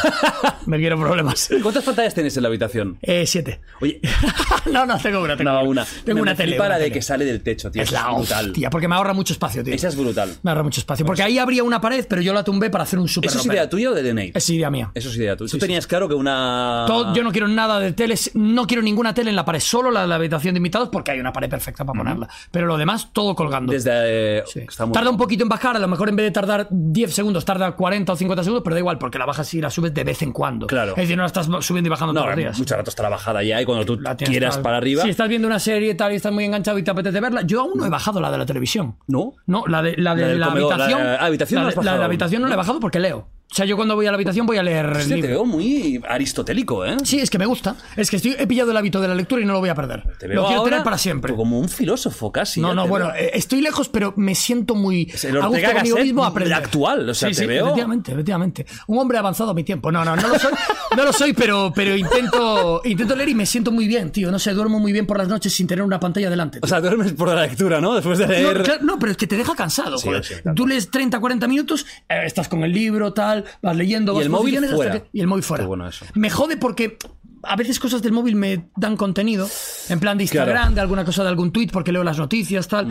no quiero problemas. ¿Cuántas pantallas tienes en la habitación? Eh, siete. Oye, no, no, tengo una. Tengo no, una. Tengo Me- una me tele. flipa una la de tele. que sale del techo, tío. Es eso Es la brutal. hostia, porque me ahorra mucho espacio, tío. Esa es brutal. Me ahorra mucho espacio. Porque ahí habría una pared, pero yo la tumbé para hacer un super ¿Eso es idea tuya o de DNA? Es idea mía. Eso es idea tuya. Tú tenías claro que una. Todo- yo no quiero nada de teles, no quiero ninguna tele en la pared, solo la de la habitación de invitados porque hay una pared perfecta para ponerla. Pero lo demás, todo colgando. Desde. eh, Sí. está muy- Tarda un poquito en bajar, a lo mejor en vez de tardar 10 segundos, tarda 40 o 50 segundos, pero da igual, porque la bajas y la subes de vez en cuando. Claro. Es decir, no la estás subiendo y bajando No, todos los días. muchas rato está la bajada ya y cuando tú La tienes quieras para arriba. Si estás viendo una serie y tal y estás muy enganchado y te apetece verla, yo aún no he bajado la de la televisión. No. No, la de la, de La del la comedor, habitación. la- la habitación la no de- has bajado la de la aún. habitación no la he bajado porque leo. O sea, yo cuando voy a la habitación voy a leer. Hostia, pues te libros. veo muy aristotélico, ¿eh? Sí, es que me gusta. Es que estoy, he pillado el hábito de la lectura y no lo voy a perder. Te veo lo quiero ahora tener para siempre. Como un filósofo casi. no, ya no, te bueno, veo. eh, estoy lejos, pero me siento muy Es el a Ortega gusto conmigo Gasset mismo a aprender. actual, o sea, sí, te sí, veo- Efectivamente, efectivamente. Un hombre avanzado a mi tiempo. No, no, no lo soy, no lo soy pero, pero intento, intento leer y me siento muy bien, tío. No sé, duermo muy bien por las noches sin tener una pantalla delante. O tío. sea, duermes por la lectura, ¿no? Después de No, leer. claro, no, pero es que te deja cansado. Sí, joder. sí, claro. Tú lees 30, 40 minutos, eh, estás con el libro, tal, vas leyendo, Y vas el móvil posiciones hasta fuera. que- y el móvil fuera. Qué bueno eso. Me jode porque a veces cosas del móvil me dan contenido, en plan de Instagram, Claro. de alguna cosa, de algún tweet, porque leo las noticias, tal.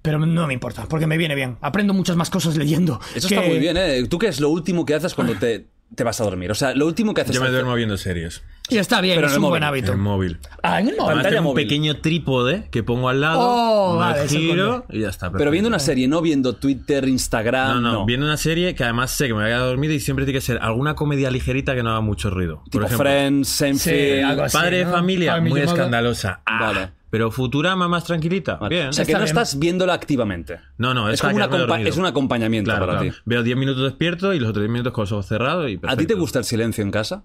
Pero no me importa, porque me viene bien. Aprendo muchas más cosas leyendo. Eso que- está muy bien, ¿eh? ¿Tú qué es lo último que haces cuando te, te vas a dormir? O sea, lo último que haces. Yo me antes- duermo viendo series. Y está bien, Pero en es el un móvil, buen En hábito. el móvil. Ah, en el móvil. Pantalla Además, tengo un móvil. pequeño trípode que pongo al lado, Oh, me vale, eso giro conviene. y ya está. Pero perfecto. viendo una serie, no viendo Twitter, Instagram. No, Ah, No, no, viendo una serie que además sé que me voy a quedar dormido y siempre tiene que ser alguna comedia ligerita que no haga mucho ruido. Tipo Por ejemplo, Friends, Sí, Seinfeld. algo así, Padre de ¿no? familia, How I Met muy Your Mother. escandalosa. Ah, Vale. Pero Futurama más tranquilita. Vale. Bien. O sea, que Está no bien. estás viéndola activamente. No, no, es esta como una quedarme compa- dormido. es un acompañamiento Claro, para claro. ti. Veo 10 minutos despierto y los otros 10 minutos con los ojos cerrados y ¿A ti te perfecto. gusta el silencio en casa?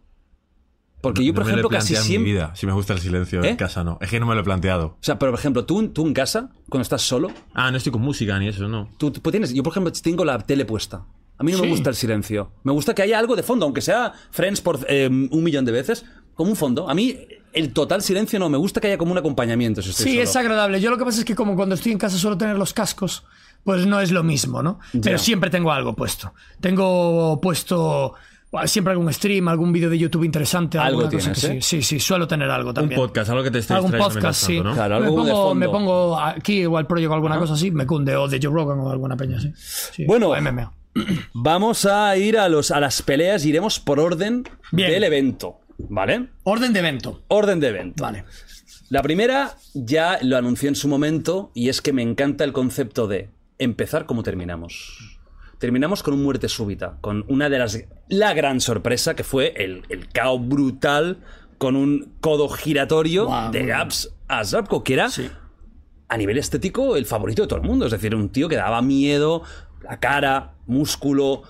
Porque No- yo, por no me lo he ejemplo, casi planteado en mi siempre. vida, si me gusta el silencio ¿Eh? en casa, no. Es que no me lo he planteado. O sea, pero por ejemplo, tú, tú en casa, cuando estás solo, Ah, no estoy con música ni eso, no. tú, tú tienes. Yo, por ejemplo, tengo la tele puesta. A mí no me gusta el silencio. Me gusta que haya algo de fondo, aunque sea Friends por eh, un millón de veces, como un fondo. A mí el total silencio no me gusta que haya como un acompañamiento. si estoy Sí, solo. es agradable. Yo lo que pasa es que como cuando estoy en casa suelo tener los cascos, pues no es lo mismo, ¿no? Pero siempre tengo algo puesto. Tengo puesto buah, siempre algún stream, algún vídeo de YouTube interesante, Algo alguna cosa tienes, que ¿eh? sí. Sí, sí, suelo tener algo también. Un podcast, algo que te esté Algún distrayendo podcast, sí. mientras tanto, Este ¿no? Claro, me, algo de pongo, fondo. me pongo aquí o al proyecto alguna cosa así, me cunde, o de Joe Rogan o alguna peña así. Sí, Bueno. o MMA. Vamos a ir a, los, a las peleas, iremos por orden Bien. del evento, ¿vale? Orden de evento. Orden de evento. Vale. La primera ya lo anuncié en su momento y es que me encanta el concepto de empezar como terminamos. Terminamos con un muerte súbita, con una de las... La gran sorpresa que fue el, el caos brutal con un codo giratorio Guau, muy de bien. Gaps a Zabko, que era Sí. a nivel estético el favorito de todo el mundo. Es decir, un tío que daba miedo, la cara, músculo.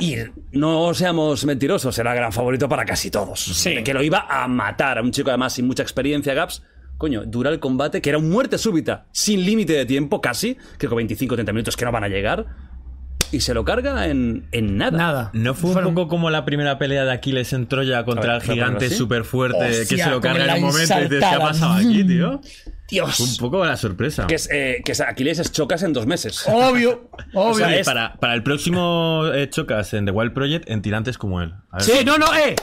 Y no seamos mentirosos, era gran favorito para casi todos. Sí. Que lo iba a matar a un chico además sin mucha experiencia, Gaps. Coño, dura el combate, que era un muerte súbita, sin límite de tiempo casi, creo que 25 o 30 minutos que no van a llegar. Y se lo carga en, en nada. Nada. ¿No fue un Fueron- poco como la primera pelea de Aquiles en Troya A contra ver, el voy a ponerlo gigante así. súper fuerte que Hostia, se lo con carga en la un momento y dices, ¿qué ha ensartada". pasado aquí, tío? Dios. Fue un poco la sorpresa. Que es, eh, que es Aquiles es chocas en dos meses. Obvio, obvio. O sea, es- para, para el próximo eh, Chocas en The Wild Project, en tirantes como él. A ver. Sí, no, no, eh.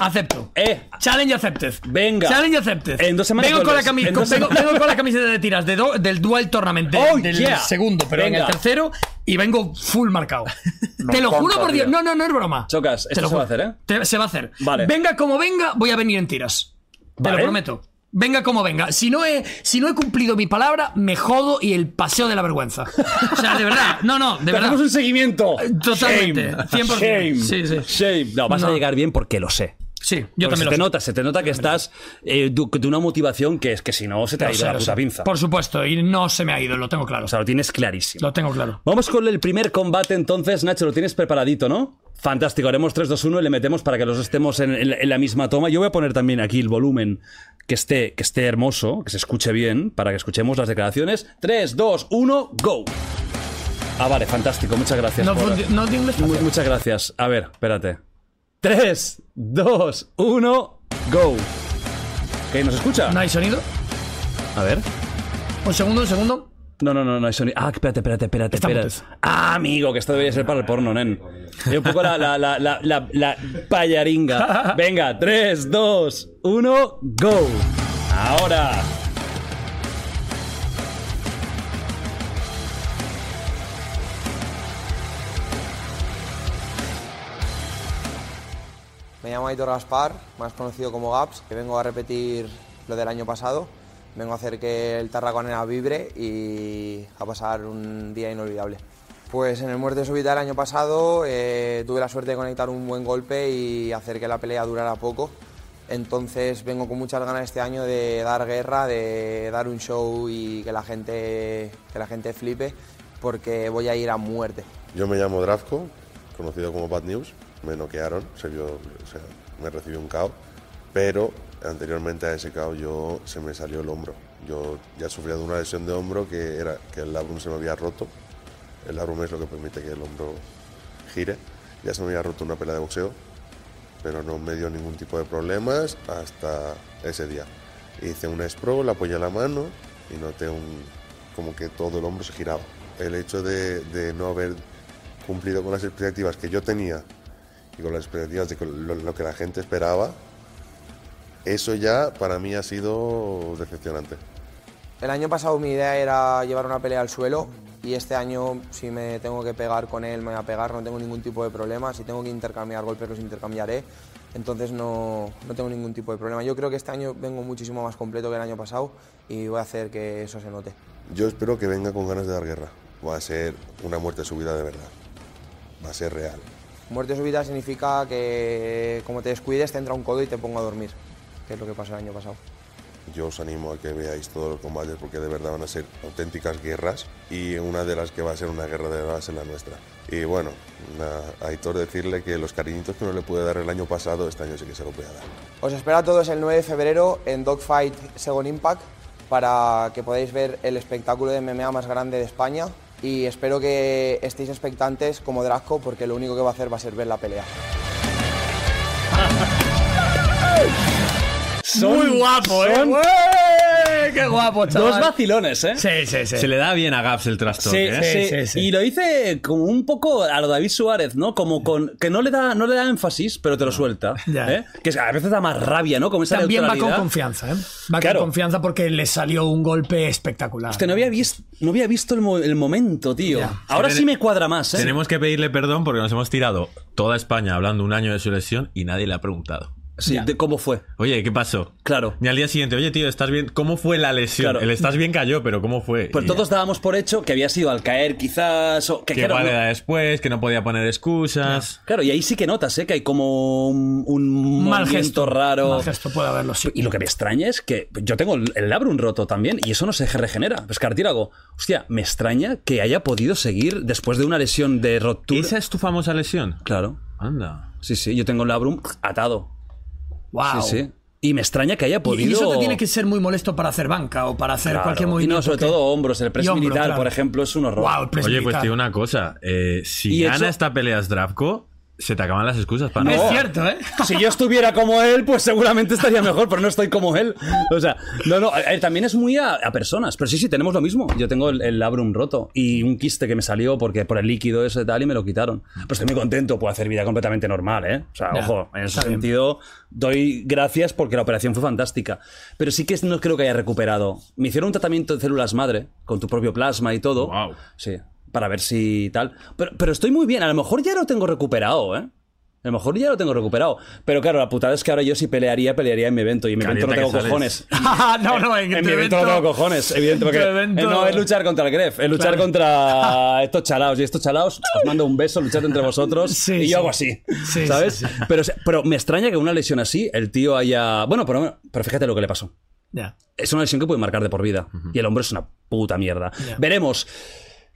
Acepto. Eh, Challenge accepted. Venga. Challenge accepted. En dos semanas Vengo con, la vuelves. cami- En dos vengo- semanas- vengo con la camiseta de tiras de do- del Dual Tournament. de- Oh, del yeah. segundo, pero en Venga. el tercero. Y vengo full marcado. Te lo juro encanta, por Dios. tío. No, no, no es broma. Chocas, Te esto lo se juro. va a hacer, ¿eh? Te- se va a hacer. Vale. Venga como venga, voy a venir en tiras. Te Vale. lo prometo. Venga como venga. Si no, he, si no he cumplido mi palabra, me jodo y el paseo de la vergüenza. O sea, de verdad. No, no, de Te verdad. Eh, hacemos un seguimiento. Totalmente, Shame. 100%. Shame. Sí, sí. Shame. No, vas a No. llegar bien porque lo sé. Sí, yo Porque también se lo te sé. nota, se te nota que estás eh, du- de una motivación que es que si no se te ha Lo ido sé, la lo puta sé. pinza. Por supuesto, y no se me ha ido, lo tengo claro. O sea, lo tienes clarísimo. Lo tengo claro. Vamos con el primer combate entonces, Nacho, lo tienes preparadito, ¿no? Fantástico, haremos 3, 2, 1 y le metemos para que los dos estemos en, en la- en la misma toma. Yo voy a poner también aquí el volumen que esté, que esté hermoso, que se escuche bien, para que escuchemos las declaraciones. 3, 2, 1, go. Ah, vale, fantástico, muchas gracias. No, por- fundi- no tiene un Mu- espacio. muchas gracias. A ver, espérate. 3, 2, 1, go. ¿Que nos escucha? ¿No hay sonido? A ver. Un segundo, un segundo. No, no, no, no hay sonido. Ah, espérate, espérate, espérate. Está espérate. muteado. Ah, amigo, que esto debería ser para el porno, nen. Y un poco la, la, la, la, la, la payaringa. Venga, 3, 2, 1, go. Ahora. Me llamo Aitor Gaspar, más conocido como Gaps, que vengo a repetir lo del año pasado. Vengo a hacer que el Tarraconera vibre y a pasar un día inolvidable. Pues en el Muerte Súbita del año pasado eh, tuve la suerte de conectar un buen golpe y hacer que la pelea durara poco. Entonces vengo con muchas ganas este año de dar guerra, de dar un show y que la gente, que la gente flipe porque voy a ir a muerte. Yo me llamo Dravko, conocido como Bad News. Me noquearon, se vio- o sea, me recibió un KO, pero anteriormente a ese KO yo se me salió el hombro. Yo ya sufría de una lesión de hombro que era que el labrum se me había roto. El labrum es lo que permite que el hombro gire. Ya se me había roto una pelea de boxeo, pero no me dio ningún tipo de problemas hasta ese día. Hice un espro, le apoyé la mano y noté un, como que todo el hombro se giraba. El hecho de, de no haber cumplido con las expectativas que yo tenía y con las expectativas de que lo, lo que la gente esperaba, eso ya para mí ha sido decepcionante. El año pasado mi idea era llevar una pelea al suelo y este año si me tengo que pegar con él me voy a pegar, no tengo ningún tipo de problema, si tengo que intercambiar golpes los intercambiaré, entonces no, no tengo ningún tipo de problema. Yo creo que este año vengo muchísimo más completo que el año pasado y voy a hacer que eso se note. Yo espero que venga con ganas de dar guerra. Va a ser una muerte subida de verdad. Va a ser real. Muerte súbita significa que como te descuides te entra un codo y te pongo a dormir, que es lo que pasó el año pasado. Yo os animo a que veáis todos los combates porque de verdad van a ser auténticas guerras y una de las que va a ser una guerra de verdad va a ser la nuestra. Y bueno, a Aitor decirle que los cariñitos que no le pude dar el año pasado, este año sí que se lo voy a dar. Os espero a todos el 9 de febrero en Dogfight Second Impact para que podáis ver el espectáculo de MMA más grande de España y espero que estéis expectantes como Draco porque lo único que va a hacer va a ser ver la pelea. Muy guapo, ¿eh? son ¡Ué! ¡Qué guapo, chaval! Dos vacilones, ¿eh? Sí, sí, sí. Se le da bien a Gaps el trasto. Sí, ¿eh? sí, Sí, sí. Y lo hice como un poco a lo David Suárez, ¿no? Como con. que no le da, no le da énfasis, pero te lo suelta. Ya. ¿eh? Que a veces da más rabia, ¿no? Como esa También va con neutralidad. confianza, ¿eh? Va Claro. con confianza porque le salió un golpe espectacular. Hostia, no había visto, no había visto el, mo- el momento, tío. Ya. Ahora Pero sí me cuadra más, ¿eh? Tenemos que pedirle perdón porque nos hemos tirado toda España hablando un año de su lesión y nadie le ha preguntado. Sí, de cómo fue. Oye, ¿qué pasó? Claro. Ni al día siguiente, oye, tío, ¿estás bien? ¿Cómo fue la lesión? Claro. El estás bien cayó, pero ¿cómo fue? Pues Y- todos dábamos por hecho que había sido al caer, quizás. O, que Que claro, vale no- da después, que no podía poner excusas. claro, y ahí sí que notas, ¿eh? Que hay como un, un Un mal movimiento gesto raro. Mal gesto puede haberlo, sí. Y lo que me extraña es que yo tengo el el labrum roto también y eso no se regenera. Es cartílago. Hostia, me extraña que haya podido seguir después de una lesión de rotura. ¿Esa es tu famosa lesión? Claro. Anda. Sí, sí, yo tengo el labrum atado. Wow. Sí, sí. Y me extraña que haya Y- podido. Y eso te tiene que ser muy molesto para hacer banca o para hacer Claro. cualquier movimiento. Y no, sobre que- todo hombros. El press Y hombro, militar, claro. por ejemplo, es un horror. Guau, el press Oye, pues militar. te digo una cosa. eh, si Y gana eso- esta pelea Zdravko, se te acaban las excusas para Es No. cierto, ¿eh? Si yo estuviera como él, pues seguramente estaría mejor, pero no estoy como él. O sea, no, no, eh, también es muy a, a personas. Pero sí, sí, tenemos lo mismo. Yo tengo el, el labrum roto y un quiste que me salió porque por el líquido ese tal y me lo quitaron. Pero estoy muy contento, puedo hacer vida completamente normal, ¿eh? O sea, Ya, ojo, en ese está bien. sentido doy gracias porque la operación fue fantástica. Pero sí que no creo que haya recuperado. Me hicieron un tratamiento de células madre con tu propio plasma y todo. Guau. Sí, para ver si tal. Pero, pero estoy muy bien, a lo mejor ya lo tengo recuperado, ¿eh? A lo mejor ya lo tengo recuperado. Pero claro, la putada es que ahora yo si pelearía, pelearía en mi evento. Y en mi evento no Calienta tengo que cojones. no, no, en, En tu mi evento no tengo cojones, evidente. Porque en tu evento- el no es luchar contra el Gref, es luchar Claro. contra estos chalaos. Y estos chalaos os mando un beso, luchad entre vosotros. Sí, y yo sí. hago así. Sí, ¿Sabes? sí, Pero, pero me extraña que una lesión así, el tío haya. Bueno, pero, pero fíjate lo que le pasó Ya. es una lesión que puede marcar de por vida. Y el hombro es una puta mierda. Ya. Veremos.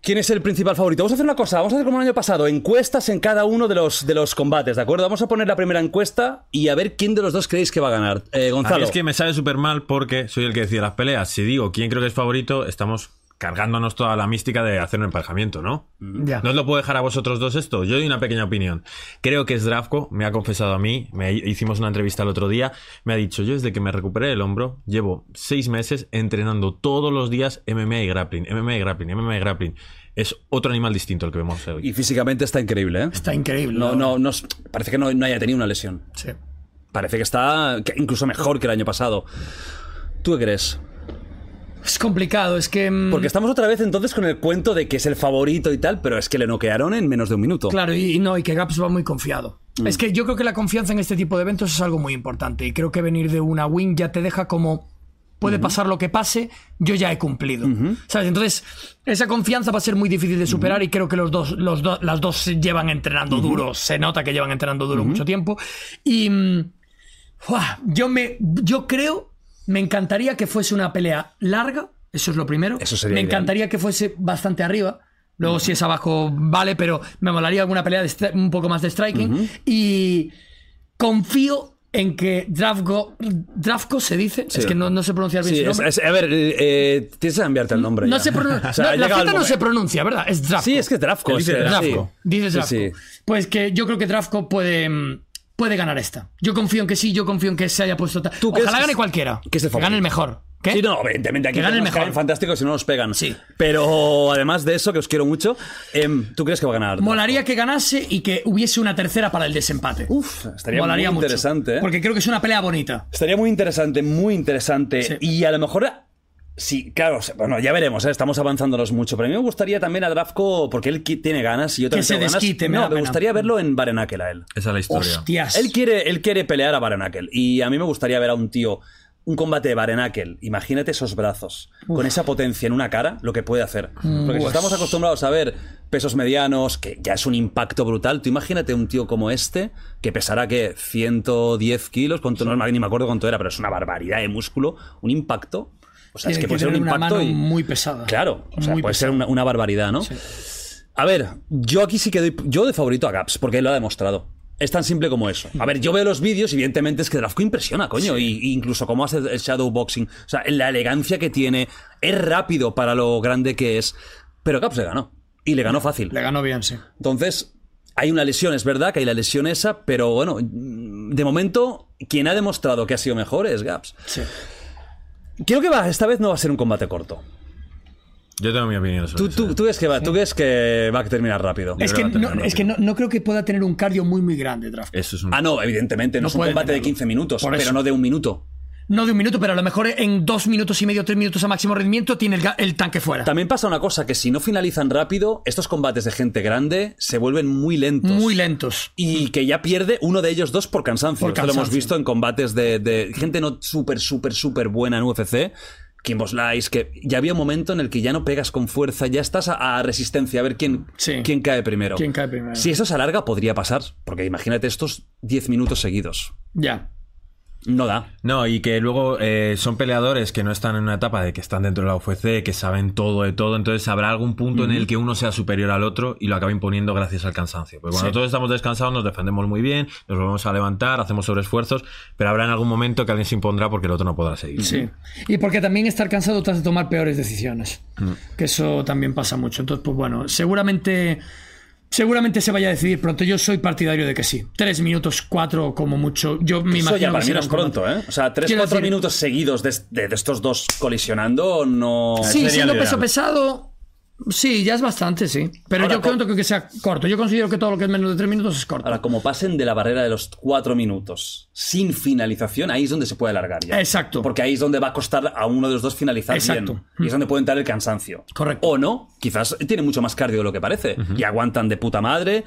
¿Quién es el principal favorito? Vamos a hacer una cosa, vamos a hacer como el año pasado, encuestas en cada uno de los, de los combates, ¿de acuerdo? Vamos a poner la primera encuesta y a ver quién de los dos creéis que va a ganar. A Eh, mí Gonzalo. es que me sale súper mal porque soy el que decide las peleas. Si digo quién creo que es favorito, estamos cargándonos toda la mística de hacer un emparejamiento, ¿no? Ya. No os lo puedo dejar a vosotros dos esto. Yo doy una pequeña opinión. Creo que Zdravko me ha confesado a mí, me hicimos una entrevista el otro día, me ha dicho, yo desde que me recuperé el hombro, llevo seis meses entrenando todos los días MMA y grappling, MMA y grappling, MMA y grappling. Es otro animal distinto el que vemos hoy. Y físicamente está increíble, ¿eh? Está increíble. No, no, no, es- parece que no, no haya tenido una lesión. Sí. Parece que está que incluso mejor que el año pasado. ¿Tú qué crees? Es complicado, es que. mm, Porque estamos otra vez entonces con el cuento de que es el favorito y tal, pero es que le noquearon en menos de un minuto. Claro, y, y no, y que Gaps va muy confiado. Mm. Es que yo creo que la confianza en este tipo de eventos es algo muy importante. Y creo que venir de una win ya te deja como. Puede pasar lo que pase, yo ya he cumplido. ¿Sabes? Entonces, esa confianza va a ser muy difícil de superar y creo que los dos, los do- las dos se llevan entrenando duro. Se nota que llevan entrenando duro mucho tiempo. Y. mm, ¡fua! yo me. Yo creo. Me encantaría que fuese una pelea larga. Eso es lo primero. Eso sería me ideal. encantaría gustaría que fuese bastante arriba. Luego, si es abajo, vale, pero me molaría alguna pelea de stri- un poco más de striking. Y confío en que Drafko, Drafko se dice, es que no, no sé pronunciar bien Sí, su es- nombre. es- a ver, eh, eh, tienes que cambiarte el nombre. no ya. se pronuncia. O sea, ha la llegado el Z no se momento. pronuncia, ¿verdad? Es Drafko. Sí, es que es Drafko. Dice sí, Drafko. sí. Dices Sí, Drafko. sí. Pues que yo creo que Drafko puede, mm, puede ganar esta. Yo confío en que sí, yo confío en que se haya puesto. ta- ¿Tú crees Ojalá que gane es- cualquiera. que es el gane favorito? el mejor. ¿Qué? Sí, no, evidentemente aquí Que gane el tenemos mejor. caen fantásticos si no nos pegan. Sí. Pero además de eso, que os quiero mucho, em, ¿tú crees que va a ganar? Drafko? Molaría que ganase y que hubiese una tercera para el desempate. Uf, estaría Molaría muy mucho, interesante. ¿eh? Porque creo que es una pelea bonita. Estaría muy interesante, muy interesante. Sí. Y a lo mejor Sí, claro, o sea, bueno, ya veremos, ¿eh? estamos avanzándonos mucho, pero a mí me gustaría también a Drafko, porque él qui- tiene ganas y yo también se tengo ganas. desquite, me da no, me pena. gustaría verlo en Barenakel a él. Esa es la historia. Hostias. Él quiere, él quiere pelear a Barenakel y a mí me gustaría ver a un tío, un combate de Barenakel, imagínate esos brazos, con esa potencia en una cara, lo que puede hacer. Porque si Pues- estamos acostumbrados a ver pesos medianos, que ya es un impacto brutal, tú imagínate un tío como este, que pesará que 110 kilos, cuánto no, ni me acuerdo cuánto era, pero es una barbaridad de músculo, un impacto. O sea, Tiene es que que puede ser un tener una impacto mano y- muy pesada. Claro, o sea, Muy puede ser una, una barbaridad, ¿no? A ver, yo aquí sí que doy yo de favorito a Gaps, porque él lo ha demostrado. Es tan simple como eso. A ver, yo veo los vídeos y evidentemente es que Drafko impresiona, coño. Y, y incluso cómo hace el shadowboxing. O sea, la elegancia que tiene. Es rápido para lo grande que es. Pero Gaps le ganó. Y le ganó fácil. Le ganó bien, sí. Entonces, hay una lesión, es verdad que hay la lesión esa, pero bueno, de momento, quien ha demostrado que ha sido mejor es Gaps. Sí. Creo que va, esta vez no va a ser un combate corto. Yo tengo mi opinión sobre Tú, eso. tú, tú ves que va, tú ves que va a terminar rápido. Es creo que, que va a no, tener es que no, no creo que pueda tener un cardio muy, muy grande, Draft. Eso es un... Ah, no, evidentemente, no, No es un puede combate de tenerlo. 15 minutos, Por pero eso. no de un minuto. No de un minuto, pero a lo mejor en dos minutos y medio, tres minutos a máximo rendimiento tiene el, ga- el tanque fuera. También pasa una cosa, que si no finalizan rápido, estos combates de gente grande se vuelven muy lentos. Muy lentos. Y que ya pierde uno de ellos dos por cansancio. Por Esto lo hemos cansancio. visto en combates de, de gente no súper, súper, súper buena en UFC. Kimbo Slice, que ya había un momento en el que ya no pegas con fuerza, ya estás a, a resistencia, a ver quién, Sí. quién cae primero. ¿Quién cae primero? Si eso se alarga, podría pasar, porque imagínate estos 10 minutos seguidos. Ya. No da. No, y que luego eh, son peleadores que no están en una etapa de que están dentro de la UFC, que saben todo de todo, entonces habrá algún punto en el que uno sea superior al otro y lo acabe imponiendo gracias al cansancio. Porque cuando todos estamos descansados nos defendemos muy bien, nos volvemos a levantar, hacemos sobreesfuerzos, pero habrá en algún momento que alguien se impondrá porque el otro no podrá seguir. Sí. Y porque también estar cansado te hace tomar peores decisiones. Que eso también pasa mucho. Entonces, pues bueno, seguramente. Seguramente se vaya a decidir pronto. Yo soy partidario de que sí. Tres minutos, cuatro como mucho. Yo me Eso imagino ya que para mí será no es un combate. pronto, ¿eh? O sea, 3-4 Quiero decir- minutos seguidos de, de- de estos dos colisionando, no. Sí, Sería siendo lo peso ideal. pesado, sí, ya es bastante, sí. Pero Ahora, yo creo que sea corto. Yo considero que todo lo que es menos de tres minutos es corto. Ahora, como pasen de la barrera de los cuatro minutos sin finalización, ahí es donde se puede alargar ya. Exacto. Porque ahí es donde va a costar a uno de los dos finalizar Exacto. bien. Y es donde puede entrar el cansancio. Correcto. O no, quizás tiene mucho más cardio de lo que parece. Y aguantan de puta madre.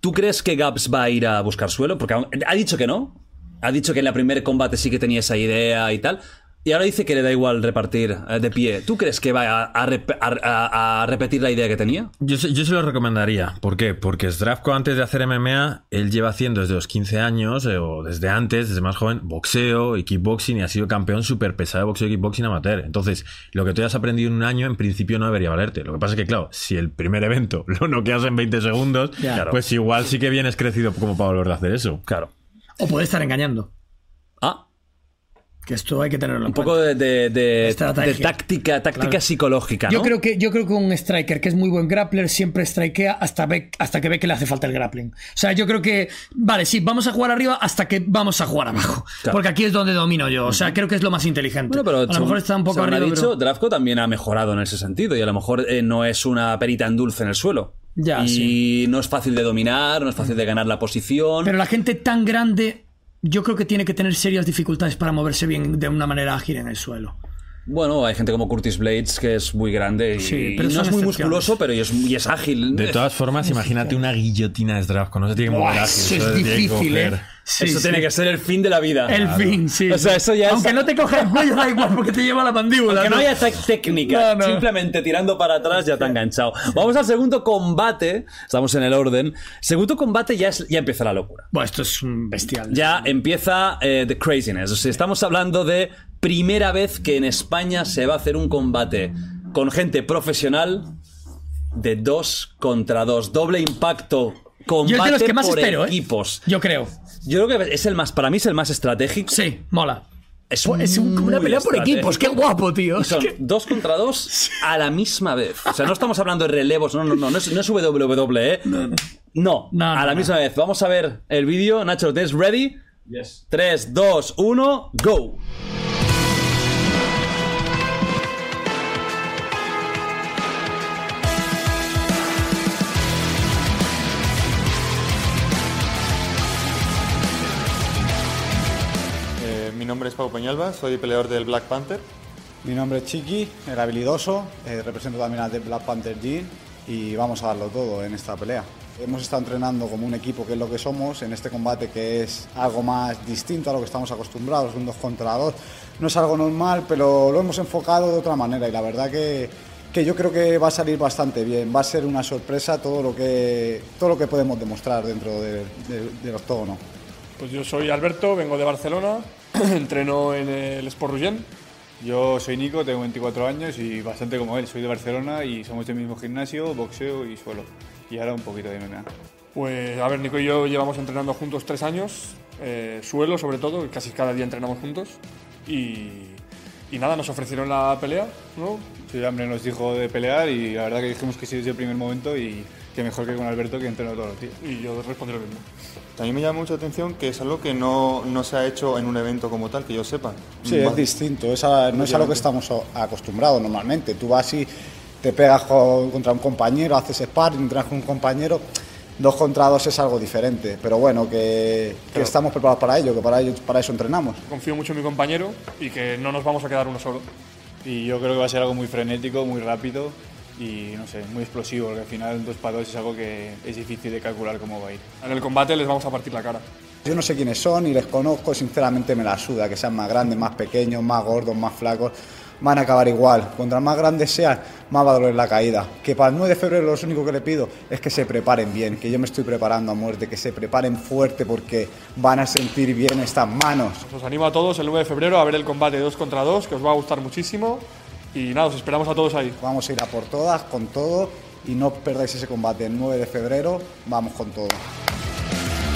¿Tú crees que Gaps va a ir a buscar suelo? Porque aún- ha dicho que no. Ha dicho que en la primer combate sí que tenía esa idea y tal. Y ahora dice que le da igual repartir eh, de pie. ¿Tú crees que va a- a rep- a- a- a repetir la idea que tenía? Yo, se- yo se lo recomendaría. ¿Por qué? Porque Zdravko antes de hacer MMA, él lleva haciendo desde los 15 años, eh, o desde antes, desde más joven, boxeo y kickboxing y ha sido campeón súper pesado de boxeo y kickboxing amateur. Entonces, lo que tú hayas aprendido en un año, en principio no debería valerte. Lo que pasa es que, claro, si el primer evento lo noqueas en 20 segundos, Ya. Claro. pues igual sí que vienes crecido como para volver a hacer eso. Claro. O puede estar engañando. Ah, Que esto hay que tenerlo en Un cuenta. poco de, de- de- Estrategia. de táctica, táctica Claro. psicológica, ¿no? Yo creo que yo creo que un striker que es muy buen grappler siempre strikea hasta ve- hasta que ve que le hace falta el grappling. O sea, yo creo que vale, sí, vamos a jugar arriba hasta que vamos a jugar abajo, Claro. porque aquí es donde domino yo. O sea, creo que es lo más inteligente. Bueno, pero a lo mejor está un poco según ha arriba, dicho, pero- Drafko también ha mejorado en ese sentido y a lo mejor eh, no es una perita en dulce en el suelo. Ya, y sí. no es fácil de dominar, no es fácil de ganar la posición. Pero la gente tan grande, yo creo que tiene que tener serias dificultades para moverse bien de una manera ágil en el suelo. Bueno, hay gente como Curtis Blades que es muy grande y, Sí, y pero son no es muy excepciones. musculoso, pero y es, y es ágil. De todas formas, imagínate una guillotina de Zdravko. No se tiene que mover Buah, ágil, eso solo es se tiene que difícil, coger. ¿eh? Sí, Eso sí. tiene que ser el fin de la vida. El fin, sí. Ah, O sea, eso ya es- Aunque no te coja el cuello, da igual, porque te lleva la mandíbula. Que no ¿no? haya tec- técnica, No, no. simplemente tirando para atrás ya te ha enganchado. Vamos al segundo combate, estamos en el orden. Segundo combate ya, es, ya empieza la locura. Buah, esto es un bestial. Ya empieza eh, the craziness. O sea, estamos hablando de primera vez que en España se va a hacer un combate con gente profesional de dos contra dos. Doble impacto. Combate Yo es de los que más por espero, ¿eh? equipos. Yo creo. Yo creo que es el más, para mí es el más estratégico. Sí, mola. Es, Es un- como una muy pelea por estratégico. equipos, qué guapo, tío. Y son Es que- dos contra dos a la misma vez. O sea, no estamos hablando de relevos, no, no, no, no es, no es WWE. No, No, a no, la no. misma vez. Vamos a ver el vídeo. Nacho, ¿lo tienes ready? Yes. 3, 2, 1, go. Eh, mi nombre es Pau Peñalba, soy peleador del Black Panther Mi nombre es Chiqui, el habilidoso, eh, represento también al de Black Panther Gym y vamos a darlo todo en esta pelea. Hemos estado entrenando como un equipo que es lo que somos en este combate que es algo más distinto a lo que estamos acostumbrados, un dos contra dos. No es algo normal, pero lo hemos enfocado de otra manera y la verdad que, que yo creo que va a salir bastante bien. Va a ser una sorpresa todo lo que, todo lo que podemos demostrar dentro de- de- del octógono. Pues yo soy Alberto, vengo de Barcelona, entreno en el Sport Ruggen. Yo soy Nico, tengo 24 años y bastante como él. Soy de Barcelona y somos del mismo gimnasio, boxeo y suelo. Y ahora un poquito de MMA. Pues a ver, Nico y yo llevamos entrenando juntos tres años, eh, suelo sobre todo, casi cada día entrenamos juntos. Y, y nada, nos ofrecieron la pelea, ¿no? Sí, hambre nos dijo de pelear y la verdad que dijimos que sí desde el primer momento y que mejor que con Alberto que entreno todos los días. Y yo respondí lo mismo. A mí me llama mucho la atención que es algo que no, no se ha hecho en un evento como tal, que yo sepa. Sí, es Va- distinto, es a- no es a lo que estamos o- acostumbrados normalmente. Tú vas y te pegas co- contra un compañero, haces sparring, entras con un compañero. Dos contra dos es algo diferente, pero bueno, que, que estamos preparados para ello, que para, ello, para eso entrenamos. Confío mucho en mi compañero y que no nos vamos a quedar uno solo. Y yo creo que va a ser algo muy frenético, muy rápido y no sé, muy explosivo, porque al final 2 para 2 es algo que es difícil de calcular cómo va a ir. En el combate les vamos a partir la cara. Yo no sé quiénes son y les conozco, sinceramente me la suda, que sean más grandes, más pequeños, más gordos, más flacos, van a acabar igual. Contra más grandes sean, más va a doler la caída. Que para el 9 de febrero lo único que le pido es que se preparen bien, que yo me estoy preparando a muerte, que se preparen fuerte porque van a sentir bien estas manos. Os animo a todos el 9 de febrero a ver el combate 2 contra 2, que os va a gustar muchísimo. Y nada, os esperamos a todos ahí. Vamos a ir a por todas, con todo y no perdáis ese combate el 9 de febrero, vamos con todo.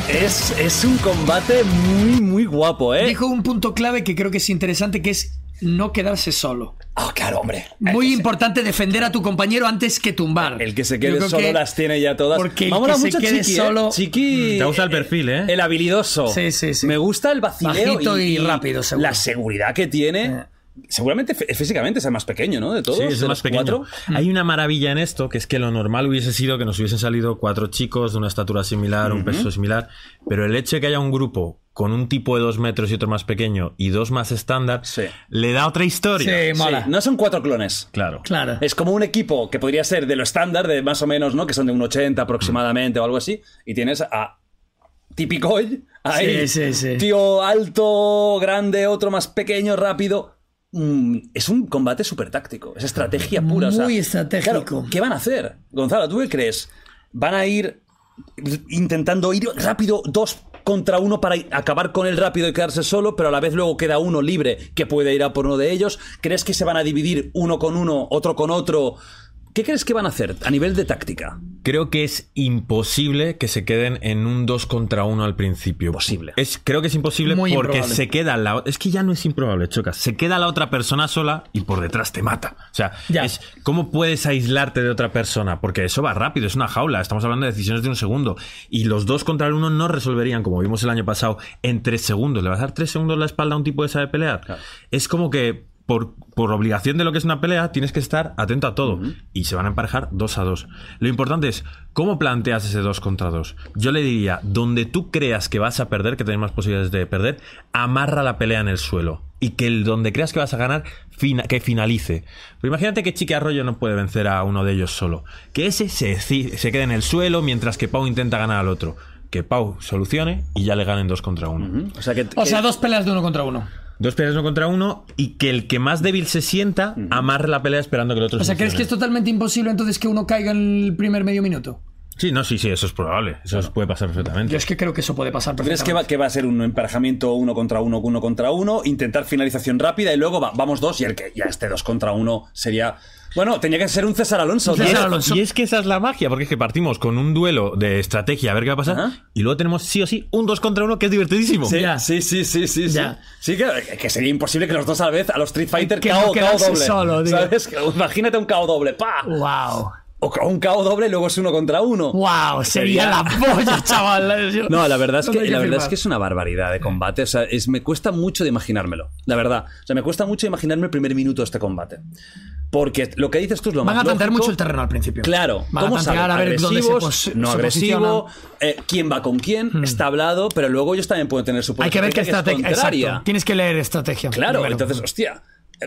Es, es un combate muy, muy guapo, ¿eh? Dijo un punto clave que creo que es interesante, que es no quedarse solo. Ah, claro, hombre. Muy importante defender a tu compañero antes que tumbar. El que se Yo quede creo solo que- las tiene ya todas. Porque el Me mola que se mucho quede Chiqui, ¿eh? solo- Chiqui. Te gusta el perfil, ¿eh? El habilidoso. Sí, sí, sí. Me gusta el vacileo. Bajito y rápido, seguro. Eh. La seguridad que tiene. Seguramente fí- físicamente es el más pequeño, ¿no? De todos. Sí, es de el los más pequeño. cuatro. Mm. Hay una maravilla en esto, que es que lo normal hubiese sido que nos hubiesen salido cuatro chicos de una estatura similar, un peso similar, pero el hecho de que haya un grupo con un tipo de dos metros y otro más pequeño y dos más estándar, Sí. le da otra historia. Sí, mola. Sí, no son cuatro clones. Claro. Claro. Es como un equipo que podría ser de lo estándar, de más o menos, ¿no? Que son de un 80 aproximadamente o algo así. Y tienes a típico ahí, Sí, sí, sí. tío alto, grande, otro más pequeño, rápido. Mm, es un combate súper táctico, es estrategia pura. o sea, Muy estratégico. claro, ¿Qué van a hacer? Gonzalo, ¿tú qué crees? ¿Van a ir intentando ir rápido dos contra uno para acabar con el rápido y quedarse solo, pero a la vez luego queda uno libre que puede ir a por uno de ellos. ¿Crees que se van a dividir uno con uno, otro con otro? ¿Qué crees que van a hacer a nivel de táctica? Creo que es imposible que se queden en un 2 contra 1 al principio. Posible. Es, creo que es imposible Muy porque improbable. se queda la... Es que ya no es improbable, Choca. Se queda la otra persona sola y por detrás te mata. O sea, Ya. es ¿cómo puedes aislarte de otra persona? Porque eso va rápido, es una jaula. Estamos hablando de decisiones de un segundo. Y los dos contra el uno no resolverían, como vimos el año pasado, en tres segundos. ¿Le vas a dar tres segundos la espalda a un tipo que sabe pelear? Es como que... Por, por obligación de lo que es una pelea, tienes que estar atento a todo. Y se van a emparejar dos a dos. Lo importante es, ¿cómo planteas ese dos contra dos? Yo le diría, donde tú creas que vas a perder, que tienes más posibilidades de perder, amarra la pelea en el suelo. Y que el donde creas que vas a ganar, fina- que finalice. Pero imagínate que Chiqui Arroyo no puede vencer a uno de ellos solo. Que ese se, ci- se quede en el suelo mientras que Pau intenta ganar al otro. Que Pau solucione y ya le ganen dos contra uno. O sea, que, O sea, que- dos peleas de uno contra uno. Dos peleas no contra uno y que el que más débil se sienta, amarre la pelea esperando que el otro O sea, solucione. ¿crees que es totalmente imposible entonces que uno caiga en el primer medio minuto? Sí, no, sí, sí, eso es probable. Eso puede pasar perfectamente. Yo es que creo que eso puede pasar ¿tú crees que va, perfectamente. que va a ser un emparejamiento uno contra uno, uno contra uno, intentar finalización rápida y luego va- vamos dos y el que ya este dos contra uno sería... Bueno, tenía que ser un César Alonso. Un ¿no? César Y es- Alonso. Y es que esa es la magia, porque es que partimos con un duelo de estrategia a ver qué va a pasar, Ajá. y luego tenemos sí o sí un 2 contra 1 que es divertidísimo. Sí, Ya. sí, sí, sí, sí. Ya. Sí, Sí, que, que sería imposible que los dos a la vez, a los Street Fighter, Que KO, no KO quedarse doble. solo, tío. ¿Sabes? Que- Imagínate un KO doble, ¡pa! Wow. O ca- un KO doble y luego es uno contra uno. Wow, sería Sería- la polla, chaval. Yo- No, la verdad es ¿Dónde que, hay la verdad es firmar? que es una barbaridad de combate. O sea, es- me cuesta mucho de imaginármelo. La verdad. O sea, me cuesta mucho imaginarme el primer minuto de este combate. Porque lo que dices tú es lo Van más a tantear lógico. mucho el terreno al principio. Claro, Van a ¿cómo tantear saben? a ver dónde se Agresivos, pos- no se agresivo, posicionan. Hmm. eh, quién va con quién, está hablado, pero luego ellos también pueden tener su Hay que ver qué estrategia estrategia. es contraria. Exacto. Tienes que leer estrategia. Claro, Primero. entonces, hostia. eh,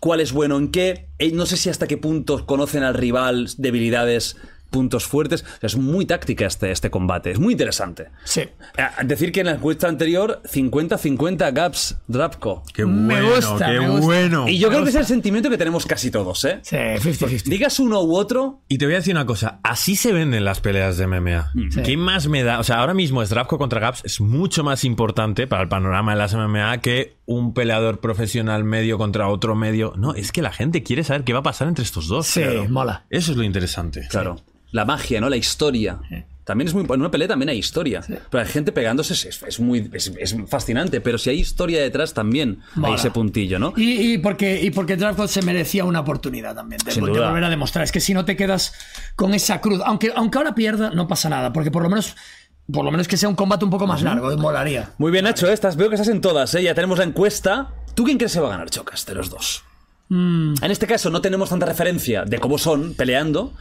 cuál es bueno en qué. Eh, No sé si hasta qué punto conocen al rival, debilidades, puntos fuertes. O sea, es muy táctica este, este combate, es muy interesante. Sí. Eh, Decir que en la encuesta anterior, 50-50 Gaps Drapko. Qué bueno, gusta, qué me gusta. bueno. Y yo creo que es el sentimiento que tenemos casi todos, ¿eh? Sí, 50-50. Digas uno u otro, Y te voy a decir una cosa, así se venden las peleas de MMA. Sí. ¿Qué más me da? O sea, ahora mismo Zdravko contra Gaps es mucho más importante para el panorama de las MMA que un peleador profesional medio contra otro medio. No, es que la gente quiere saber qué va a pasar entre estos dos. Sí, mola. Eso es lo interesante. Claro. La magia, ¿no? La historia. También es muy. En una pelea también hay historia. Pero hay gente pegándose, es, es muy, es, es fascinante. Pero si hay historia detrás, también hay Mola. ese puntillo, ¿no? Y, y porque, y porque Draco se merecía una oportunidad también de, Sin de duda. volver a demostrar. Es que si no te quedas con esa cruz, aunque, aunque ahora pierda, no pasa nada, porque por lo menos, por lo menos que sea un combate un poco más largo, eh, molaría. Muy bien, Nacho, ¿eh? estás, veo que estás en todas, ¿eh? Ya tenemos la encuesta. ¿Tú quién crees que va a ganar chocas de los dos? Mm, En este caso no tenemos tanta referencia de cómo son peleando,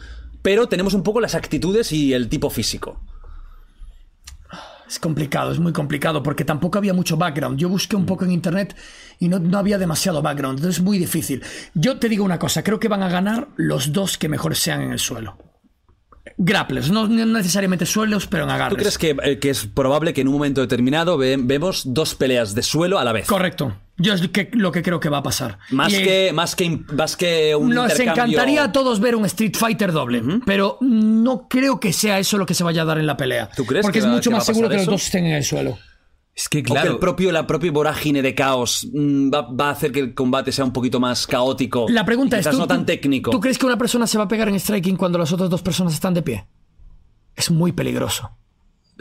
pero tenemos un poco las actitudes y el tipo físico. Es complicado, es muy complicado, porque tampoco había mucho background. Yo busqué Mm. un poco en internet y no, no había demasiado background, entonces es muy difícil. Yo te digo una cosa, creo que van a ganar los dos que mejor sean en el suelo. Grapples, no, no necesariamente suelos, pero en agarres. ¿Tú crees que, eh, que es probable que en un momento determinado ve- vemos dos peleas de suelo a la vez? Correcto. Yo es que- lo que creo que va a pasar. Más, Y, eh, que, más, que, im- más que un Nos intercambio- encantaría a todos ver un Street Fighter doble, pero no creo que sea eso lo que se vaya a dar en la pelea. ¿Tú crees Porque que es va- mucho que va más a pasar seguro que eso? los dos estén en el suelo. Es que O que claro. el propio, la propia vorágine de caos mm, va, va a hacer que el combate sea un poquito más caótico. La pregunta Y es, quizás ¿tú, no tan tú- técnico. ¿tú crees que una persona se va a pegar en striking cuando las otras dos personas están de pie? Es muy peligroso.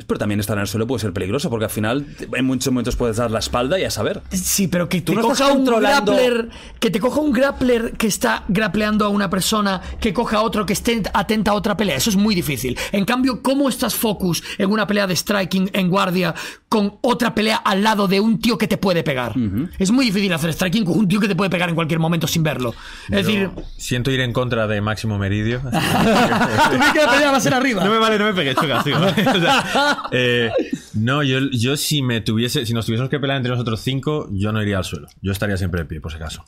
Pero también estar en el suelo puede ser peligroso, porque al final en muchos momentos puedes dar la espalda y a saber. Sí, pero que Tú te no estás coja un controlando- grappler, que te coja un grappler que está grappleando a una persona, que coja a otro que esté atenta a otra pelea, eso es muy difícil. En cambio, ¿cómo estás focus en una pelea de striking en guardia con otra pelea al lado de un tío que te puede pegar? Es muy difícil hacer striking con un tío que te puede pegar en cualquier momento sin verlo. Es decir, Siento ir en contra de Máximo Meridio. tú crees que la pelea va a ser arriba. No me vale, no me pegues, chocas, tío. O sea, eh, no, yo, yo si me tuviese, si nos tuviésemos que pelear entre nosotros cinco, yo no iría al suelo. Yo estaría siempre de pie, por si acaso.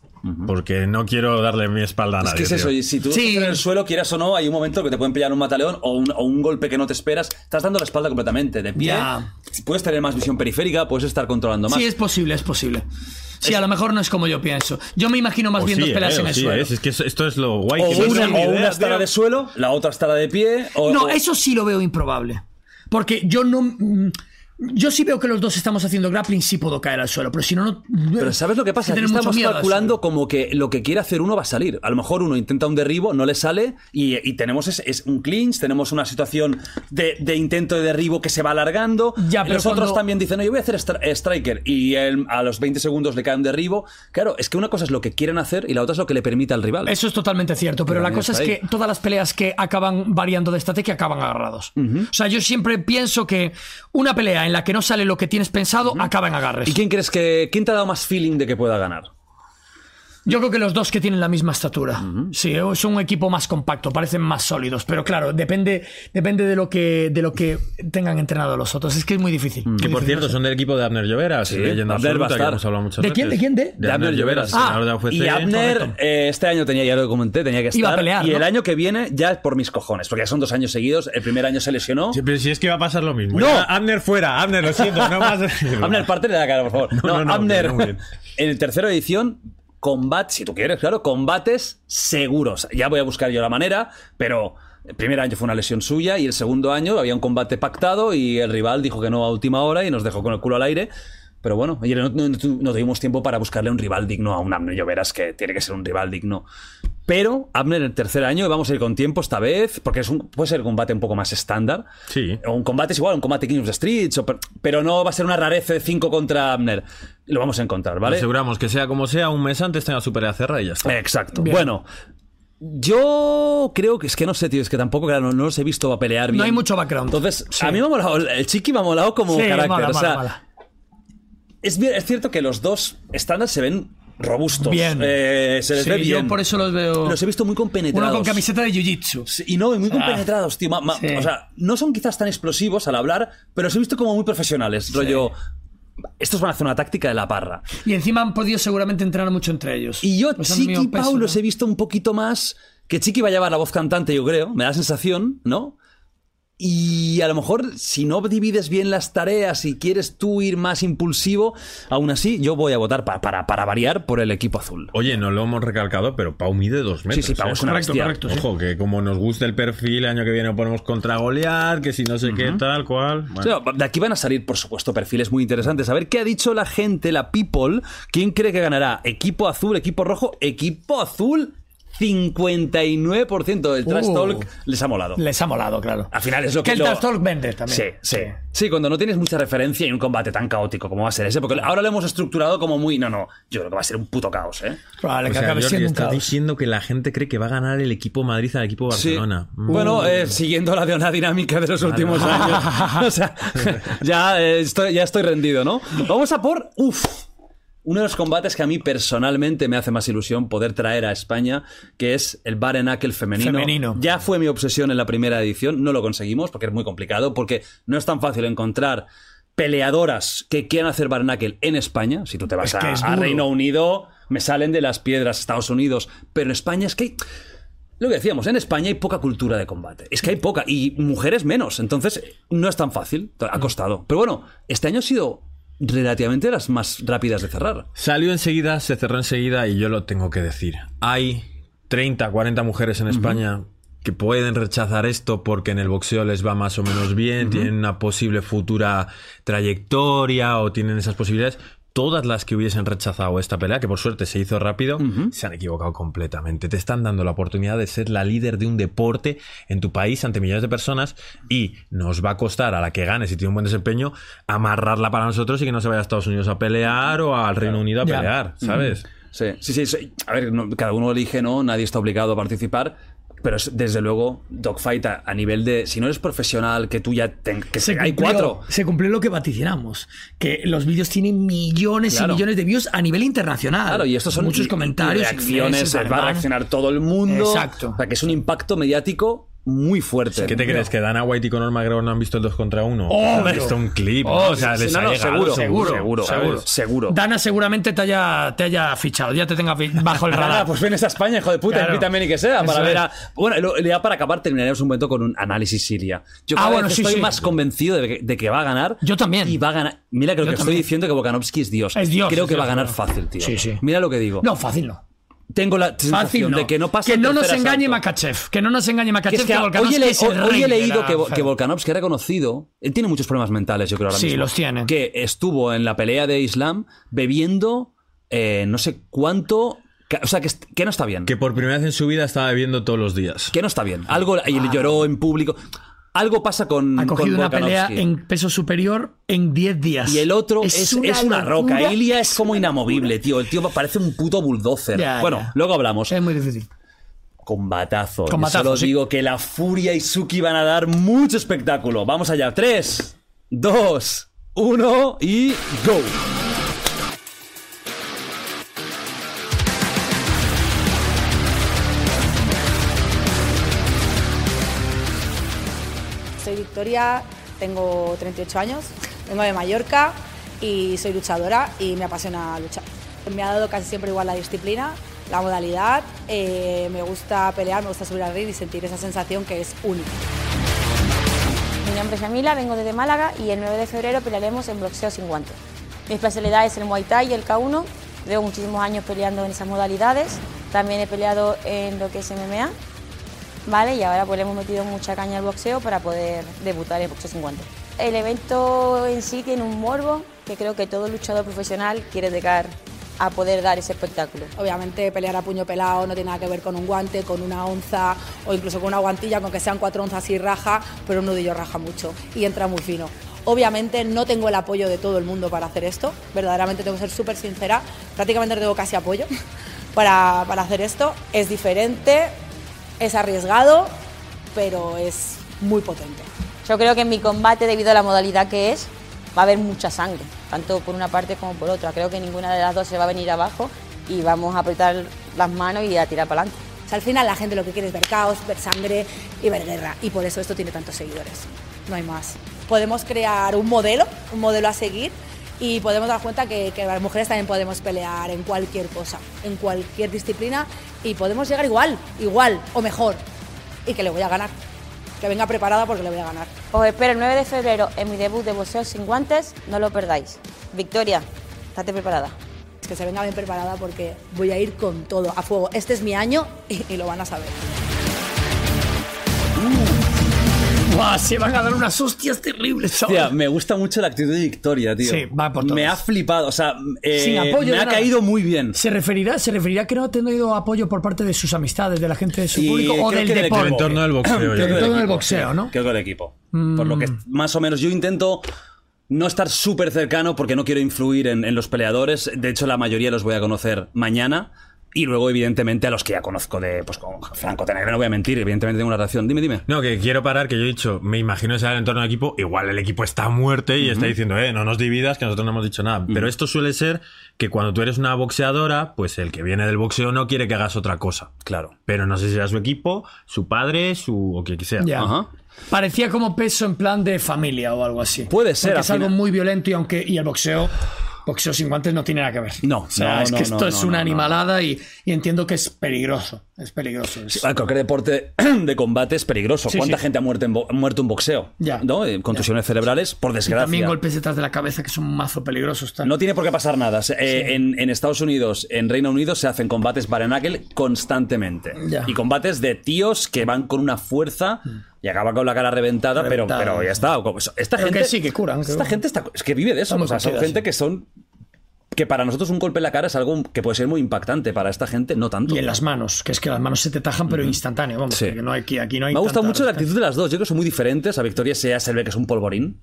Porque no quiero darle mi espalda a Es nadie. que es eso, tío. y si tú Sí. estás en el suelo, quieras o no, hay un momento que te pueden pillar un mataleón o un, o un golpe que no te esperas. Estás dando la espalda completamente, de pie. Ya. Puedes tener más visión periférica, puedes estar controlando más. Sí, es posible, es posible. Sí, a lo mejor no es como yo pienso. Yo me imagino más O bien sí, dos peleas eh, o en el sí, suelo. Es, es que eso- esto es lo guay. o que no una, tengo ni o idea, una estará tío. de suelo, la otra estará de pie. O, No, o- eso sí lo veo improbable. Porque yo no. mm, Yo sí veo que los dos estamos haciendo grappling, sí puedo caer al suelo, pero si no, no. Pero ¿sabes lo que Hay pasa? Aquí tener mucho estamos miedo al calculando como que lo que quiere hacer uno va a salir. A lo mejor uno intenta un derribo, no le sale y, y tenemos es, es un clinch, tenemos una situación de, de intento de derribo que se va alargando. Ya, pero los otros cuando- también dicen, no, yo voy a hacer stri- eh, striker y él, a los 20 segundos le cae un derribo. Claro, es que una cosa es lo que quieren hacer y la otra es lo que le permite al rival. Eso es totalmente cierto, pero Pero la mira, cosa es está que ahí. todas las peleas que acaban variando de estrategia acaban agarrados. O sea, yo siempre pienso que una pelea en la que no sale lo que tienes pensado acaba en agarres. ¿Y quién crees que quién te ha dado más feeling de que pueda ganar? Yo creo que los dos que tienen la misma estatura. Sí, ¿eh? es un equipo más compacto, parecen más sólidos, pero claro, depende, depende de, lo que, de lo que tengan entrenado los otros. Es que es muy Mm. difícil. Que Muy por difícil, cierto, no sé. son del equipo de Abner Lloveras. Sí, leyenda Abner va a absoluta, que estar. hemos hablado muchas ¿De quién, veces. de quién, de? De Abner Lloveras, Ah, senador de UFC. y Abner, correcto. eh, este año tenía, ya lo comenté, tenía que estar. Iba a pelear, y el ¿no? año que viene, ya por mis cojones, porque ya son dos años seguidos. El primer año se lesionó. Sí, pero si es que va a pasar lo mismo. ¡No! Ya, Abner fuera, Abner, lo siento, no más. Abner, parte de la cara, por favor. No, No, no, no, Abner, no, muy bien. en el tercero edición, combate, si tú quieres, claro, combates seguros. Ya voy a buscar yo la manera, pero el primer año fue una lesión suya y el segundo año había un combate pactado y el rival dijo que no a última hora y nos dejó con el culo al aire. Pero bueno, oye, no, no- no tu- no tuvimos tiempo para buscarle un rival digno a un Abner. Yo verás que tiene que ser un rival digno. Pero Abner en el tercer año, y vamos a ir con tiempo esta vez, porque es un, puede ser un combate un poco más estándar. Sí. O un combate es igual, un combate King of the Streets, o per- pero no va a ser una rareza de 5 contra Abner. Lo vamos a encontrar, ¿vale? Aseguramos que sea como sea, un mes antes tenga su pelea cerrada y ya está. Exacto. Bueno, yo creo que es que no sé, tío, es que tampoco, claro, no, no los he visto va a pelear bien. No hay mucho background. Entonces, Sí. a mí me ha molado, el Chiqui me ha molado como Sí, carácter. mala, o mala, sea, mala. Es, bien- es cierto que los dos estándares se ven robustos. Bien. eh, se les Sí, ve yo bien. por eso los veo- Los he visto muy compenetrados. Uno con camiseta de jiu-jitsu. Sí, Y no, y muy compenetrados, tío. Ma- ma- sí. O sea, no son quizás tan explosivos al hablar, pero los he visto como muy profesionales. Rollo, estos van a hacer una táctica de la parra. Y encima han podido seguramente entrenar mucho entre ellos. Y yo, Pues han Chiqui dormido y peso, Pau, ¿no? los he visto un poquito más. Que Chiqui va a llevar la voz cantante, yo creo. Me da la sensación, ¿no? Y a lo mejor, si no divides bien las tareas y quieres tú ir más impulsivo, aún así, yo voy a votar pa- para, para variar por el equipo azul. Oye, no lo hemos recalcado, pero Pau mide dos metros. sí, Pau ¿eh? es una Correcto, bestia. correcto, sí. Ojo, que como nos gusta el perfil, año que viene lo ponemos contra Goliat, que si no sé qué tal, cual. Bueno. O sea, de aquí van a salir, por supuesto, perfiles muy interesantes. A ver qué ha dicho la gente, la people. ¿Quién cree que ganará? ¿Equipo azul, equipo rojo? Equipo azul, 59% del trash Uh. talk les ha molado. Les ha molado, claro. Al final es lo que... Que el lo- Trash Talk vende también. Sí, sí. Sí, cuando no tienes mucha referencia y un combate tan caótico como va a ser ese, porque ahora lo hemos estructurado como muy. No, no, yo creo que va a ser un puto caos, ¿eh? Probable O que sea, acabe Jordi, siendo un estás caos. diciendo que la gente cree que va a ganar el equipo Madrid al equipo Sí. Barcelona. Mm. Bueno, eh, siguiendo la, la dinámica de los últimos años. O sea, ya, eh, estoy, ya estoy rendido, ¿no? Vamos a por. Uf. Uno de los combates que a mí personalmente me hace más ilusión poder traer a España, que es el Barenakel femenino. Femenino. Ya fue mi obsesión en la primera edición, no lo conseguimos porque es muy complicado, porque no es tan fácil encontrar peleadoras que quieran hacer Barenakel en España. Si tú te vas Es que a- es a duro. Reino Unido, me salen de las piedras Estados Unidos, pero en España es que hay- lo que decíamos, en España hay poca cultura de combate. Es que hay poca. Y mujeres menos. Entonces, no es tan fácil. Ha costado. Pero bueno, este año ha sido relativamente las más rápidas de cerrar. Salió enseguida, se cerró enseguida y yo lo tengo que decir. Hay 30, 40 mujeres en España que pueden rechazar esto porque en el boxeo les va más o menos bien, tienen una posible futura trayectoria o tienen esas posibilidades. Todas las que hubiesen rechazado esta pelea, que por suerte se hizo rápido, se han equivocado completamente. Te están dando la oportunidad de ser la líder de un deporte en tu país ante millones de personas y nos va a costar a la que gane si tiene un buen desempeño amarrarla para nosotros y que no se vaya a Estados Unidos a pelear o al Reino Unido a Ya. pelear, ¿sabes? Sí, sí, sí. sí. A ver, no- cada uno elige, ¿no? Nadie está obligado a participar. Pero es, desde luego, Dogfight a, a nivel de. Si no eres profesional, que tú ya. ten- que se- hay cumplió- cuatro. Se cumplió lo que vaticinamos, que los vídeos tienen millones Claro. y millones de views a nivel internacional. Claro, y estos son muchos y- comentarios, y reacciones, ingleses, va a alemanes. reaccionar todo el mundo. Exacto. O sea, que es un impacto mediático muy fuerte. ¿Qué te crees? ¿Que Dana White y Conor McGregor no han visto el 2 contra 1? Obvio. han visto un clip. ¿no? Oh, o sea, sí, les no, ha no, llegado, seguro, seguro, seguro, seguro, ¿sabes? Dana seguramente te haya, te haya fichado, ya te tenga fi- bajo el Nada, radar. pues vienes a España, hijo de puta, Claro. invítame ni que sea, para Eso ver es. a... Bueno, lo- ya para acabar terminaremos un momento con un análisis Siria. Yo cada Ah, vez bueno, sí, estoy sí. más convencido de que, de que va a ganar. Yo también. Y va a ganar... Mira, creo Yo que estoy también. diciendo que Bokanovski es Dios. Es Dios, Creo es que va a Dios, ganar claro. fácil, tío. Sí, sí. Mira lo que digo. No, fácil no. Tengo la Fácil sensación de que no pasa que el no nos tercer engañe asalto. Makachev. Que no nos engañe Que Makachev. es que hoy, Volkanovski he le- es el hoy- hoy rey he de leído la que, Vo- fe. que Volkanovski ha reconocido, él tiene muchos problemas mentales, yo creo, ahora Sí, mismo. los tiene. Que estuvo en la pelea de Islam bebiendo eh, no sé cuánto, ca- o sea, que, est- que no está bien. Que por primera vez en su vida estaba bebiendo todos los días. que no está bien. Algo y le lloró en público. Algo pasa con Ah. Ha cogido con una pelea Volkanovski. en peso superior en 10 días. y el otro es, es una, locura. roca. Ilia es como inamovible, tío. El tío parece un puto bulldozer. Ya, bueno, ya. luego hablamos. Es muy difícil. Combatazo. Combatazo, Yo solo sí. digo que la furia y Suki van a dar mucho espectáculo. Vamos allá. 3, 2, 1 y go. Soy Victoria, tengo 38 años, vengo de Mallorca y soy luchadora y me apasiona luchar. Me ha dado casi siempre igual la disciplina, la modalidad, eh, me gusta pelear, me gusta subir al ring y sentir esa sensación que es única. Mi nombre es Yamila, vengo desde Málaga y el 9 de febrero pelearemos en boxeo sin guantes. Mi especialidad es el Muay Thai y el K1. Llevo muchísimos años peleando en esas modalidades. También he peleado en lo que es MMA. ¿vale? Y ahora pues le hemos metido mucha caña al boxeo para poder debutar en boxeo sin guantes. El evento en sí tiene un morbo que creo que todo luchador profesional quiere llegar a poder dar ese espectáculo. Obviamente pelear a puño pelado no tiene nada que ver con un guante, con una onza o incluso con una guantilla, con que sean cuatro onzas y raja, pero un nudillo raja mucho y entra muy fino. Obviamente no tengo el apoyo de todo el mundo para hacer esto, verdaderamente tengo que ser súper sincera, prácticamente no tengo casi apoyo para, para hacer esto. Es diferente, es arriesgado, pero es muy potente. Yo creo que en mi combate, debido a la modalidad que es, va a haber mucha sangre, tanto por una parte como por otra. Creo que ninguna de las dos se va a venir abajo y vamos a apretar las manos y a tirar para adelante. O sea, al final la gente lo que quiere es ver caos, ver sangre y ver guerra. Y por eso esto tiene tantos seguidores. No hay más. Podemos crear un modelo, un modelo a seguir y podemos dar cuenta que, que las mujeres también podemos pelear en cualquier cosa, en cualquier disciplina y podemos llegar igual, igual o mejor y que le voy a ganar. Que venga preparada porque le voy a ganar. Os espero el 9 de febrero en mi debut de boxeo sin guantes, no lo perdáis. Victoria, estate preparada. Que se venga bien preparada porque voy a ir con todo, a fuego. Este es mi año y, y lo van a saber. Buah, se van a dar unas hostias terribles. ¿sabes? Hostia, me gusta mucho la actitud de Victoria, tío. Sí, va por todas. Me ha flipado, o sea, eh, Sin apoyo me de ha nada. caído muy bien. Se referirá, se referirá que no ha tenido apoyo por parte de sus amistades, de la gente de su público o del deporte. Del entorno del boxeo, ¿no? Creo que del equipo. Mm. Por lo que más o menos yo intento no estar súper cercano porque no quiero influir en, en los peleadores. De hecho, la mayoría los voy a conocer mañana. Y luego, evidentemente, a los que ya conozco de, pues con Franco Tenegre, no voy a mentir, evidentemente tengo una relación. Dime, dime. No, que quiero parar, que yo he dicho, me imagino ese entorno del equipo, igual el equipo está a muerte y está diciendo, eh, no nos dividas, que nosotros no hemos dicho nada. Pero esto suele ser que cuando tú eres una boxeadora, pues el que viene del boxeo no quiere que hagas otra cosa. Claro. Pero no sé si era su equipo, su padre, su. o quien que sea. Ya. Parecía como peso en plan de familia o algo así. Puede ser, Porque al es algo final. muy violento y aunque y el boxeo, boxeo sin guantes no tiene nada que ver. No, O sea, no, es no, que no, esto no, es no, una no. animalada y, y entiendo que es peligroso. Es peligroso. es- Sí, bueno, cualquier deporte de combate es peligroso. Sí, ¿Cuánta sí. gente ha muerto en, bo- ha muerto en boxeo? Ya. ¿No? Eh, Contusiones cerebrales, por y desgracia. también golpes detrás de la cabeza que son mazo peligrosos. tal. No tiene por qué pasar nada. Se- eh, en, en Estados Unidos, en Reino Unido, se hacen combates Barenakel constantemente. Ya. Mm. Y combates de tíos que van con una fuerza y acaban con la cara reventada, pero, Reventada. pero ya está. O como- Esta Pero gente. que sí, que curan. que Esta curan. gente está, es que vive de eso. Estamos O sea, son curtidas. gente que son. Que para nosotros un golpe en la cara es algo que puede ser muy impactante. Para esta gente, no tanto. Y en las manos, que es que las manos se te tajan, pero instantáneo. Vamos, que no hay, aquí, aquí no hay. Me ha gustado tanta mucho la actitud de las dos. Yo creo que son muy diferentes. A Victoria se- ya se ve que es un polvorín.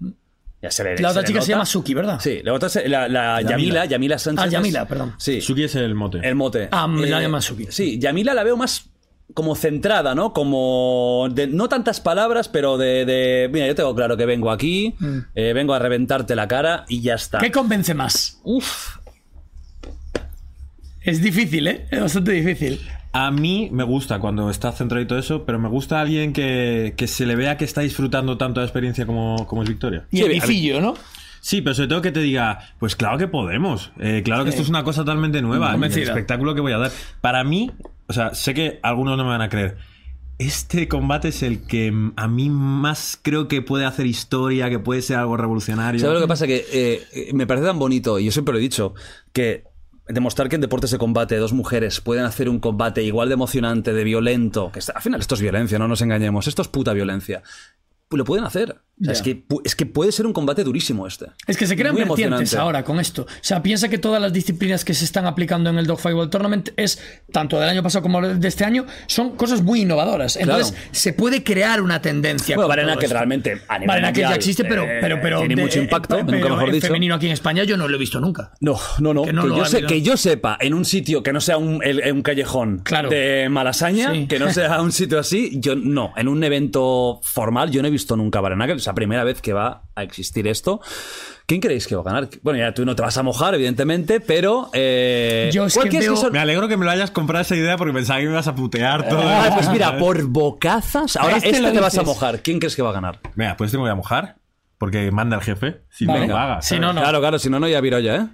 Ya se le La otra le chica se nota. llama Suki, ¿verdad? Sí, la otra, se- la, la Yamila. Yamila, Yamila Sánchez. Ah, es- Yamila, perdón. Sí. Suki es el mote. El mote. Ah, me la Eh, llama Suki. Sí, Yamila la veo más como centrada, ¿no? Como. de- no tantas palabras, pero de, de, Mira, yo tengo claro que vengo aquí, Mm. eh, vengo a reventarte la cara y ya está. ¿Qué convence más? Uf. Es difícil, ¿eh? Es bastante difícil. A mí me gusta cuando está centrado y todo eso, pero me gusta alguien que, que se le vea que está disfrutando tanto de la experiencia como, como es Victoria. Y el bicillo, ¿no? Sí, pero sobre todo que te diga, pues claro que podemos. eh, claro que Sí. esto es una cosa totalmente nueva. El Convencida. espectáculo que voy a dar. Para mí, o sea, sé que algunos no me van a creer. Este combate es el que mm, a mí más creo que puede hacer historia, que puede ser algo revolucionario. ¿Sabes lo que pasa? Que eh, eh, me parece tan bonito, y yo siempre lo he dicho, que demostrar que en deportes de combate dos mujeres pueden hacer un combate igual de emocionante, de violento, que está- al final esto es violencia, no nos engañemos, esto es puta violencia. Pues Lo pueden hacer. O Ya. sea, es, que, pu- es que puede ser un combate durísimo este. Es que se crean Muy vertientes emocionante. ahora con esto. O sea, piensa que todas las disciplinas que se están aplicando en el Dogfight World Tournament es, tanto del año pasado como de este año, son cosas muy innovadoras. Entonces, Claro. se puede crear una tendencia. Bueno, con Varena todo que esto. realmente a nivel Varena que ya mundial, existe, pero, eh, pero, pero tiene de- mucho eh, impacto, pero nunca mejor en dicho. femenino aquí en España yo no lo he visto nunca. No, no, no. Que Que, no lo yo, ha sé, habido. que yo sepa, en un sitio que no sea un, el- en un callejón Claro. de Malasaña, Sí. que no sea un sitio así, yo no. En un evento formal yo no he visto nunca Barenakel. Es la primera vez que va a existir esto. ¿Quién creéis que va a ganar? Bueno, ya tú no te vas a mojar, evidentemente, pero... eh, Yo es ¿cuál que crees veo- son- Me alegro que me lo hayas comprado esa idea porque pensaba que me ibas a putear todo. Ah, pues mira, por bocazas. Ahora Este este, lo te vas a dices. mojar. ¿Quién crees que va a ganar? Venga, pues este me voy a mojar porque manda el jefe. Si no, Vale. no lo haga, Si ¿sabes? no, no. Claro, claro, si no, no, ya viro ya, ¿eh?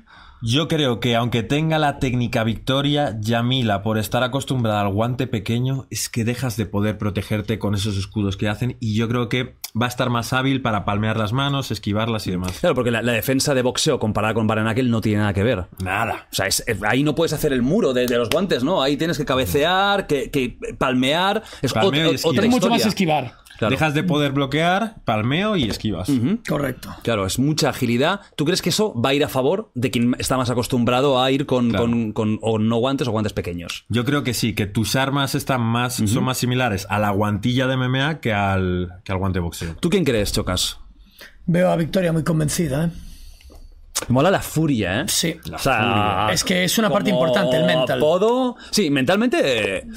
Yo creo que aunque tenga la técnica Victoria, Yamila, por estar acostumbrada al guante pequeño, es que dejas de poder protegerte con esos escudos que hacen y yo creo que va a estar más hábil para palmear las manos, esquivarlas y demás. Claro, porque la, la defensa de boxeo comparada con Barenakel no tiene nada que ver. Nada. O sea, es- eh, ahí no puedes hacer el muro de, de los guantes, ¿no? Ahí tienes que cabecear, que, que palmear. Es ot- Palmeo y ot- esquiva. otra Es Mucho historia. más esquivar. Claro. Dejas de poder bloquear, palmeo y esquivas. Correcto. Mm. Claro, es mucha agilidad. ¿Tú crees que eso va a ir a favor de quien está más acostumbrado a ir con, Claro. con- con- o no guantes o guantes pequeños? Yo creo que sí, que tus armas están más, son más similares a la guantilla de MMA que al, que al guante de boxeo. ¿Tú quién crees, Chocas? Veo a Victoria muy convencida, ¿eh? Mola la furia, ¿eh? Sí. O sea, Es que es una parte como importante, el mental. apodo- Sí, mentalmente. eh,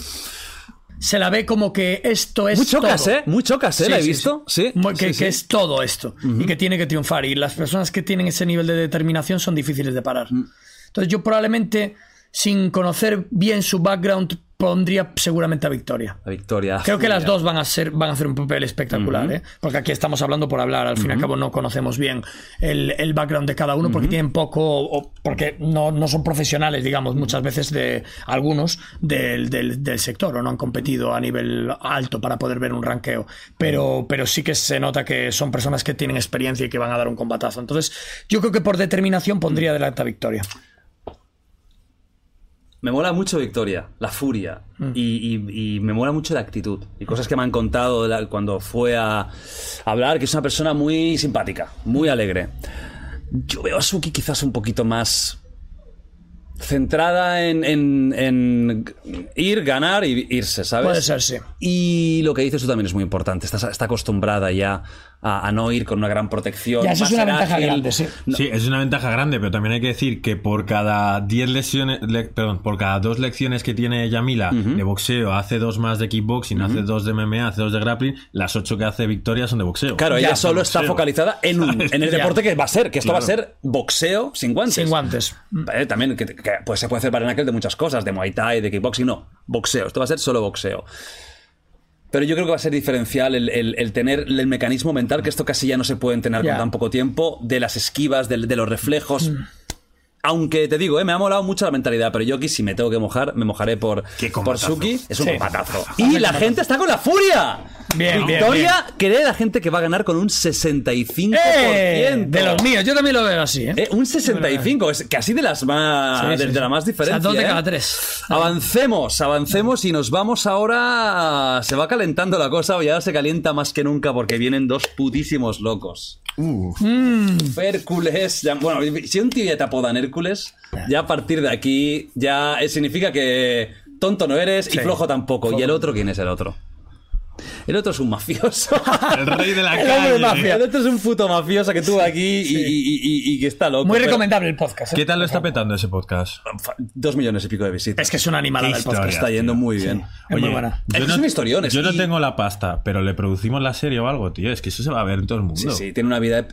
Se la ve como que esto es muy chocas, todo. ¿eh? Muy chocas, ¿eh? Sí, ¿La he sí, visto? sí. Sí. Muy- Que, sí, que sí. es todo esto y que tiene que Mm. triunfar. Y las personas que tienen ese nivel de determinación son difíciles de parar. Entonces yo probablemente sin conocer bien su background, pondría seguramente a Victoria. La victoria. Creo que las Mira. dos van a ser van a hacer un papel espectacular, Ujú. ¿eh? porque aquí estamos hablando por hablar. Al fin y al Ujú. cabo no conocemos bien el, el background de cada uno porque Ujú. tienen poco, o porque no, no son profesionales, digamos, muchas veces de algunos del, del- del sector o no han competido a nivel alto para poder ver un ranqueo. Pero, pero sí que se nota que son personas que tienen experiencia y que van a dar un combatazo. Entonces, yo creo que por determinación pondría adelante a Victoria. Me mola mucho Victoria, la furia. Mm. Y, y- y me mola mucho la actitud. Y cosas que me han contado de la- cuando fue a hablar, que es una persona muy simpática, muy alegre. Yo veo a Suki quizás un poquito más centrada en, en- en ir, ganar y irse, ¿sabes? Puede ser, sí. Y lo que dices tú también es muy importante. Está, está acostumbrada ya a, a no ir con una gran protección. Ya, eso es Va a una ser ventaja ágil. grande, sí. Sí, es una ventaja grande, pero también hay que decir que por cada 10 lesiones, le- perdón, por cada dos lecciones que tiene Yamila de boxeo, hace dos más de kickboxing, hace dos de MMA, hace dos de grappling, las ocho que hace Victoria son de boxeo. Claro, ella solo está focalizada en, un- en el Ya. deporte que va a ser, que esto Claro. va a ser boxeo sin guantes. Sin guantes. también que, que, pues, se puede hacer baranakel de muchas cosas, de muay thai, de kickboxing, no. Boxeo, esto va a ser solo boxeo. Pero yo creo que va a ser diferencial el, el- el tener el mecanismo mental, que esto casi ya no se puede entrenar Ya. con tan poco tiempo, de las esquivas, del- de, los reflejos. Aunque te digo, eh, me ha molado mucho la mentalidad, pero yo aquí si me tengo que mojar, me mojaré por, por Suki. Es un Sí. combatazo. Y la gente está con la furia. Bien, bien, Victoria, cree la gente que va a ganar con un 65%. ¡Eh! De los míos, yo también lo veo así. ¿eh? Eh, un 65, es casi de las más. Sí, sí, de, de sí. la más diferencia. O sea, dos de ¿eh? cada tres. Avancemos, avancemos y nos vamos ahora. Se va calentando la cosa, y ahora se calienta más que nunca porque vienen dos putísimos locos. Hércules. ya- bueno, si un tío ya te apodan Hércules, ya a partir de aquí ya eh, significa que tonto no eres y flojo tampoco. ¿Y el otro quién es el otro? El otro es un mafioso. El rey de la El hombre calle. mafia. El otro es un puto mafioso que tuvo aquí y- y, y- y que está loco. Muy Pero- recomendable el podcast. ¿eh? ¿Qué tal lo está petando ese podcast? Dos millones y pico de visitas. Es que es una animalada Qué el podcast. historia, Está yendo tío. muy bien. Es muy buena. Es que es un historión, es- Yo no y- tengo la pasta, pero le producimos la serie o algo, tío. Es que eso se va a ver en todo el mundo. Sí, sí, tiene una vida.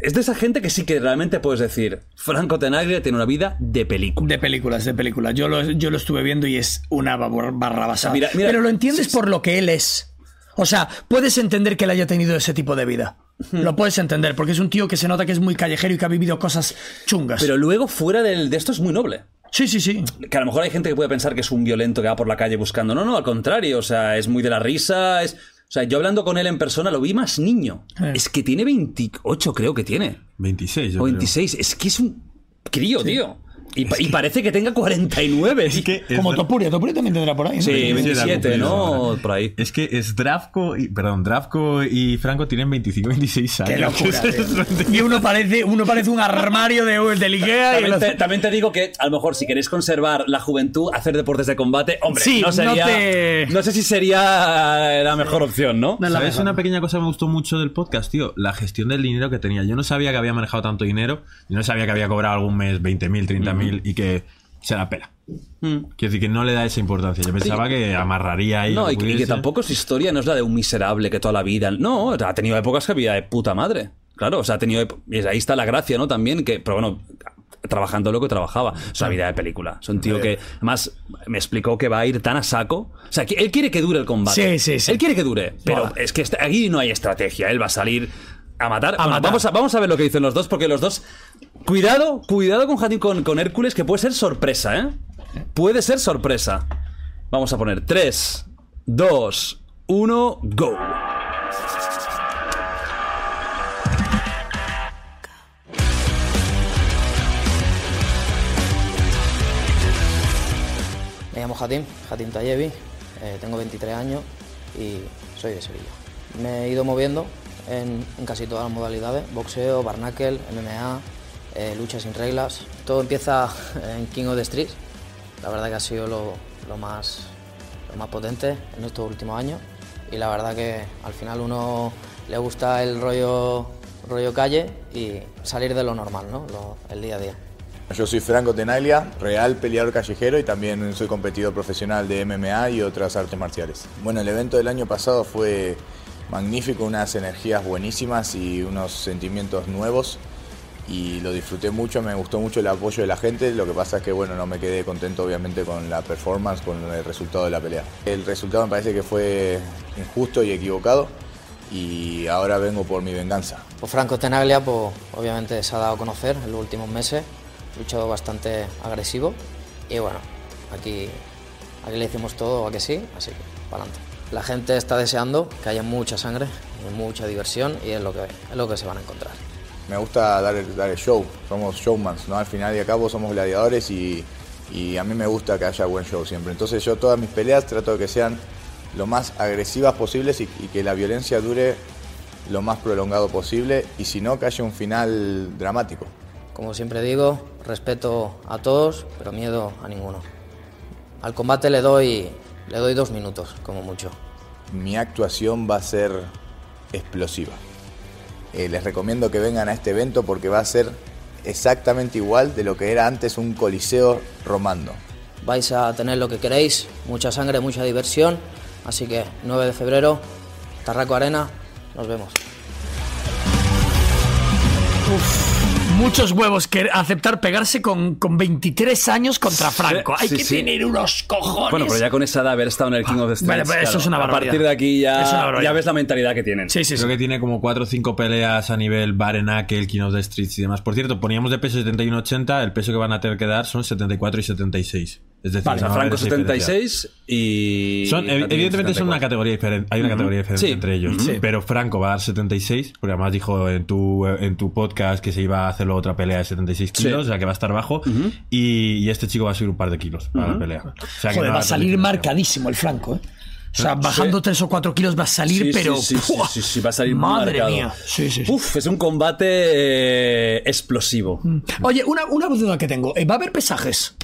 Es de esa gente que sí que realmente puedes decir, Franco Tenaglia tiene una vida de película. De películas, de películas. Yo lo, yo lo estuve viendo y es una barra- barrabasada. Mira, mira. Pero lo entiendes por lo que él es. O sea, puedes entender que él haya tenido ese tipo de vida. Lo puedes entender, porque es un tío que se nota que es muy callejero y que ha vivido cosas chungas. Pero luego fuera del- de esto es muy noble. Sí, sí, sí. Que a lo mejor hay gente que puede pensar que es un violento que va por la calle buscando. No, no, al contrario. O sea, es muy de la risa. Es... O sea, yo hablando con él en persona lo vi más niño. Es que tiene 28, creo que tiene. 26, yo O creo. 26. Es que es un crío, tío. Y, pa- y parece que tenga 49. Es que Como Topuria, Topuria también tendrá por ahí. ¿no? Sí, Quisiera 27, cumplirlo ¿no? ahora. Por ahí. Es que es Drafco y. Perdón, Drafco y Franco tienen 25, 26 años. Qué locura. Es- es- tío. Y uno parece, uno parece un armario de, de Ikea y el También otro- te, también te digo que a lo mejor si queréis conservar la juventud, hacer deportes de combate, hombre, Sí, no sería- no te- no sé si sería la mejor opción, ¿no? No es la ¿Sabes mejor. una pequeña cosa que me gustó mucho del podcast, tío? La gestión del dinero que tenía. Yo no sabía que había manejado tanto dinero. Yo no sabía que había cobrado algún mes 20.000, 30.000 y que se la pela. Mm. Quiero decir que no le da esa importancia. Yo pensaba que amarraría ahí. No, lo y, que- y que pudiese. tampoco su historia no es la de un miserable que toda la vida. No, o sea, ha tenido épocas que había de puta madre. Claro, o sea, ha tenido. ep- Y ahí está la gracia, ¿no? También que. Pero bueno, trabajando lo que trabajaba. Es una vida de película. Es un tío que. Además, me explicó que va a ir tan a saco. O sea, que él quiere que dure el combate. Sí, sí, sí. Él quiere que dure. Pero Mola. es que esta- aquí no hay estrategia. Él va a salir. A matar. Bueno, matar. Vamos, a, vamos a ver lo que dicen los dos, porque los dos. Cuidado, cuidado con, Jatín- con, con Hércules, que puede ser sorpresa, ¿eh? Puede ser sorpresa. Vamos a poner 3, 2, 1, go. Me llamo Jatín, Jatín Tayevi, eh, tengo 23 años y soy de Sevilla. Me he ido moviendo en, en casi todas las modalidades, boxeo, barnacle, MMA, eh, lucha sin reglas. Todo empieza en King of the Street, la verdad que ha sido lo, lo más, lo más potente en estos últimos años y la verdad que al final uno le gusta el rollo, rollo calle y salir de lo normal, ¿no? Lo- el día a día. Yo soy Franco Tenaglia, real peleador callejero y también soy competidor profesional de MMA y otras artes marciales. Bueno, el evento del año pasado fue magnífico, unas energías buenísimas y unos sentimientos nuevos. y lo disfruté mucho, me gustó mucho el apoyo de la gente, lo que pasa es que bueno, no me quedé contento obviamente con la performance, con el resultado de la pelea. El resultado me parece que fue injusto y equivocado y ahora vengo por mi venganza. Pues Franco Tenaglia, pues obviamente se ha dado a conocer en los últimos meses, luchado bastante agresivo y bueno, aquí, aquí le hicimos todo a que sí, así que para adelante. La gente está deseando que haya mucha sangre, y mucha diversión y es lo que, es lo que se van a encontrar. Me gusta dar el, dar el show, somos showmans, ¿no? Al final y al cabo somos gladiadores y, y a mí me gusta que haya buen show siempre. Entonces yo todas mis peleas trato de que sean lo más agresivas posibles y, y que la violencia dure lo más prolongado posible y si no que haya un final dramático. Como siempre digo, respeto a todos, pero miedo a ninguno. Al combate le doy, le doy dos minutos, como mucho. Mi actuación va a ser explosiva. Eh, les recomiendo que vengan a este evento porque va a ser exactamente igual de lo que era antes un coliseo romano. Vais a tener lo que queréis, mucha sangre, mucha diversión, así que 9 de febrero, Tarraco Arena, nos vemos. Muchos huevos que aceptar pegarse con, con 23 años contra Franco. Hay Sí, que sí. tener unos cojones. Bueno, pero ya con esa edad haber estado en el King of the States. Vale, pero eso es una A partir barbaridad. de aquí ya, Es una barbaridad. ya ves la mentalidad que tienen. Sí, sí, Creo que tiene como 4 o 5 peleas a nivel Barenakel, King of the Streets y demás. Por cierto, poníamos de peso 71-80, el peso que van a tener que dar son 74 y 76. Es decir, Vale, se van a ver Franco esa diferencia. 76 y. Son- ev- evidentemente son una categoría diferente, hay una Ujú. categoría diferente Sí. entre ellos, Sí. pero Franco va a dar 76, porque además dijo en tu, en tu podcast que se iba a hacer luego otra pelea de 76 Sí. kilos, o sea que va a estar bajo, y, y este chico va a subir un par de kilos para la Ujú. pelea. O sea que Joder, no va a hacer- salir marcadísimo el Franco, ¿eh? O sea, Sí. bajando 3 o 4 kilos va a salir, Sí, pero. Sí, sí, sí, ¡pua! sí, sí, va a salir muy Madre marcado. mía. Sí, sí, Uf, es un combate eh, explosivo. Mm. Oye, una, una duda que tengo. Eh, ¿Va a haber pesajes?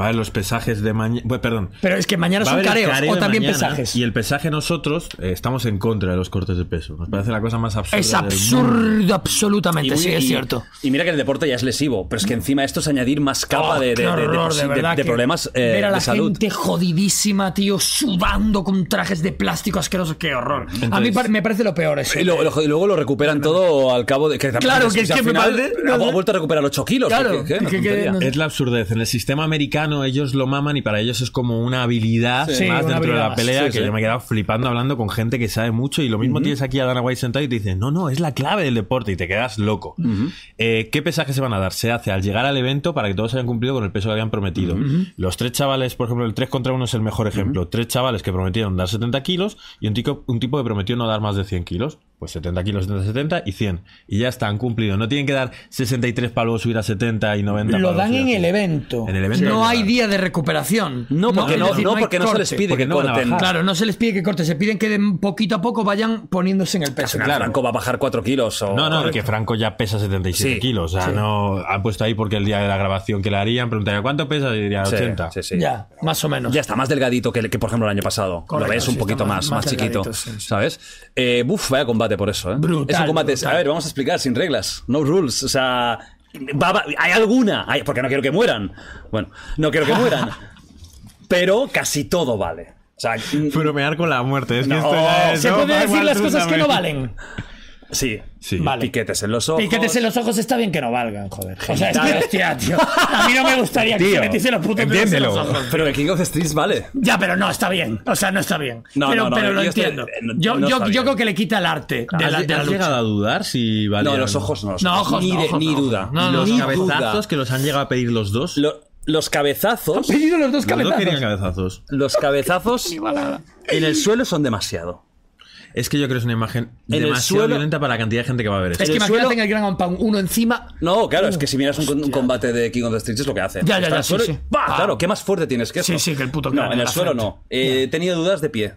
Va a haber los pesajes de mañana, perdón. Pero es que mañana Va son a haber el careos. careo o de también mañana, pesajes. Y el pesaje nosotros eh, estamos en contra de los cortes de peso. Nos parece la cosa más absurda. Es del mundo. absurdo, absolutamente. sí, muy- es cierto. Y mira que el deporte ya es lesivo, pero es que encima esto es añadir más capa Oh, Eh, de, de- qué de- de horror, posi- de- verdad de que problemas eh, ver a la de salud. gente jodidísima, tío, sudando con trajes de plástico asqueroso. ¡Qué horror! a mí Entonces- par- me parece lo peor eso. eh. Y lo- lo- y luego lo recuperan todo al cabo de. Que también Claro, que es al que me final parece- Ha ha vuelto a recuperar 8 kilos. Claro, que- que- que- que- una tontería. no sé. Es la absurdez. En el sistema americano ellos lo maman y para ellos es como una habilidad Sí, más dentro una de habilidad la más. pelea Sí, que sí. yo me he quedado flipando hablando con gente que sabe mucho y lo mismo tienes aquí a Dana White sentado y te dicen, no, no, es la clave del deporte y te quedas loco. Eh, ¿Qué pesaje se van a dar? Se hace al llegar al evento para que todos hayan cumplido con el peso que habían prometido. Ujú. Los tres chavales, por ejemplo, el 3 contra 1 es el mejor ejemplo. Tres chavales que prometieron dar 70 kilos y un, tico- un tipo que prometió no dar más de 100 kilos. Pues 70 kilos, 70, 70 y 100. Y ya está, han cumplido. No tienen que dar 63 para luego subir a 70 y Lo 90 para luego dan subir a en 100. el evento. En el evento no lo hay día de recuperación. No, porque es no- no, hay porque no se les corte. pide Porque que no van a corten. bajar. Claro, no se les pide que corten. Se piden que de poquito a poco vayan poniéndose en el peso. Claro, Franco va a bajar 4 kilos. O... No, no, que Franco ya pesa 77 Sí, kilos. O sea, sí. no. Han puesto ahí porque el día de la grabación que le harían, preguntaría cuánto pesa y diría Sí, 80. sí, sí. Ya, más o menos. Ya está más delgadito que, que, por ejemplo, el año pasado. Correcto, lo ves un sí, poquito está más, más- más, más chiquito, delgadito, sí, sí. ¿sabes? Eh, buf, vaya combate por eso, ¿eh? Brutal, es un combate, a ver, vamos a explicar, sin reglas, no rules, o sea, va- va- hay alguna, hay- porque no quiero que mueran, bueno, no quiero que mueran, pero casi todo vale. O sea, mm, Bromear con la muerte. Es que No, esto ya es, se no, puede Mark decir las Walters cosas que no también. valen. sí, Vale. piquetes en los ojos. Piquetes en los ojos está bien que no valgan, joder. O sea, es que, Genitales. hostia, tío. A mí no me gustaría que se Tío, metiese los putos dedos en los entiéndelo. ojos. Pero que King of the Streets vale. Ya, pero no, está bien. O sea, no está bien. No, pero no, no, pero lo yo estoy- entiendo. eh, no- yo no yo, está yo bien. creo que le quita el arte de la, ¿Has, de la has lucha. llegado a dudar si valía No, los o ojos no. Los No, ojos ni, no, de- ojos ni no, duda. ojos no. No, no, Los ni cabezazos duda. que los han llegado a pedir los dos. Lo- los cabezazos. Han pedido los dos los dos cabezazos. querían cabezazos. Los cabezazos balada. en el suelo son demasiado. Es que yo creo que es una imagen En el demasiado suelo- violenta para la cantidad de gente que va a ver esto. Es que el imagínate suelo- en el Gran Ompang uno encima. No, claro, es que si miras un, un combate de King of the Streets es lo que hace. Ya, ya, Está ya, en el sí, suelo y sí. ¡pa! Ah. Claro, ¿qué más fuerte tienes que eso? Sí, sí, que el puto No, cráneo en en el la suelo frente. no. Eh, He tenido dudas de pie.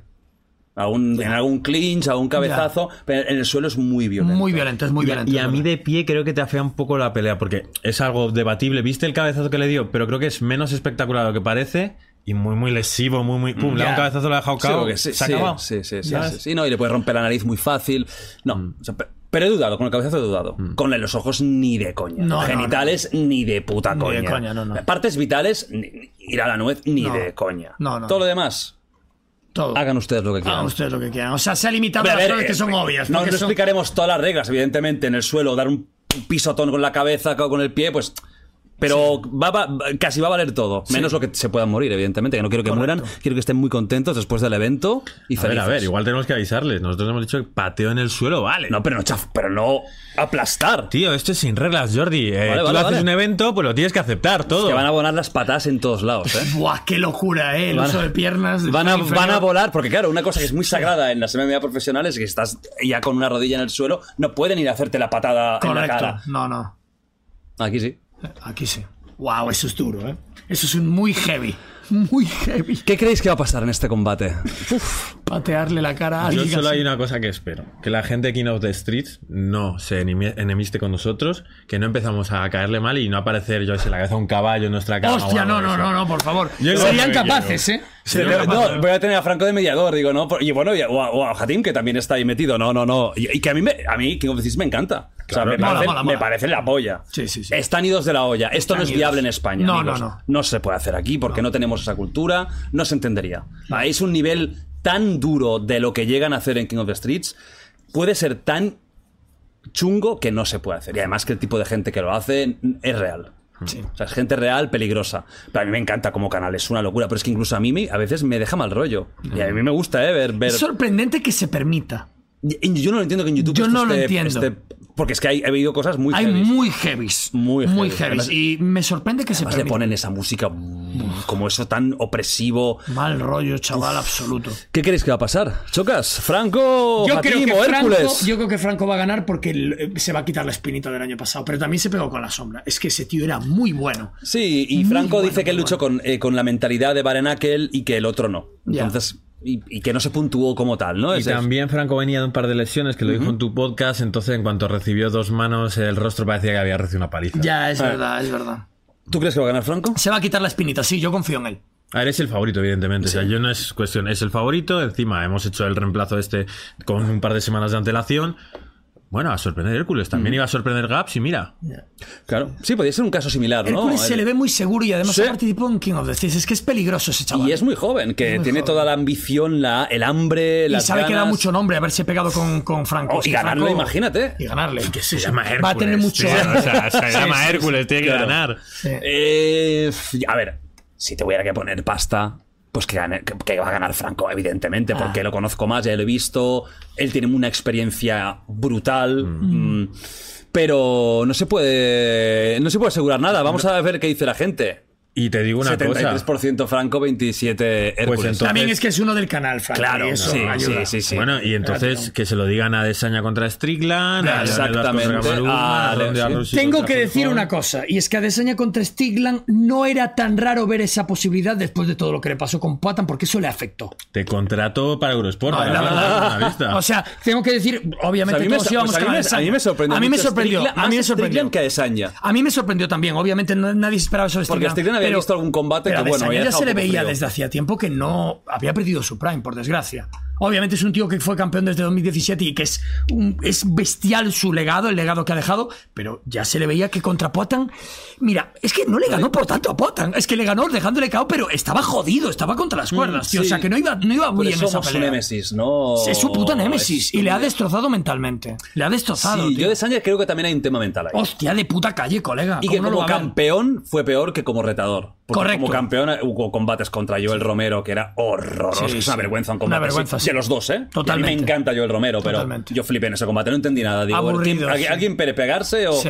Algún- en algún clinch, algún cabezazo, pero en el suelo es muy violento. Muy violento, es muy Y- violento. Y, es a verdad. mí de pie creo que te afea un poco la pelea, porque es algo debatible. ¿Viste el cabezazo que le dio? Pero creo que es menos espectacular de lo que parece y muy, muy lesivo, muy, muy... Pum, le da Ya. un cabezazo, le ha dejado Sí, cao, porque sí, se ha sí, acabado. sí, sí, sí, ¿Sabes? Mm. sí, sí, no, y le puedes romper la nariz muy fácil. No, o sea, pe- pero he dudado, con el cabezazo he dudado. Con la- los ojos ni de coña. No, no, Genitales ni de puta Ni coña. de coña, no, no. Partes vitales, ni- ni- ir a la nuez ni No. de coña. No, no, Todo no. lo demás, Todo. hagan ustedes lo que quieran. Hagan ustedes lo que quieran. O sea, se ha limitado Hombre, a a las ver, cosas que eh, son obvias. No, porque no son- explicaremos todas las reglas, evidentemente, en el suelo, dar un pisotón con la cabeza o con el pie, pues. Pero va- va- casi va a valer todo. Menos lo que se puedan morir, evidentemente. Que no quiero que mueran. Quiero que estén muy contentos después del evento. Y A ver, a felices. ver, igual tenemos que avisarles. Nosotros hemos dicho que pateo en el suelo, vale. No, pero no, pero no aplastar. Tío, esto es sin reglas, Jordi. Eh, Vale, tú vale, haces vale. un evento, pues lo tienes que aceptar todo. Que van a volar las patadas en todos lados, ¿eh? Buah, qué locura, ¿eh? El Van a- uso de piernas. del Van a, tren inferior. van a volar, porque claro, una cosa que es muy sagrada en las MMA profesionales es que estás ya con una rodilla en el suelo, no pueden ir a hacerte la patada en la Correcto. cara. No, no. Aquí sí. Aquí sí. Wow, eso es duro, ¿eh? Eso es un muy heavy. Muy heavy. ¿Qué creéis que va a pasar en este combate? Patearle la cara a Yo alguien. solo así. hay una cosa que espero: que la gente de King of the Streets no se enemi- enemiste con nosotros, que no empezamos a caerle mal y no aparecer yo sé, la cabeza de un caballo en nuestra cara. Hostia, no, no, no, no, por favor. Serían capaces, ¿eh? Serían no, capaces. voy a tener a Franco de mediador, digo, ¿no? Por- Y bueno, y a, o a- o a Hatim, que también está ahí metido. No, no, no. Y, y que a mí, me, a mí King of the Seas me encanta. o sea, Claro, me, mola, parece, mola, me mola. parece la polla. Están idos de la olla. Esto Están no es idos. viable en España. No, amigos. no, no. No se puede hacer aquí porque no, tenemos esa cultura. No se entendería. Ah, Es un nivel tan duro de lo que llegan a hacer en King of the Streets. Puede ser tan chungo que no se puede hacer. Y además que el tipo de gente que lo hace es real. Mm. O sea, es gente real, peligrosa. Pero a mí me encanta como canal, es una locura. Pero es que incluso a mí me- a veces me deja mal rollo. Y a mí me gusta, ¿eh? Ver. ver... Es sorprendente que se permita. Y- y Yo no lo entiendo que en YouTube. Yo esto no lo esté- entiendo. esté- este, Porque es que hay, he visto cosas muy Hay heavies. muy heavies. Muy Muy heavies. heavies. Además- Y me sorprende que se Además le permita. ponen esa música mm, como eso tan opresivo. Mal rollo, chaval, absoluto. ¿Qué creéis que va a pasar? ¿Chocas? ¿Franco? Yo creo, Hatim que o Franco, Hércules? yo creo que Franco va a ganar porque el- se va a quitar la espinita del año pasado, pero también se pegó con la sombra. Es que ese tío era muy bueno. Sí, y Muy Franco bueno, dice que él luchó con, eh, con la mentalidad de Barenakel y que el otro no. Ya. Entonces, y, y que no se puntuó como tal, ¿no? Y Ese es- también Franco venía de un par de lesiones que lo dijo en tu podcast, entonces en cuanto recibió dos manos el rostro parecía que había recibido una paliza. Ya, es Ah. verdad, es verdad. ¿Tú crees que va a ganar Franco? Se va a quitar la espinita, sí, yo confío en él. A ver, es el favorito, evidentemente. O sea, yo no es cuestión, es el favorito. Encima hemos hecho el reemplazo este con un par de semanas de antelación. Bueno, a sorprender Hércules. Mm. También iba a sorprender Gaps y mira. Claro. Sí, podría ser un caso similar, ¿no? Hércules se El- le ve muy seguro y además Sí. participó en King of the Seas. Es que es peligroso ese chaval. Y es muy joven, que Es muy tiene joven. toda la ambición, la, el hambre, Y las sabe que da ganas. mucho nombre haberse pegado con, con Franco. Oh, Es y que ganarlo, Franco- imagínate. Y ganarle. Que se llama Hércules. Va a tener mucho. tío. O sea, se Sí, llama sí, sí. Hércules, tiene que Claro. ganar. Eh, a ver, si te hubiera que poner pasta, pues que, gane- que- que va a ganar Franco, evidentemente, porque Ah. lo conozco más, ya lo he visto. Él tiene una experiencia brutal. mm, Pero no se puede. No se puede asegurar nada. Vamos a ver qué dice la gente. Y te digo una cosa. pues 73% Franco, 27 Hércules. También es que es uno del canal, Franco. Claro, y eso sí, ayuda. sí, sí, sí. Bueno, y entonces que se lo digan a Desaña contra Strickland, a Exactamente. Leonel Vázquez contra Gamarú, Ah, pues, a Leonel sí. Rusi Tengo contra que decir Fujimori. una cosa, y es que a Desaña contra Stigland no era tan raro ver esa posibilidad después de todo lo que le pasó con Poatan, porque eso le afectó. Te contrato para Eurosport. No, para la ver verdad. la vista. O sea, tengo que decir, obviamente, O sea, a mí me- todos íbamos pues a mí con la me- Adesanya. a mí me sorprendió A mí me mucho Ah, sorprendió. a mí me Strickland- más Strickland sorprendió. que Adesanya. A mí me sorprendió también. Obviamente, no- nadie se esperaba sobre Porque Strickland. Strickland había pero- visto algún combate pero que, bueno, Adesanya había ya dejado se le un poco veía frío. desde hacía tiempo que no había perdido su prime, por desgracia. Obviamente es un tío que fue campeón desde 2017 y que es, un- es bestial su legado, el legado que ha dejado, pero ya se le veía que contra Potan. Mira, es que no le ganó por tanto a Potan, es que le ganó dejándole cao, pero estaba jodido, estaba contra las cuerdas, tío. O Mm, sí. sea, que no iba, no iba muy Pero bien esa somos un pelea. némesis, ¿no? Sí, Es su puta némesis Es y le ha un- destrozado mentalmente. Le ha destrozado. Sí, tío. yo de Sánchez creo que también hay un tema mental ahí. Hostia, de puta calle, colega. Y ¿Cómo que no lo como va a ver? campeón fue peor que como retador. Porque Correcto. Como campeón hubo combates contra Joel Romero, que era horroroso. Sí, es una sí. vergüenza un Una combate. vergüenza, así. sí. De los dos, ¿eh? Totalmente. Y a mí me encanta Joel Romero, pero Totalmente. yo flipé en ese combate. No entendí nada. Digo, ¿alguien, Aburrido, alguien- sí. alguien pere pegarse o...? Sí.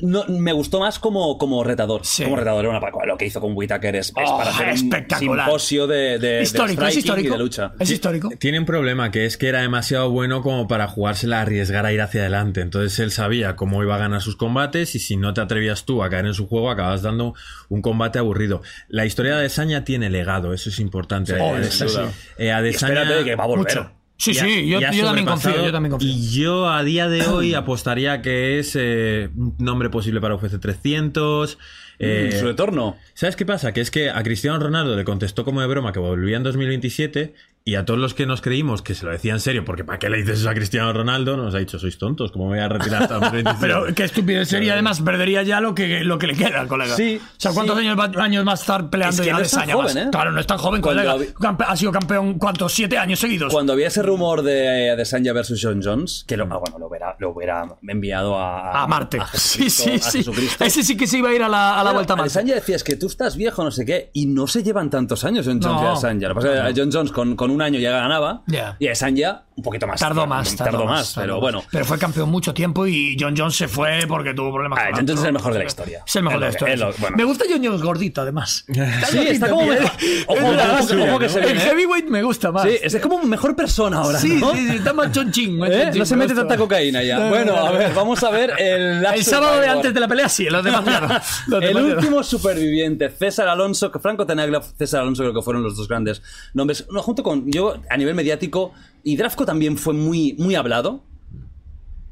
No, me gustó más como, como retador. Como retador era una paco. Lo que hizo con Whitaker es, es Oh, para hacer un espectacular. simposio de, de- de Histórico, es striking y histórico. de lucha. Es histórico. Tiene un problema, que es que era demasiado bueno como para jugársela, arriesgar a ir hacia adelante. Entonces él sabía cómo iba a ganar sus combates y si no te atrevías tú a caer en su juego, acabas dando un combate aburrido. La historia de Desaña tiene legado, eso es importante. Oh, Eh, sí, Adesanya- sí. eh, Adesanya- Y espérate que va a volver. Mucho. Sí, Ya- sí, yo, ya ha yo también confío, sobrepasado. yo también confío. Y yo a día de hoy apostaría que es eh, un nombre posible para UFC 300. eh, Mm, su retorno. ¿Sabes qué pasa? Que es que a Cristiano Ronaldo le contestó como de broma que volvía en 2027 Y a todos los que nos creímos que se lo decía en serio, porque ¿para qué le dices eso a Cristiano Ronaldo? Nos ha dicho, sois tontos, ¿cómo me voy a retirar hasta los 27? Pero qué estúpido sería, además perdería ya lo que, lo que le queda al colega. Sí, O sea, ¿cuántos años, va- años más estar peleando Es que ya no de es tan esa joven, llamas? ¿eh? Claro, no es tan joven, Cuando colega. hab- Campe- ha sido campeón, ¿cuántos? Siete años seguidos. Cuando había ese rumor de Adesanya versus John Jones, que lo, ah, bueno, lo, hubiera, lo hubiera enviado a, Mm. A Marte. Sí, Ah, Jesucristo- sí, a sí. Jesucristo. Ese sí que se iba a ir a la, a la Claro, vuelta más. Adesanya decía, es que tú estás viejo, no sé qué, y no se llevan tantos años John Jones No. y Adesanya. Lo que pasa es que John Jones con, con un año ya ganaba, Ya. y Adesanya un poquito más. Tardó más, tardó, tardó, más, tardó pero más. bueno. Pero fue campeón mucho tiempo y John Jones se fue porque tuvo problemas. Ah, con John la- Jones es el mejor de la historia. Es el mejor de la Es lo que- historia. es lo- bueno. Me gusta John Jones gordito, además. Sí, está como gordito, mejor. tío. Ojo, Es verdad, ojo que- ojo que se El viene, ¿eh? heavyweight me gusta más. Sí, este es como mejor persona ahora. Sí, ¿no? sí, sí, está más chonchín. más ¿Eh? chonchín, No se mete gusta. tanta cocaína ya. No, no, bueno, no, no. a ver, vamos a ver el El sábado de antes de la pelea, sí, los demás ya no. Los el demás ya no. último superviviente, César Alonso, que Franco Tenaglia, César Alonso creo que fueron los dos grandes nombres. No, junto con yo, a nivel mediático, y Drafco también fue muy, muy hablado.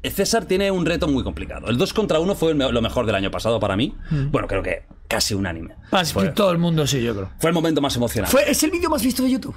Eh, César tiene un reto muy complicado. El 2 contra 1 fue el me- lo mejor del año pasado para mí. Mm. Bueno, creo que casi unánime. Ah, sí, Fue, Todo el mundo, sí, yo creo. fue el momento más emocionante. Fue- es el vídeo más visto de YouTube.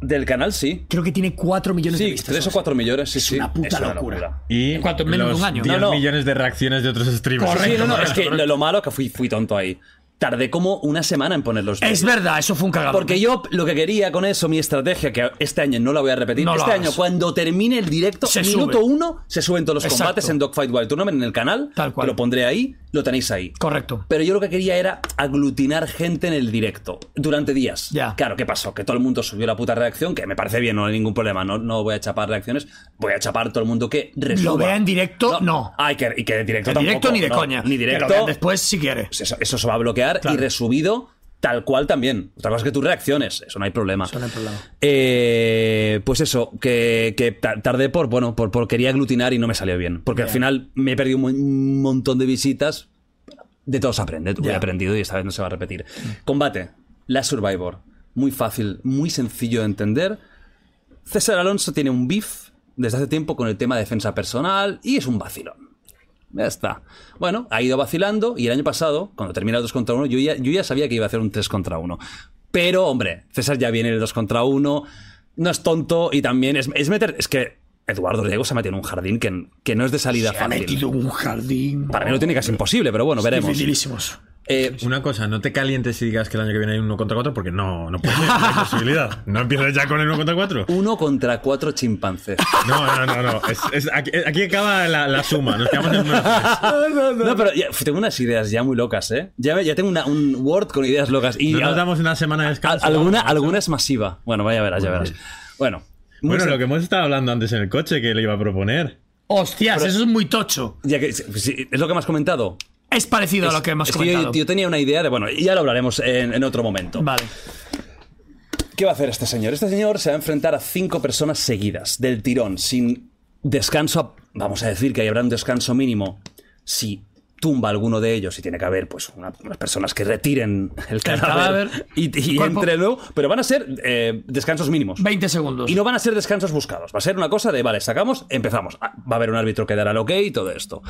Del canal, sí. Creo que tiene 4 millones de Sí, vistas. 3 o 4 millones, sí, sí. una puta Es una locura. locura. Y cuanto menos de los un año. 10 No, no. millones de reacciones de otros streamers. Sí, no, no, es que lo, lo malo que fui, fui tonto ahí. Tardé como una semana en poner los Es vídeos. verdad, eso fue un ¿eh? cagado. Porque yo lo que quería con eso, mi estrategia, que este año no la voy a repetir, No lo este hagas. año cuando termine el directo, Se minuto sube. uno, se suben todos los Exacto. combates en Dogfight Wild Tournament en el canal, Tal cual. que lo pondré ahí, lo tenéis ahí. Correcto. Pero yo lo que quería era aglutinar gente en el directo durante días. Ya. Claro, ¿qué pasó? Que todo el mundo subió la puta reacción, que me parece bien, no hay ningún problema, no, no voy a chapar reacciones, voy a chapar todo el mundo que resuba. Lo vea en directo, no. Ah, y que, y que en directo En tampoco, directo ni de no, coña. Ni Que lo directo. vean después si quiere. Pues eso, eso se va a bloquear y resubido tal cual también. Otra cosa es que tus reacciones, eso no hay problema. Eso no hay problema. Eh, pues eso, que, que ta- tardé por, bueno, por, por quería aglutinar y no me salió bien. Porque al Ya. final me he perdido un, mo- un montón de visitas. De todos aprende, tú Ya. he aprendido y esta vez no se va a repetir. Combate, la Survivor. Muy fácil, muy sencillo de entender. César Alonso tiene un beef desde hace tiempo con el tema de defensa personal y es un vacilón. Ya está. Bueno, ha ido vacilando y el año pasado, cuando termina el 2 contra 1, yo ya, yo ya sabía que iba a hacer un 3 contra 1. Pero, hombre, César ya viene el 2 contra 1, no es tonto y también es, es meter... Es que Eduardo Diego se ha metido en un jardín que, que no es de salida Se ha fácil. metido un jardín. Para mí lo tiene casi imposible, pero bueno, veremos. Dificilísimos. Eh, Una cosa, no te calientes si digas que el año que viene hay uno contra cuatro, porque no, no puede ser, no hay posibilidad. No empieces ya con el uno contra cuatro. uno contra cuatro chimpancés. No, no, no, no. Es- es- aquí, aquí acaba la, la suma. Nos quedamos en el número tres. No, pero ya- tengo unas ideas ya muy locas, ¿eh? Ya, ya tengo una- un Word con ideas locas. Y No nos a- damos una semana de a- descanso. ¿eh? alguna, alguna es masiva. Bueno, vaya verás, ya verás. Bueno. muy Bueno, sen- lo que hemos estado hablando antes en el coche que le iba a proponer. Hostias, Pero- eso es muy tocho. Ya que, pues sí, es lo que me has comentado. Es parecido Es- a lo que hemos es que yo- comentado. yo, tenía una idea de, bueno, ya lo hablaremos en, en otro momento. Vale. ¿Qué va a hacer este señor? Este señor se va a enfrentar a cinco personas seguidas, del tirón, sin descanso. a- Vamos a decir que habrá un descanso mínimo. Si tumba alguno de ellos y tiene que haber pues una- unas personas que retiren el cadáver, cadáver, y, y cuerpo. entre luego, pero van a ser eh, descansos mínimos. 20 segundos. Y no van a ser descansos buscados. Va a ser una cosa de, vale, sacamos, empezamos. Ah, Va a haber un árbitro que dará el ok y todo esto.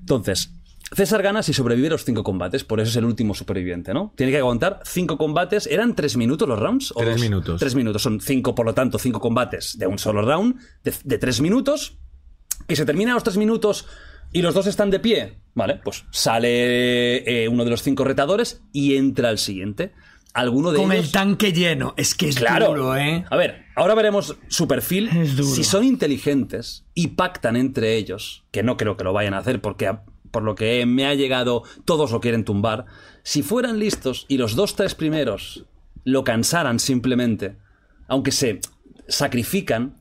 Entonces, César gana si sobrevive los cinco combates. Por eso es el último superviviente, ¿no? Tiene que aguantar cinco combates. ¿Eran tres minutos los rounds? ¿O Tres dos? minutos. Tres minutos. Son cinco, por lo tanto, cinco combates de un solo round, de, de tres minutos. Y se terminan los tres minutos y los dos están de pie. Vale, pues sale eh, uno de los cinco retadores y entra el siguiente. Alguno de Con ellos... el tanque lleno. Es que es Claro. duro, ¿eh? A ver, ahora veremos su perfil. Es duro. Si son inteligentes y pactan entre ellos, que no creo que lo vayan a hacer porque a- por lo que me ha llegado todos lo quieren tumbar, si fueran listos y los dos tres primeros lo cansaran simplemente, aunque se sacrifican,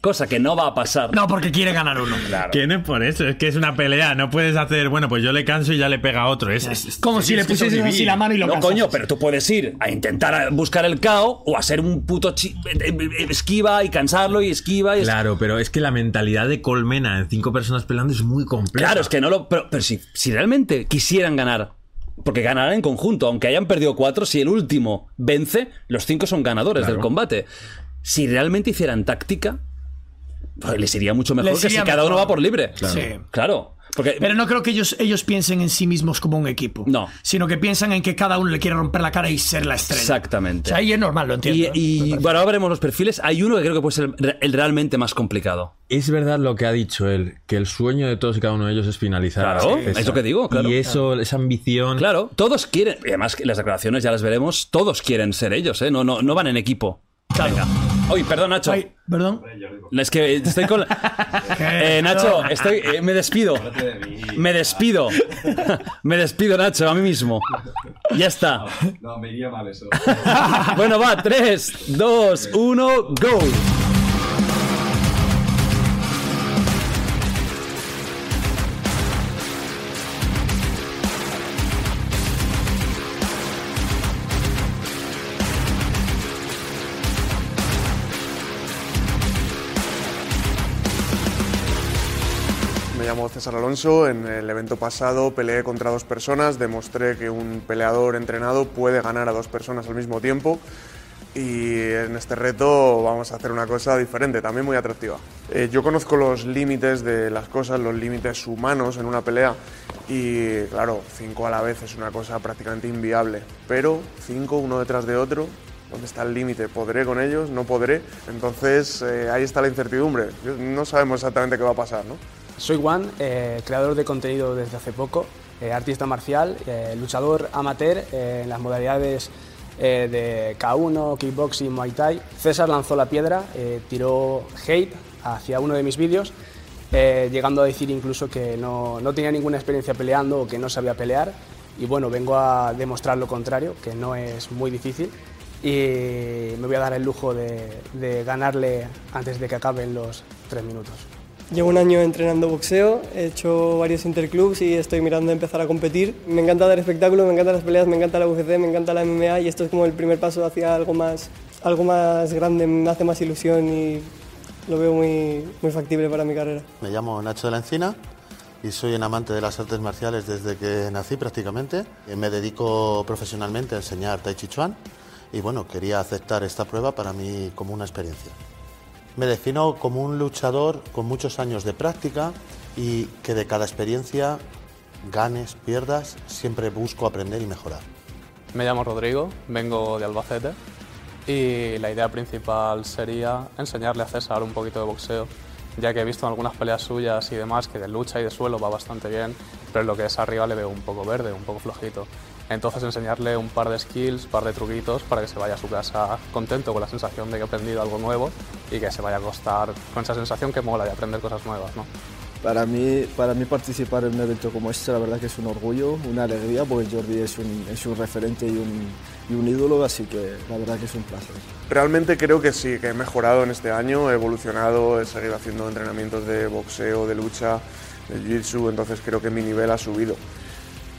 cosa que no va a pasar. No, porque quiere ganar uno. Claro. Que no es por eso, es que es una pelea. No puedes hacer, bueno, pues yo le canso y ya le pega a otro. Es, es- es- Como si le tienes que pusieses sobrevivir. así la mano y lo No, cansas. coño, pero tú puedes ir a intentar a buscar el cao o a ser un puto chi- eh, eh, esquiva y cansarlo y esquiva y esquiva. Claro, pero es que la mentalidad de colmena en cinco personas peleando es muy compleja. Claro, es que no lo. Pero, pero si, si realmente quisieran ganar, porque ganarán en conjunto, aunque hayan perdido cuatro, si el último vence, los cinco son ganadores Claro. del combate. Si realmente hicieran táctica, pues les iría mucho mejor Les que si iría cada uno mejor. va por libre. Claro. Sí. Claro. Pero no creo que ellos, ellos piensen en sí mismos como un equipo. No. Sino que piensan en que cada uno le quiere romper la cara y ser la estrella. O Exactamente. sea, ahí es normal, lo entiendo. Y, y, bueno, ahora veremos los perfiles. Hay uno que creo que puede ser el- el realmente más complicado. Es verdad lo que ha dicho él, que el sueño de todos y cada uno de ellos es finalizar. Claro, Esa. es lo que digo, claro. Y eso, esa ambición. Claro, todos quieren. Y además, que las declaraciones ya las veremos. Todos quieren ser ellos, ¿eh? No, no, no van en equipo. Venga. Uy, perdón, Nacho. Perdón. Es que estoy con. Eh, Nacho, estoy, eh, me despido. Me despido. Me despido, Nacho, a mí mismo. Ya está. No, me iría mal eso. Bueno, va, 3, 2, 1, go. Me llamo César Alonso. En el evento pasado peleé contra dos personas. Demostré que un peleador entrenado puede ganar a dos personas al mismo tiempo. Y en este reto vamos a hacer una cosa diferente, también muy atractiva. Eh, yo conozco los límites de las cosas, los límites humanos en una pelea. Y claro, cinco a la vez es una cosa prácticamente inviable. Pero cinco uno detrás de otro, ¿dónde está el límite? ¿Podré con ellos? ¿No podré? Entonces eh, ahí está la incertidumbre. Yo- No sabemos exactamente qué va a pasar, ¿no? Soy Juan, eh, creador de contenido desde hace poco, eh, artista marcial, eh, luchador amateur eh, en las modalidades eh, de K1, kickboxing, Muay Thai. César lanzó la piedra, eh, tiró hate hacia uno de mis vídeos, eh, llegando a decir incluso que no, no tenía ninguna experiencia peleando o que no sabía pelear. Y bueno, vengo a demostrar lo contrario, que no es muy difícil. Y me voy a dar el lujo de, de ganarle antes de que acaben los tres minutos. Llevo un año entrenando boxeo, he hecho varios interclubs y estoy mirando empezar a competir. Me encanta dar espectáculo, me encantan las peleas, me encanta la UFC, me encanta la MMA y esto es como el primer paso hacia algo más, algo más grande, me hace más ilusión y lo veo muy, muy factible para mi carrera. Me llamo Nacho de la Encina y soy un amante de las artes marciales desde que nací prácticamente. Eh, Me dedico profesionalmente a enseñar Tai Chi Chuan y bueno, quería aceptar esta prueba para mí como una experiencia. Me defino como un luchador con muchos años de práctica y que de cada experiencia, ganes, pierdas, siempre busco aprender y mejorar. Me llamo Rodrigo, vengo de Albacete y la idea principal sería enseñarle a César un poquito de boxeo, ya que he visto en algunas peleas suyas y demás que de lucha y de suelo va bastante bien, pero en lo que es arriba le veo un poco verde, un poco flojito. Entonces enseñarle un par de skills, par de truquitos para que se vaya a su casa contento con la sensación de que ha aprendido algo nuevo y que se vaya a acostar con esa sensación que mola de aprender cosas nuevas, ¿no? Para mí, para mí participar en un evento como este, la verdad que es un orgullo, una alegría, porque Jordi es un, es un referente y un, y un ídolo, así que la verdad que es un placer. Realmente creo que sí, que he mejorado en este año, he evolucionado, he seguido haciendo entrenamientos de boxeo, de lucha, de jiu-jitsu, entonces creo que mi nivel ha subido.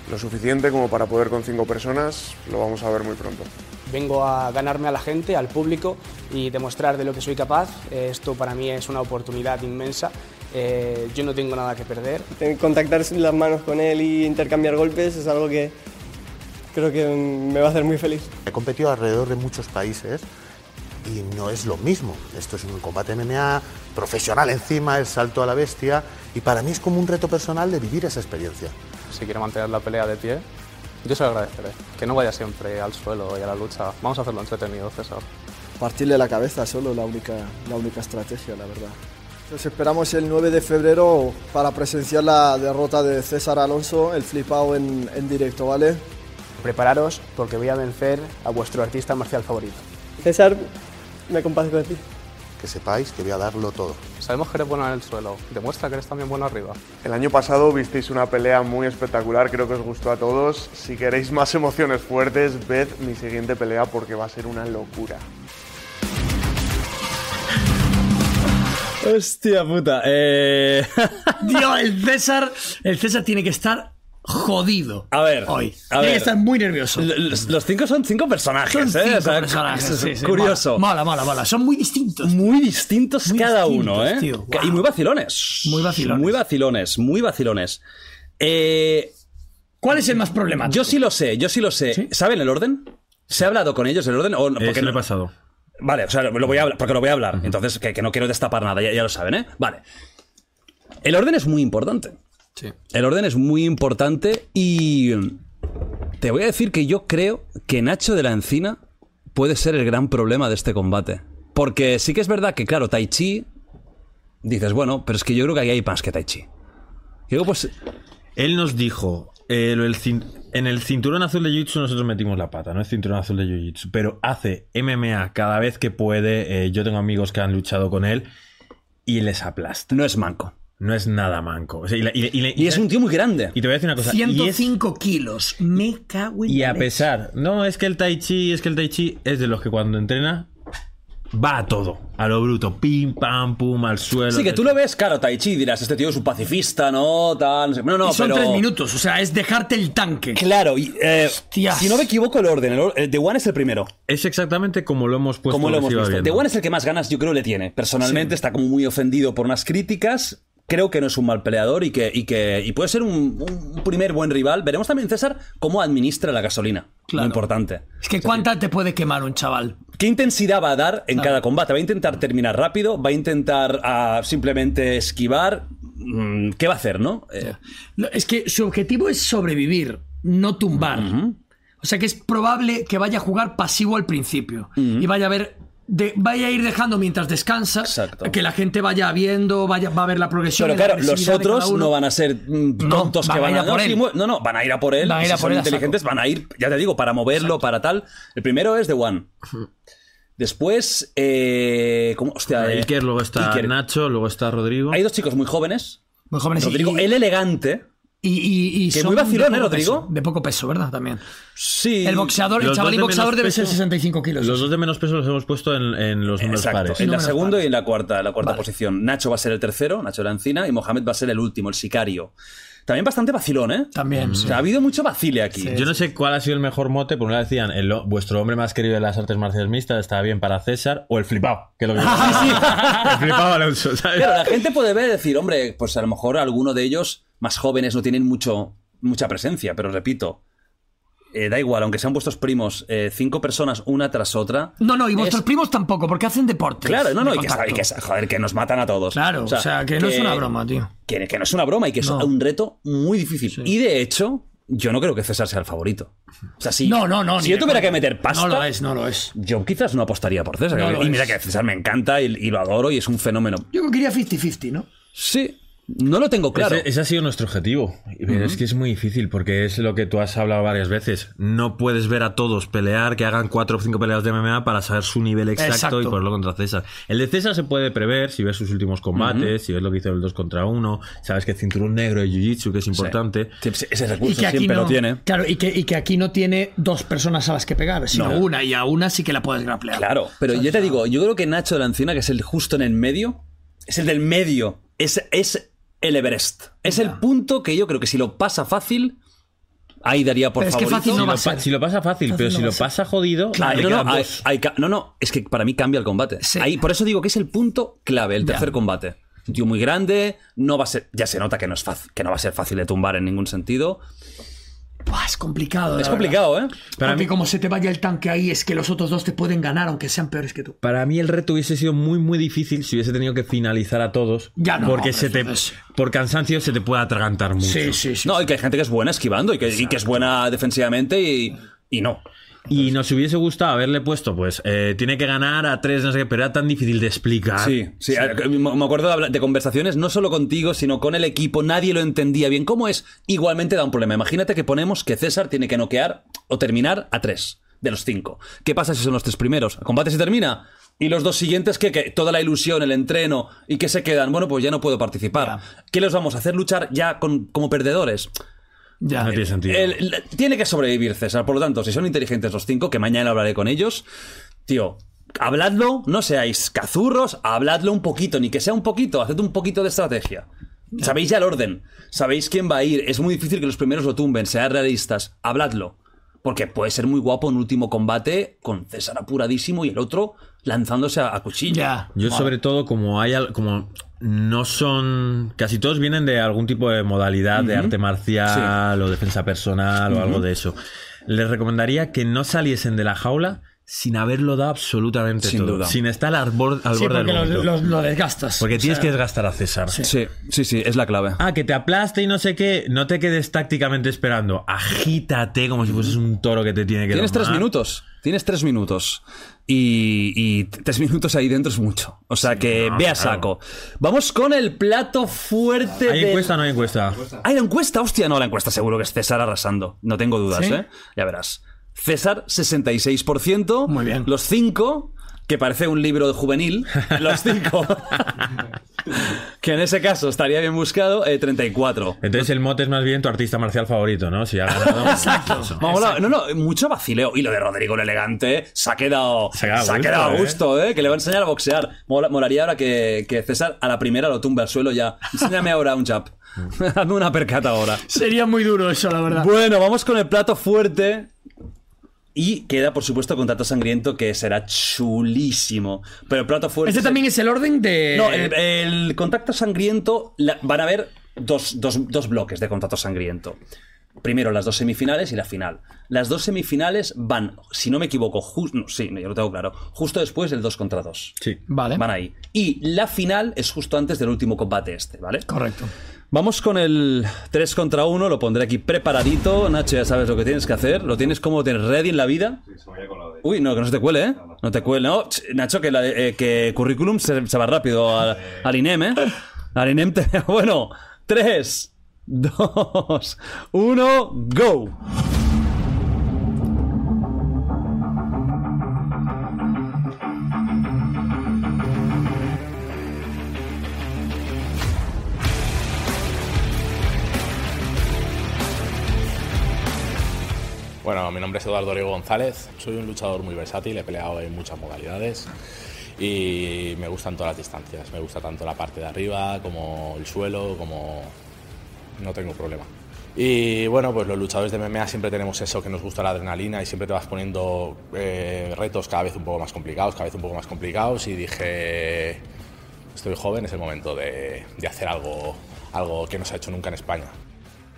Lo suficiente como para poder con cinco personas, lo vamos a ver muy pronto. Vengo a ganarme a la gente, al público y demostrar de lo que soy capaz. Eh, Esto para mí es una oportunidad inmensa. Eh, yo no tengo nada que perder. Eh, Contactar las manos con él y intercambiar golpes es algo que creo que me va a hacer muy feliz. He competido alrededor de muchos países y no es lo mismo. Esto es un combate MMA profesional encima, el salto a la bestia y para mí es como un reto personal de vivir esa experiencia. si quiere mantener la pelea de pie, yo se lo agradeceré. Que no vaya siempre al suelo y a la lucha. Vamos a hacerlo entretenido, César. Partirle la cabeza solo la única, la única estrategia, la verdad. Nos esperamos el 9 de febrero para presenciar la derrota de César Alonso, el flipado en, en directo, ¿vale? Prepararos porque voy a vencer a vuestro artista marcial favorito. César, me compadezco de ti. Que sepáis que voy a darlo todo. Sabemos que eres bueno en el suelo. Demuestra que eres también bueno arriba. El año pasado visteis una pelea muy espectacular, creo que os gustó a todos. Si queréis más emociones fuertes, ved mi siguiente pelea porque va a ser una locura. Hostia puta. Eh... Dios, el César, el César tiene que estar jodido. A ver, Hoy. Tiene a que ver. estar muy nervioso. Los, los cinco son cinco personajes, Son ¿eh? cinco O sea, personajes, es sí, sí. curioso. Mala, mala, mala. Son muy distintos. Muy distintos cada uno, ¿eh? tío. Y muy vacilones. Muy vacilones. Muy vacilones, muy vacilones. Eh, ¿Cuál es el más problemático? Yo sí lo sé, yo sí lo sé. ¿Saben el orden? ¿Se ha hablado con ellos el orden? ¿O no? Eh, Porque se lo no- he pasado. Vale, o sea, lo voy a hablar, porque lo voy a hablar. Entonces, que, que no quiero destapar nada, ya, ya lo saben, ¿eh? Vale. El orden es muy importante. El orden es muy importante y te voy a decir que yo creo que Nacho de la Encina puede ser el gran problema de este combate. Porque sí que es verdad que, claro, Tai Chi, dices, bueno, pero es que yo creo que ahí hay más que Tai Chi. Digo, pues... Él nos dijo, eh, lo del cin- en el cinturón azul de Jiu-Jitsu nosotros metimos la pata, no es cinturón azul de Jiu-Jitsu, pero hace MMA cada vez que puede. eh, yo tengo amigos que han luchado con él y les aplasta. No es manco. No es nada manco. O sea, y, la- y la- y la- Y es un tío muy grande. Y te voy a decir una cosa. y es- 105 kilos. Me cago en y la a leche. pesar, no, es que el Tai Chi, es que el Tai Chi es de los que cuando entrena va a todo, a lo bruto, pim, pam, pum, al suelo. Sí, que tú lo ves, claro, Tai Chi, dirás, este tío es un pacifista, ¿no? Tal, no sé. No, no, Y son pero- tres minutos, o sea, es dejarte el tanque. Claro, y, eh, Hostias. si no me equivoco el orden, el or- eh, The One es el primero. Es exactamente como lo hemos Pues puesto. Como lo que hemos se iba visto. viendo. The One es el que más ganas, yo creo, le tiene. Personalmente está como muy ofendido por unas críticas. Creo que no es un mal peleador y que, y que y puede ser un, un primer buen rival. Veremos también, César, cómo administra la gasolina. Claro. Muy importante. Es que cuánta te puede quemar un chaval. ¿Qué intensidad va a dar en Claro. cada combate? ¿Va a intentar terminar rápido? ¿Va a intentar ah, simplemente esquivar? Mm, ¿Qué va a hacer, no? Eh, No, Es que su objetivo es sobrevivir, no tumbar. O sea que es probable que vaya a jugar pasivo al principio y vaya a ver. de- vaya a ir dejando mientras descansa que la gente vaya viendo, vaya, va a ver la progresión. Pero la claro, los agresividad de cada otros uno. no van a ser mm, No, tontos van que a van ir a, a por no, sí, él. mu- no, no, van a ir a por él. Van a ir si a por son él a inteligentes, van a ir, ya te digo, para moverlo, para tal. El primero es The One. Después, eh, ¿cómo? Hostia, eh, Iker, luego está Iker. Nacho, luego está Rodrigo. Hay dos chicos muy jóvenes. Muy jóvenes y- Rodrigo, el elegante. Y, y, y Que son muy vacilón, de ¿eh, poco Rodrigo? peso, de poco peso, ¿verdad? También. Sí. El boxeador, el Los chavalín dos de menos boxeador debe ser peso- 65 kilos. Los dos de menos peso los hemos puesto en, en los números Exacto, pares. en la segunda y en la cuarta, la cuarta posición. Nacho va a ser el tercero, Nacho Lancina, y Mohamed va a ser el último, el sicario. También bastante vacilón, ¿eh? También. O sea, ha habido mucho vacile aquí. Yo no sé cuál ha sido el mejor mote. Por un lado decían, el lo- vuestro hombre más querido de las artes marciales mixtas está bien para César, o el flipado, que es lo que El flipado Alonso, ¿sabes? Claro, la gente puede ver y decir, hombre, pues a lo mejor alguno de ellos más jóvenes no tienen mucho, mucha presencia, pero repito, eh, da igual, aunque sean vuestros primos, eh, cinco personas una tras otra. No, no, y vuestros primos tampoco, porque hacen deportes. Claro, no, no, de y que, contacto. y que- joder, que nos matan a todos. Claro, o sea, que no es una broma, tío. Que, que no es una broma y que es No. un reto muy difícil. Y de hecho, yo no creo que César sea el favorito. O sea, si, No, no, no, si ni yo de tuviera coña. que meter pasta. No lo es, no lo es. Yo quizás no apostaría por César. No lo y mira es. que César me encanta y, y lo adoro y es un fenómeno. Yo creo que iría 50-50, ¿no? Sí, no lo Oh, tengo claro. Ese, ese ha sido nuestro objetivo. Pero es que es muy difícil porque es lo que tú has hablado varias veces. No puedes ver a todos pelear, que hagan cuatro o cinco peleas de MMA para saber su nivel exacto, Exacto. y ponerlo contra César. El de César se puede prever si ves sus últimos combates, si ves lo que hizo el 2 contra 1, sabes que es cinturón negro de Jiu-Jitsu, que es importante. pues Ese Y que aquí no, Claro, y que, y que aquí no tiene dos personas a las que pegar, sino No. una, y a una sí que la puedes graplear. Claro, pero yo te digo, yo creo que Nacho de la Encina, que es el justo en el medio, es el del medio, es, es el Everest. Es el punto que yo creo que si lo pasa fácil, ahí daría por Pero es que favorito. fácil no Si va a lo pa- ser. si lo pasa fácil, Fácil pero no si va a lo ser. pasa jodido, Claro, le no, quedan no, hay- dos. hay ca- no, no, es que para mí cambia el combate. Ahí, por eso digo que es el punto clave, el Ya. tercer combate. Un tío muy grande, no va a ser, ya se nota que no es fácil, que no va a ser fácil de tumbar en ningún sentido. Buah, Ah, es complicado. Es complicado, ¿eh? Para Para Porque mí- como se te vaya el tanque ahí, es que los otros dos te pueden ganar, aunque sean peores que tú. Para mí el reto hubiese sido muy muy difícil si hubiese tenido que finalizar a todos. Ya no, porque hombre, pues. se te, entonces- por cansancio se te puede atragantar mucho. No, y que hay gente que es buena esquivando y que, y que es buena defensivamente y, y no. Y nos hubiese gustado haberle puesto, pues, eh, tiene que ganar a tres, no sé qué, pero era tan difícil de explicar. Sí, sí, eh, me me acuerdo de, habla- de conversaciones no solo contigo, sino con el equipo, nadie lo entendía bien. ¿Cómo es? Igualmente da un problema. Imagínate que ponemos que César tiene que noquear o terminar a tres de los cinco. ¿Qué pasa si son los tres primeros? ¿El combate se termina? Y los dos siguientes, que, toda la ilusión, el entreno, y que se quedan, bueno, pues ya no puedo participar. ¿Qué les vamos a hacer luchar ya con- como perdedores? Ya. No tiene sentido. El- el- tiene que sobrevivir César, por lo tanto, si son inteligentes los cinco, que mañana hablaré con ellos, tío, habladlo, no seáis cazurros, habladlo un poquito, ni que sea un poquito, haced un poquito de estrategia. Sabéis ya el orden, sabéis quién va a ir, es muy difícil que los primeros lo tumben, sean realistas, habladlo. Porque puede ser muy guapo un último combate con César apuradísimo y el otro lanzándose a, a cuchillo. Yo Madre sobre todo como hay al- como no son casi todos vienen de algún tipo de modalidad de Ujú. arte marcial o defensa personal o algo Ujú. de eso. Les recomendaría que no saliesen de la jaula sin haberlo dado absolutamente Sin todo. duda. Sin estar al, bor- al Sí, borde del porque lo, vómito. lo- lo desgastas. O Porque tienes sea, que desgastar a César. Sí. sí, sí, es la clave. Ah, que te aplaste y no sé qué. No te quedes tácticamente esperando. Agítate como si fueses un toro que te tiene que Tienes tres domar. minutos. Tienes tres minutos. Y, y tres minutos ahí dentro es mucho. O sea que no, ve a claro. saco. Vamos con el plato fuerte ¿Hay del- encuesta o no hay encuesta? ¿Hay la encuesta? Hostia, no, la encuesta seguro que es César arrasando. No tengo dudas, ¿Sí? ¿eh? Ya verás. César, 66%. Muy bien. Los cinco, que parece un libro juvenil. Los cinco. que en ese caso estaría bien buscado, eh, 34. Entonces el mote es más bien tu artista marcial favorito, ¿no? Si ha ganado. Exacto. Me ha molado. No, no, mucho vacileo. Y lo de Rodrigo el elegante ¿eh? se ha quedado, se quedado ha gusto, quedado a ¿eh? gusto, ¿eh? Que le va a enseñar a boxear. Mola- molaría ahora que, que César a la primera lo tumbe al suelo ya. Enséñame ahora un chap. Hazme una percata ahora. Sería muy duro eso, la verdad. Bueno, vamos con el plato fuerte. Y queda, por supuesto, Contrato Sangriento, que será chulísimo. Pero el plato fuerte. Este también es el orden de. pues eh, No, eh, el, el contacto sangriento. la- van a haber dos, dos- dos bloques de contacto sangriento. Primero las dos semifinales y la final. Las dos semifinales van, si no me equivoco, justo. sí, no, yo lo tengo claro. Justo después del 2 contra 2. Sí. Vale. Van ahí. Y la final es justo antes del último combate este, ¿vale? Correcto. Vamos con el 3 contra 1, lo pondré aquí preparadito. Nacho, ya sabes lo que tienes que hacer. ¿Lo tienes como de ready en la vida? Uy, no, que no se te cuele, ¿eh? No te cuele. No, ch, Nacho, que, la- eh, que currículum se, se va rápido al, al INEM, ¿eh? Al INEM te... Bueno, 3, 2, 1, go. Bueno, mi nombre es Eduardo Origo González, soy un luchador muy versátil, he peleado en muchas modalidades y me gustan todas las distancias, me gusta tanto la parte de arriba como el suelo, como no tengo problema. Y bueno, pues los luchadores de MMA siempre tenemos eso que nos gusta la adrenalina y siempre te vas poniendo eh, retos cada vez un poco más complicados, cada vez un poco más complicados y dije, estoy joven, es el momento de, de hacer algo, algo que no se ha hecho nunca en España.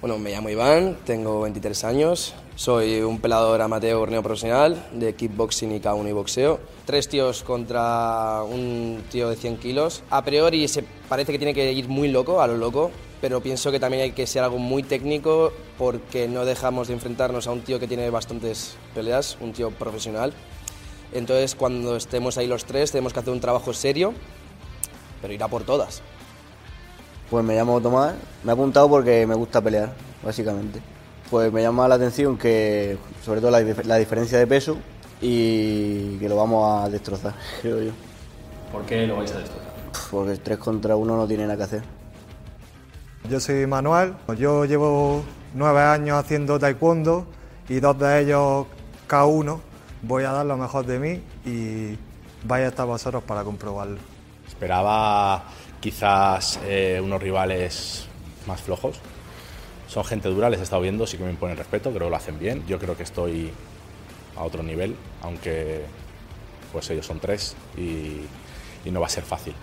Bueno, me llamo Iván, tengo 23 años, soy un pelador amateur neoprofesional de kickboxing y K1 y boxeo. Tres tíos contra un tío de 100 kilos. A priori se parece que tiene que ir muy loco, a lo loco, pero pienso que también hay que ser algo muy técnico porque no dejamos de enfrentarnos a un tío que tiene bastantes peleas, un tío profesional. Entonces cuando estemos ahí los tres tenemos que hacer un trabajo serio, pero ir a por todas. Pues me llamo Tomás, me he apuntado porque me gusta pelear, básicamente. Pues me llama la atención que, sobre todo la, dif- la diferencia de peso y que lo vamos a destrozar, creo yo. ¿Por qué lo vais a destrozar? Porque el 3 contra 1 no tiene nada que hacer. Yo soy Manuel, yo llevo nueve años haciendo taekwondo y dos de ellos K1. Voy a dar lo mejor de mí y vais a estar vosotros para comprobarlo. Esperaba quizás eh, unos rivales más flojos. Son gente dura, les he estado viendo, sí que me imponen respeto, creo que lo hacen bien. Yo creo que estoy a otro nivel, aunque pues ellos son tres y, y no va a ser fácil.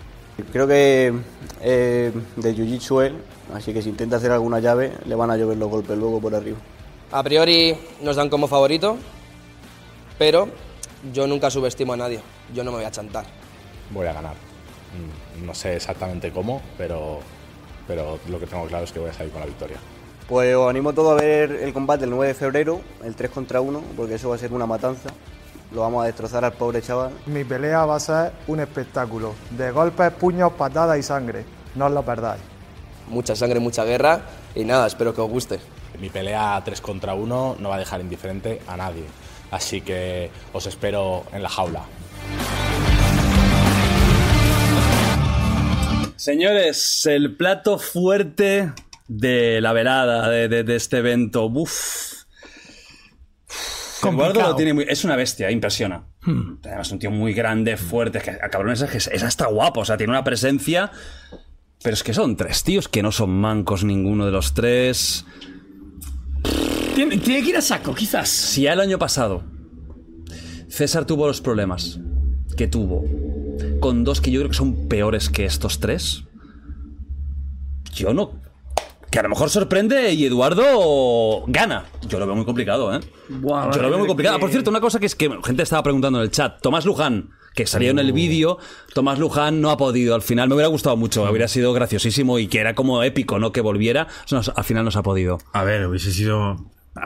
Creo que eh, de Jiu-Jitsu él, así que si intenta hacer alguna llave le van a llover los golpes luego por arriba. A priori nos dan como favorito, pero yo nunca subestimo a nadie, yo no me voy a chantar. Voy a ganar. Mm, No sé exactamente cómo, pero, pero lo que tengo claro es que voy a salir con la victoria. Pues os animo todo a ver el combate el 9 de febrero, el 3 contra 1, porque eso va a ser una matanza. Lo vamos a destrozar al pobre chaval. Mi pelea va a ser un espectáculo de golpes, puños, patadas y sangre. No os lo perdáis. Mucha sangre, mucha guerra y nada, espero que os guste. Mi pelea 3 contra 1 no va a dejar indiferente a nadie. Así que os espero en la jaula. Señores, el plato fuerte de la velada, de, de- de este evento. Uf. Eduardo lo tiene muy- Es una bestia, impresiona. Además, un tío muy grande, fuerte. Es que, ah, cabrón, es, es- es hasta guapo. O sea, tiene una presencia. Pero es que son tres tíos que no son mancos ninguno de los tres. Tiene, tiene que ir a saco, quizás. Si ya el año pasado César tuvo los problemas que tuvo con dos que yo creo que son peores que estos tres, yo no que a lo mejor sorprende y Eduardo gana. Yo lo veo muy complicado, ¿eh? Buah, Yo lo veo es muy complicado. Ah, que- Por cierto, una cosa que es que gente estaba preguntando en el chat. Tomás Luján, que salió en el vídeo, Tomás Luján no ha podido. Al final me hubiera gustado mucho, hubiera sido graciosísimo y que era como épico, ¿no? Que volviera. No, al final no se ha podido. A ver, hubiese sido.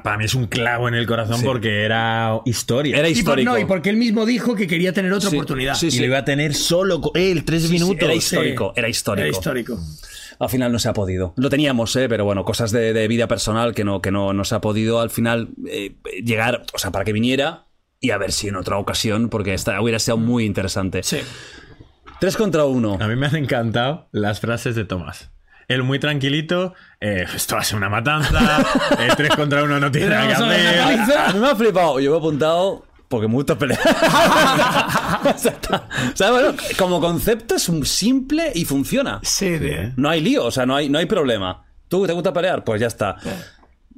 Para mí es un clavo en el corazón Sí. porque era historia. Era Y, por, no, y porque él mismo dijo que quería tener otra oportunidad. Y lo iba a tener solo co- él, tres Sí, sí, minutos. era histórico, era histórico. Era histórico. Al final no se ha podido. Lo teníamos, ¿eh? pero bueno, cosas de, de vida personal que no, que no, no se ha podido al final eh, llegar, o sea, para que viniera y a ver si en otra ocasión, porque esta hubiera sido muy interesante. Sí. Tres contra uno. A mí me han encantado las frases de Tomás. El muy tranquilito, eh, esto va a ser una matanza, el 3 contra 1 no tiene nada que hacer. A mí me ha flipado. Yo me he apuntado porque me gusta pelear. O sea, está- o sea, bueno, como concepto es un simple y funciona. No hay lío, o sea, no hay, no hay problema. ¿Tú te gusta pelear? Pues ya está.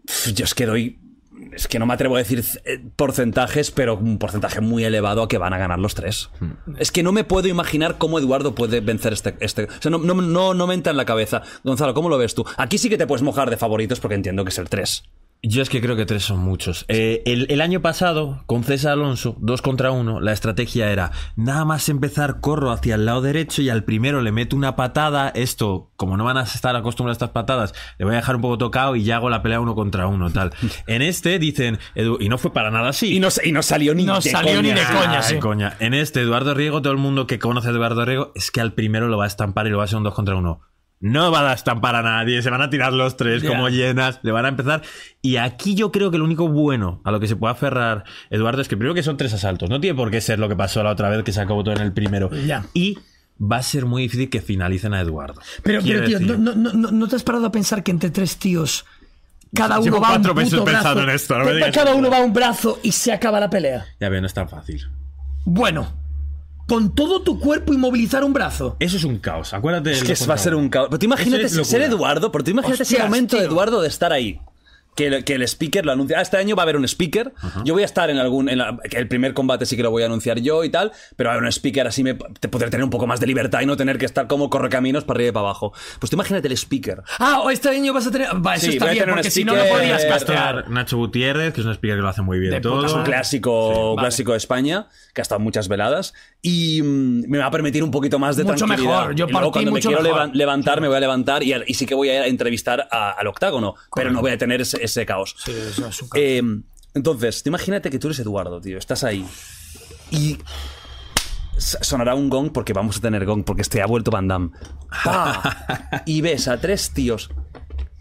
Pf, Yo es que doy. Es que no me atrevo a decir eh, porcentajes, pero un porcentaje muy elevado a que van a ganar los tres. Hmm. Es que no me puedo imaginar cómo Eduardo puede vencer este. este o sea, no, no, no, no me entra en la cabeza. Gonzalo, ¿cómo lo ves tú? Aquí sí que te puedes mojar de favoritos porque entiendo que es el tres. Yo es que creo que tres son muchos. Eh, el, el año pasado, con César Alonso, dos contra uno, la estrategia era nada más empezar, corro hacia el lado derecho y al primero le meto una patada. Esto, como no van a estar acostumbrados a estas patadas, le voy a dejar un poco tocado y ya hago la pelea uno contra uno, tal. En este dicen, Edu, y no fue para nada así. Ah, Y no, salió ni No de salió coña. ni de coña, sí. En este, Eduardo Riego, todo el mundo que conoce a Eduardo Riego, es que al primero lo va a estampar y lo va a hacer un dos contra uno. No va a estampar a nadie, se van a tirar los tres Ya. como llenas, le van a empezar. Y aquí yo creo que lo único bueno a lo que se puede aferrar Eduardo es que primero que son tres asaltos, no tiene por qué ser lo que pasó la otra vez que se acabó todo en el primero. Ya. Y va a ser muy difícil que finalicen a Eduardo. Pero, Quiero pero tío, decir- no, no- no- no- no te has parado a pensar que entre tres tíos cada uno Llevo va a un cuatro veces puto pensando brazo? en esto, no me Cada- digas. cada uno va a un brazo y se acaba la pelea. Ya veo, no es tan fácil. Bueno, con todo tu cuerpo inmovilizar un brazo. Eso es un caos, acuérdate. del Es que dos va a contra ser uno. un caos. Pero tú Eso imagínate es si ser locura. Eduardo, pero tú imagínate ese Hostias, momento de Eduardo de estar ahí. Que, el- que el speaker lo anuncia. Ah, este año va a haber un speaker. Yo voy a estar en algún. en la- que el primer combate sí que lo voy a anunciar yo y tal. Pero a ver, un speaker así me te podré tener un poco más de libertad y no tener que estar como correcaminos para arriba y para abajo. Pues tú imagínate el speaker. Ah, o este año vas a tener. Va, eso Sí, está voy a bien, tener un eh, porque si no lo sticker, podías castear. Estar Nacho Gutiérrez, que es un speaker que lo hace muy bien De todo. puta, es un clásico, un clásico de España, que ha estado en muchas veladas. Y mm, me va a permitir un poquito más de Mucho tranquilidad. mejor, yo partí Y luego cuando mucho me quiero mejor. levan- levantar, me voy a levantar y, al- y sí que voy a entrevistar a- al octágono, pero no voy a tener ese, ese caos. Eh, entonces, tú imagínate que tú eres Eduardo, tío, estás ahí. Y s- sonará un gong porque vamos a tener gong, porque este ha vuelto Van Damme. ¡Pa! y ves a tres tíos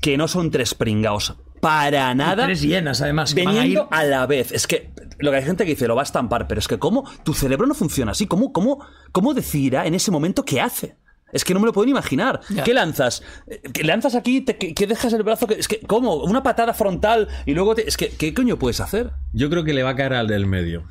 que no son tres pringaos para nada. tres hienas, además, que van a Veniendo a, la vez. Es que lo que hay gente que dice, lo va a estampar, pero es que cómo tu cerebro no funciona así. ¿Cómo, cómo, cómo decidirá en ese momento qué hace? Es que no me lo puedo ni imaginar. Ya. ¿Qué lanzas? Eh, ¿Qué lanzas aquí? Te- ¿Qué qué dejas el brazo? que- Es que, ¿cómo? Una patada frontal y luego te- Es que, ¿qué coño puedes hacer? Yo creo que le va a caer al del medio.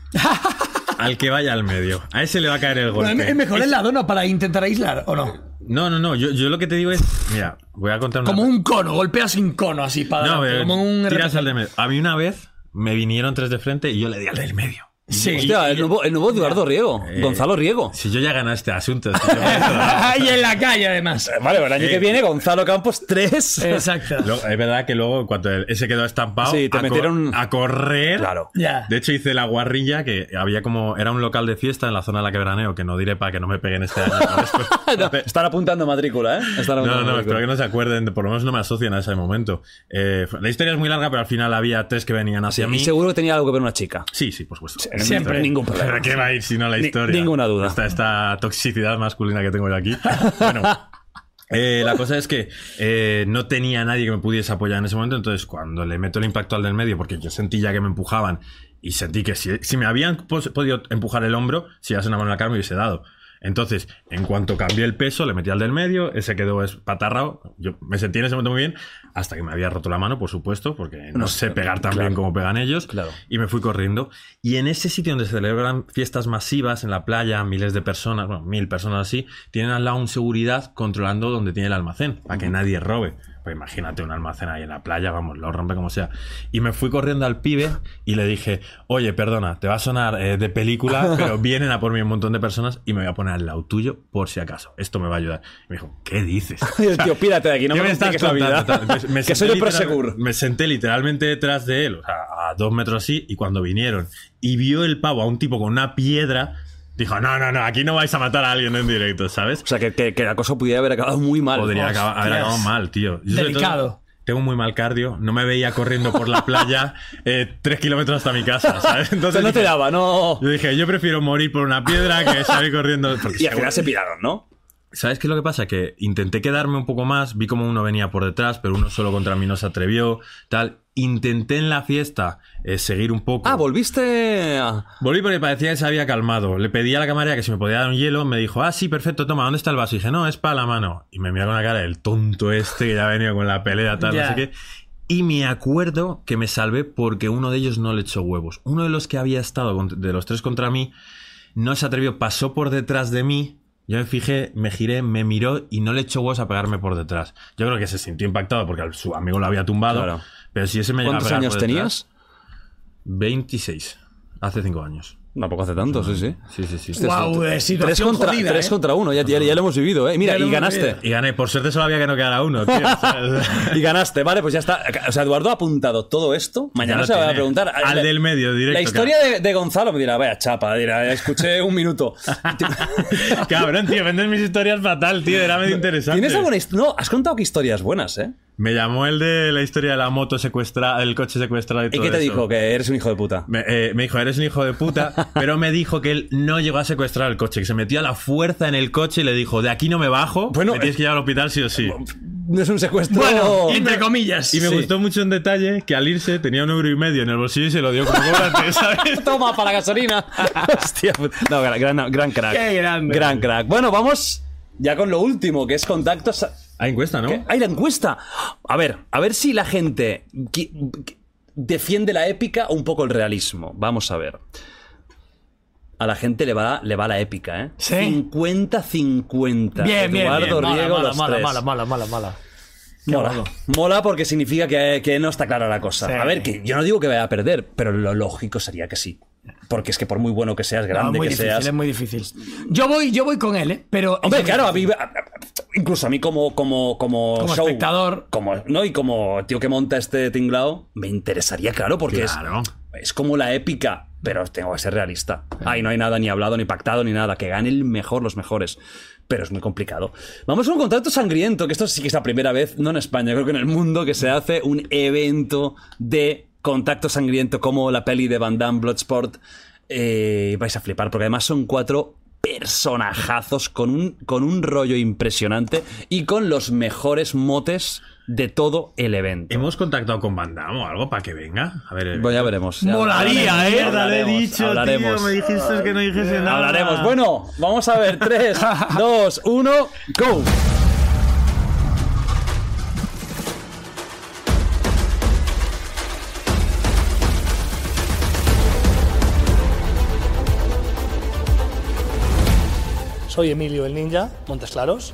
al que vaya al medio. A ese le va a caer el golpe. Bueno, es mejor el lado, ¿no? Para intentar aislar, ¿o no? Eh, No, no, no. Yo, yo lo que te digo es. Mira, voy a contar una. Como un cono, golpeas sin cono así para. No, adelante, pero como un tiras al del medio. A mí una vez me vinieron tres de frente y yo le di al del medio. Sí. Hostia, el nuevo, el nuevo Eduardo Riego. Gonzalo Riego. Si yo ya gané este asunto. y en la calle, además. Eh, Vale, el año Sí. que viene, Gonzalo Campos 3. Exacto. Luego, es verdad que luego, en cuanto él- ese quedó estampado, Sí, te a, co- metieron- a correr. Claro. Ya. De hecho, hice la guarrilla que había como. Era un local de fiesta en la zona de la que veraneo, que no diré para que no me peguen este año. No, están apuntando matrícula, ¿eh? Están apuntando No, no, matrícula. espero que no se acuerden, por lo menos no me asocian a ese momento. Eh, la historia es muy larga, pero al final había tres que venían hacia Sí, mí. Y seguro que tenía algo que ver una chica. Sí, sí, por supuesto. Siempre. Ningún problema. ¿Pero qué va a ir si no la Ni- historia? ninguna duda. Esta, esta toxicidad masculina que tengo yo aquí. Bueno. eh, la cosa es que eh, no tenía nadie que me pudiese apoyar en ese momento, entonces cuando le meto el impacto al del medio, porque yo sentí ya que me empujaban y sentí que si, si me habían pos- podido empujar el hombro, si ya una mano en la cara me hubiese dado. Entonces, en cuanto cambié el peso, le metí al del medio, ese quedó espatarrado. Yo me sentí en ese momento muy bien, hasta que me había roto la mano, por supuesto, porque no, No, sé pegar tan claro. bien como pegan ellos. Y me fui corriendo. Y en ese sitio donde se celebran fiestas masivas, en la playa, miles de personas, bueno, mil personas así, tienen al lado un seguridad controlando donde tiene el almacén, para que nadie robe. Pues imagínate un almacén ahí en la playa, vamos, lo rompe como sea. Y me fui corriendo al pibe y le dije, oye, perdona, te va a sonar eh, de película, pero vienen a por mí un montón de personas y me voy a poner persona al lado tuyo por si acaso. Esto me va a ayudar. Y me dijo, ¿qué dices? Y el tío, pírate de aquí, no ¿qué me compliques la vida. contando? Tal. Me- me que soy senté de Prosegur. literalmente- Me senté literalmente detrás de él, o sea, a dos metros así, y cuando vinieron y vio el pavo a un tipo con una piedra, dijo, no, no, no, aquí no vais a matar a alguien en directo, ¿sabes? O sea, que, la cosa pudiera haber acabado muy mal. Podría Hostias. acaba- haber acabado mal, tío. Yo, sobre todo, Delicado. tengo muy mal cardio, no me veía corriendo por la playa eh, tres kilómetros hasta mi casa, ¿sabes? Entonces no te daba, no. Yo dije, yo prefiero morir por una piedra que salir corriendo. Y al final se piraron, ¿no? ¿Sabes qué es lo que pasa? Que intenté quedarme un poco más, vi como uno venía por detrás, pero uno solo contra mí no se atrevió, tal. Intenté en la fiesta eh, seguir un poco. Ah, volviste. Volví porque parecía que se había calmado. Le pedí a la camarera que si me podía dar un hielo, me dijo, ah, sí, perfecto, toma, ¿dónde está el vaso? Y dije, no, es para la mano. Y me miró con la cara del tonto este que ya ha venido con la pelea, tal, Ya. no sé qué. Y me acuerdo que me salvé porque uno de ellos no le echó huevos. Uno de los que había estado, cont- de los tres contra mí, no se atrevió, pasó por detrás de mí. Yo me fijé, me giré, me miró y no le echó huevos a pegarme por detrás. Yo creo que se sintió impactado porque al- su amigo lo había tumbado. Claro. Pero si ese me llegaba a ¿Cuántos pegar años por detrás- tenías? 26. Hace 5 años. Tampoco hace tanto, sí, sí. Sí, sí, sí. Guau, eh, situación Tres contra- jodida, tres eh. contra uno, ya- ya- ya lo hemos vivido, eh. Mira, Ya lo y hemos ganaste. vivido. Y gané, por suerte solo había que no quedara uno, tío. y ganaste, vale, pues ya está. O sea, Eduardo ha apuntado todo esto. Mañana lo se va a tiene. preguntar. eh, Al del medio, directo, La historia de, de Gonzalo me dirá, vaya chapa, dirá, escuché un minuto. Cabrón, tío, vendes mis historias fatal, tío. Era medio interesante. ¿Tienes alguna his- No, has contado que historias buenas, ¿eh? Me llamó el de la historia de la moto secuestrada, el coche secuestrado y todo qué te eso. dijo? Que eres un hijo de puta. Me, eh, me dijo, eres un hijo de puta, pero me dijo que él no llegó a secuestrar el coche, que se metió a la fuerza en el coche y le dijo, de aquí no me bajo, bueno, me tienes que llevar al hospital sí o sí. No es un secuestro. Bueno, entre comillas. Y me gustó mucho un detalle que al irse tenía un euro y medio en el bolsillo y se lo dio como cobrante, ¿sabes? Toma, para la gasolina. Hostia, puta. no, gran, gran- gran crack. Qué grande. Gran crack. Bueno, vamos ya con lo último, que es contactos. Hay encuesta, ¿no? Hay la encuesta. A ver, a ver si la gente qui- qui- defiende la épica o un poco el realismo. Vamos a ver. A la gente le va, le va la épica, ¿eh? 50-50. Bien, bien, Eduardo bien. Mala, Riego, mala, los mala, tres. mala, mala, mala, mala. Qué Mola. guapo. Mola porque significa que, que no está clara la cosa. Sí. A ver, que yo no digo que vaya a perder, pero lo lógico sería que sí. Porque es que por muy bueno que seas, No, grande muy que difícil, seas. es muy difícil. Yo voy, yo voy con él, ¿eh? Pero. Hombre, claro, a mí- a- a- incluso a mí como, como, como, Como show, espectador. Como, ¿no? Y como tío que monta este tinglao, me interesaría, claro, porque es- Claro. Es, como la épica, pero tengo que ser realista. Ahí no hay nada ni hablado, ni pactado, ni nada. Que gane el mejor, los mejores. Pero es muy complicado. Vamos a un contrato sangriento, que esto sí que es la primera vez, no en España, creo que en el mundo, que se hace un evento de contacto sangriento como la peli de Van Damme, Bloodsport. Eh, vais a flipar, porque además son cuatro personajazos con un, con un rollo impresionante y con los mejores motes de todo el evento. ¿Hemos contactado con Van Damme o algo para que venga? A ver, Bueno, ya veremos. Ya Molaría, hablaremos, ¿eh? hablaremos, Te lo he dicho, tío, hablaremos. me dijiste que no dijese nada. Hablaremos. Bueno, vamos a ver. 3, 2, 1, go. Soy Emilio el Ninja, Montes Claros.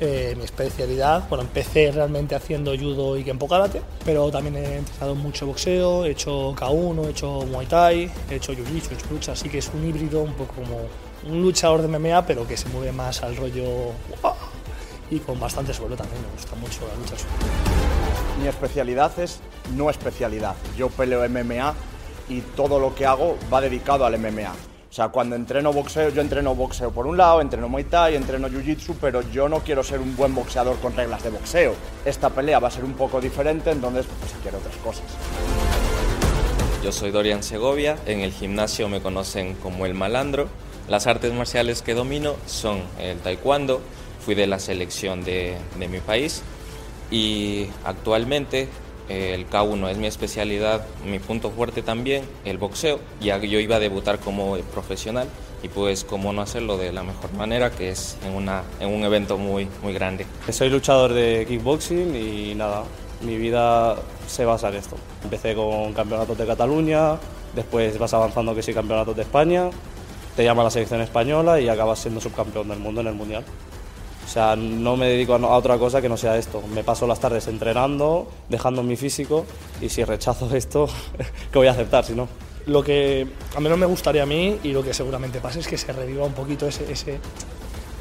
Eh, mi especialidad, bueno, empecé realmente haciendo judo y kenpo karate, pero también he empezado mucho boxeo, he hecho K1, he hecho muay thai, he hecho jiu-jitsu, he hecho lucha, así que es un híbrido un poco como un luchador de MMA, pero que se mueve más al rollo ¡guau! y con bastante suelo también, me gusta mucho la lucha al suelo. Mi especialidad es no especialidad. Yo peleo MMA y todo lo que hago va dedicado al MMA. O sea, cuando entreno boxeo, yo entreno boxeo por un lado, entreno Muay Thai, entreno Jiu-Jitsu, pero yo no quiero ser un buen boxeador con reglas de boxeo. Esta pelea va a ser un poco diferente, entonces pues, quiero otras cosas. Yo soy Dorian Segovia, en el gimnasio me conocen como el malandro. Las artes marciales que domino son el taekwondo, fui de la selección de, de mi país y actualmente eh, el K1 es mi especialidad, mi punto fuerte también, el boxeo. Ya que yo iba a debutar como profesional y pues cómo no hacerlo de la mejor manera que es en, una, en un evento muy, muy grande. Soy luchador de kickboxing y nada, mi vida se basa en esto. Empecé con campeonatos de Cataluña, después vas avanzando que sí campeonatos de España, te llama la selección española y acabas siendo subcampeón del mundo en el Mundial. O sea, no me dedico a, no- a otra cosa que no sea esto. Me paso las tardes entrenando, dejando mi físico y si rechazo esto, ¿qué voy a aceptar si no? lo que a menos me gustaría a mí y lo que seguramente pasa es que se reviva un poquito ese, ese-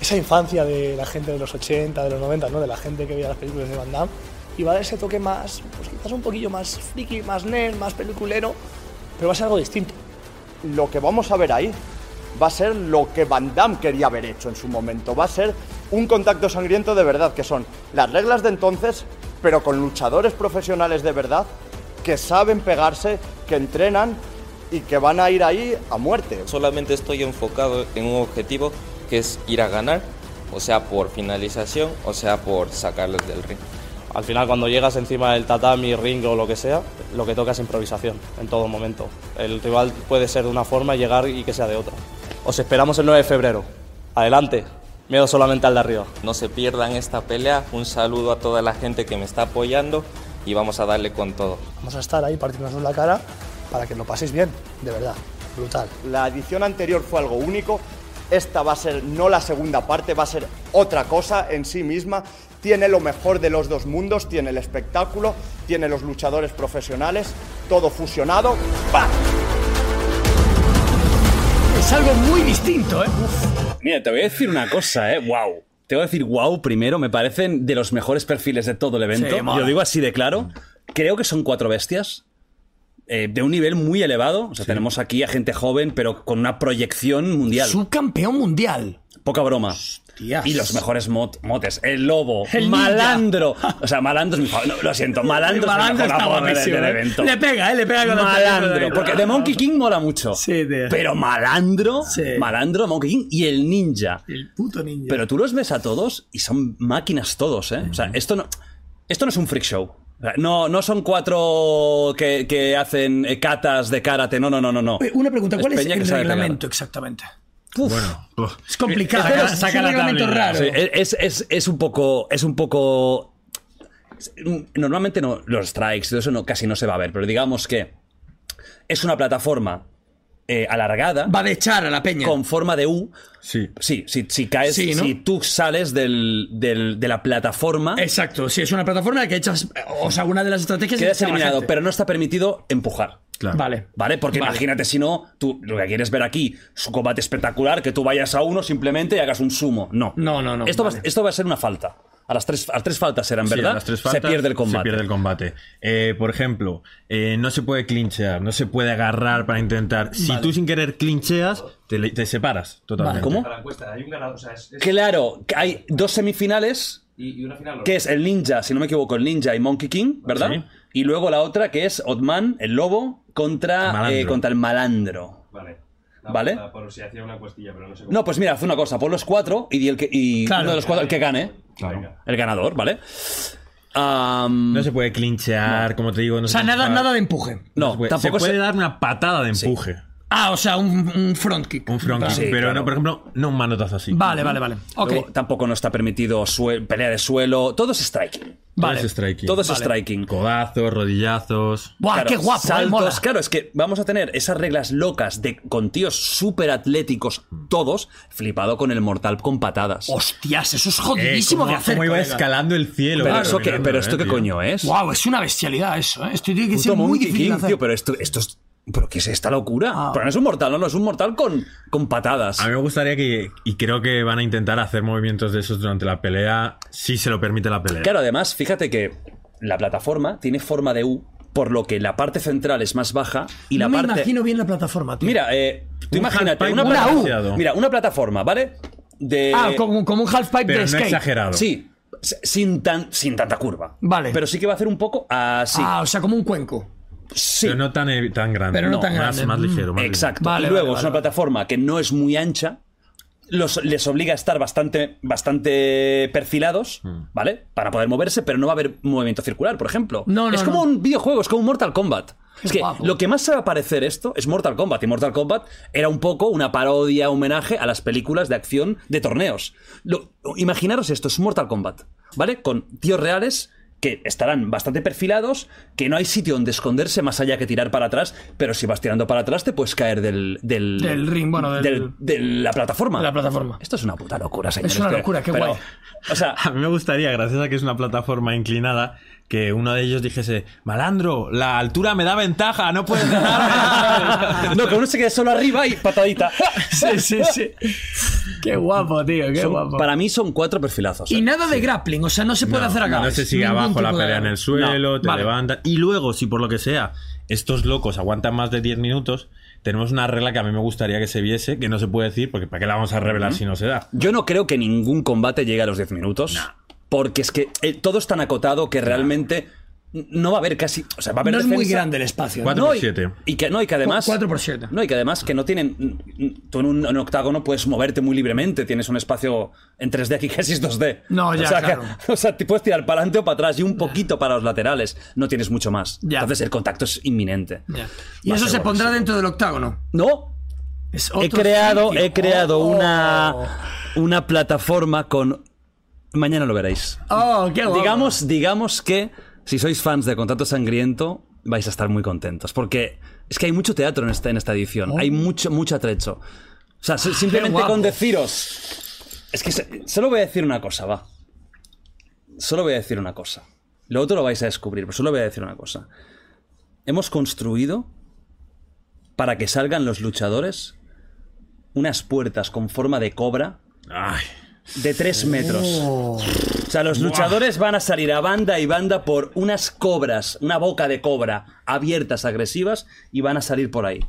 esa infancia de la gente de los 80, de los 90, ¿no? de la gente que veía las películas de Van Damme y va a dar ese toque más, pues quizás un poquillo más friki, más nerd, más peliculero, pero va a ser algo distinto. Lo que vamos a ver ahí va a ser lo que Van Damme quería haber hecho en su momento. Va a ser un contacto sangriento de verdad, que son las reglas de entonces, pero con luchadores profesionales de verdad que saben pegarse, que entrenan y que van a ir ahí a muerte. Solamente estoy enfocado en un objetivo que es ir a ganar, o sea, por finalización, o sea, por sacarlos del ring. Al final, cuando llegas encima del tatami, ring o lo que sea, lo que toca es improvisación en todo momento. El rival puede ser de una forma, llegar y que sea de otra. Os esperamos el 9 de febrero. Adelante. Miedo solamente al de arriba. No se pierdan esta pelea. Un saludo a toda la gente que me está apoyando y vamos a darle con todo. Vamos a estar ahí partiéndonos la cara para que lo paséis bien, de verdad. Brutal. La edición anterior fue algo único. Esta va a ser no la segunda parte, va a ser otra cosa en sí misma. Tiene lo mejor de los dos mundos, tiene el espectáculo, tiene los luchadores profesionales, todo fusionado. ¡Pam! Es algo muy distinto, ¿eh? Mira, te voy a decir una cosa, ¿eh? ¡Wow! Te voy a decir wow primero. Me parecen de los mejores perfiles de todo el evento. Sí, Yo mola. Lo digo así de claro. Creo que son cuatro bestias. eh, de un nivel muy elevado. O sea, tenemos aquí a gente joven, pero con una proyección mundial. Subcampeón mundial. Poca broma. Y los mejores mot- motes. El lobo. El ninja. malandro. O sea, malandro es mi favorito. Lo siento. Malandro, Malandro es mi está mejor apodo del- guapísimo, del ¿eh? evento. Le pega, ¿eh? Le pega con el Malandro. teléfono. Porque The Monkey King mola mucho. Pero malandro. Malandro, Monkey King y el ninja. Puto ninja. Pero tú los ves a todos y son máquinas todos, ¿eh? O sea, esto no, esto no es un freak show. O sea, No, no son cuatro que, que hacen eh, catas de karate. No, no, no, no, no. Eh, Una pregunta, ¿cuál es, peña que el sabe reglamento exactamente? Uf, pues, es complicado. ¿eh? complicado. Este es un reglamento raro. Sí, e-, es, es- es un poco. Es un poco. Normalmente no, los strikes, todo eso no, casi no se va a ver, pero digamos que es una plataforma eh, alargada. Va de echar a la peña. Con forma de U. Sí. Sí, si, si caes, Sí, ¿no? si tú sales del- del- de la plataforma. Exacto, si es una plataforma en la que echas, o sea, una de las estrategias es Quedas echar a la eliminado, gente. pero no está permitido empujar. Vale. ¿Vale? Porque Vale. imagínate si no, tú lo que quieres ver aquí, su combate espectacular, que tú vayas a uno simplemente y hagas un sumo. No. No, no, no. esto, vale. va, esto va a ser una falta. A las tres, a las tres faltas serán, Sí, ¿verdad? a las tres se faltas pierde el combate. se pierde el combate. Eh, por ejemplo, eh, no se puede clinchear, no se puede agarrar para intentar. Si Vale. tú sin querer clincheas, te, le- te separas totalmente. ¿Cómo? Para la encuesta, hay un ganador, o sea, es- es- Claro, que hay dos semifinales, Y, y una final. que es el ninja, si no me equivoco, el ninja y Monkey King, ¿verdad? Sí. Y luego la otra que es Otman, el lobo, contra Malandro. eh, contra el malandro. Vale. ¿Vale? Por, por si hacía una cuestilla, pero no sé cómo. No, pues mira, haz una cosa, pon los cuatro y, di el que, y Claro. uno de los cuatro, el que gane. El ganador, ¿vale? no se puede clinchear, como te digo. No O sea, se puede nada, empujar. nada de empuje. No, No, se puede- tampoco se puede se- dar una patada de empuje. Ah, o sea, un, un front kick. Un front kick, Sí, pero claro. no, por ejemplo, no un manotazo así. Vale, vale, vale. Ok. Luego, tampoco no está permitido sue- pelea de suelo. Todo es striking. Todo es striking. Todo es striking. Codazos, rodillazos. Buah, Claro, qué guapo, eh, saltos, mola. Claro, es que vamos a tener esas reglas locas de con tíos súper atléticos, todos, flipado con el mortal con patadas. Eh, Hostias, eso es jodidísimo Eh, de cómo- hacer. cómo iba colega. escalando el cielo. Pero eh, eso qué- pero esto eh, qué tío. coño es. Guau, es una bestialidad eso, ¿eh? Esto tiene que Puto ser muy Monkey difícil. King, de hacer. Ah. tío, pero esto, esto es. ¿Pero qué es esta locura? Pero no es un mortal, no, no, es un mortal con, con patadas. A mí me gustaría que, y creo que van a intentar hacer movimientos de esos durante la pelea, si se lo permite la pelea. Claro, además, fíjate que la plataforma tiene forma de U, por lo que la parte central es más baja y la no parte. me imagino bien la plataforma, Ah, tío. Mira, eh, tú Un imagínate halfpipe una, muy plata- balanceado. mira, una plataforma, ¿vale? De, Ah, como, como un half pipe de skate. Sí, s- sin, tan, sin tanta curva. Vale. Pero sí que va a hacer un poco así. Ah, o sea, como un cuenco. Sí. Pero no tan, eh, tan grande. Pero Ah, no tan más, grande. Mm. Más ligero. Más Exacto. ligero. y luego es una plataforma que no es muy ancha. Los, les obliga a estar bastante, bastante perfilados, ¿vale? Para poder moverse, pero no va a haber movimiento circular, por ejemplo. No, no, es como no. un videojuego, es como un Mortal Kombat. Es que guapo. lo que más se va a parecer esto es Mortal Kombat. Y Mortal Kombat era un poco una parodia, homenaje a las películas de acción de torneos. Lo- imaginaros esto, es Mortal Kombat, ¿vale? Con tíos reales que estarán bastante perfilados, que no hay sitio donde esconderse más allá que tirar para atrás, pero si vas tirando para atrás te puedes caer del... Del, Del ring, bueno, del- de la plataforma. de la plataforma. Esto es una puta locura, señores. una pero- locura, qué pero- guay. O sea, a mí me gustaría, gracias a que es una plataforma inclinada, que uno de ellos dijese, malandro, la altura me da ventaja, no puedes ganarme. no, que uno se quede solo arriba y patadita. sí, sí, sí. Qué guapo, tío, qué Son- guapo. Para mí son cuatro perfilazos. Y nada de grappling, o sea, no se puede hacer acá. No se sigue abajo la pelea en el suelo, te levantan. Y luego, si por lo que sea, estos locos aguantan más de 10 minutos, tenemos una regla que a mí me gustaría que se viese, que no se puede decir, porque ¿para qué la vamos a revelar Ujú. si no se da? Yo no creo que ningún combate llegue a los 10 minutos. Porque es que eh, todo es tan acotado que realmente no va a haber casi. O sea, va a haber No es muy defensa. grande el espacio, ¿no? No, 4x7. Y, y que, no, y que además. Cu- 4x7. No, y que además que no tienen. Tú en un, en un octágono puedes moverte muy libremente. Tienes un espacio en 3D aquí que es 2D. No, ya, O sea, que- claro. o sea, te puedes tirar para adelante o para atrás y un poquito para los laterales. No tienes mucho más. Ya. Entonces el contacto es inminente. Y Va a eso ser se buenísimo. pondrá dentro del octágono. No. Es He otro Oh. creado, sitio. he creado Oh. una, una plataforma con. Mañana lo veréis. Oh, qué guapo. Digamos, digamos que si sois fans de Contrato Sangriento, vais a estar muy contentos. Porque es que hay mucho teatro en esta, en esta edición. Hay mucho, mucho atrecho. O sea, si- simplemente Oh. Ah, guapo. con deciros. Es que se- solo voy a decir una cosa, va. Solo voy a decir una cosa. Lo otro lo vais a descubrir, pero solo voy a decir una cosa. Hemos construido para que salgan los luchadores unas puertas con forma de cobra de 3 metros. Oh, O sea, los Buah. luchadores van a salir a banda y banda por unas cobras, una boca de cobra abiertas, agresivas, y van a salir por ahí.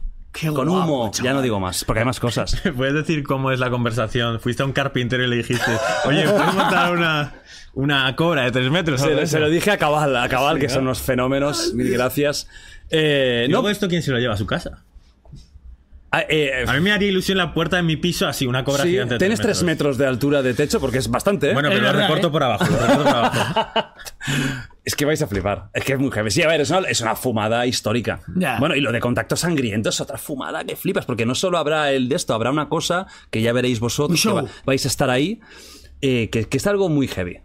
Con guapo, humo, ya no digo más, porque hay más cosas. ¿Puedes decir cómo es la conversación? Fuiste a un carpintero y le dijiste, oye, ¿puedes montar una, una cobra de 3 metros? Se, lo- se lo dije a Cabal, a Cabal, Sí, que ¿no? son unos fenómenos, mil gracias. Eh, Ah, ¿Y luego esto quién se lo lleva a su casa? a mí me haría ilusión la puerta de mi piso así, una cobra eh, sí, gigante. de tienes 3 metros de altura de techo, porque es bastante, ¿eh? Bueno, pero lo recorto por abajo. lo recorto por abajo. Es que vais a flipar. Es que es muy heavy. Sí, a ver, es una, es una fumada histórica. Ya. Bueno, y lo de contacto sangriento es otra fumada que flipas, porque no solo habrá el de esto, habrá una cosa que ya veréis vosotros, que va- vais a estar ahí, eh, que, que es algo muy heavy.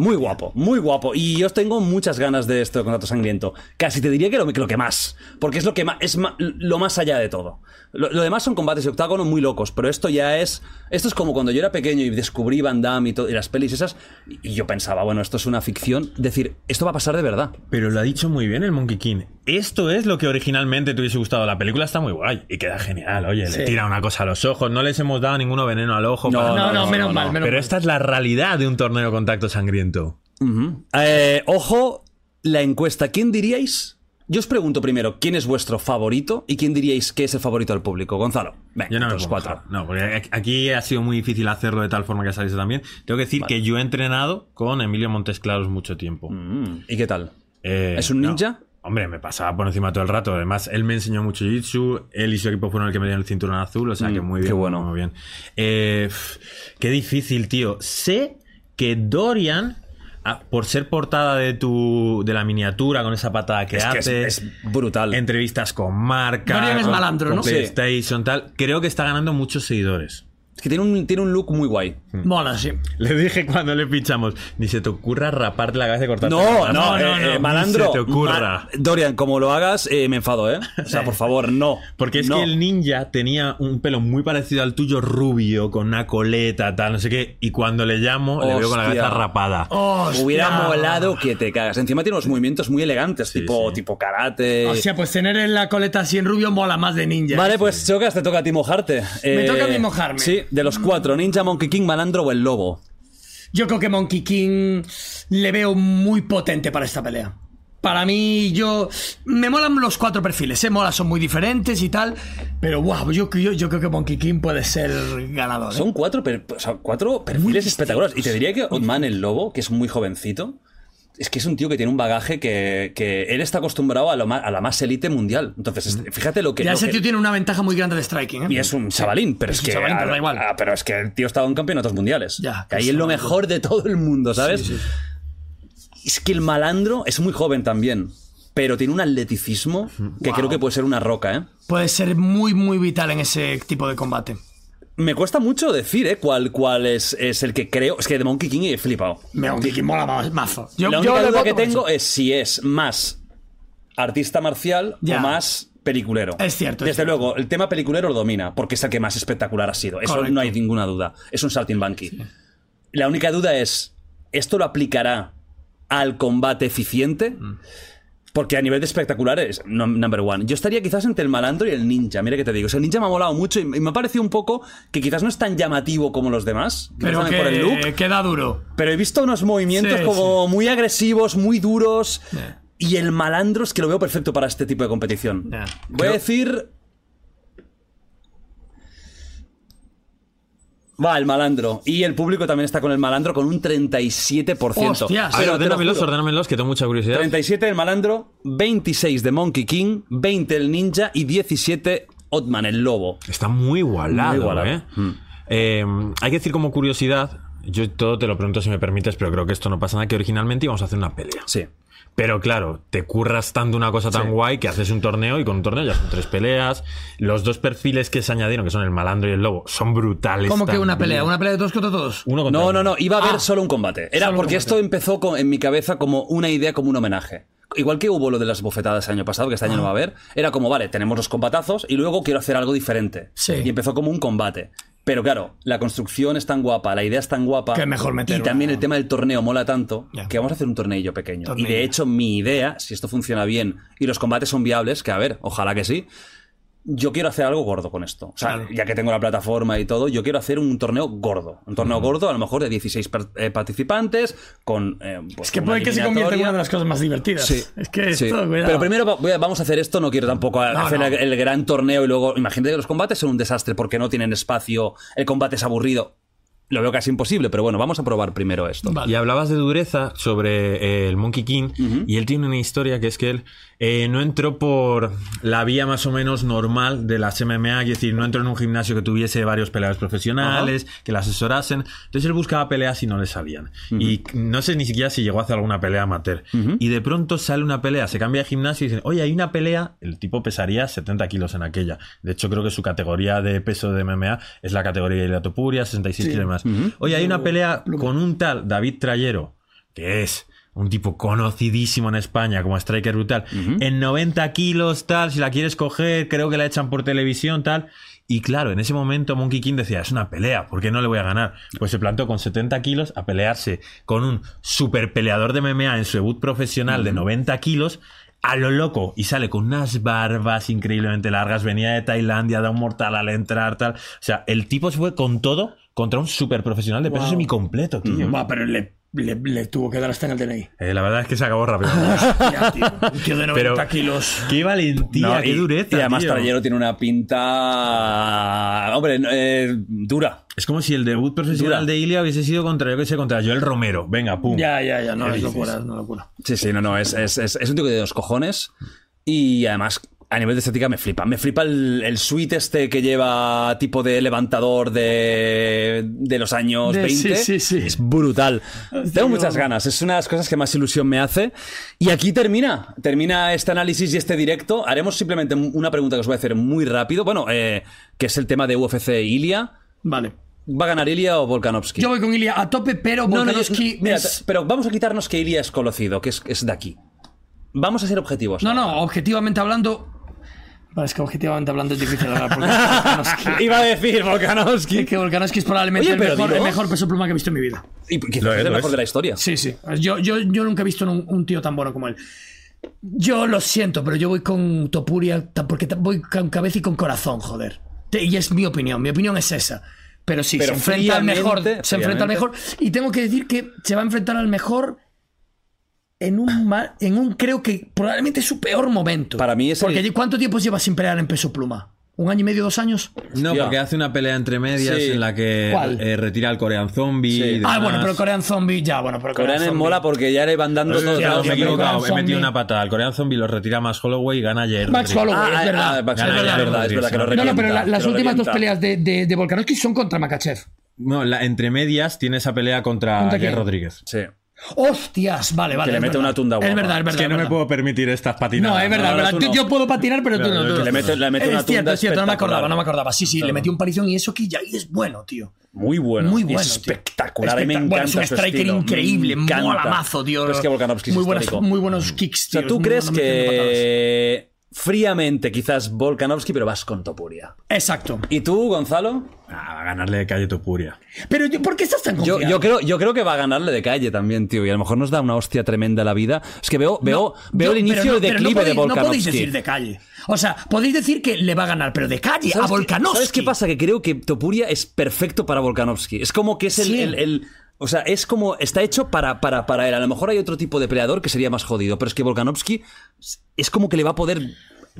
Muy guapo, muy guapo. Y yo tengo muchas ganas de esto de contacto sangriento. Casi te diría que lo, que lo que más, porque es lo que más, es ma- lo más allá de todo. Lo, lo demás son combates de octágono muy locos, pero esto ya es, esto es como cuando yo era pequeño y descubrí Van Damme y, to- y las pelis esas, y y yo pensaba, bueno, esto es una ficción, decir, esto va a pasar de verdad. Pero lo ha dicho muy bien el Monkey King. Esto es lo que originalmente te hubiese gustado. La película está muy guay y queda genial. Oye, Sí. le tira una cosa a los ojos. No les hemos dado ninguno veneno al ojo. No, para- no, no, menos mal, menos Pero mal. esta es la realidad de un torneo de contacto sangriento. Ujú. Eh, ojo, la encuesta. ¿Quién diríais? Yo os pregunto primero, ¿quién es vuestro favorito y quién diríais que es el favorito del público? Gonzalo. Venga, Yo no me los puedo cuatro. mojar. No, porque aquí ha sido muy difícil hacerlo de tal forma que saliese también. Tengo que decir que yo he entrenado con Emilio Montesclaros mucho tiempo. ¿Y qué tal? ¿Es un ninja? Hombre, me pasaba por encima todo el rato. Además, él me enseñó mucho jiu-jitsu. Él y su equipo fueron el que me dieron el cinturón azul. O sea que Mm, muy bien. qué bueno. Muy bien. Eh, pf, qué difícil, tío. Sé que Dorian, ah, por ser portada de tu de la miniatura con esa patada que Es que es- hace. brutal. Entrevistas con marcas. Dorian es con- malandro, con ¿no? Sí. PlayStation, tal. Creo que está ganando muchos seguidores. Mm. Es que tiene un, tiene un look muy guay. Mola, sí. Le dije cuando le pinchamos, ni se te ocurra raparte la cabeza y cortarte la No, cabeza". no, eh, eh, Ni malandro. se te ocurra. ma- Dorian, como lo hagas, eh, me enfado, ¿eh? O sea, por favor, no. Porque es No. que el ninja tenía un pelo muy parecido al tuyo, rubio, con una coleta, tal, no sé qué. Y cuando le llamo, le veo con la Hostia. cabeza rapada. Hostia. Hubiera molado que te cagas. Encima tiene unos movimientos muy elegantes, tipo, tipo karate. O sea, pues tener en la coleta así en rubio mola más de ninja. Eh, ¿eh? Vale, pues chocas, te toca a ti mojarte. Eh, Me toca a mí mojarme. Sí, de los cuatro, Ninja, Monkey King, Malandro o el Lobo. Yo creo que Monkey King le veo muy potente para esta pelea. Para mí, yo. Me molan los cuatro perfiles, ¿eh? Mola, son muy diferentes y tal. Pero, wow, yo, yo, yo creo que Monkey King puede ser ganador. ¿eh? Son cuatro, per- o sea, cuatro perfiles espectaculares. Y te diría que Otman el Lobo, que es muy jovencito, es que es un tío que tiene un bagaje que, que él está acostumbrado a, lo ma- a la más élite mundial. Entonces, este, fíjate lo que... Mm. ya lo ese que- tío tiene una ventaja muy grande de striking, ¿eh? Y es un chavalín, pero es, un que. chavalín, pero ah, da igual. ah, pero es que el tío ha estado en campeonatos mundiales. que ahí que es lo chaval. mejor de todo el mundo, ¿sabes? Sí, Es que el malandro es muy joven también, pero tiene un atleticismo que Wow. creo que puede ser una roca, ¿eh? Puede ser muy, muy vital en ese tipo de combate. Me cuesta mucho decir, ¿eh? ¿Cuál, cuál es, es el que creo? Es que de Monkey King he flipado. Me Monkey King mola más, mazo. la yo única le duda voto que por tengo es si es más artista marcial Ya. o más peliculero. Es cierto, es Desde luego, el tema peliculero lo domina, porque es el que más espectacular ha sido. Eso Correcto. no hay ninguna duda. Es un saltimbanqui. La única duda es, ¿esto lo aplicará al combate eficiente. Mm. Porque a nivel de espectacular es num- number one. Yo estaría quizás entre el malandro y el ninja. Mira que te digo. O sea, el ninja me ha molado mucho y y me ha parecido un poco que quizás no es tan llamativo como los demás. quizás Pero también por el look. que queda duro. Pero he visto unos movimientos Sí, como muy agresivos, muy duros. Y el malandro es que lo veo perfecto para este tipo de competición. Voy a decir. Va, el malandro. Y el público también está con el malandro con un 37%. A ver, Pero te lo ordénamelos, juro. ordénamelos, que tengo mucha curiosidad. 37 del malandro, 26 de Monkey King, 20 el ninja y 17 Otman, el lobo. Está muy igualado, Muy igualado. Mm. ¿eh? Eh, hay que decir como curiosidad, yo todo te lo pregunto si me permites, pero creo que esto no pasa nada, que originalmente íbamos a hacer una pelea. Sí. Pero claro, te curras tanto una cosa tan Sí. guay que haces un torneo y con un torneo ya son tres peleas. Los dos perfiles que se añadieron, que son el malandro y el lobo, son brutales. Como que una también. pelea, una pelea de dos contra todos. Uno contra No, uno. no, no, iba a haber Ah. solo un combate. Era Solo un porque combate. esto empezó con- en mi cabeza como una idea, como un homenaje. Igual que hubo lo de las bofetadas el año pasado, que este año no va a haber, era como, vale, tenemos los combatazos y luego quiero hacer algo diferente. Sí. Y empezó como un combate. Pero claro, la construcción es tan guapa, la idea es tan guapa. Que mejor meter Y también el tema del torneo mola tanto que vamos a hacer un torneillo pequeño. Torneillo. Y de hecho, mi idea, si esto funciona bien y los combates son viables, que a ver, ojalá que sí, yo quiero hacer algo gordo con esto. O sea, ya que tengo la plataforma y todo, yo quiero hacer un torneo gordo. Un torneo gordo, a lo mejor de 16 par- eh, participantes, con. eh, pues, Es que una puede que se convierta en eliminatoria. una de las cosas más divertidas. Sí. Es que Sí. esto, cuidado. Pero primero va- voy a- vamos a hacer esto, no quiero tampoco hacer no. El, el gran torneo y luego. Imagínate que los combates son un desastre porque no tienen espacio, el combate es aburrido. Lo veo casi imposible, pero bueno, vamos a probar primero esto. Y hablabas de dureza sobre eh, el Monkey King y él tiene una historia que es que él eh, no entró por la vía más o menos normal de las MMA, es decir, no entró en un gimnasio que tuviese varios peleadores profesionales, que le asesorasen. Entonces él buscaba peleas y no le salían. Y no sé ni siquiera si llegó a hacer alguna pelea amateur. Y de pronto sale una pelea, se cambia de gimnasio y dicen, oye, hay una pelea, el tipo pesaría 70 kilos en aquella. De hecho, creo que su categoría de peso de MMA es la categoría de Ilatopuria, 66 Sí. kilos y demás. Ujú. Uh. Oye, hay una pelea con un tal David Trayero, que es un tipo conocidísimo en España como striker brutal, en 90 kilos, tal, si la quieres coger, creo que la echan por televisión, tal. Y claro, en ese momento Monkey King decía, es una pelea, ¿por qué no le voy a ganar? Pues se plantó con 70 kilos a pelearse con un super peleador de MMA en su debut profesional de 90 kilos a lo loco y sale con unas barbas increíblemente largas, venía de Tailandia, da un mortal al entrar, tal. O sea, el tipo se fue con todo contra un super profesional de peso Wow. semicompleto, tío. Va, pero le, le- le tuvo que dar hasta en el DNI. Eh, la verdad es que se acabó rápido. Un tío de 90 Pero- kilos. Qué valentía, No, qué y- dureza. Y además, tío. Trayero tiene una pinta. Hombre, no, eh, dura. Es como si el debut profesional Dura. de Ilia hubiese sido contra, yo que sé, contra Joel Romero. Venga, pum. Ya, ya, ya, no, ¿Qué es dices? locura, no locura. Sí, sí, no, no. Es, es- es- es un tío de dos cojones. Y además, a nivel de estética, me flipa. Me flipa el, el suite este que lleva tipo de levantador de, de los años De- 20. sí, sí, sí. Es brutal. Tengo muchas no. ganas. Es una de las cosas que más ilusión me hace. Y aquí termina. Termina este análisis y este directo. Haremos simplemente una pregunta que os voy a hacer muy rápido. Bueno, eh, que es el tema de UFC Ilia. Vale. ¿Va a ganar Ilia o Volkanovski? Yo voy con Ilia a tope, pero No, no, no, Volkanovski mira, es- pero vamos a quitarnos que Ilia es conocido, que es, es de aquí. Vamos a ser objetivos. No, no, objetivamente hablando. Vale, es que objetivamente hablando es difícil hablar porque Volkanovski. Iba a decir Volkanovski. Es que Volkanovski es probablemente Oye, el, pero mejor, digo- el mejor peso pluma que he visto en mi vida. Y quizás es el mejor de la historia. Sí, sí. Yo, yo, yo nunca he visto un, un tío tan bueno como él. Yo lo siento, pero yo voy con Topuria ta- porque ta- voy con cabeza y con corazón, joder. Te- Y es mi opinión, mi opinión es esa. Pero sí, Pero se enfrenta al mejor. fríamente, Se enfrenta al mejor. Y tengo que decir que se va a enfrentar al mejor en un ma- en un creo que probablemente su peor momento. Para mí es el- Porque ¿cuánto tiempo lleva sin pelear en peso pluma? ¿Un año y medio, dos años? No, porque hace una pelea entre medias Sí. en la que ¿Cuál? eh, retira al Corean Zombie. y Ah, demás. bueno, pero Corean Zombie, ya, bueno, pero Corean, Corean es Zombie. mola porque ya le van dando Perdón, todo. perdón, me he equivocado, he Zombie. metido una patada. Al Corean Zombie lo retira Max Holloway y gana Jair. Max Rodríguez. Holloway, Ah, es ah, verdad. ah, Max Es verdad, Holloway, es verdad, es verdad que lo No, no, pero revienta, la- las que lo últimas dos revienta. peleas de, de, de Volkanovski son contra Makachev. No, la, entre medias tiene esa pelea contra, ¿Contra Jair quién? Rodríguez. Sí. ¡Hostias! Vale, vale. Que le es mete verdad. una tunda guapa. Es verdad, es Es verdad. que no me verdad. puedo permitir estas patinadas. No, es verdad, No, es tú verdad. no. Yo puedo patinar, pero tú Claro, no. tú que no. le mete- le mete es una cierto, tunda es cierto, no me acordaba, espectacular. no me acordaba. Sí, sí, le Claro. metió un palizón y eso que ya ahí es bueno, tío. Muy bueno. Muy bueno, Es tío. espectacular. A mí me Espectac- encanta bueno, es un su striker estilo, me increíble, encanta. mola mazo, tío. Pero es que Volkanovski es muy, buenas, histórico. muy buenos kicks, O tío. sea, ¿tú es muy crees bueno metiendo patadas. que fríamente quizás Volkanovski, pero vas con Topuria. Exacto. ¿Y tú, Gonzalo? Ah, va a ganarle de calle Topuria. Pero yo, ¿por qué estás tan Yo, confiado? yo creo, yo creo que va a ganarle de calle también, tío. Y a lo mejor nos da una hostia tremenda la vida. Es que veo, veo, Yo- veo el inicio pero no- de pero no declive de podéis- Volkanovski. No podéis decir de calle. O sea, podéis decir que le va a ganar, pero de calle a ¿Sabes qué- Volkanovski. ¿Sabes qué pasa? Que creo que Topuria es perfecto para Volkanovski. Es como que es el. Sí. el- el- o sea, es como. Está hecho para, para, para él. A lo mejor hay otro tipo de peleador que sería más jodido, pero es que Volkanovski es como que le va a poder.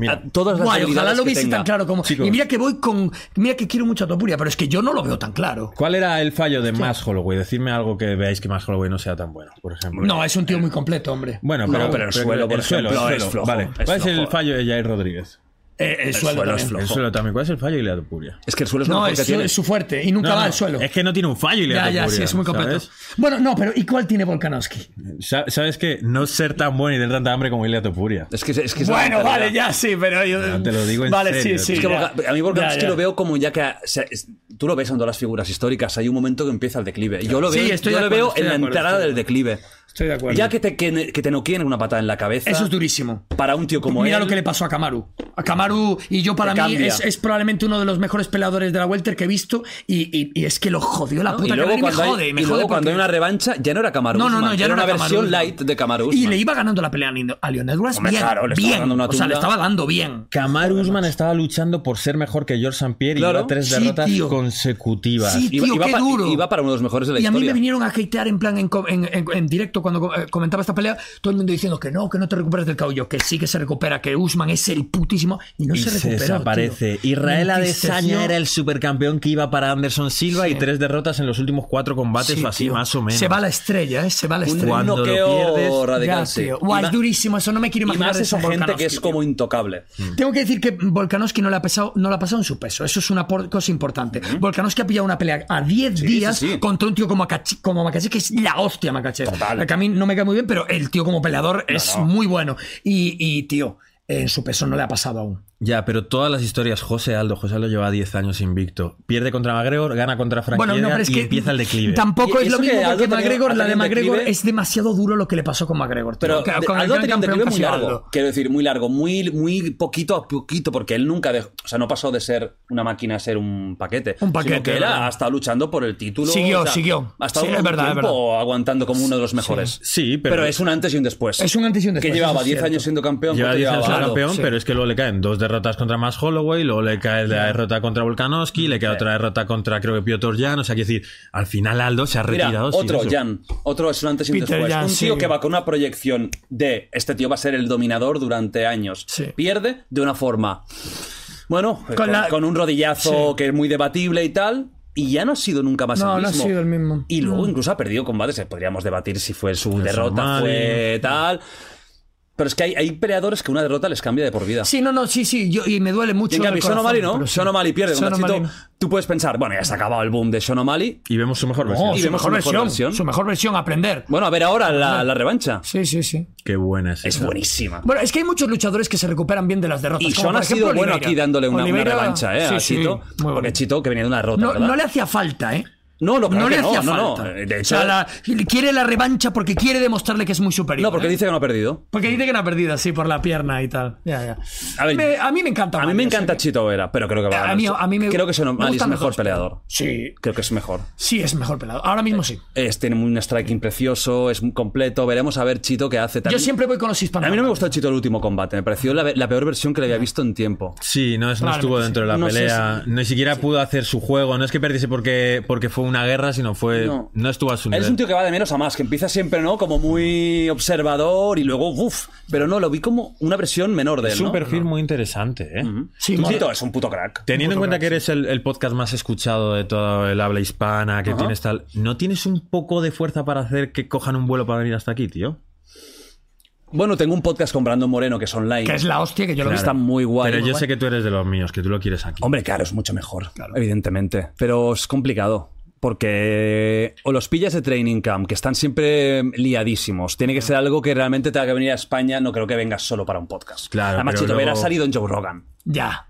a todas las Guay, habilidades ojalá lo que viese tenga. tan claro como. Chicos. Y mira que voy con. Mira que quiero mucho a Topuria, pero es que yo no lo veo tan claro. ¿Cuál era el fallo de Max Holloway? Decidme algo que veáis que Max Holloway no sea tan bueno, por ejemplo. No, es un tío muy completo, hombre. Bueno, pero, el suelo, el suelo, vale. ¿Cuál es el fallo de Jair Rodríguez? Eh, el El suelo suelo es también. flojo. El suelo también. ¿Cuál es el fallo de Ilea Topuria? Es que el suelo es lo No, mejor es que su- tiene. es su fuerte, y nunca va al suelo. Es que no tiene un fallo Ilea Ya, ya, Topuria, sí, es muy completo. ¿sabes? Bueno, no, pero ¿y cuál tiene Volkanovski? Sa- ¿Sabes qué? No ser tan bueno y tener tanta hambre como Ilea Topuria. Es que, es Bueno, vale, ya sí, pero yo. No, te lo digo en Vale, serio, sí, sí. tío. Es que ya. Volka- a mí Volkanovski Ya, ya. lo veo como ya que o sea, es- tú lo ves en todas las figuras históricas hay un momento que empieza el declive yo lo Sí, veo, estoy yo de lo acuerdo, veo estoy en de la acuerdo, entrada estoy de del declive Estoy de acuerdo. ya que te, que, que te noqueen una patada en la cabeza Eso es durísimo para un tío como Mira él lo que le pasó a Kamaru. A Kamaru, y yo para Te mí cambia. es, es probablemente uno de los mejores peleadores de la Welter que he visto. Y, y- y es que lo jodió la ¿no? puta. que me cuando hay- jode, me y luego jode cuando hay porque- una revancha ya no era Kamaru No, no, Usman, no, ya era no una era Kamaru versión Usman. light de Kamaru Y Usman. le iba ganando la pelea a Lindo- a Leon Edwards Hombre, bien, claro, le estaba bien. dando una o sea, le tunda. estaba dando bien. Kamaru Usman estaba luchando por ser mejor que George St. Pierre y Claro. lleva tres Sí, derrotas tío. consecutivas. Sí, tío, qué pa- duro. iba para uno de los mejores de la Y a mí historia me vinieron a hatear en plan en, co- en- en- en directo cuando co- eh, comentaba esta pelea, todo el mundo diciendo que no, que no te recuperas del caullo, que sí que se recupera, que Usman es el putísimo y no y se se, recuperó. tío. desaparece. Israel Me Adesanya entristeció. era el supercampeón que iba para Anderson Silva y tres derrotas en los últimos cuatro combates Sí, o así, tío. más o menos. Se va la estrella, ¿eh? Se va la Un estrella. Cuando lo noqueo pierdes- radical, Ya, tío. sí. Guau, Y es ma- durísimo, eso no me quiero y imaginar. más eso esa en gente que Volkanovski, es como intocable Mm. Tengo que decir que Volkanovski no le ha pesado, no le ha pasado en su peso. Eso es una por- cosa importante. Volkanovski ha pillado una pelea a 10 Sí, días sí, sí. contra un tío como, Macache, como Makachev, que es la hostia Makachev. Que a mí no me cae muy bien, pero el tío como peleador es muy bueno. Y, y, tío, en su peso no le ha pasado aún. Ya, pero todas las historias, José Aldo, José Aldo lleva 10 años invicto. Pierde contra McGregor, gana contra Frank Bueno, no, Edgar pero es y que empieza el declive. Tampoco Y es lo eso que mismo Aldo porque ha tenido- McGregor, ha la de tenido un McGregor declive. es demasiado duro lo que le pasó con McGregor. tío. Pero Con el de- gran Aldo ha tenido campeón un declive que ha muy sido largo. Aldo. Quiero decir, muy largo, muy, muy poquito a poquito, porque él nunca dejó, o sea, no pasó de ser una máquina a ser un paquete. Un paquete, Sino que ¿verdad? era hasta luchando por el título. Siguió, o sea, siguió. Ha estado Sí, un es verdad, es tiempo aguantando como uno de los mejores. Sí, pero- es un antes y un después. Es un antes y un después, Que eso llevaba es 10 cierto. años siendo campeón. Lleva ¿cuánto 10 años llevaba? campeón, Sí. pero es que luego le caen dos derrotas contra Max Holloway, luego le cae la derrota contra Volkanovski, le cae otra derrota contra creo que Piotr Jan. O sea, quiero decir, al final Aldo se ha Mira, retirado. sin otro eso. Jan, otro es un antes y un Peter después. Jan, un tío sí. que va con una proyección de este tío va a ser el dominador durante años. Pierde de una forma. Bueno, eh, Con con, la- con un rodillazo Sí. que es muy debatible y tal. Y ya no ha sido nunca más No, el no ha mismo. sido el mismo. Mm. Y luego No. incluso ha perdido combates. eh, Podríamos debatir si fue su El derrota, Somali. fue tal. Pero es que hay, hay peleadores que una derrota les cambia de por vida. Sí, no, no, sí, sí. Yo, y me duele mucho. Y en cambio, el corazón, Sean O'Malley no. pero sí. Sean O'Malley pierde Sean con Nachito. O'Malley no. Tú puedes pensar, bueno, ya se ha acabado el boom de Sean O'Malley. Y vemos su mejor Pues No, su mejor versión, su mejor versión, aprender. Bueno, a ver ahora la, la revancha. Sí, sí, sí. Qué buena es. Es esa. buenísima. Bueno, es que hay muchos luchadores que se recuperan bien de las derrotas. Y como Sean por ha sido ejemplo bueno Oliveira. aquí dándole una, una Oliveira, revancha, ¿eh? sí, a sí. Chito. Porque Chito que venía de una derrota. No, ¿verdad? no le hacía falta, ¿eh? No, no, claro le que no, hacía no, eh. no. falta. De o sea, hecho- la- quiere la revancha porque quiere demostrarle que es muy superior. No, porque ¿eh? dice que no ha perdido. Porque dice que era perdida, sí, por la pierna y tal. Ya, ya. A ver, Me- a mí me encanta. A mí me Mario, encanta Chito Vera, pero creo que va a A ganar. mí- a mí me- Creo que Sean me O'Malley es gustan los mejor dos. peleador. Sí. Creo que es mejor. Sí, es mejor pelado. Ahora mismo sí. Es, tiene un striking precioso, es muy completo. Veremos a ver Chito qué hace. Yo También- siempre voy con los hispanos. A mí no me gustó Chito el último combate. Me pareció la, la peor versión que le había visto en tiempo. Sí, no, es- no Claramente, estuvo dentro de la sí. No sé pelea. Ni siquiera pudo hacer su juego. No es que perdiese porque, porque fue una guerra, sino fue. No, No. estuvo a su Él nivel. es un tío que va de menos a más, que empieza siempre, ¿no? Como muy observador y luego, uff. Pero no, lo vi como una versión menor de él. Es un ¿no? perfil muy interesante, ¿eh? Sí, Tú, mola. Chito, es un puto crack. Teniendo en Un puto cuenta crack, que eres el, el podcast más escuchado de toda el habla hispana, que Ajá. tienes tal, ¿no tienes un poco de fuerza para hacer que cojan un vuelo para venir hasta aquí, tío? Bueno, tengo un podcast con Brandon Moreno que es online. Que es la hostia que yo lo he Claro. visto. Está muy guay. Pero muy yo guay. sé que tú eres de los míos, que tú lo quieres aquí. Hombre, claro, es mucho mejor, evidentemente. Pero es complicado. Porque o los pillas de training camp, que están siempre liadísimos. Tiene que ser algo que realmente tenga que venir a España. No creo que vengas solo para un podcast. Claro, Además, pero Chito Vera ha luego- salido en Joe Rogan. Ya. ah,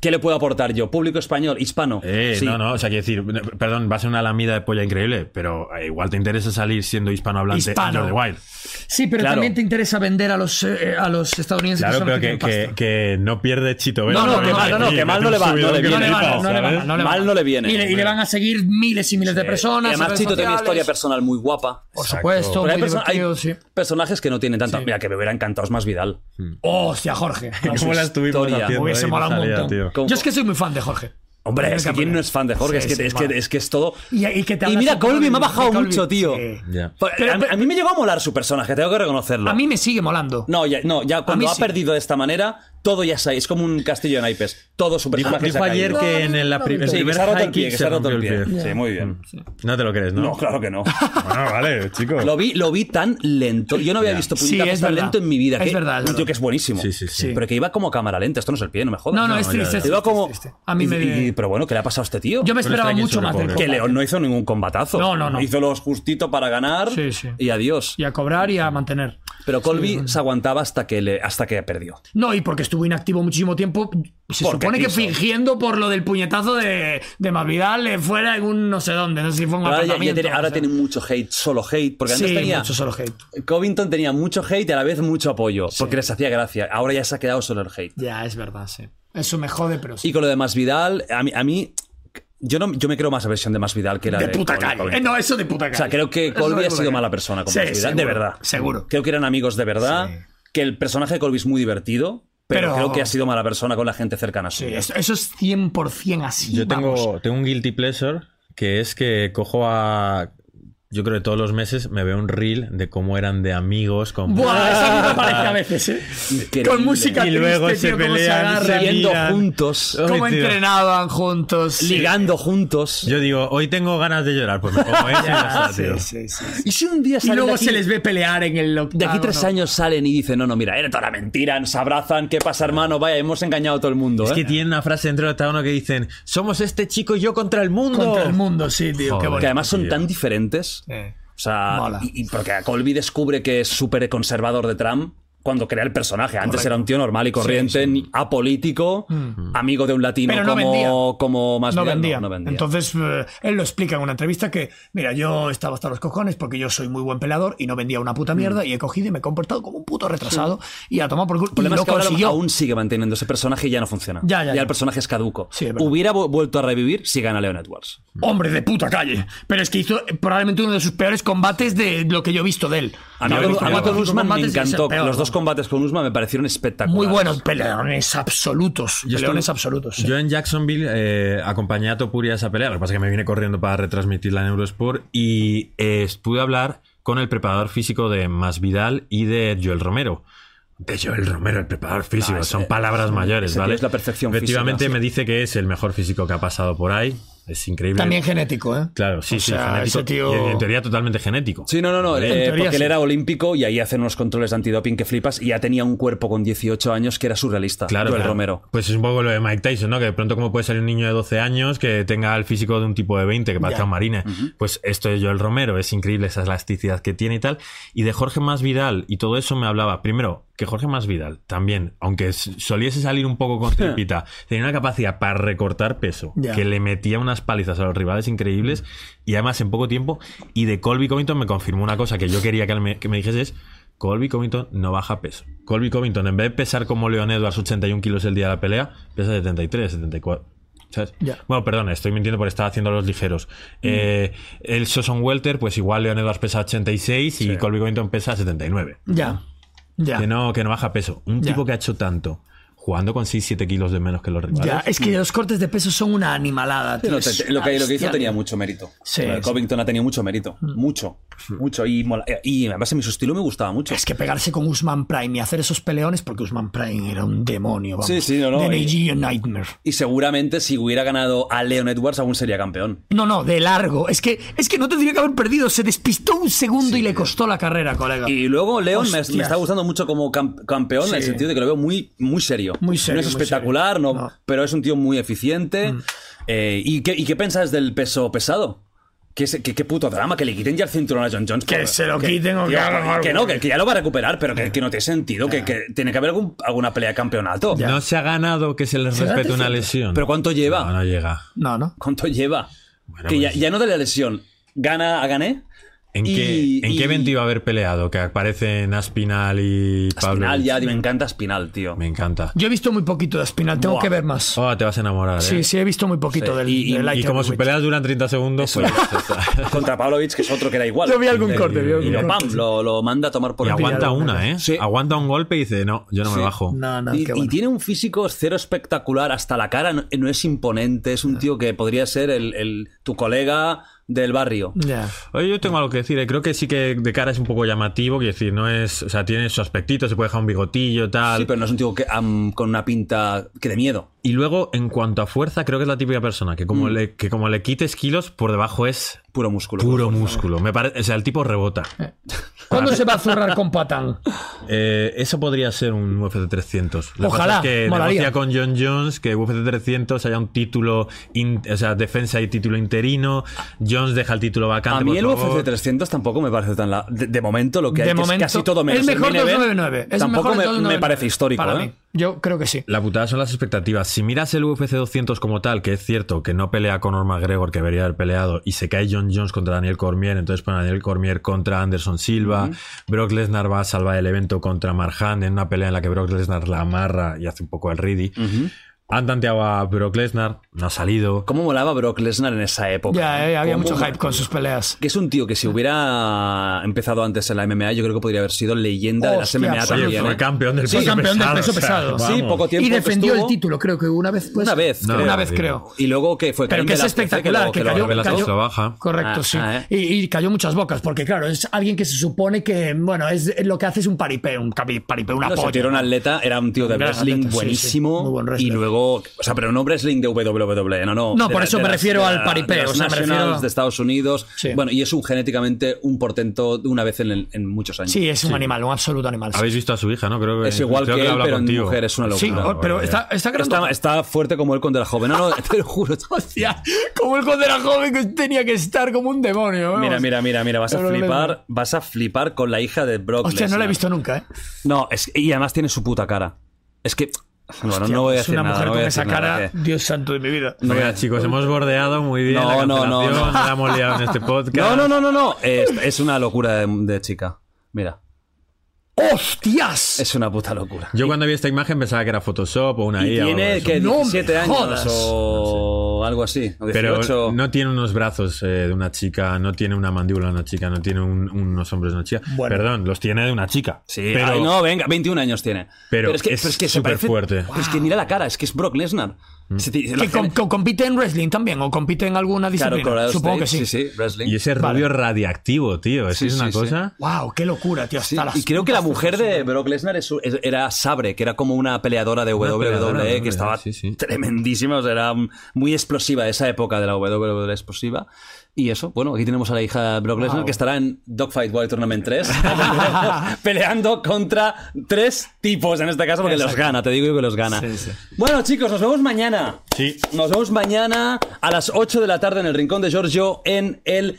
¿Qué le puedo aportar yo? Público español, hispano. Eh, Sí. No, no, o sea, quiero decir, perdón, va a ser una lamida de polla increíble, pero eh, igual te interesa salir siendo hispanohablante Hispano. a Jordi Wild. Sí, pero Claro. también te interesa vender a los, eh, a los estadounidenses que Claro, son los pero que que, tienen que, que no pierde Chito Vera. No, no, Porque que mal, no, no, aquí que mal mete no un le va, no le subidón que viene. flipas, No le va, no le va, ¿sabes? no le va. Mal no le viene. Y le, y le van a seguir miles y miles de personas. Y además en Chito redes tiene una sociales. historia personal muy guapa. Por supuesto, hay, muy perso- hay personajes que no tienen tanta... Mira, que me hubiera encantado más Vidal. Hostia, Jorge. Con su Como historia. Hubiese molado un montón. Yo es que soy muy fan de Jorge. Hombre, es que quién no es fan de Jorge, Sí, es, que, sí, es, que, mola. es que es todo... Y, y que te Y hablas mira, un poco Colby de- me ha de bajado Colby. mucho, tío. Sí. Pues, a, a mí me llegó a molar su personaje, tengo que reconocerlo. A mí me sigue molando. No, ya, no, ya cuando mí ha sí. perdido de esta manera, todo ya se es como un castillo de naipes. Todo su Dijo, personaje dijo se ha ayer caído. que en el, la pri- el Sí, que primer se ha roto el high pie, kick que se ha roto el rompió pie. Sí, muy bien. No te lo crees, ¿no? No, claro que no. Bueno, vale, chico. Lo vi, lo vi tan lento. Yo no había Ya. visto Sí, puñetazos es tan verdad. lento en mi vida. Es que, verdad, es un verdad. tío que es buenísimo. Pero que iba como a cámara lenta. Esto no es el pie, no me jodas. No, no, es triste, es Iba triste, como... es triste. A mí y- me- y- pero bueno, ¿qué le ha pasado a este tío? Yo me esperaba Pero está aquí mucho más del sobrepobre. Que combate. León no hizo ningún combatazo. No, no, no. Hizo los justitos para ganar Sí, sí. y adiós. Y a cobrar y a mantener. Pero Colby se aguantaba hasta que, le, hasta que perdió. No, y porque estuvo inactivo muchísimo tiempo. Se Porque supone que quiso. fingiendo por lo del puñetazo de, de Masvidal eh, fuera en un no sé dónde. No sé si fue un Pero ahora ya- ya apartamento, tiene, no ahora sé. tiene mucho hate, solo hate, porque antes Sí, tenía mucho solo hate. Covington tenía mucho hate y a la vez mucho apoyo, porque les hacía gracia. Ahora ya se ha quedado solo el hate. Ya, es verdad, Ah, sí. Eso me jode, pero sí. Y con lo de Masvidal, a mí, a mí yo, no, yo me creo más la versión de Masvidal que la de, de puta Col- calle. Eh, Covington. no, eso de puta o calle. sea, creo que Eso de Colby ha puta sido calle. mala persona con Sí, Masvidal, de seguro, verdad. Seguro. Creo que eran amigos de verdad, que el personaje de Colby es muy divertido, pero, Pero- creo que ha sido mala persona con la gente cercana a suya. Eso, eso es 100% así. Yo vamos. tengo, tengo un guilty pleasure que es que cojo a. Yo creo que todos los meses me veo un reel de cómo eran de amigos con. Buah, eso a mí me parece a veces, ¿eh? Con música Y luego triste, se tío, cómo se pelean, agarran. yendo Miran. juntos. Cómo Ay, tío. entrenaban juntos. Ligando juntos. Yo digo, hoy tengo ganas de llorar, pues me pongo eso y ya está, Sí, tío. sí, sí. Y si un día Y salen luego de aquí- se les ve pelear en el De aquí tres octágono. años salen y dicen, no, no, mira, era toda la mentira, nos abrazan, ¿qué pasa, hermano? Vaya, hemos engañado a todo el mundo. Es ¿eh? que tienen una frase dentro del octágono que dicen: Somos este chico y yo contra el mundo. Contra el mundo, sí, tío. qué bonito, que además son tío. tan diferentes. Eh. O sea, Mola. y, y porque Colby descubre que es súper conservador de Trump cuando crea el personaje. Antes Correcto. Mm. era un tío normal y corriente, ni- apolítico, amigo de un latino Pero no vendía. como, como más no bien, vendía. no vendía. Entonces, eh, él lo explica en una entrevista que, mira, yo estaba hasta los cojones porque yo soy muy buen peleador y no vendía una Mm. puta mierda y he cogido y me he comportado como un puto retrasado y a tomar por culo. El problema y es lo que ahora consiguió. aún sigue manteniendo ese personaje y ya no funciona. Ya, ya, ya. el personaje es caduco. Sí, es verdad. Hubiera vu- vuelto a revivir si gana Leon Edwards. Hombre de puta calle. Pero es que hizo eh, probablemente uno de sus peores combates de lo que yo he visto de él. A mí, Yo he visto a mí con cuatro Usman me combates y es el encantó. peor, Los dos vamos. combates con Usman me parecieron espectaculares. Muy buenos peleones absolutos. Yo estuve- Peleones absolutos. sí. Yo en Jacksonville eh, acompañé a Topuria a esa pelea. Lo que pasa es que me vine corriendo para retransmitirla en Eurosport y eh, pude hablar con el preparador físico de Masvidal y de Joel Romero. De Joel Romero, el preparador físico. Ah, ese- Son palabras ese- mayores, ese tío ¿vale? es la perfección Efectivamente física, sí. me dice que es el mejor físico que ha pasado por ahí. Es increíble. También genético, ¿eh? Claro, sí, O sí, sea, genético. ese tío- Y en- en teoría totalmente genético. Sí, no, no, no. En eh, teoría porque sí. él era olímpico y ahí hacen unos controles de antidoping que flipas y ya tenía un cuerpo con 18 años que era surrealista. Claro, Joel claro. Romero. Pues es un poco lo de Mike Tyson, ¿no? Que de pronto, como puede ser un niño de 12 años que tenga el físico de un tipo de 20, que parezca Ya. un marine. Pues esto es Joel Romero, es increíble esa elasticidad que tiene y tal. Y de Jorge Masvidal y todo eso me hablaba. Primero, que Jorge Masvidal también, aunque s- soliese salir un poco con tripita, tenía una capacidad para recortar peso, Ya. que le metía unas palizas a los rivales increíbles y además en poco tiempo. Y de Colby Covington me confirmó una cosa que yo quería que me, que me dijese es Colby Covington no baja peso. Colby Covington, en vez de pesar como Leon Edwards 81 kilos el día de la pelea, pesa 73, 74. ¿sabes? Ya. Bueno, perdón, estoy mintiendo por estar haciendo los ligeros. Mm. Eh, el Soson Welter, pues igual Leon Edwards pesa 86 y Colby Covington pesa 79. Ya. Ya. Que, no, que no baja peso. Un Ya. tipo que ha hecho tanto, jugando con 6-7 kilos de menos que los rivales. Ya, es que los cortes de peso son una animalada. Sí, Tío. no, te- te- lo, que, lo que hizo Hostia, tenía tío. mucho mérito. Sí, Lo de sí. Mm. Covington ha tenido mucho mérito. Mucho. Mucho. Y, mola- y además a mí su estilo me gustaba mucho. Es que pegarse con Usman Prime y hacer esos peleones, porque Usman Prime era un demonio, vamos. Sí, sí, no, no, De y- Nigerian Nightmare. Y seguramente si hubiera ganado a Leon Edwards aún sería campeón. No, no, de largo. Es que, es que no tendría que haber perdido. Se despistó un segundo y le costó la carrera, colega. Y luego Leon me, Hostias. me está gustando mucho como cam- campeón en el Sí. sentido de que lo veo muy, muy serio. Muy serio, Mm. No es muy espectacular, no, pero es un tío muy eficiente. Eh, ¿y, qué, ¿Y qué piensas del peso pesado? ¿Qué, es- qué- qué puto drama, que le quiten ya el cinturón a John Jones. Que por- se lo quiten o que tío, hagan algo. Eh. Que no, que, que ya lo va a recuperar, pero que, que no tiene sentido. Que, que tiene que haber algún- alguna pelea de campeonato. No se ha ganado que se les Se da respete una tercero. lesión. ¿Pero cuánto lleva? No, no llega. No, no. ¿Cuánto lleva? que ya, ya no de la lesión. Gana a Gané. pues- ¿En, y- qué, ¿en y- qué evento iba a haber peleado? Que aparecen Aspinal y Pablo. Espinal ya, me encanta Espinal, tío. Me encanta. Yo he visto muy poquito de Espinal, tengo Buah. que ver más. Oh, te vas a enamorar. Sí, eh. sí, he visto muy poquito Sí. del, Y, y- del y light como sus heavyweight. peleas duran 30 segundos, pues. Contra Pavlovich, que es otro que da igual. Yo vi algún Y- corte, vi algún y lo, corte, pam, lo, lo manda a tomar por Y el aguanta culo. una, ¿eh? Aguanta un golpe y dice, no, yo no Sí. me bajo. y, y tiene un físico cero espectacular, hasta la cara no, no es imponente, es un tío que podría ser el, el- tu colega del barrio. Oye, yo tengo algo que decir. eh. Creo que sí que de cara es un poco llamativo. Quiero decir, no es. O sea, tiene su aspectito, se puede dejar un bigotillo, tal. Sí, pero no es un tío que, am, con una pinta que de miedo. Y luego, en cuanto a fuerza, creo que es la típica persona que como, Mm. le, que como le quites kilos, por debajo es. Puro músculo. Puro músculo. Me parece. O sea, el tipo rebota. Eh. ¿Cuándo se va a zurrar con Patán? Eh, eso podría ser un UFC 300. Lo que Ojalá, pasa es que molaría. negocia con John Jones que UFC 300 haya un título, in- o sea, defensa y título interino. Jones deja el título vacante. A mí por el favor. UFC 300 tampoco me parece tan... La... De, de momento lo que hay De que es momento, casi todo es menos el mejor main event, 299, es Tampoco mejor me, el 299 me parece histórico, para ¿eh? mí. Yo creo que sí. La putada son las expectativas. Si miras el UFC 200 como tal, que es cierto que no pelea con Norma Gregor, que debería haber peleado, y se cae John Jones contra Daniel Cormier, entonces ponen a Daniel Cormier contra Anderson Silva, Brock Lesnar va a salvar el evento contra Marhan en una pelea en la que Brock Lesnar la amarra y hace un poco el ready. Han tanteado a Brock Lesnar, no ha salido. ¿Cómo molaba Brock Lesnar en esa época? Ya, eh, había ¿Cómo? mucho hype con sus peleas. Que es un tío que si hubiera empezado antes en la MMA, yo creo que podría haber sido leyenda de las Hostia, MMA absoluto. también. Oye, fue ¿eh? campeón del Sí, peso campeón del pesado, peso o sea, pesado. vamos. Sí, poco tiempo Y defendió el estuvo. título, creo que una vez. pues. Una vez, No, creo. una vez, creo. Y luego que fue Pero Caín que es Velázquez, ¿eh? espectacular, que, lo- lo cayó, reemplazó. cayó- Correcto, Ah, sí. ah, ¿eh? y, y cayó muchas bocas, porque claro, es alguien que se supone que, bueno, es eh, lo que hace es un paripé, un capi- paripé, una No, se polla. tiró un atleta, era un tío de Un gran wrestling atleta, sí, buenísimo. Y luego, o sea, pero no wrestling de WWE, no, no. No, de por la- eso de me las- refiero de al la- paripé, de o los sea, me refiero- nationals de Estados Unidos. Sí. Bueno, y es un genéticamente un portento de una vez en, el- en muchos años. Sí, Pues, es un animal, un absoluto animal. sí. Habéis visto a su hija, ¿no? Creo que Es igual creo que, he él, hablado pero en contigo. mujer es una locura. Sí, oh, pero Vale. está- está grandota. está fuerte como él cuando era joven. No, no, te lo juro. Hostia, como el cuando era joven que tenía que estar como un demonio. vamos. Mira, mira, mira, mira, vas a Pero no, no, no. flipar, vas a flipar con la hija de Brock Hostia, no la he Lesnar. visto nunca, ¿eh? No, es, y además tiene su puta cara. Es que. Bueno, Hostia, no voy a es decir una nada, mujer no voy con a esa decir nada, cara, que- Dios santo de mi vida. No, Mira, chicos, hemos bordeado muy bien No, la no, no, cancelación, no. la hemos liado en este podcast. No, no, no, no, no. Es, es una locura de, de chica. Mira, ¡Hostias! es una puta locura. Yo cuando vi esta imagen pensaba que era Photoshop o una Y IA o algo de tiene eso. que 17 años jodas. o algo así. o Pero 18. no tiene unos brazos eh, de una chica, no tiene una mandíbula de una chica, no tiene un- unos hombros de una chica. Bueno. Perdón, los tiene de una chica. Sí, pero ay, no, venga, 21 años tiene. Pero es se parece- superfuerte. Mm. pero es que mira la cara, es que es Brock Lesnar. Se te- se la Que com- gente- co- compite en wrestling también, o compite en alguna Claro, disciplina. Colorado Supongo State, que sí. sí, wrestling. Y ese rubio radiactivo, tío. Eso Sí, es una sí, sí. cosa. Wow, qué locura, tío. Hasta las Y creo que la putas mujer de Brock Lesnar es- es- era Sabre, que era como una peleadora de Una WWE, peleadora, que ¿no? estaba E, Sí, sí. tremendísima, o sea, era mm, muy explosiva esa época de la WWE explosiva. Y eso, bueno, aquí tenemos a la hija de Brock Lesnar, Wow. que estará en Dogfight World Tournament 3, peleando contra tres tipos, en este caso, porque los Exacto. gana, te digo yo que los gana. Sí, sí. Bueno, chicos, nos vemos mañana. Sí. Nos vemos mañana a las 8 de la tarde en el Rincón de Giorgio, en el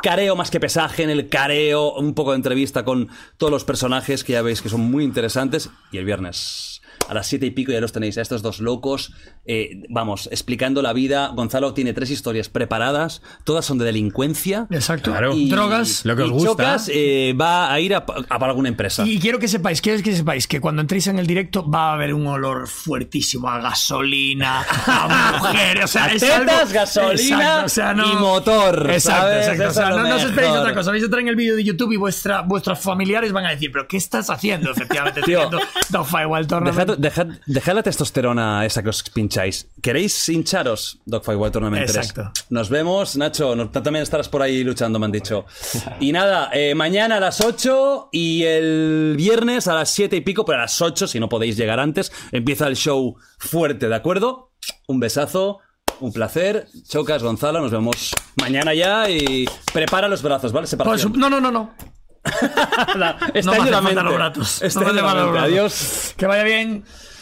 careo más que pesaje, en el careo, un poco de entrevista con todos los personajes que ya veis que son muy interesantes. Y el viernes a las siete y pico ya los tenéis a estos dos locos, eh, vamos, explicando la vida. Gonzalo tiene tres historias preparadas, todas son de delincuencia. Exacto. Claro. Y- Drogas. Lo que os y gusta. Chocas eh, va a ir a, pa- a para alguna empresa. Y quiero que sepáis, quiero que sepáis que cuando entréis en el directo va a haber un olor fuertísimo a gasolina, a mujeres, o sea, A es tetas, algo- gasolina Exacto, o sea, no- y motor, Exacto, ¿sabes? exacto. O Eso sea, es lo no, no os esperéis mejor. otra cosa. Vais a entrar en el vídeo de YouTube y vuestra, vuestros familiares van a decir, pero ¿qué estás haciendo? Efectivamente, Tío. haciendo Don't Firewall Tournament. Dejad, dejad- dejad la testosterona esa que os pincháis. ¿Queréis hincharos? Dogfight World Tournament 3. Exacto. Nos vemos, Nacho. no- tú también estarás por ahí luchando, me han dicho. Y nada, eh, mañana a las 8 y el viernes a las 7 y pico, pero a las 8, si no podéis llegar antes, empieza el show fuerte, ¿de acuerdo? Un besazo, un placer. Chocas, Gonzalo, nos vemos mañana ya y prepara los brazos, ¿vale? Por su- Separación. Pues, no, no, no, no. Está no me hace falta lloramente. los brazos. Está No me hace falta los lloramente. brazos. Adiós. Que vaya bien.